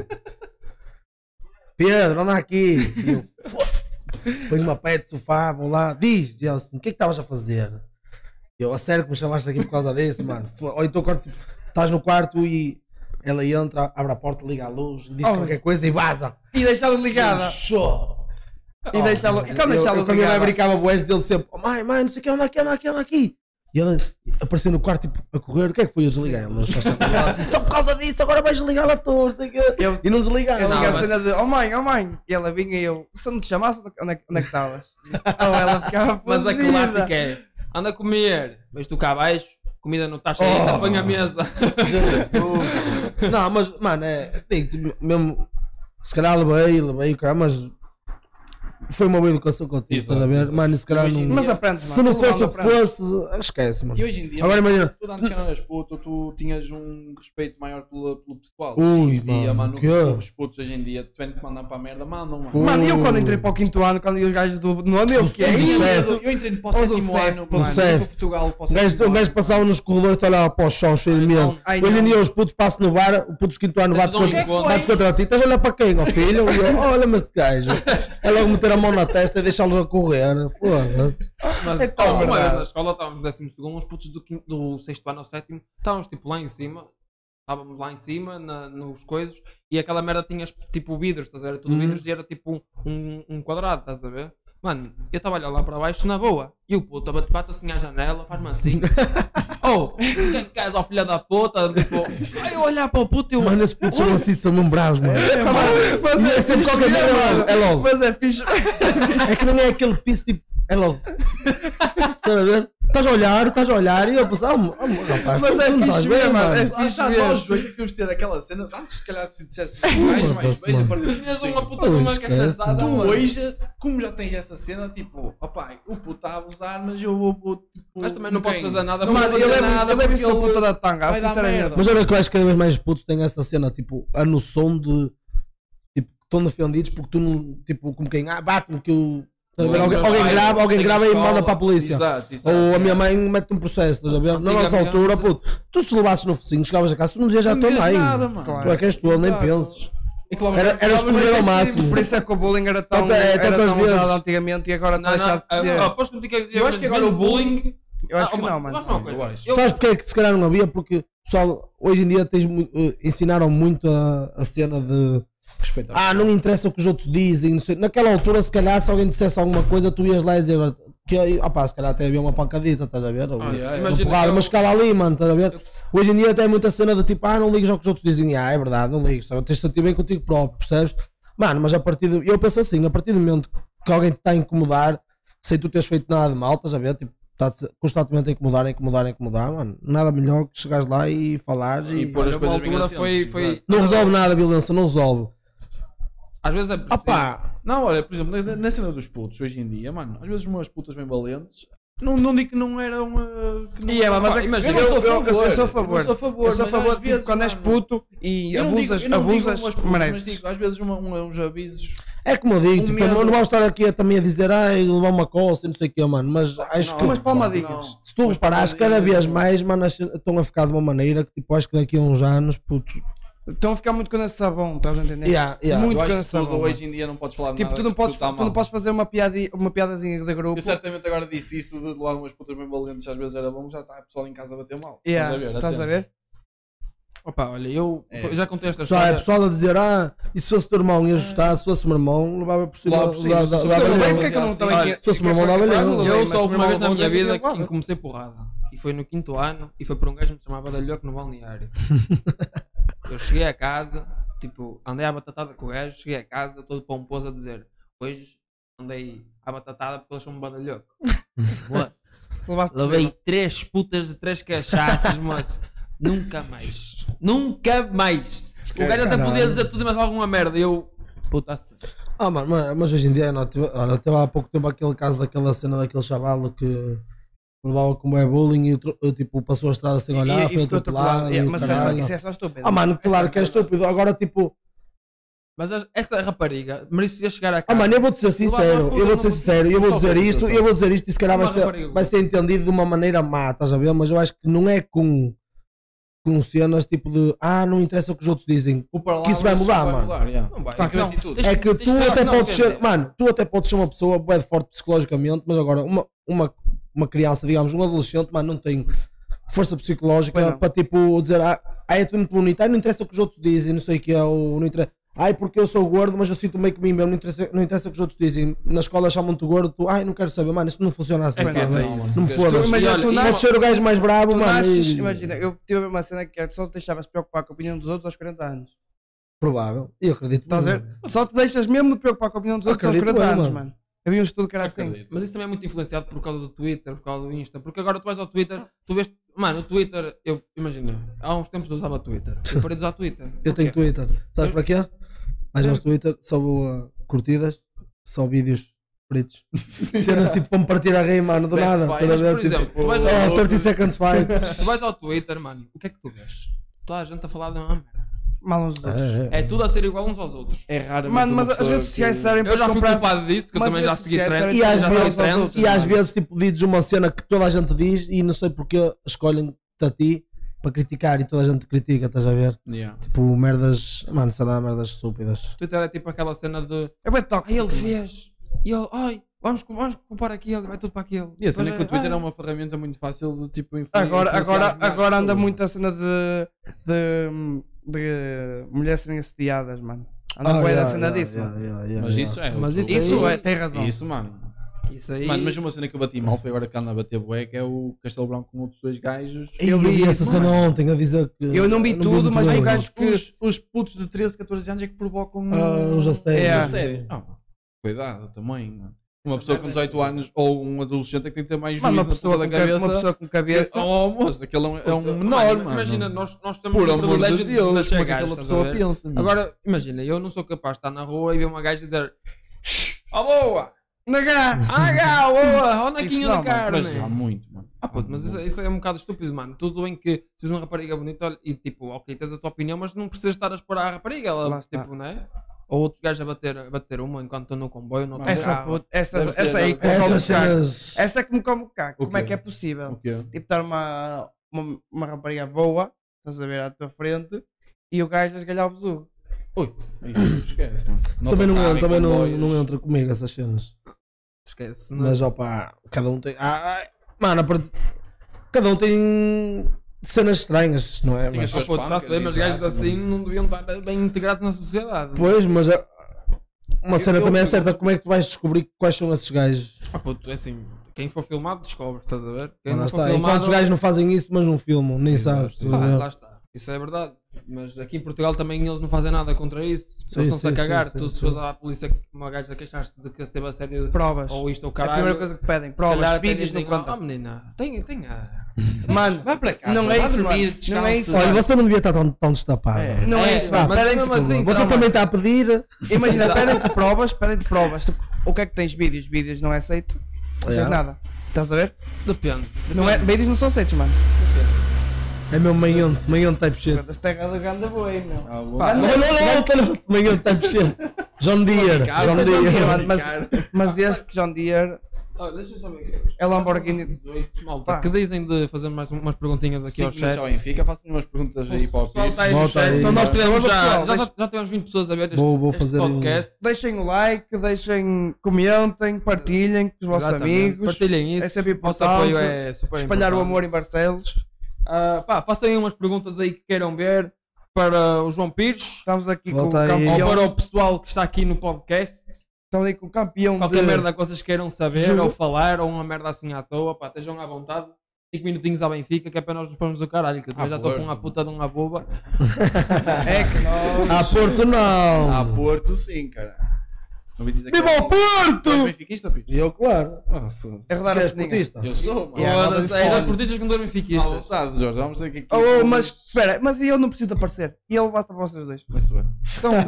S9: Pedro, anda aqui. E eu, foda-se. Ponho uma pé de sofá, vou lá, diz, e ela assim, o que é que estavas a fazer? E Eu, a sério que me chamaste aqui por causa desse, mano. Fo- Ou então quando tipo, estás no quarto e ela entra, abre a porta, liga a luz, diz
S10: Oh.
S9: qualquer coisa e vaza.
S10: E deixá-lo ligada.
S9: Show!
S10: E deixá-lo. E quando
S9: Eu-
S10: deixá-lo
S9: eu, quando ele
S10: ligada?
S9: brincava boés, ele sempre, "Oh, mãe, mãe, não sei o que, anda aqui, anda aqui, anda aqui. E ele apareceu no quarto tipo, a correr, o que é que foi? Eu desliguei a luz. Ela assim, Só por causa disso, agora vais desligar a torre, sei o quê.
S10: Eu-
S9: E não desligava.
S10: Eu tinha a
S3: mas-
S10: cena de, oh mãe, oh mãe. E ela vinha e eu, se eu não te chamasse, onde é que onde é que estavas? Ou ela ficava
S3: Mas a
S10: fodida.
S3: clássica é: anda a comer. Mas tu cá abaixo, comida não está cheia, ainda
S9: Oh.
S3: põe a mesa.
S9: Não, mas, mano, é, digo-te mesmo, se calhar levei, levei, o caralho, mas foi uma boa educação que eu tive, estás a ver? Mano, se calhar não.
S10: Mas aprendes,
S9: se
S10: mano,
S9: não
S10: tu
S9: fosse o que
S10: aprendes.
S9: fosse, esquece, mano.
S6: E hoje em dia,
S9: Agora imagina.
S6: tu antes eras puto, tu tinhas um respeito maior pelo, pelo pessoal.
S9: Ui,
S6: Hoje em dia,
S9: mano,
S6: mano,
S9: que é?
S6: os putos hoje em dia, tendo que mandar para a merda, mandam, mano.
S10: Mano, e eu quando entrei para o quinto ano, quando eu os gajos do nono, eu fiquei.
S9: do
S10: "Ih,
S9: sétimo.
S6: Eu, eu entrei para o
S10: Ou do
S6: sétimo
S10: Cef,
S6: ano,
S9: mano.
S6: mano, para
S9: Cef.
S6: Portugal, para o
S9: Um gajo,
S6: sétimo
S9: um gajo
S6: ano.
S9: passava nos corredores, olhava para o chão cheio de mel.
S10: Ai,
S9: Hoje
S10: não.
S9: em dia os putos passam no bar, o puto quinto ano bate
S3: Mas onde
S9: contra,
S3: é que foi?
S9: bate contra ti. Estás a olhar para quem, ó filho? E eu, olha-me este gajo. É logo meter a a mão na testa e deixá-los a correr. Foda-se.
S3: Mas
S9: É
S3: oh,
S9: tão
S3: uma vez
S9: verdade.
S3: na escola estávamos no décimo segundo, uns putos do, quin- do sexto ano ao sétimo, estávamos tipo lá em cima, estávamos lá em cima na- nos coisas e aquela merda tinha tipo vidros, estás a ver? Era Tudo
S9: Uhum.
S3: vidros e era tipo um, um quadrado, estás a ver? Mano, eu estava a olhar lá para baixo na boa e o puto bate, bate assim à janela, faz-me
S9: <laughs>
S3: assim. oh, quem queres ao filho da puta? Tipo, aí eu olhar para o puto e eu.
S9: Mano, esses putos são assim, são num bravos, mano.
S10: Mas
S9: E é sempre
S10: fixe
S9: qualquer
S10: mesmo,
S9: merda, é logo, é logo.
S10: Mas é fixe.
S9: É que não é aquele piso tipo. É logo. Estás a ver? Estás a olhar, estás a olhar e eu pensar, oh, oh, rapaz,
S6: Mas
S9: tu
S6: é
S9: não estás
S6: fixe
S9: bem,
S6: ver, mano. É
S9: mano.
S6: fixe
S9: Ah,
S6: ver.
S9: tá,
S6: Nós
S9: nós-
S6: dois devíamos ter aquela cena. Antes, se calhar, se dissesse mais, mais
S9: Foda-se,
S6: bem,
S9: mano.
S6: a partir tinhas uma
S9: puta de uma Esquece, cachaçada,
S6: Tu
S9: mano.
S6: hoje, como já tens essa cena, tipo, opá, o puto está a abusar, mas eu vou. vou, tipo,
S3: Mas também não posso
S6: quem?
S3: fazer nada
S6: Não
S3: porque
S6: vou
S3: eu
S6: fazer
S3: levo isso-
S6: nada
S3: eu levo isso na
S6: porque
S3: ponta
S6: ele
S3: da tanga,
S6: vai dar
S3: sinceramente.
S6: merda.
S9: Mas olha que eu acho que cada vez mais putos têm essa cena, tipo, a noção de. Tipo, que estão defendidos porque tu não. Tipo, como quem. Ah, bate-me que eu. Estás a ver?
S6: Bom,
S9: Alguém,
S6: meu
S9: alguém
S6: pai,
S9: grava, alguém
S6: tem
S9: grava e
S6: escola.
S9: manda para a polícia.
S6: Exato, exato.
S9: Ou a minha mãe mete um processo, estás a ver? Na nossa
S6: Antigamente-
S9: altura, puto, tu se levasses no focinho, chegavas a casa, tu não dizias já
S6: Não
S9: estou
S6: dizias
S9: bem.
S6: nada, mano.
S9: Tu é que és tu, nem
S6: Exato.
S9: penses.
S6: E que logo-
S9: Era, era
S6: logo
S9: esconder ao
S6: vai ser
S9: máximo.
S10: Por isso é que o bullying era tão,
S9: Tanto- é,
S10: era
S9: tantas
S10: tão
S9: vezes.
S10: usado antigamente e agora
S6: <laughs>
S10: está deixado de ser.
S6: Eu acho que agora o bullying.
S10: Eu acho
S3: Ah,
S10: que
S3: mano,
S10: não, mano.
S3: faz uma coisa. Eu-
S9: Sabes porque é que se calhar não havia? Porque pessoal, hoje em dia tens, mu- eh, ensinaram muito a, a cena de
S6: Respeitar.
S9: ah, não interessa o que os outros dizem. Não sei. Naquela altura, se calhar, se alguém dissesse alguma coisa, tu ias lá e dizer que ah, pá, se calhar até havia uma pancadita, estás a ver? Ou
S3: Ah, yeah,
S9: uma
S3: imagina
S9: porrada,
S3: que eu-
S9: mas ficava ali, mano, estás a ver? Hoje em dia até é muita cena de tipo, ah, não ligas ao que os outros dizem, ah, é verdade, não ligas, sabe? tens de sentir bem contigo próprio, percebes? Mano, mas a partir do. Eu penso assim, a partir do momento que alguém te está a incomodar, sem tu teres feito nada de mal, estás a ver? Tipo, está-te constantemente a incomodar, a incomodar, a incomodar, mano. Nada melhor que chegares lá e falares e.
S6: E pôr as
S3: Olha, uma
S6: coisas bem
S3: altura
S6: assentes,
S3: foi- foi-
S6: exato.
S9: Não resolve nada a violência, não resolve.
S3: Às vezes é preciso.
S6: Não, olha, por exemplo, na, na cena dos putos hoje em dia, mano, às vezes umas putas bem valentes. Não, não digo que não eram. Uh, que não
S10: E é, mas
S6: Pá,
S10: é que-
S6: imagina,
S10: eu, sou
S6: eu-
S10: favor, eu sou a
S6: eu
S10: favor.
S6: sou a favor,
S10: Eu sou a
S6: mas
S10: favor,
S6: às
S10: tipo,
S6: vezes,
S10: quando és
S6: mano,
S10: puto e
S6: Eu não digo-
S10: abusas,
S6: eu não digo
S10: abusas,
S6: umas putas,
S10: mereces.
S6: Mas digo, às vezes uma- uma- uns avisos.
S9: É como eu digo, tipo,
S6: medo.
S9: também não vamos estar aqui a, também a dizer, ai, levar uma coça e não sei o quê, mano, mas acho que.
S10: Umas palmadinhas.
S6: Não.
S9: Se tu reparares, cada vez mais, mano, as cenas estão a ficar de uma maneira que, tipo, acho que daqui a uns anos, puto.
S10: Estão a ficar muito com esse sabão, estás a entender?
S9: Yeah, yeah.
S10: Muito
S6: Eu acho
S10: com
S6: que
S10: esse sabão.
S6: tudo
S10: mano.
S6: hoje em dia não podes falar de
S10: Tipo,
S6: nada
S10: tu não
S6: que
S10: podes,
S6: tá
S10: tu não
S6: mal.
S10: podes fazer uma, piadi, uma piadazinha de grupo.
S6: Eu certamente agora disse isso de lá umas putas bem valentes, às vezes era bom, já está a pessoa em casa a bater mal.
S10: Yeah,
S6: Estás a ver?
S3: Opa, olha, eu
S6: É,
S3: eu já contei esta
S9: Pessoal, é
S3: história.
S9: pessoal a dizer, ah, e se fosse teu irmão ia ajustar, se fosse o meu irmão, levava por cima.
S6: Lá por cima,
S9: levava-
S6: se fosse
S9: levava
S6: o meu
S9: lhe-
S6: irmão,
S10: porque é que eu não
S6: assim,
S10: estava
S3: olha,
S10: aqui?
S9: se fosse o meu irmão, dava-lhe
S10: Mas
S9: eu.
S10: não levei,
S3: Eu
S10: mas
S3: só
S10: o
S3: uma
S10: meu
S3: vez na
S10: irmão
S3: minha
S10: levou-me
S3: vida
S10: a porrada.
S3: que comecei porrada. E foi no quinto ano e foi por um gajo que me chamava Dalhoque no <laughs> balneário. Eu cheguei a casa, tipo, andei à batatada com o gajo, cheguei a casa todo pomposo a dizer hoje andei à batatada porque eles são um <laughs> badalhoco. Moço,
S10: Levaste por
S3: Levei
S10: cima.
S3: três putas de três cachaças, moço. Nunca mais. Nunca mais. O gajo até
S9: Caralho.
S3: podia dizer tudo e mais alguma merda. e Eu, puta-se.
S9: Ah, mano, mas, mas hoje em dia, não, tive- olha, teve há pouco tempo aquele caso daquela cena daquele chavalo que levava como é bullying e tro- tipo, passou a estrada sem olhar,
S10: E- e
S9: foi
S10: ficou
S9: atropelado.
S10: atropelado.
S9: e
S10: Yeah, Mas é só-
S9: caralho.
S10: isso é só estúpido.
S9: Ah, mano, claro que é estúpido. Agora, tipo,
S3: Mas esta rapariga merecia chegar a
S9: Ah,
S3: casa.
S9: mano, eu vou-te ser sincero, eu vou-te ser sincero, eu vou dizer isto, eu vou dizer isto e se calhar vai
S3: Uma
S9: ser,
S3: rapariga.
S9: vai ser entendido de uma maneira má, estás a ver? Mas eu acho que não é com, com cenas tipo de ah, não interessa o que os outros dizem. Que isso vai mudar, mano.
S3: Não vai.
S6: Claro que
S3: Não.
S6: atitude.
S3: Tens-
S9: É que
S3: tens
S9: tu
S3: de saber
S9: até
S3: não
S9: podes
S3: ofender.
S9: ser, mano, tu até podes ser uma pessoa bem forte psicologicamente, mas agora uma, uma, uma criança, digamos, um adolescente, mano, não tem força
S10: Pois
S9: psicológica
S10: não.
S9: para tipo dizer ah, ah, é tu muito bonito, ah, não interessa o que os outros dizem, não sei o que é, ou não interessa. Ai, porque eu sou gordo, mas eu sinto meio que mim mesmo, não interessa, não interessa o que os outros dizem. Na escola chamam-te gordo, tu, ai, não quero saber, mano, isso não funciona assim,
S6: É
S9: tá
S6: que é isso.
S9: bem? não assim. me
S6: Tu
S9: fodas.
S10: imagina, tu
S9: Podes
S10: nasces-
S9: é ser o gajo mais brabo,
S10: Tu
S9: mano.
S10: nasces,
S9: e-
S10: imagina, eu tive uma cena que é, tu só te deixavas preocupar com a opinião dos outros aos 40 anos.
S9: Provável, eu acredito.
S10: Estás a ver? Só te deixas mesmo de preocupar com a opinião dos outros aos
S9: Acredito
S10: 40
S9: eu,
S10: anos,
S9: mano.
S10: mano. Havia um estudo que era assim.
S6: Acredito.
S3: Mas isso também é muito influenciado por causa do Twitter, por causa do Insta. Porque agora tu vais ao Twitter, tu vês. Mano, o Twitter, eu imagina, há uns tempos eu usava Twitter. Eu parei de usar Twitter.
S9: Eu tenho
S3: Porquê?
S9: Twitter. Sabes para quê? Mas
S10: Hum.
S9: no Twitter só vou a curtidas, só vídeos pretos. <laughs> Cenas tipo para me partir a rei, mano, do
S6: Best
S9: nada.
S6: fight.
S9: Toda
S3: Mas,
S9: vez,
S3: por
S9: tipo,
S3: exemplo, tu vais
S9: oh,
S3: ao,
S9: 30 seconds <laughs>
S3: tu
S9: fight.
S3: vais ao Twitter, mano, o que é que tu vês? Toda a gente a falar da mesma merda.
S10: Mal uns dos outros.
S3: É tudo a ser igual uns aos outros.
S6: É raro.
S10: Mano, mas as redes sociais servem
S3: Eu
S10: para
S3: já fui
S10: comprar.
S3: culpado disso, que eu
S10: mas
S3: também já
S10: redes
S3: segui
S10: sociais
S3: trends.
S10: servem
S9: E às,
S3: já
S10: para
S3: sei
S9: vezes,
S10: comprar aos
S3: trends,
S10: outros,
S9: e às
S10: mano.
S9: vezes, tipo, dizes uma cena que toda a gente diz e não sei porque escolhem-te a ti para criticar e toda a gente te critica, estás a ver? Tipo, merdas, mano, sei lá, merdas estúpidas.
S3: Twitter é tipo aquela cena de.
S10: É bem
S3: Ah, ele
S10: tóxico.
S3: fez. E ele, ai, vamos, com- vamos culpar aquele, vai tudo para aquele.
S6: E a cena
S3: Depois
S6: é que o
S3: é,
S6: Twitter
S3: ai.
S6: é uma ferramenta muito fácil de tipo influ-
S10: Agora,
S6: influenciar as
S10: agora,
S6: más
S10: agora anda
S6: pessoas. né?
S10: muito a cena de, de, de mulheres serem assediadas, mano. Anda
S6: Ah,
S10: bué da
S6: yeah,
S10: cena
S6: yeah,
S10: disso,
S6: yeah,
S10: mano.
S6: yeah, yeah, Mas yeah. isso é
S10: Mas
S6: outro-
S10: isso, isso
S6: Isso-
S10: é, tem razão.
S6: isso, mano.
S3: Isso aí.
S6: Mano, mas uma cena que eu bati mal foi agora que anda a bater bué, que é o Castelo Branco com outros dois gajos.
S9: Eu vi essa cena ontem a dizer que.
S6: Eu não vi tudo, mas
S9: eu
S6: vi
S9: gajo.
S6: gajos que os, os putos de 13, 14 anos é que provocam
S9: Ah, os assédios.
S6: É.
S9: É.
S6: assédio. Ah, cuidado também. mano. Uma pessoa com 18 anos ou um adolescente é que tem que ter mais
S3: é Mano,
S6: juízo
S3: uma
S6: na
S3: pessoa
S6: puta da
S3: com ca-
S6: cabeça.
S3: uma pessoa com cabeça-
S6: Que, oh, moço, aquele é um, é um menor,
S3: Mano,
S6: mano.
S3: Imagina, nós, nós temos
S6: Por
S3: o
S6: amor
S3: privilégio
S6: de Deus,
S3: de deixar
S6: como é que
S3: gajos,
S6: aquela
S3: estás
S6: pessoa
S3: a ver?
S10: né?
S6: pensa, mano?
S3: Agora, imagina, eu não sou capaz de estar na rua e ver uma gaja e dizer Oh boa!
S10: <laughs> Nagá!
S3: Agá, boa! Ó naquinho
S6: Isso
S3: da
S6: não, mano,
S3: carne!
S6: mas há muito, mano.
S3: Ah, puto, mas isso, isso é um bocado estúpido, mano. Tudo bem que sejas uma rapariga bonita olha, e tipo, ok, tens a tua opinião, mas não precisas estar a esperar a rapariga,
S10: Lá
S3: ela,
S10: está.
S3: tipo, não é? Ou outro gajo a bater, a bater uma enquanto estou no comboio, no autocarro.
S10: Essa, puta- essa,
S3: Deve ser,
S10: essa aí
S3: deve
S10: que me
S3: ser.
S10: come o caco. Essa é que me come o caco.
S3: O
S10: Como é
S3: quê?
S10: que é possível?
S3: O quê?
S10: Tipo, estar uma, uma, uma rapariga boa, estás a ver, à tua frente, e o gajo a esgalhar o besugo.
S6: Ui, esquece, mano.
S9: Também, não, também não, não entra comigo essas cenas.
S3: Esquece, não é?
S9: Mas opá, cada um tem. Ah, ah, mano, a part- cada um tem cenas estranhas, não é?
S3: Tem as suas
S9: Mas,
S3: pô, tá a saber, mas gajos assim não deviam estar bem integrados na sociedade.
S9: pois, mas ah, uma
S3: Eu-
S9: cena
S3: eu-
S9: também é certa. Como é que tu vais descobrir quais são esses gajos?
S3: Ah, puto, é assim, quem for filmado descobre, estás a ver? Quem
S9: Lá
S3: não for
S9: está.
S3: filmado-
S9: Enquanto os gajos não fazem isso, mas não filmam, nem sabes. estás a
S3: Pá,
S9: ver?
S3: lá está. Isso é verdade. Mas aqui em Portugal também eles não fazem nada contra isso.
S9: Sim,
S3: eles estão-se
S9: sim,
S3: a cagar.
S9: sim, sim,
S3: tu, se
S9: sim.
S3: fores à polícia, uma gaja queixaste de que teve assédio
S10: Provas.
S3: ou isto ou
S10: É a
S3: caralho.
S10: primeira coisa que pedem,
S3: se
S10: provas,
S3: calhar até
S10: vídeos
S3: dizem,
S10: não conta.
S3: Ah, menina, tem, tem a.
S10: Mano,
S3: vai para casa.
S10: não é
S3: vai
S10: isso,
S3: dormir,
S10: mano.
S3: descansa.
S10: Não é isso,
S9: Olha, você não devia estar tão, tão destapado.
S10: Não é isso,
S9: Vá,
S10: mano. Pedem-te
S9: por favor.
S10: provas.
S9: Você também está a pedir.
S10: Imagina,
S9: Exato.
S10: pedem-te provas, pedem-te provas. Tu- o que é que tens vídeos? Vídeos não é aceito? Não tens
S9: Yeah.
S10: nada. Estás a ver?
S3: Depende.
S10: Não é, vídeos não são aceitos, mano.
S9: É meu manhante, manhante type shit.
S10: Da terra do ganda boi, meu.
S9: Pá, não, não, é não, não, não, manhante type shit. John Deere, John
S10: Este é John Deere, mano,
S9: Deere.
S10: mas, mas este John Deere
S3: Olha, deixa-me saber aqui.
S10: é Lamborghini.
S3: 18, malta. Que dizem de fazer mais um, umas perguntinhas aqui
S6: Cinco
S3: ao
S6: minutos
S3: chat?
S6: ao Benfica, façam umas perguntas aí para o
S3: pessoal
S6: Pires.
S3: tá aí no
S6: Bota
S3: chat.
S6: aí.
S3: Então nós tivemos
S6: Bora,
S3: já,
S6: pessoal,
S3: já, já tivemos 20 pessoas a ver este,
S9: Vou- vou
S3: este
S9: fazer um-
S3: podcast.
S10: Deixem o like, deixem, comentem, partilhem com os vossos
S3: Exatamente.
S10: amigos.
S3: Partilhem isso.
S10: É sempre
S3: Vosso
S10: importante.
S3: apoio é super
S10: Espalhar o
S3: importante.
S10: amor em Barcelos.
S3: Ah, pá, façam aí umas perguntas aí que queiram ver para o João Pires.
S10: Estamos aqui
S3: ou
S10: com o campeão.
S3: para o pessoal que está aqui no podcast.
S10: Estamos aí com o campeão
S3: Qualquer
S10: de-
S3: merda que vocês queiram saber
S10: Juro.
S3: ou falar ou uma merda assim à toa, pá, estejam à vontade. 5 minutinhos à Benfica que é para nós nos pormos do caralho, que eu também
S6: Ah,
S3: já estou
S6: Porto.
S3: com uma puta de uma boba.
S10: é que
S6: nós-
S9: Ah, Porto não.
S6: Ah, Porto sim, cara. Não vim dizer
S9: Viva
S6: que-
S9: o Porto!
S6: És benfiquista, Pires?
S9: Eu, claro.
S6: Ah, foda-se.
S9: É rodar a
S6: Esquece
S9: sininha.
S6: portista. Eu sou, mano.
S9: Yeah,
S6: Foda-se,
S9: rodas de
S6: é,
S9: fone.
S6: nós
S3: portistas com dois benfiquistas.
S6: À vontade, Jorge, vamos ter que aqui.
S10: Oh, oh, mas espera, mas eu não preciso de aparecer. E ele basta para vocês dois. Então,
S3: <laughs>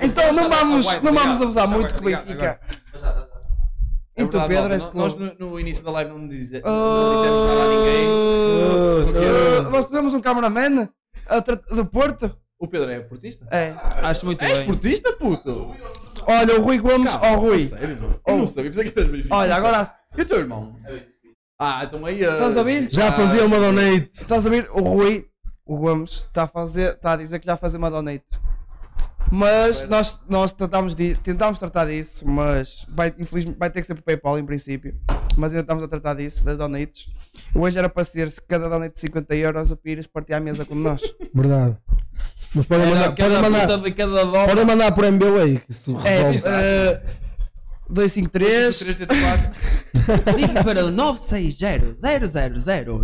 S10: então não vamos, não vamos abusar muito com o Benfica.
S6: É
S10: E tu,
S6: verdade,
S10: Pedro,
S6: malta,
S10: és de
S6: no-
S10: que
S6: nós
S10: clube?
S6: no, no início da live não, dize, não dissemos nada a ninguém. Porque-
S10: Ah, Nós tivemos um cameraman a tra- do Porto.
S6: O Pedro é portista?
S10: É.
S3: Acho muito
S6: És
S3: bem.
S6: portista, puto?
S10: Olha, o Rui Gomes, ó
S6: Calma,
S10: Rui.
S6: Sério, não? Eu não sabia, pensei que eras benfiquista.
S10: Olha, agora-
S6: E o teu irmão? Ah, então aí. ah,
S10: Estás a ouvir?
S6: ah,
S9: donate.
S10: Estás a ouvir? O Rui, o Gomes, está a, fazer, está a dizer que já fazia uma donate. Mas nós, nós tentámos, di- tentámos tratar disso, mas vai, infelizmente vai ter que ser por PayPal em princípio. Mas ainda estamos a tratar disso, das donates. Hoje era para ser, se cada donate de 50 euros, o Pires partia a mesa como nós.
S9: Verdade. Mas podem
S10: Era cada
S9: mandar, podem mandar,
S10: puta de cada dólar.
S9: podem mandar por MBWay que isso
S10: É,
S9: resolve.
S10: eh, 253.
S3: Ligue para o 960 000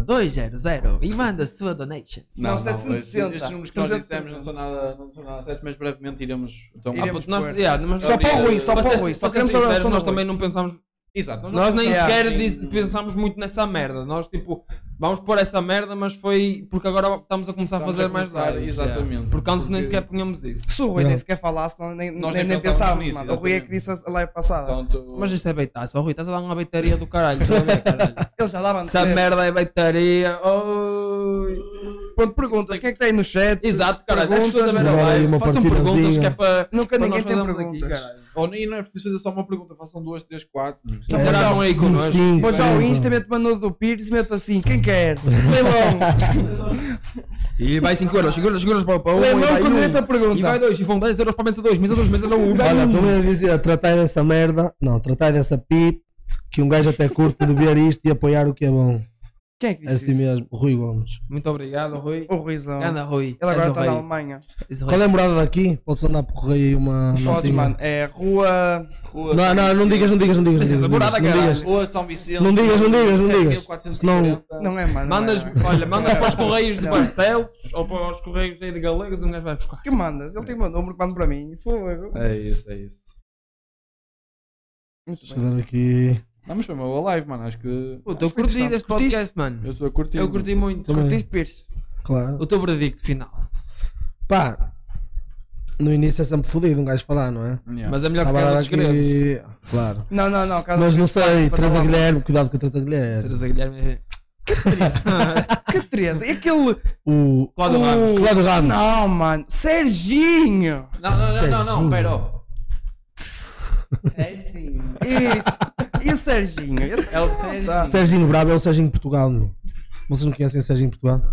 S3: 200 e manda a sua donation.
S6: Não, não, estes- Estes números que nós dissemos não são nada, não são nada certos, mas brevemente iremos. Então,
S3: Ah, puto, nós- yeah, mas- Para ser- para ser sincero, Nós também não pensámos.
S6: Exato,
S3: Nós,
S6: nós não
S3: nem
S6: pensámos
S3: sequer
S6: em-
S3: disse- pensámos muito nessa merda. Nós, tipo, vamos pôr essa merda, mas foi porque agora estamos a começar
S6: Estamos
S3: a fazer
S6: a
S3: mais
S6: começar,
S3: lives,
S6: exatamente.
S3: yeah. Porque antes nem
S6: Porque-
S3: sequer punhamos isso.
S10: Se o Rui nem sequer falasse, não, nem,
S3: Nós
S10: nem,
S3: nem
S10: nem
S3: pensámos
S10: pensávamos.
S3: nisso,
S10: mano. O Rui é que disse a live passada.
S3: Mas isso é beitaça, só Rui, estás a dar uma beitaria do caralho. estás a ver, caralho?
S10: <laughs> Ele já dava
S3: Essa merda é beitaria. Oi.
S10: Pronto, perguntas, quem é que tem no chat?
S3: Exato, caralho.
S10: Perguntas,
S3: Perguntas,
S10: manda aí uma
S3: façam
S10: partidazinha.
S3: perguntas que é para.
S10: Nunca
S3: para nós
S10: ninguém tem
S3: fazermos aqui,
S10: perguntas.
S3: caralho.
S6: Ou nem não é preciso fazer só uma pergunta, façam duas, três, quatro.
S3: Interajam aí connosco.
S10: Sim,
S9: Tipo,
S3: um
S10: Pois já o Insta mete uma nude do Pires e mete assim, quem quer? Leilão!
S18: E vai 5 euros, 5 euros, 5 euros para, para um.
S9: Lembrou
S18: e vai
S9: com
S18: um,
S9: direito à pergunta.
S18: E vai 2, e vão 10 euros para a mesa 2, mesa 2, mesa 1. Um, e vai
S9: Olha,
S18: um.
S9: estou a dizer, tratai dessa merda, não, tratai dessa pip, que um gajo até curte de ver isto e apoiar o que é bom.
S10: Quem é que disse
S9: Assim
S10: isso?
S9: mesmo, Rui Gomes.
S3: Muito obrigado, Rui.
S10: O Ruizão.
S3: Anda, Rui.
S10: Ele agora
S3: És o
S10: está
S3: rei.
S10: na Alemanha.
S3: És o
S9: Qual é a morada daqui? Posso andar por correio aí uma.
S10: Podes,
S9: notinha?
S10: mano. É rua.
S9: Não, não, não, digas, não digas, não digas. Não digas, não digas, não digas.
S6: Boa São Vicente.
S9: Não digas, não digas, não digas.
S6: 7.440.
S9: Senão-
S10: Não é, mano.
S3: Mandas,
S10: não é, não é.
S3: olha, mandas para os correios de
S10: Não.
S3: Barcelos ou para os correios aí de Galegos, um gajo vai buscar.
S10: Que mandas? Ele tem o meu número que manda para mim. Fogo.
S6: É isso, é isso.
S10: Muito
S9: Deixa eu dar aqui.
S6: Não, mas foi uma boa live, mano. Acho que.
S3: Puta, eu curti deste podcast, mano.
S6: Eu estou a curtir.
S3: Eu curti muito.
S9: Também.
S3: Curtiste, Pires?
S9: Claro.
S3: O teu veredicto final.
S9: Pá, no início é sempre fodido um gajo falar, não é?
S3: Yeah. Mas é melhor que
S9: Estava a
S3: Casa
S9: dar
S3: dos
S9: aqui-
S3: Segredos.
S9: Claro.
S10: Não, não, não, Casa
S9: Mas
S10: dos
S9: não
S10: Segredos, tá para-
S9: sei,
S10: para
S9: Teresa
S10: lá.
S9: Guilherme, cuidado com a Teresa Guilherme.
S3: Teresa Guilherme.
S9: <laughs>
S10: Que é. Teresa? E aquele.
S9: O.
S3: Cláudio
S10: o-
S3: Ramos.
S9: Cláudio Ramos.
S10: Não, mano. Serginho!
S6: Não, não, não, não, não,
S10: Serginho.
S6: pera.
S10: Isso. E o Serginho? Esse
S6: É o
S10: não,
S6: Serginho.
S10: tá.
S9: Serginho Brabo é o Serginho de Portugal, meu. Vocês não conhecem o Serginho de Portugal?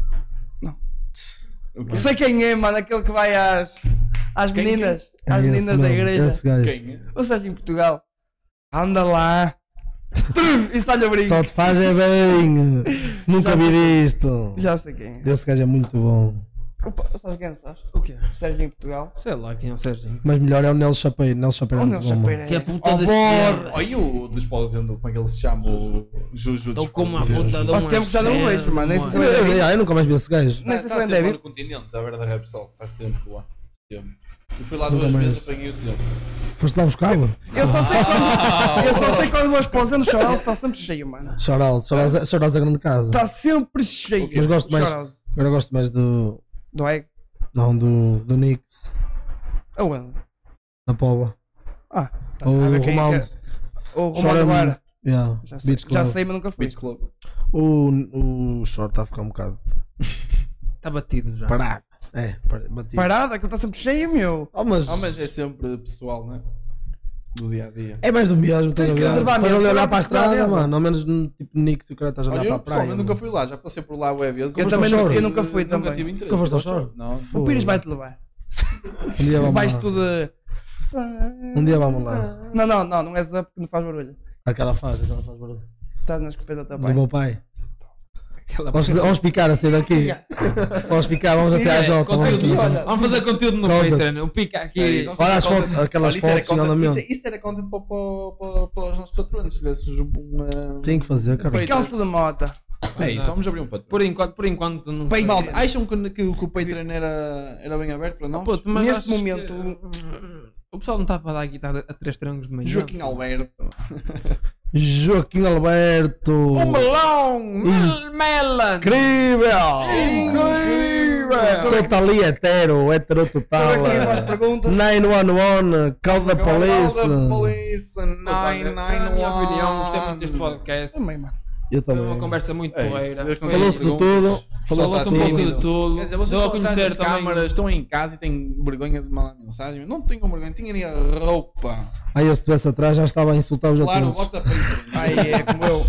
S10: Eu Sei quem é, mano. Aquele que vai assim, às. às
S9: Quem,
S10: meninas.
S9: quem?
S10: Às
S9: É esse
S10: meninas da
S9: mesmo,
S10: igreja.
S9: esse gajo. Quem
S10: O Serginho em Portugal. Anda lá. Trum, e sai o brinco.
S9: Só te faz
S10: <laughs>
S9: é bem. Nunca
S10: Já
S9: vi
S10: sei quem- é.
S9: disto.
S10: Já sei quem é.
S9: Esse gajo é muito bom.
S10: Opa, sabes quem é, sabes?
S3: O quê?
S10: Serginho em Portugal.
S3: Sei lá quem é o Serginho.
S9: Mas melhor é o Nelson Chapeiro. Nelson Chapeiro é
S10: O
S9: muito
S10: Nelson
S9: bom.
S10: Chapeiro
S9: mano.
S10: é- Que é puta da esquerda.
S6: Olha o dos Paulos Endo, como é que ele se chama? O Juju.
S3: Estou com uma puta de
S10: Há tempo que já não o vejo, mano. Nem sei se ele é vivo.
S9: Eu, eu nunca mais vi esse gajo.
S10: Não sei se ele ainda é
S6: Tá, sempre lá
S10: vivo.
S6: no continente, à beira da Rap Sol. Está sempre lá. Sempre. Eu fui lá
S9: Nunca
S6: duas
S9: mais.
S6: vezes, apanhei o seu.
S9: Foste lá buscá-lo?
S10: Eu só sei quando. Eu só sei quando vou esposa é no Chorals está sempre cheio, mano.
S9: Chorals. Chorals é Chorals é grande casa.
S10: Está sempre cheio.
S9: Mas gosto mais.
S10: Chorals.
S9: Agora gosto mais do.
S10: Do Egg?
S9: Não, do, do Nix.
S10: Aonde?
S9: Na Pova.
S10: Ah, tá
S9: Ou
S10: a ver
S9: o
S10: quem é
S9: Romão.
S10: que- O Romão
S9: Chora
S10: do Bar.
S9: muito. Yeah,
S10: Já sei,
S9: Beach
S10: já
S9: Club.
S10: sei, mas nunca fui.
S9: O, o short está a ficar um bocado.
S3: Está batido já.
S9: Parado. É, par- batido.
S10: Parada, aquilo está sempre cheio, meu.
S9: Oh, mas...
S6: Ah, mas é sempre pessoal, né? Do dia a dia.
S9: É mais do mesmo, estás
S6: Tens
S9: a
S6: que
S9: ver?
S6: reservar
S9: Estás a
S6: mesmo,
S9: olhar
S6: tens
S9: para a
S6: que reservar
S9: estrada,
S6: mesmo.
S9: mano. Ao menos no tipo Nick, tu cara estás a olhar
S6: Olha,
S9: para a
S6: eu
S9: praia.
S6: pessoalmente nunca fui lá, já passei por lá ué vezes.
S10: Eu
S6: Mas
S10: também
S6: não-
S10: nunca- eu nunca fui também.
S6: Nunca tive interesse.
S9: Nunca foste ao
S6: Não,
S9: Choro?
S6: Não.
S10: O Pires vai-te levar.
S9: Um dia vamos
S10: Vais
S9: lá.
S10: tu de.
S9: Um dia vamos lá.
S10: Não, não, não, é não és up porque não faz barulho.
S9: Aquela faz, aquela faz barulho.
S10: Estás na escopeta
S9: Do
S10: também.
S9: meu pai. Vamos, vamos picar a sair daqui. Vamos picar, vamos até à Jota. Vamos
S3: Conteúdo.
S9: até à Jota.
S3: Vamos fazer conteúdo no
S9: Conta-te.
S3: Patreon. O pica aqui.
S9: Olha as fotos, aquelas
S6: Olha, isso era
S9: fotos,
S6: content-
S9: andamento.
S10: é-
S6: isso- Isso era content para- para para- para os nossos patronos. Se tivesses uma.
S9: Tem que fazer, cara.
S6: Patreon.
S10: Calça de mota.
S6: É isso, vamos abrir um Patreon.
S3: Por enquanto, por enquanto não sei. Tipo,
S6: Malta, acham que, que- que o Patreon era, era bem aberto para nós?
S3: Ah, Puto, mas
S6: Neste
S3: acho
S6: momento,
S3: que- O pessoal não está para dar guitarra a três trangos de manhã. Tá
S6: Joaquim Alberto.
S9: Joaquim Alberto.
S3: O melão! mel- Melon!
S9: Incrível!
S3: Incrível! é
S9: Tu é que está ali hetero, hetero total. é?
S6: Estou aqui, faz
S9: 911, Calda Police.
S6: Polícia,
S10: é né?
S6: 991.
S3: Na minha opinião, gostei muito deste podcast.
S10: Também, mano.
S9: Eu
S3: Foi uma
S9: também.
S3: conversa muito
S6: É isso.
S3: porreira. Foi-
S9: Falou-se de tudo. Falou-se
S3: Falou-se um
S9: de
S3: pouco
S9: tudo.
S3: de tudo.
S6: Quer dizer, vocês
S3: Deu a
S6: estão atrás
S3: conhecer
S6: das
S3: também.
S6: câmaras, estão em casa e têm vergonha de mandar mensagem. Não tenham vergonha, tinham nem a roupa.
S9: Aí eu se estivesse atrás já estava a insultar-vos a
S6: Claro,
S9: todos.
S6: bota Patreon.
S10: Ai, é como eu.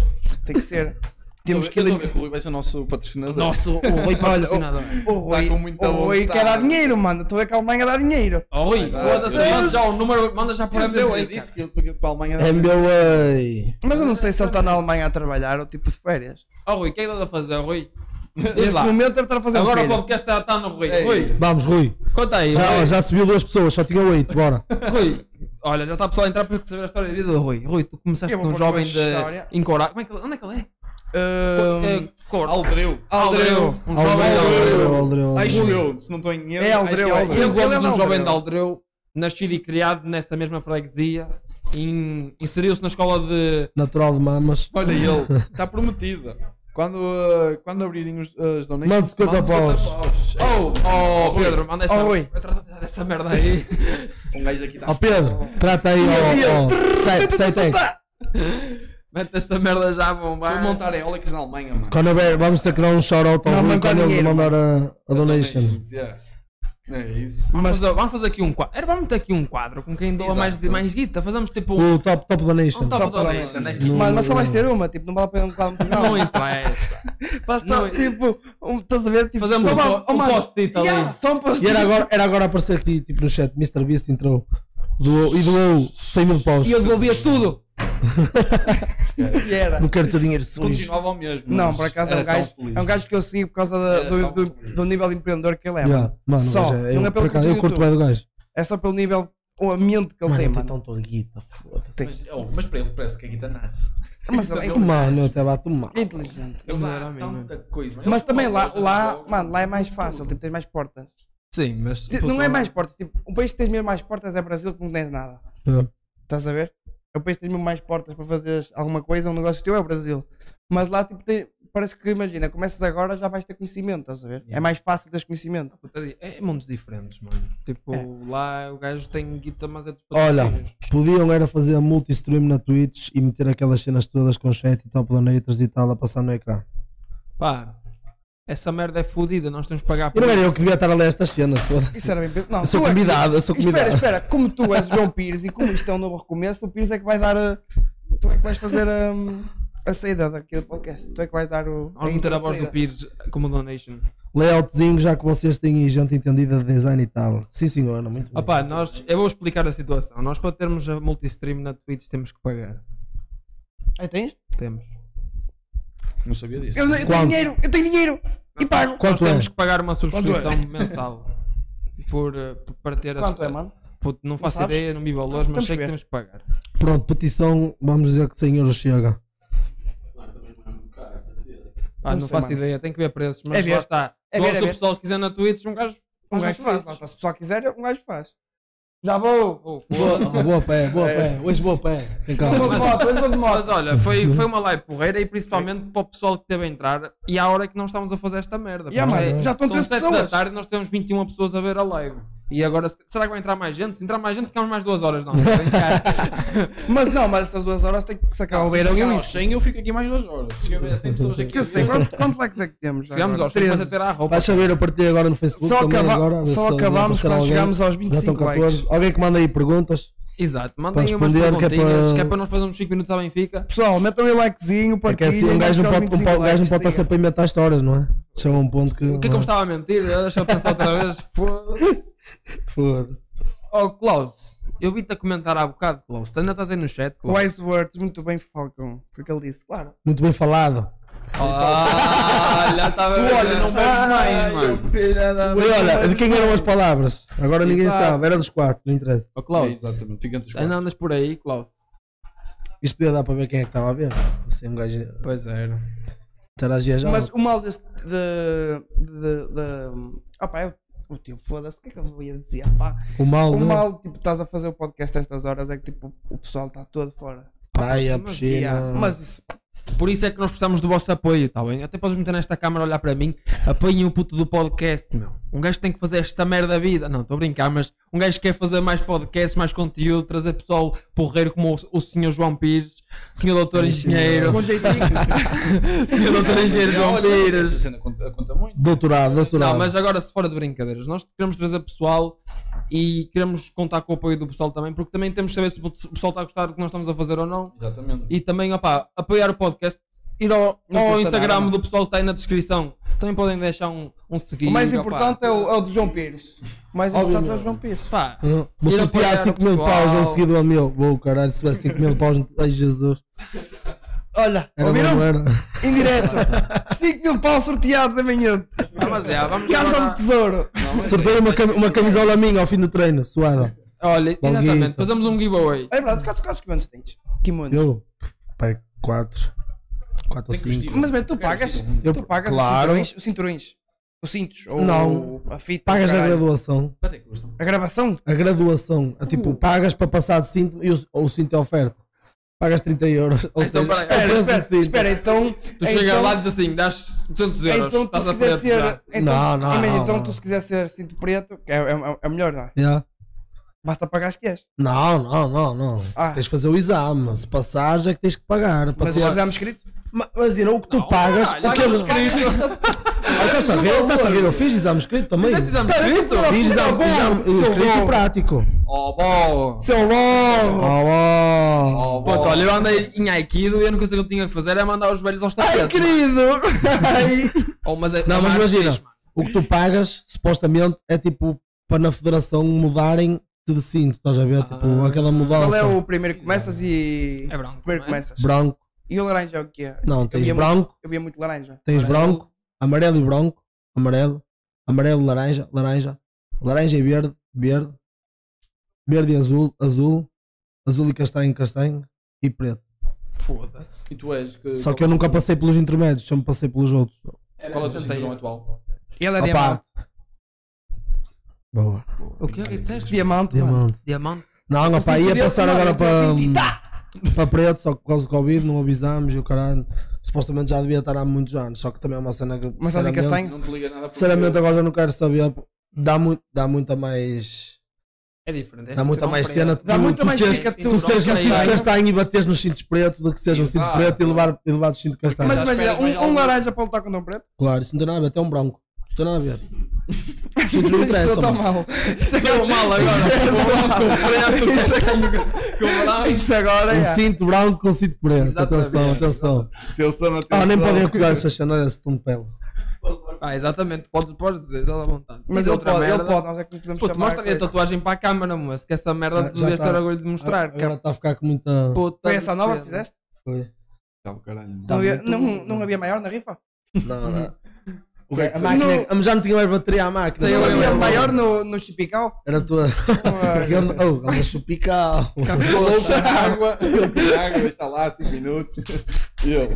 S10: Tem que ser.
S6: Tá
S10: Temos que
S6: Eu estou a
S10: eliminar.
S6: ver que o Rui vai ser nosso patrocinador.
S3: Nosso, o Rui
S10: Olha,
S3: patrocinador.
S10: o, o Rui,
S6: com muita
S10: o Rui
S6: vontade.
S10: quer dar dinheiro, mano. Estou a ver que a Alemanha dá dinheiro.
S3: Oh, Rui, foda-se,
S6: Eu-
S3: manda já o número, manda
S6: <laughs>
S3: já para
S6: Eu
S3: o meu
S6: sempre
S3: aí.
S6: disse que eu peguei para a Alemanha.
S9: MBA.
S10: Mas eu não sei se ele está na Alemanha a trabalhar ou tipo de férias.
S3: Oh, Rui, o que é que estás a fazer, Rui? Diz
S10: Neste
S3: lá.
S10: momento deve estar a fazer um
S3: Agora o
S10: filho.
S3: podcast está está no Rui.
S6: É
S3: Rui,
S9: Vamos, Rui.
S3: conta aí.
S9: Já,
S3: Rui.
S9: já subiu duas pessoas, só tinha oito, bora.
S3: Rui, olha, já está a pessoa a entrar para saber a história da vida do Rui. Rui, tu começaste
S10: Eu vou
S3: com um
S10: pôr
S3: jovem
S10: uma
S3: de.
S10: história.
S3: Em Corá. Como é que ele- Onde é que ele é?
S10: Ahm,
S3: Eh, Cor.
S6: Aldreu.
S10: É
S3: Aldreu. <laughs> Um jovem de Aldreu.
S9: Aldreu, Aldreu,
S6: Acho
S9: Aldreu.
S6: eu, se não estou em erro.
S10: É
S6: acho
S10: Aldreu,
S6: que
S10: é.
S3: Rui
S10: Ele- ele é
S3: Gomes,
S10: de
S3: um jovem
S10: Aldreu.
S3: de Aldreu, nascido e criado nessa mesma freguesia, em- inseriu-se na escola de.
S9: Natural de mamas.
S10: <laughs>
S6: Olha ele, está prometido. Quando, uh, quando abrirem os, as donations...
S9: Manda 50 paus.
S3: Oh, oh, Pedro, manda essa,
S10: Oh, Rui.
S3: trata dessa merda aí.
S6: Um gajo aqui está...
S9: Ó Pedro, trata aí, ó. ó. Sai, sai, sai.
S3: Mete essa merda já a bombar.
S6: Vou montar eólicas na Alemanha, mano.
S9: Quando houver, vamos ter que dar um shout-out ao
S10: Não,
S9: Rui
S10: mas dá
S9: quando ele
S3: É
S10: dinheiro,
S9: mandar a, a donation.
S6: Yeah. É isso.
S3: Vamos, fazer, vamos fazer aqui um quadro. Era, vamos meter aqui um quadro com quem doa mais,
S10: Exato.
S3: mais guita. Fazemos tipo.
S9: O top, top donation.
S3: Um top donation, né?
S10: Mano, mas só vais ter uma, tipo, não vale a pena um bocado muito
S3: Não interessa.
S10: Basta, tipo, um, estás a ver? Tipo,
S3: Fazemos
S10: só
S3: um
S10: uma-
S3: po- um
S10: mano,
S3: post-it ali.
S10: yeah, Só um
S9: E
S10: post-it.
S9: era agora, era agora a aparecer aqui tipo, no chat: Mr. Beast entrou doou, e doou 100 mil paus.
S10: E eu devolvia tudo. e era.
S9: Não quero teu dinheiro sujo.
S6: Continuava o mesmo.
S10: Não,
S6: mas
S10: por acaso é
S6: era
S10: um, gajo,
S6: tão feliz.
S10: é um gajo que eu sigo por causa da-
S6: Era
S10: do,
S6: tão
S10: do, do nível de empreendedor que ele é.
S9: Yeah,
S10: mano.
S9: mano, o
S10: Só,
S9: gajo é-
S10: não é pelo
S9: eu, por acaso, eu
S10: conteúdo
S9: curto
S10: todo.
S9: bem do gajo.
S10: É só pelo nível, o ambiente que ele
S9: Mano,
S10: tem, mano.
S9: ele tem tanto guita, foda-se.
S6: Mas, oh, mas para ele parece que a guita nasce.
S10: Mas ele é
S9: Mano, eu até bato mal.
S10: É inteligente.
S6: Eu lá, tanta coisa. mano.
S10: Mas
S6: Eu-
S10: também lá,
S6: eu-
S10: lá, mano, lá é mais fácil, tipo, tens mais portas.
S3: Sim, mas.
S10: Ti- Não é mais portas, tipo, o país que tens mesmo mais portas é Brasil que não tens nada.
S9: É.
S10: Estás a ver? É o país que tens mesmo mais portas para fazeres alguma coisa, um negócio teu é o Brasil. Mas lá, tipo, tem- parece que, imagina, começas agora já vais ter conhecimento, estás a ver? É mais fácil teres conhecimento. É.
S3: É mundos diferentes, mano. Tipo, lá o gajo tem guita, mas é dos
S9: Olha,
S3: patrocínios.
S9: podiam era fazer multi-stream na Twitch e meter aquelas cenas todas com chat e top donators e tal a passar no ecrã.
S3: Pá, essa merda é fodida, nós temos que pagar
S9: E não
S10: é
S9: era eu que devia estar a ler estas cenas, foda-se.
S10: Isso era bem pensado. Não,
S9: Eu sou
S10: tu é-
S9: convidado, eu sou convidado.
S10: Espera, espera, como tu és o João Pires e como isto é um novo recomeço, o Pires é que vai dar. a- Tu é que vais fazer hum, a, saída daquele podcast. Tu é que vais dar o.
S3: Vamos meter a voz do Pires eh, como donation.
S9: Layoutzinho, já que vocês têm aí gente entendida de design e tal. Sim, senhor, não, muito bem.
S3: Opá, nós, eu vou explicar a situação. Nós para termos a multistream na Twitch temos que pagar.
S10: Aí Ah, tens?
S3: Temos.
S6: Não sabia disso.
S10: Eu, eu tenho
S3: Quanto?
S10: dinheiro, eu tenho dinheiro! E pago!
S3: Nós
S9: Quanto
S3: temos
S9: é?
S3: que pagar uma
S9: Quanto é?
S3: subscrição mensal <laughs> por, eh, p- para ter
S10: Quanto
S3: a
S10: é, mano?
S3: Puto, não faço
S10: sabes?
S3: ideia, não me valores,
S10: Temos
S3: mas sei
S10: que
S3: que
S10: ver.
S3: temos que pagar.
S9: Pronto, petição, vamos dizer que 100 euros chega.
S10: Não
S3: Pá, Ah, não,
S10: sei,
S3: faço
S10: mano.
S3: ideia, tem que ver preços,
S10: É
S3: mas
S10: ver.
S3: lá está.
S10: É
S3: Se,
S10: ver, é
S3: se o
S10: ver.
S3: pessoal quiser na Twitch, um gajo
S10: Um
S3: faz na
S10: gajo faz,
S3: Twitch.
S10: lá, se o pessoal quiser, um gajo faz. Já vou!
S3: Oh,
S9: Boa,
S3: foda-se.
S9: <laughs> boa pé, boa pé. Hoje boa pé. Tem calma.
S10: Vou de moto, eu vou de moto.
S3: Mas olha, foi, foi uma live porreira e principalmente para o pessoal que teve a entrar e à hora que nós estávamos a fazer esta merda.
S10: Yeah,
S3: porque
S10: mano, já estão
S3: são
S10: três
S3: 7 da
S10: pessoas.
S3: tarde e nós temos 21 pessoas a ver a live. E agora, se- será que vai entrar mais gente? Se entrar mais gente, ficamos mais duas horas, não. Vem cá.
S10: <laughs> Mas não, mas essas duas horas tem que sacar o beirão e o uísque.
S6: 100 eu fico aqui mais duas horas. Chega a ver 100 pessoas aqui.
S10: Que eu sei, quanto- quantos likes é que temos?
S3: Chegamos
S10: agora?
S3: aos 13 a
S10: 13.
S3: ter a roupa.
S9: Vais saber a partir agora no Facebook.
S10: Só
S9: também
S10: acaba-
S9: agora, a ver
S10: só
S9: se vai
S10: acabamos
S9: aparecer
S10: quando chegamos aos
S9: Já estão
S10: 25 likes.
S9: Alguém que manda aí perguntas.
S3: Exato,
S9: Para
S3: mandem aí umas
S9: responder, que é
S3: perguntinhas,
S9: para-
S3: que é para nós fazermos 5 minutos à Benfica.
S10: Pessoal, metam aí um likezinho,
S9: É que é
S10: partilhem.
S9: assim, um gajo não
S10: vamos chegar
S9: pode,
S10: aos
S9: um pa- um
S10: 25
S9: gajo não pode estar
S10: likes,
S9: sempre a inventar histórias, não é? Chega um ponto que.
S3: O que é que eu me estava a mentir? Deixa eu pensar outra
S9: <laughs>
S3: vez. Foda-se.
S9: Foda-se.
S3: Oh, Klaus, eu vi-te a comentar há bocado, Klaus. Tu ainda estás aí no chat, Klaus.
S10: Wise words, muito bem, Falcon. Porque ele disse, claro.
S9: Muito bem falado.
S3: Olha, estava
S10: olha, não bebes mais, mano.
S9: E olha, de quem eram as palavras? Agora ninguém sabe, era dos quatro, não interessa.
S3: Ó Oh,
S6: É,
S3: Klaus,
S6: Exatamente, fica entre os
S3: ainda
S6: quatro.
S3: andas por aí, Klaus.
S9: Isto podia dar para ver quem é que estava a ver. Assim um gajo
S3: Pois é.
S9: interagia já.
S10: Mas o mal desse. de. de. de. Opa, eu. O tio, foda-se, o que é que eu ia dizer? Pá?
S9: o mal,
S10: O
S9: não.
S10: mal, tipo, estás a fazer o podcast a estas horas é que, tipo, o pessoal está todo fora.
S9: Praia,
S3: Mas-
S9: piscina.
S10: Yeah, Mas isso.
S3: Por isso é que nós precisamos do vosso apoio, tá bem? Até podes meter nesta câmara olhar para mim, apoiem o puto do podcast, meu. Um gajo tem que fazer esta merda da vida. Não, estou a brincar, mas um gajo quer fazer mais podcasts, mais conteúdo, trazer pessoal porreiro como o, o senhor João Pires, senhor doutor engenheiro,
S10: Com jeitinho.
S3: senhor doutor engenheiro João
S6: Olha,
S3: Pires.
S6: Essa cena conta, conta muito.
S9: Doutorado, doutorado.
S3: Não, mas agora se fora de brincadeiras, nós queremos trazer pessoal e queremos contar com o apoio do pessoal também, porque também temos de saber se o pessoal está a gostar do que nós estamos a fazer ou não.
S6: Exatamente.
S3: E também, opá, apoiar o podcast, ir ao,
S10: Não
S3: ao
S10: custa
S3: Instagram
S10: nada.
S3: do pessoal que está aí na descrição. Também podem deixar um, um seguir.
S10: O mais
S3: opá.
S10: importante é o, é o do João Pires. O mais importante é o João Pires.
S3: Pá,
S9: Hum, Vou
S3: ir apoiar
S9: sortear
S3: o
S9: 5 mil
S3: pessoal.
S9: paus a um seguidor meu. Vou, caralho, se tiver 5 mil paus, ai Jesus.
S10: Olha,
S9: Era
S10: ouviram?
S9: não era.
S10: Em direto. <laughs> 5 mil pau sorteados amanhã.
S3: Ah, mas é, vamos
S10: Caça
S3: agora-
S10: do tesouro.
S3: é
S9: Sorteio uma, cami- uma camisola minha ao fim do treino, suada.
S3: Olha, exatamente,
S9: Longuito.
S3: fazemos um giveaway.
S10: É verdade, quantos quantos quimonos tens? Kimonos.
S9: Eu, pai, 4. 4 ou
S6: Tem que
S9: 5.
S6: vestir.
S10: Mas, bem, tu pagas.
S9: Eu-
S10: Tu pagas
S9: claro.
S10: os cinturões. Os cinturões. Os cintos. Ou
S9: Não.
S10: A fita.
S9: Pagas a
S10: caralho.
S9: graduação.
S6: Quanto é que custa?
S10: A gravação?
S9: A graduação. é tipo, pagas para passar de cinto e o, ou o cinto é oferta. Pagas 30 euros. Ou
S3: Então,
S9: seja,
S3: peraí,
S10: Espera,
S9: é o preço do
S10: espera,
S9: cinto.
S10: espera, então.
S3: Tu
S10: então,
S3: chegas lá e dizes assim, dás 200 euros,
S10: então, tu
S3: estás
S10: se
S3: a
S10: quiser
S3: preto
S10: ser.
S3: já.
S10: Então,
S9: Não, não,
S10: imagina,
S9: não,
S10: então
S9: não.
S10: tu se quiser ser cinto preto, que é, é, é melhor, não é?
S9: Yeah.
S10: Basta pagar as que és.
S9: Não, não, não, não.
S10: Ah.
S9: Tens de fazer o exame. Se passares é que tens que pagar. Para
S10: Mas
S9: ter-
S10: já me escrito?
S9: Ma- Mas, Dino, o que tu
S3: Não,
S9: pagas,
S3: caralho,
S9: o que eles-
S3: escrito.
S9: Ah, Estás a ver? Estás a ver? Eu fiz exame escrito também.
S3: Fizeste exame
S9: Cara,
S3: escrito?
S9: eu Fiz exame
S3: Seu
S9: exame
S3: bolo.
S9: escrito e prático.
S3: Oh, bom!
S9: Seu bom!
S3: Pronto, olha, eu andei em Aikido e a única coisa que eu tinha que fazer era mandar os velhos aos tapetes. Ai, <laughs>
S9: querido!
S3: oh, mas é,
S9: Não, mas
S3: é
S9: imagina,
S3: fixe, mano.
S9: o que tu pagas, supostamente, é tipo para na federação mudarem te de cinto, estás a ver?
S3: Ah.
S9: tipo, aquela mudança.
S10: Qual é o primeiro que começas e.
S3: É branco.
S10: Primeiro que começas.
S9: Branco.
S10: E o laranja é o que é?
S9: Não,
S10: Eu
S9: tens
S10: via
S9: branco.
S10: muito- eu via muito laranja.
S9: Tens
S10: Laranja.
S9: branco, amarelo e branco, amarelo, amarelo, laranja, laranja, laranja e verde, verde, verde e azul, azul, azul e castanho, castanho e preto.
S3: Foda-se.
S6: E tu és que.
S9: Só que eu nunca passei pelos intermédios, sempre passei pelos outros.
S6: Qual é o teu cinturão atual?
S10: Ele é
S9: Opa.
S10: diamante.
S9: Boa.
S3: O que é que disseste?
S10: Diamante.
S9: Diamante.
S3: Diamante.
S9: Não,
S3: Mas
S9: opa,
S3: tem
S9: ia
S3: que ter
S9: passar
S3: diamante,
S9: agora para,
S3: tem que
S9: para preto, só que por causa do Covid não avisámos e o caralho. Supostamente já devia estar há muitos anos, só que também é uma cena que.
S10: Mas estás em
S9: sinceramente,
S10: castanho?
S6: Não te liga nada porque-
S9: Sinceramente, agora já não quero saber. pô. Dá, muito, dá muita mais.
S3: É diferente. é
S9: Dá muita
S3: cinturão
S9: mais
S3: preto.
S9: cena.
S3: Dá
S9: tu-
S3: muito
S9: tu
S3: mais
S9: seres-
S3: risca tu.
S9: Tu seres um
S3: Cinturão
S9: cinto
S3: preto.
S9: castanho e bateres nos cintos pretos do que seres um cinto
S10: Exato.
S9: preto e levar, e levar os cintos castanhos.
S10: Mas imagina, um, um laranja para lutar contra um preto?
S9: Claro, isso não tem nada a ver, até um branco. Isso não tem nada a ver. Os cintos não interessam.
S10: Isso tá
S9: mano.
S10: mal. Isso
S3: é o mal <laughs> agora. Com o preto, com o branco.
S10: <laughs> Isso agora
S9: Um
S10: é.
S9: cinto branco com um cinto preto.
S3: Exatamente.
S9: Atenção, atenção.
S6: Atenção, atenção.
S9: Ah, nem podem acusar essa cena desse tom de pele.
S3: Ah, exatamente, podes, podes dizer, estás à vontade.
S10: Mas
S3: Diz
S10: ele
S3: outra
S10: pode, ele
S3: merda.
S10: pode, nós é que não podemos
S3: Puto,
S10: chamar
S3: mostra aí a
S10: coisa.
S3: tatuagem para a câmara, moço, que essa merda tu devias ter orgulho de mostrar. que
S9: tá- Agora está a ficar com muita.
S3: puta
S10: Ah, Foi
S3: de
S10: essa nova
S3: cena.
S10: que fizeste?
S9: Foi.
S10: Não havia, não, não havia maior na rifa?
S9: Não, não.
S10: O que é que
S9: a
S10: saiu?
S9: máquina, já não tinha mais bateria à máquina.
S10: Não havia maior no, no Chipical?
S9: Era tua. <laughs> Ganda- Oh, ganda chupical.
S6: Estou louco de água, eu de água, deixa lá 5 minutos. E eu.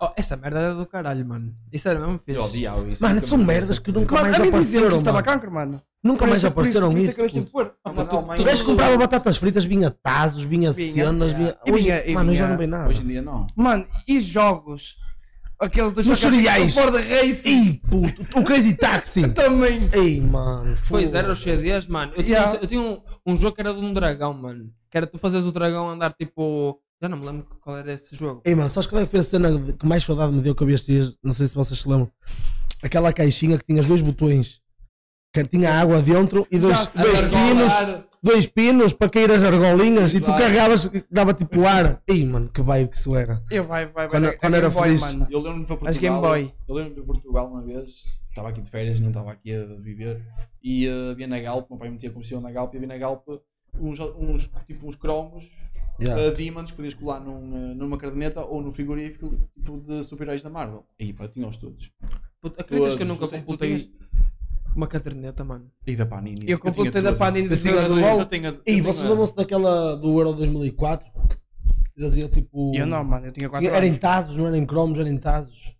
S3: Oh, essa merda era do caralho, mano. Isso era mesmo fixe.
S6: Eu odiava isso.
S9: Mano, são merdas que nunca
S10: Mano,
S9: mais
S10: a mim diziam que
S9: apareceram.
S10: isso estava
S9: mano.
S10: cancro, mano.
S9: Nunca
S10: Por
S9: mais
S10: isso- por isso-
S9: apareceram
S10: por isso é
S9: isso.
S10: que eu deixei de
S9: puto.
S10: pôr. Ah, mano,
S9: Tu vês que comprava batatas fritas, vinha tazos, vinha
S10: Vinha,
S9: cenas,
S10: já.
S9: vinha.
S10: E
S9: Hoje,
S10: vinha- e
S9: mano, hoje já
S10: vinha-
S9: não vem nada.
S6: Hoje em dia não.
S10: Mano, e jogos? Aqueles dos
S9: Nos
S10: chocapic-
S9: cereais.
S10: do Ford Racing.
S9: Ei, puto, o Crazy
S10: <laughs>
S9: Taxi.
S10: Também.
S9: Ei, mano.
S3: Foi
S9: foda.
S3: zero aos CDs, mano. Eu tinha,
S10: Yeah.
S3: eu tinha um, um jogo que era de um dragão, mano. Que era tu fazeres o dragão andar tipo. Já não me lembro qual era esse jogo.
S9: Ei, mano, sabes qual é que foi a cena de- que mais saudade me deu que eu vi estes dias? Não sei se vocês se lembram. Aquela caixinha que tinha os dois botões. Que tinha água dentro e dois,
S10: Já sei.
S9: dois pinos. Dois pinos para cair as argolinhas e tu
S6: Exato.
S9: carregavas, dava tipo ar. Ei, mano, que baio que isso era.
S10: Eu vai, vai, vai.
S9: Quando-
S10: a
S9: quando era
S10: Game Boy,
S9: feliz.
S10: mano.
S6: Eu lembro-me para Portugal.
S10: As Game Boy.
S6: Eu lembro-me para Portugal uma vez. Estava aqui de férias, não estava aqui a viver. E eh, havia na Galp, meu pai metia como se eu na Galp, e havia na Galp uns, uns, tipo, uns cromos.
S9: Yeah.
S6: eh, diamantes que podias colar num, eh, numa caderneta ou no frigorífico tipo de super-heróis da Marvel. E aí, pá, eu tinha-os todos.
S3: Puto, acreditas que eu nunca
S6: Todos, não sei, tu
S3: completei
S6: tinhas?
S3: uma caderneta, mano?
S6: E da Panini.
S10: Eu completei da Panini do
S6: Eu tinha
S10: jogador de
S6: dois,
S10: LOL.
S6: eu tinha- eu
S9: Ei,
S6: tinha-
S9: vocês lembram-se daquela do Euro 2004? Que trazia tipo.
S10: Eu não, mano, eu tinha 4
S9: Tinha- Era em
S10: anos.
S9: tazos, não era em cromos, era em tazos.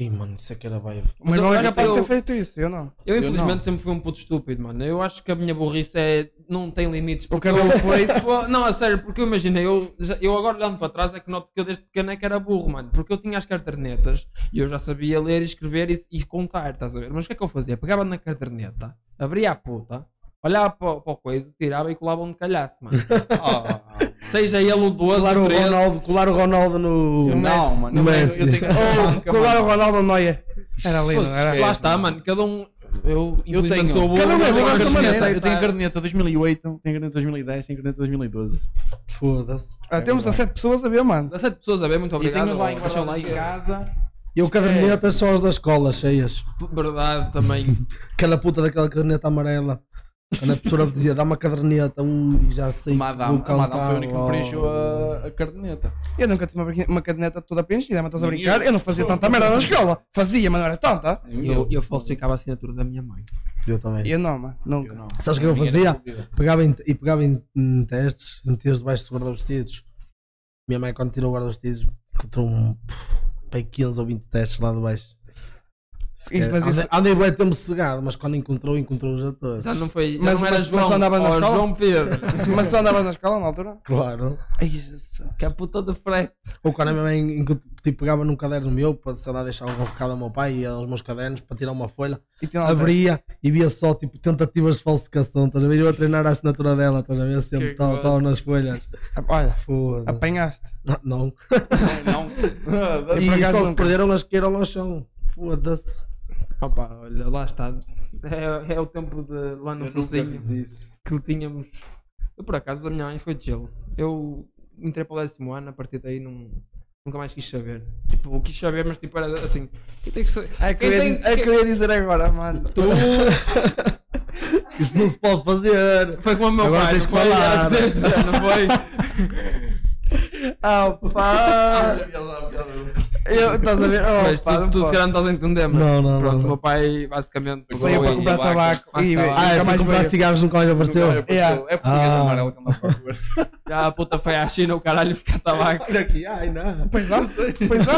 S9: Ei, mano, isso é que era baio.
S10: O meu irmão
S3: eu
S10: é
S3: acho
S10: capaz
S3: que
S10: de ter
S3: eu-
S10: feito isso, eu não.
S3: Eu,
S6: Eu
S3: infelizmente,
S6: não.
S3: sempre fui um puto estúpido, mano. Eu acho que a minha burrice é... não tem limites.
S10: O
S3: Porque eu-
S10: cabelo foi isso.
S3: <laughs> Pô, Não, a sério, porque eu imaginei, eu, já- eu agora olhando para trás é que noto que eu desde pequeno é que era burro, mano. Porque eu tinha as cadernetas e eu já sabia ler, e escrever e, e contar, estás a ver? Mas o que é que eu fazia? Pegava na caderneta, abria a puta, olhava para, para o coisa, tirava e colava onde
S10: <laughs>
S3: calhasse, mano.
S6: Ah,
S3: Seja ele o 12,
S9: Colar o
S3: 13.
S9: Ronaldo, colar o Ronaldo no.
S6: eu não, mano. eu
S9: No
S6: tenho-
S9: Messi.
S6: Eu tenho essa
S10: Ou
S6: banca,
S10: colar o
S6: mano.
S10: Ronaldo Noia. Era ali, não era?
S3: Lá está, mano. Cada um. Eu,
S6: Eu tenho.
S3: infelizmente, sou burro.
S10: Cada um é
S3: mas
S10: burro à
S3: eu
S10: sua
S3: tenho
S10: maneira.
S3: essa-
S6: Eu tenho caderneta 2008, tenho caderneta 2010, tenho caderneta 2012.
S9: Foda-se.
S10: Ah, temos 17 pessoas a ver, mano.
S3: 17 pessoas a ver, muito
S6: E
S3: obrigado.
S6: tenho lá em
S10: um
S3: Deixa o like.
S6: casa.
S9: Eu cadernetas são as da escola cheias.
S3: Verdade também.
S9: Aquela puta daquela caderneta amarela. Quando a professora dizia, dá uma caderneta, ui, já sei.
S6: A
S9: que
S6: Madame,
S9: vou
S6: a Madame foi a
S9: cantar
S6: única que me
S9: logo.
S6: preencheu uh, a, a caderneta.
S10: Eu nunca tive uma, uma caderneta toda
S3: né?
S10: preenchida, mas estás a
S6: Nem
S10: brincar?
S6: eu.
S10: Eu não fazia tanta merda na escola. Fazia, mas não era tanta.
S3: Eu, eu falsificava a assinatura da minha mãe.
S9: Eu também.
S10: Eu não, mano. Nunca.
S6: Eu não.
S9: Sabes o que eu
S6: Ninguém
S9: fazia?
S6: era fodida.
S9: Pegava em, e pegava em, em testes, metias debaixo do guarda-vestidos. Minha mãe, quando tirou o guarda-vestidos, encontrou um. Bem, 15 ou 20 testes lá debaixo. É,
S10: Isso, mas isso-
S9: Andei, andei bem tempo cegado, mas quando encontrou, encontrou-os a todos.
S3: Já não foi. Já
S10: Mas-
S3: não era
S10: mas- mas
S3: João.
S10: tu andava na
S3: oh,
S10: escola?
S3: João <laughs> Pedro.
S10: Mas tu andavas na escola na altura?
S9: Claro.
S10: Ai, Jesus.
S3: que é puta de frete.
S9: Ou quando a minha mãe enco- tipo, pegava num caderno meu para sei lá, deixar algum recado ao meu pai e aos meus cadernos para tirar uma folha,
S10: E tinha lá um teste.
S9: abria e via só tipo tentativas de falsificação, estás a ver? Eu a treinar a assinatura dela, estás a ver? Sempre
S3: Que
S9: tal, tal
S3: gozo.
S9: nas folhas.
S10: Olha,
S9: Foda-se. Ah,
S10: apanhaste.
S9: Não.
S6: Não.
S9: E
S10: acaso
S9: só se <laughs>
S10: nunca.
S9: perderam as que eram ao chão. Foda-se.
S10: Opa, olha, lá está. É, é o tempo de lá no
S6: Eu nunca
S10: focinho
S6: fiz
S10: que tínhamos. Eu, por acaso, a minha mãe foi de gelo. Eu entrei para o décimo ano, a partir daí não, nunca mais quis saber. Tipo, quis saber, mas tipo, era assim. Quem tem que saber?
S3: É que eu ia dizer- é que eu ia dizer agora, mano.
S10: Tu.
S9: Isso não se pode fazer.
S10: Foi como o meu
S9: Agora
S10: pai,
S9: tens
S10: não
S9: que
S10: foi?
S9: falar.
S10: Era de terça, não foi?
S3: Oh,
S10: <laughs>
S3: pá. Eu, estás a ver? Oh,
S10: Mas tu,
S3: pá, não
S10: tu se
S3: posso.
S10: calhar não estás a entender, mas
S9: Não, não,
S10: pronto,
S9: não, não.
S10: o meu pai basicamente pegou
S9: Saiu para
S10: em
S9: comprar tabaco
S10: mais
S9: e-
S10: tabaco.
S9: Ah, nunca é, foi mais comprar veio. cigarros, nunca mais apareceu? Nunca mais apareceu. É português
S10: Ah.
S9: amarelo que anda à procura.
S10: Já a puta foi à China, o caralho, ficar tabaco.
S9: Olha aqui, ai não.
S3: Pois <laughs> é, pois é.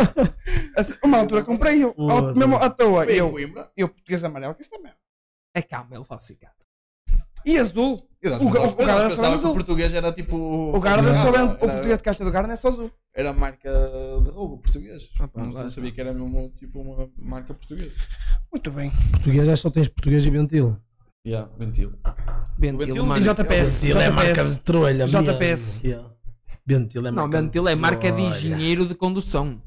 S3: Assim, Uma altura comprei eu, ao,
S10: Foda-se.
S3: mesmo à toa.
S10: Foi em
S3: Eu,
S10: Coimbra?
S3: eu português amarelo, que isso também.
S10: É calma, ele faz cigarro.
S3: E azul.
S6: Eu não
S3: O, ga- o
S6: pensava- eu não
S3: Garden só
S6: pensava que
S3: azul.
S6: o português era tipo.
S3: O Garden só vende-
S6: Era-
S3: o português de caixa do Garden é só azul.
S6: Era a marca de roupa português.
S10: pá,
S6: não,
S10: lá
S6: não sabia que era mesmo tipo uma marca portuguesa.
S3: Muito bem.
S9: Português, já só tens português e bentil.
S6: Yeah, Bentil.
S10: Bentil, mano.
S9: Bentil é marca de trolha.
S10: JPS.
S9: mesmo. Yeah. Bentil é
S10: Não,
S9: marca
S10: Bentil é marca de
S9: trolha.
S10: engenheiro de condução.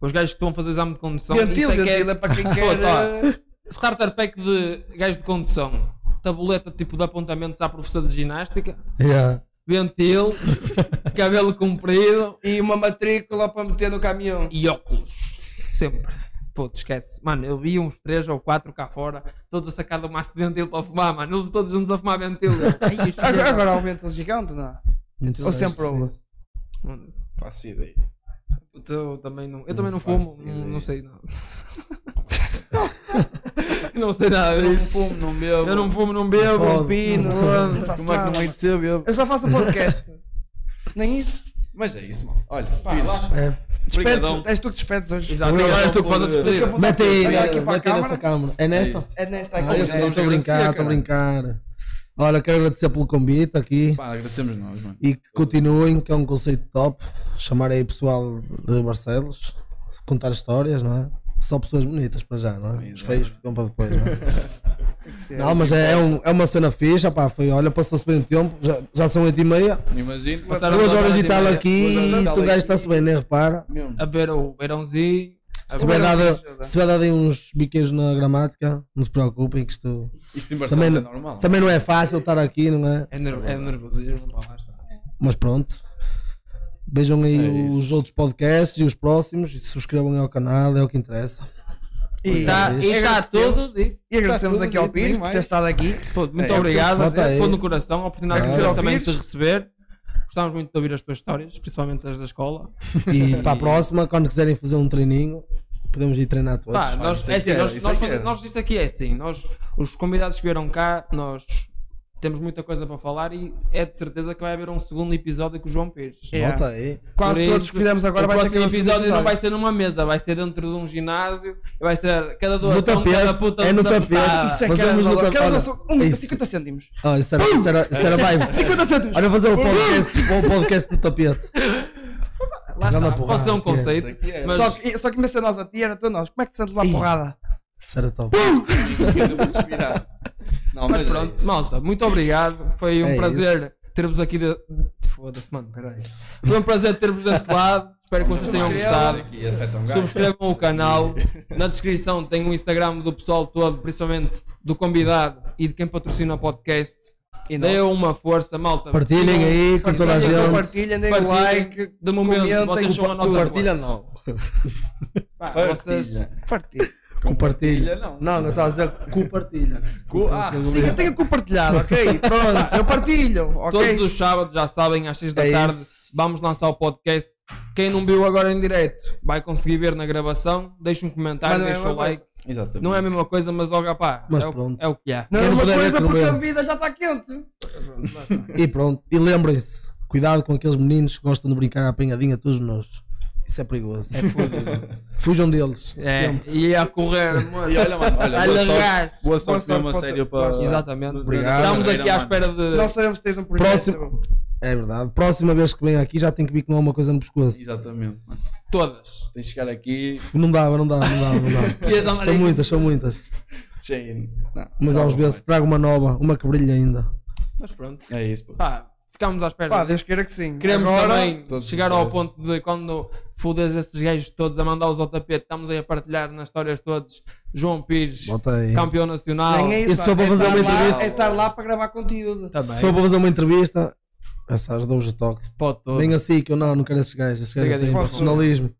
S10: Os gajos que estão a fazer o exame de condução.
S3: Bentil,
S10: isso que
S3: Bentil é para quem
S10: <laughs> Pô,
S3: quer,
S10: tá.
S3: eh,
S10: Starter pack de gajos de condução. Tabuleta tipo de apontamentos à professora de ginástica.
S9: Yeah.
S6: <laughs>
S10: Bentil. cabelo comprido.
S3: E uma matrícula para meter no caminhão.
S10: E óculos. Sempre. Pô, te esquece. Mano, eu vi uns 3 ou 4 cá fora, todos a sacar do maço de Bentil para fumar, mano. Eles todos juntos a fumar Bentil.
S6: <laughs>
S10: Ai, os filhos
S3: Agora,
S10: da-
S3: <laughs> agora há um Bentil gigante, não?
S10: Bentil
S9: é
S3: Ou
S10: acho
S3: sempre
S10: que sim.
S3: houve?
S6: Faço ideia.
S10: Eu também não, eu também não
S6: faço
S10: fumo, não, não sei nada. <laughs> não sei nada
S6: Eu não
S10: disso.
S6: fumo, não bebo.
S10: Eu não fumo, não bebo,
S6: Não
S10: não
S6: fumo,
S10: pino.
S6: não fumo.
S10: não-
S6: Não faço Como é que nada. não hei de ser, bebo?
S3: Eu só faço um podcast. Nem isso.
S6: Mas é isso, mano. Olha, pá,
S3: Pires.
S6: lá.
S3: É.
S6: Obrigadão.
S3: Despede-te, és tu que despedes hoje.
S6: Exato, Obrigado agora és tu que fazes a
S3: Tens que
S6: despedida.
S3: apontar
S6: Mete
S3: tudo.
S6: aí,
S3: Olha
S6: mete aí
S3: a
S6: nessa
S9: câmara. É nesta?
S3: É nesta
S9: Ah,
S3: aqui.
S9: eu sei, estou a brincar, estou a brincar. Olha, quero agradecer pelo convite aqui.
S6: Pá, agradecemos nós, mano.
S9: E que continuem, que é um conceito top. Chamar aí pessoal de Barcelos, contar histórias, não é? Só pessoas bonitas para já, não é? Os feios ficam para depois, não
S3: ser.
S9: é? Não, mas é, é um- é uma cena fixa, pá, foi, olha, passou-se bem o tempo, já, já são 8 e meia.
S6: Imagino.
S10: Passaram
S9: duas
S10: duas
S9: horas
S10: horas
S9: de
S10: e
S9: tal
S10: meia. Duas
S9: aqui
S10: horas de
S9: e
S10: tal
S9: tu gajo
S10: aqui.
S9: está-se bem, nem repara.
S10: A ver o beirãozinho.
S9: Se tiver, dado, se tiver dado aí uns biqueiros na gramática, não se preocupem que isto,
S6: Isto em Barcelos é
S9: também,
S6: normal.
S9: também não é fácil estar aqui, não é?
S10: É, ner é nervosismo, pá, lá está.
S9: Mas pronto. Vejam aí os outros podcasts e os próximos e subscrevam aí ao canal, é o que interessa.
S3: E
S10: Ah,
S3: tá-
S9: É
S3: e
S9: isso.
S3: tá tudo
S10: dito.
S3: E agradecemos
S10: Tá tudo
S3: aqui ao
S10: dito,
S3: Pires
S10: nem
S3: por ter
S10: mais.
S3: estado aqui. É,
S10: Pô, muito obrigado,
S3: Falta aí.
S10: pô no coração, a oportunidade que
S3: Agradecer
S10: tivemos
S3: ao
S10: também de
S3: Pires.
S10: te receber. Gostávamos muito de ouvir as tuas histórias, principalmente as da escola.
S9: E para a próxima, quando quiserem fazer um treininho, podemos ir treinar todos.
S10: Pá, nós, é assim, nós, nós, faze- nós isto aqui é assim, nós, os convidados que vieram cá, nós temos muita coisa para falar e é de certeza que vai haver um segundo episódio com o João Pires.
S9: É. Bota aí.
S3: Quase
S10: Por
S3: todos que fizemos agora
S10: o
S3: vai ter que
S10: próximo
S3: haver um segundo
S10: episódio não
S3: episódio.
S10: vai ser numa mesa, vai ser dentro de um ginásio, vai ser cada
S9: No
S10: doação,
S9: tapete,
S10: cada puta
S9: é no
S10: puta
S9: tapete.
S10: putada.
S9: Isso é que era Fazemos no valor. tapete.
S3: Aquela
S9: Olha,
S3: doação, um,
S9: é isso.
S3: 50 cêntimos.
S9: Ah, isso era, isso era,
S3: <laughs>
S9: isso era vibe.
S3: 50 cêntimos.
S9: Olha, fazer um podcast, um podcast no tapete.
S10: Lá
S9: Dá uma
S10: está,
S9: porrada,
S10: pode ser um
S9: que é.
S10: conceito,
S9: Isso aqui é.
S10: mas
S3: Só que, só que em vez de ser nós a ti, era tu a nós. Como é que te sentes levar porrada?
S9: Isso era top.
S6: Não,
S10: mas,
S6: mas é
S10: pronto,
S6: isso.
S10: malta, muito obrigado. Foi um
S6: É isso.
S10: prazer ter-vos aqui. De... Foda-se, mano, peraí. Foi um prazer ter-vos desse lado. Espero que
S6: Não,
S10: vocês
S6: não
S10: tenham
S6: esqueçam.
S10: gostado.
S6: Aqui, afeta um gajo.
S10: Subscrevam o
S9: <laughs>
S10: canal. Na descrição tem o Instagram do pessoal todo, principalmente do convidado e de quem patrocina o podcast.
S3: E
S10: Deem
S3: nós.
S10: uma força, malta.
S9: Partilhem
S10: Sigam-
S9: aí com toda a
S10: partilhem,
S9: gente.
S3: Partilhem, deem
S10: Partilhem.
S3: like,
S10: De momento,
S3: comentem,
S10: vocês são a nossa
S9: Compartilha
S10: força.
S9: não.
S10: <laughs> Pá,
S9: Partilha.
S10: vocês-
S3: Partilha.
S9: Compartilha. Não, não, não estás a dizer compartilha.
S3: Ah, siga, tenha compartilhado, ok? Pronto, eu partilho, ok?
S10: Todos os sábados, já sabem, às 6 da
S3: É
S10: tarde, vamos lançar o podcast. Quem não viu agora em direto, vai conseguir ver na gravação. Deixa um comentário,
S3: Mas não é a
S10: deixa o
S3: mesma
S10: like.
S6: coisa. Exatamente.
S10: Não é a mesma coisa, mas ó, pá,
S9: Mas
S10: é, o,
S9: pronto.
S10: é o que há.
S3: Não é uma coisa porque a vida já está quente.
S9: E pronto, e lembrem-se, cuidado com aqueles meninos que gostam de brincar à apanhadinha todos nós. Isso é perigoso.
S10: É
S3: né?
S10: fodido.
S9: <laughs> Fujam deles.
S10: É,
S9: sempre.
S10: e a correr, mano.
S6: E olha, mano, olha,
S10: A
S6: boa sorte-
S10: largar.
S6: boa sorte Boa mesmo a sorte, sério boa para- sorte.
S10: Exatamente.
S9: Obrigado.
S10: Estamos aqui à espera de.
S3: Nós sabemos que tens um projeto.
S9: Próximo- É verdade. Próxima vez que vem aqui já tem que vir com alguma coisa no pescoço.
S6: Exatamente. mano.
S10: Todas.
S6: Tens de chegar aqui.
S9: Tipo, Não dava, não dava, não dava, não dava.
S6: E as
S9: são
S6: amarelas?
S9: muitas, são muitas.
S6: Cheio. Não,
S9: Mas
S6: tá
S9: vamos
S6: bom.
S9: ver se trago uma nova, uma que brilha ainda.
S10: Mas pronto.
S6: É isso, pô.
S10: Pá, Ficámos à espera.
S19: Pá,
S10: disso.
S19: Deus queira que sim.
S10: Queremos
S19: Agora-
S10: também
S19: Todos
S10: chegar ao
S19: os
S10: ponto de quando fodes esses gajos todos a mandá-los ao tapete, estamos aí a partilhar nas histórias todos. João Pires,
S9: Bota aí.
S10: campeão nacional.
S19: Nem é
S9: isso, só para
S19: é
S9: fazer
S19: estar
S9: uma
S19: lá-
S9: entrevista.
S19: É estar lá para gravar conteúdo.
S10: Tá
S9: Se eu vou fazer uma entrevista, essas dou-vos o toque.
S10: Pode todo.
S9: Nem assim que eu não, não quero esses gajos. Esses gajos têm
S19: Obrigadinho.
S9: profissionalismo.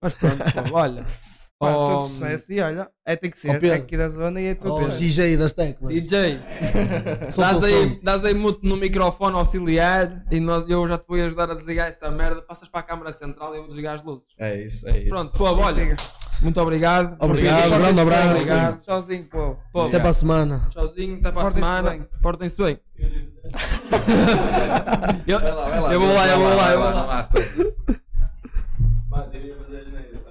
S10: Mas pronto, pô, olha.
S19: Pá,
S10: Oh,
S19: todo sucesso e olha, é tem que
S9: Oh,
S19: ser,
S9: Pedro.
S19: é aqui da zona e é todo
S9: Oh,
S19: sucesso.
S9: DJ das teclas.
S10: DJ,
S20: <laughs>
S9: Solta
S10: dás
S9: o
S10: aí,
S9: som.
S10: dás aí muito no microfone auxiliar e nós, eu já te vou ajudar a desligar essa merda. Passas para a câmara central e eu vou desligar as luzes.
S21: É isso, é isso.
S10: Pronto, pô, olha. Muito obrigado.
S9: Obrigado, um grande abraço.
S10: Obrigado.
S19: Tchauzinho, pô.
S10: Pô,
S9: Até para a semana.
S10: Tchauzinho, até para a
S19: Portem-se
S10: semana.
S19: bem.
S10: Portem-se bem. eu,
S20: Vai lá, vai lá,
S10: eu vou lá, eu vou lá, eu vou
S20: vai lá,
S10: lá.
S20: Pá, devia fazer a geneira, tá?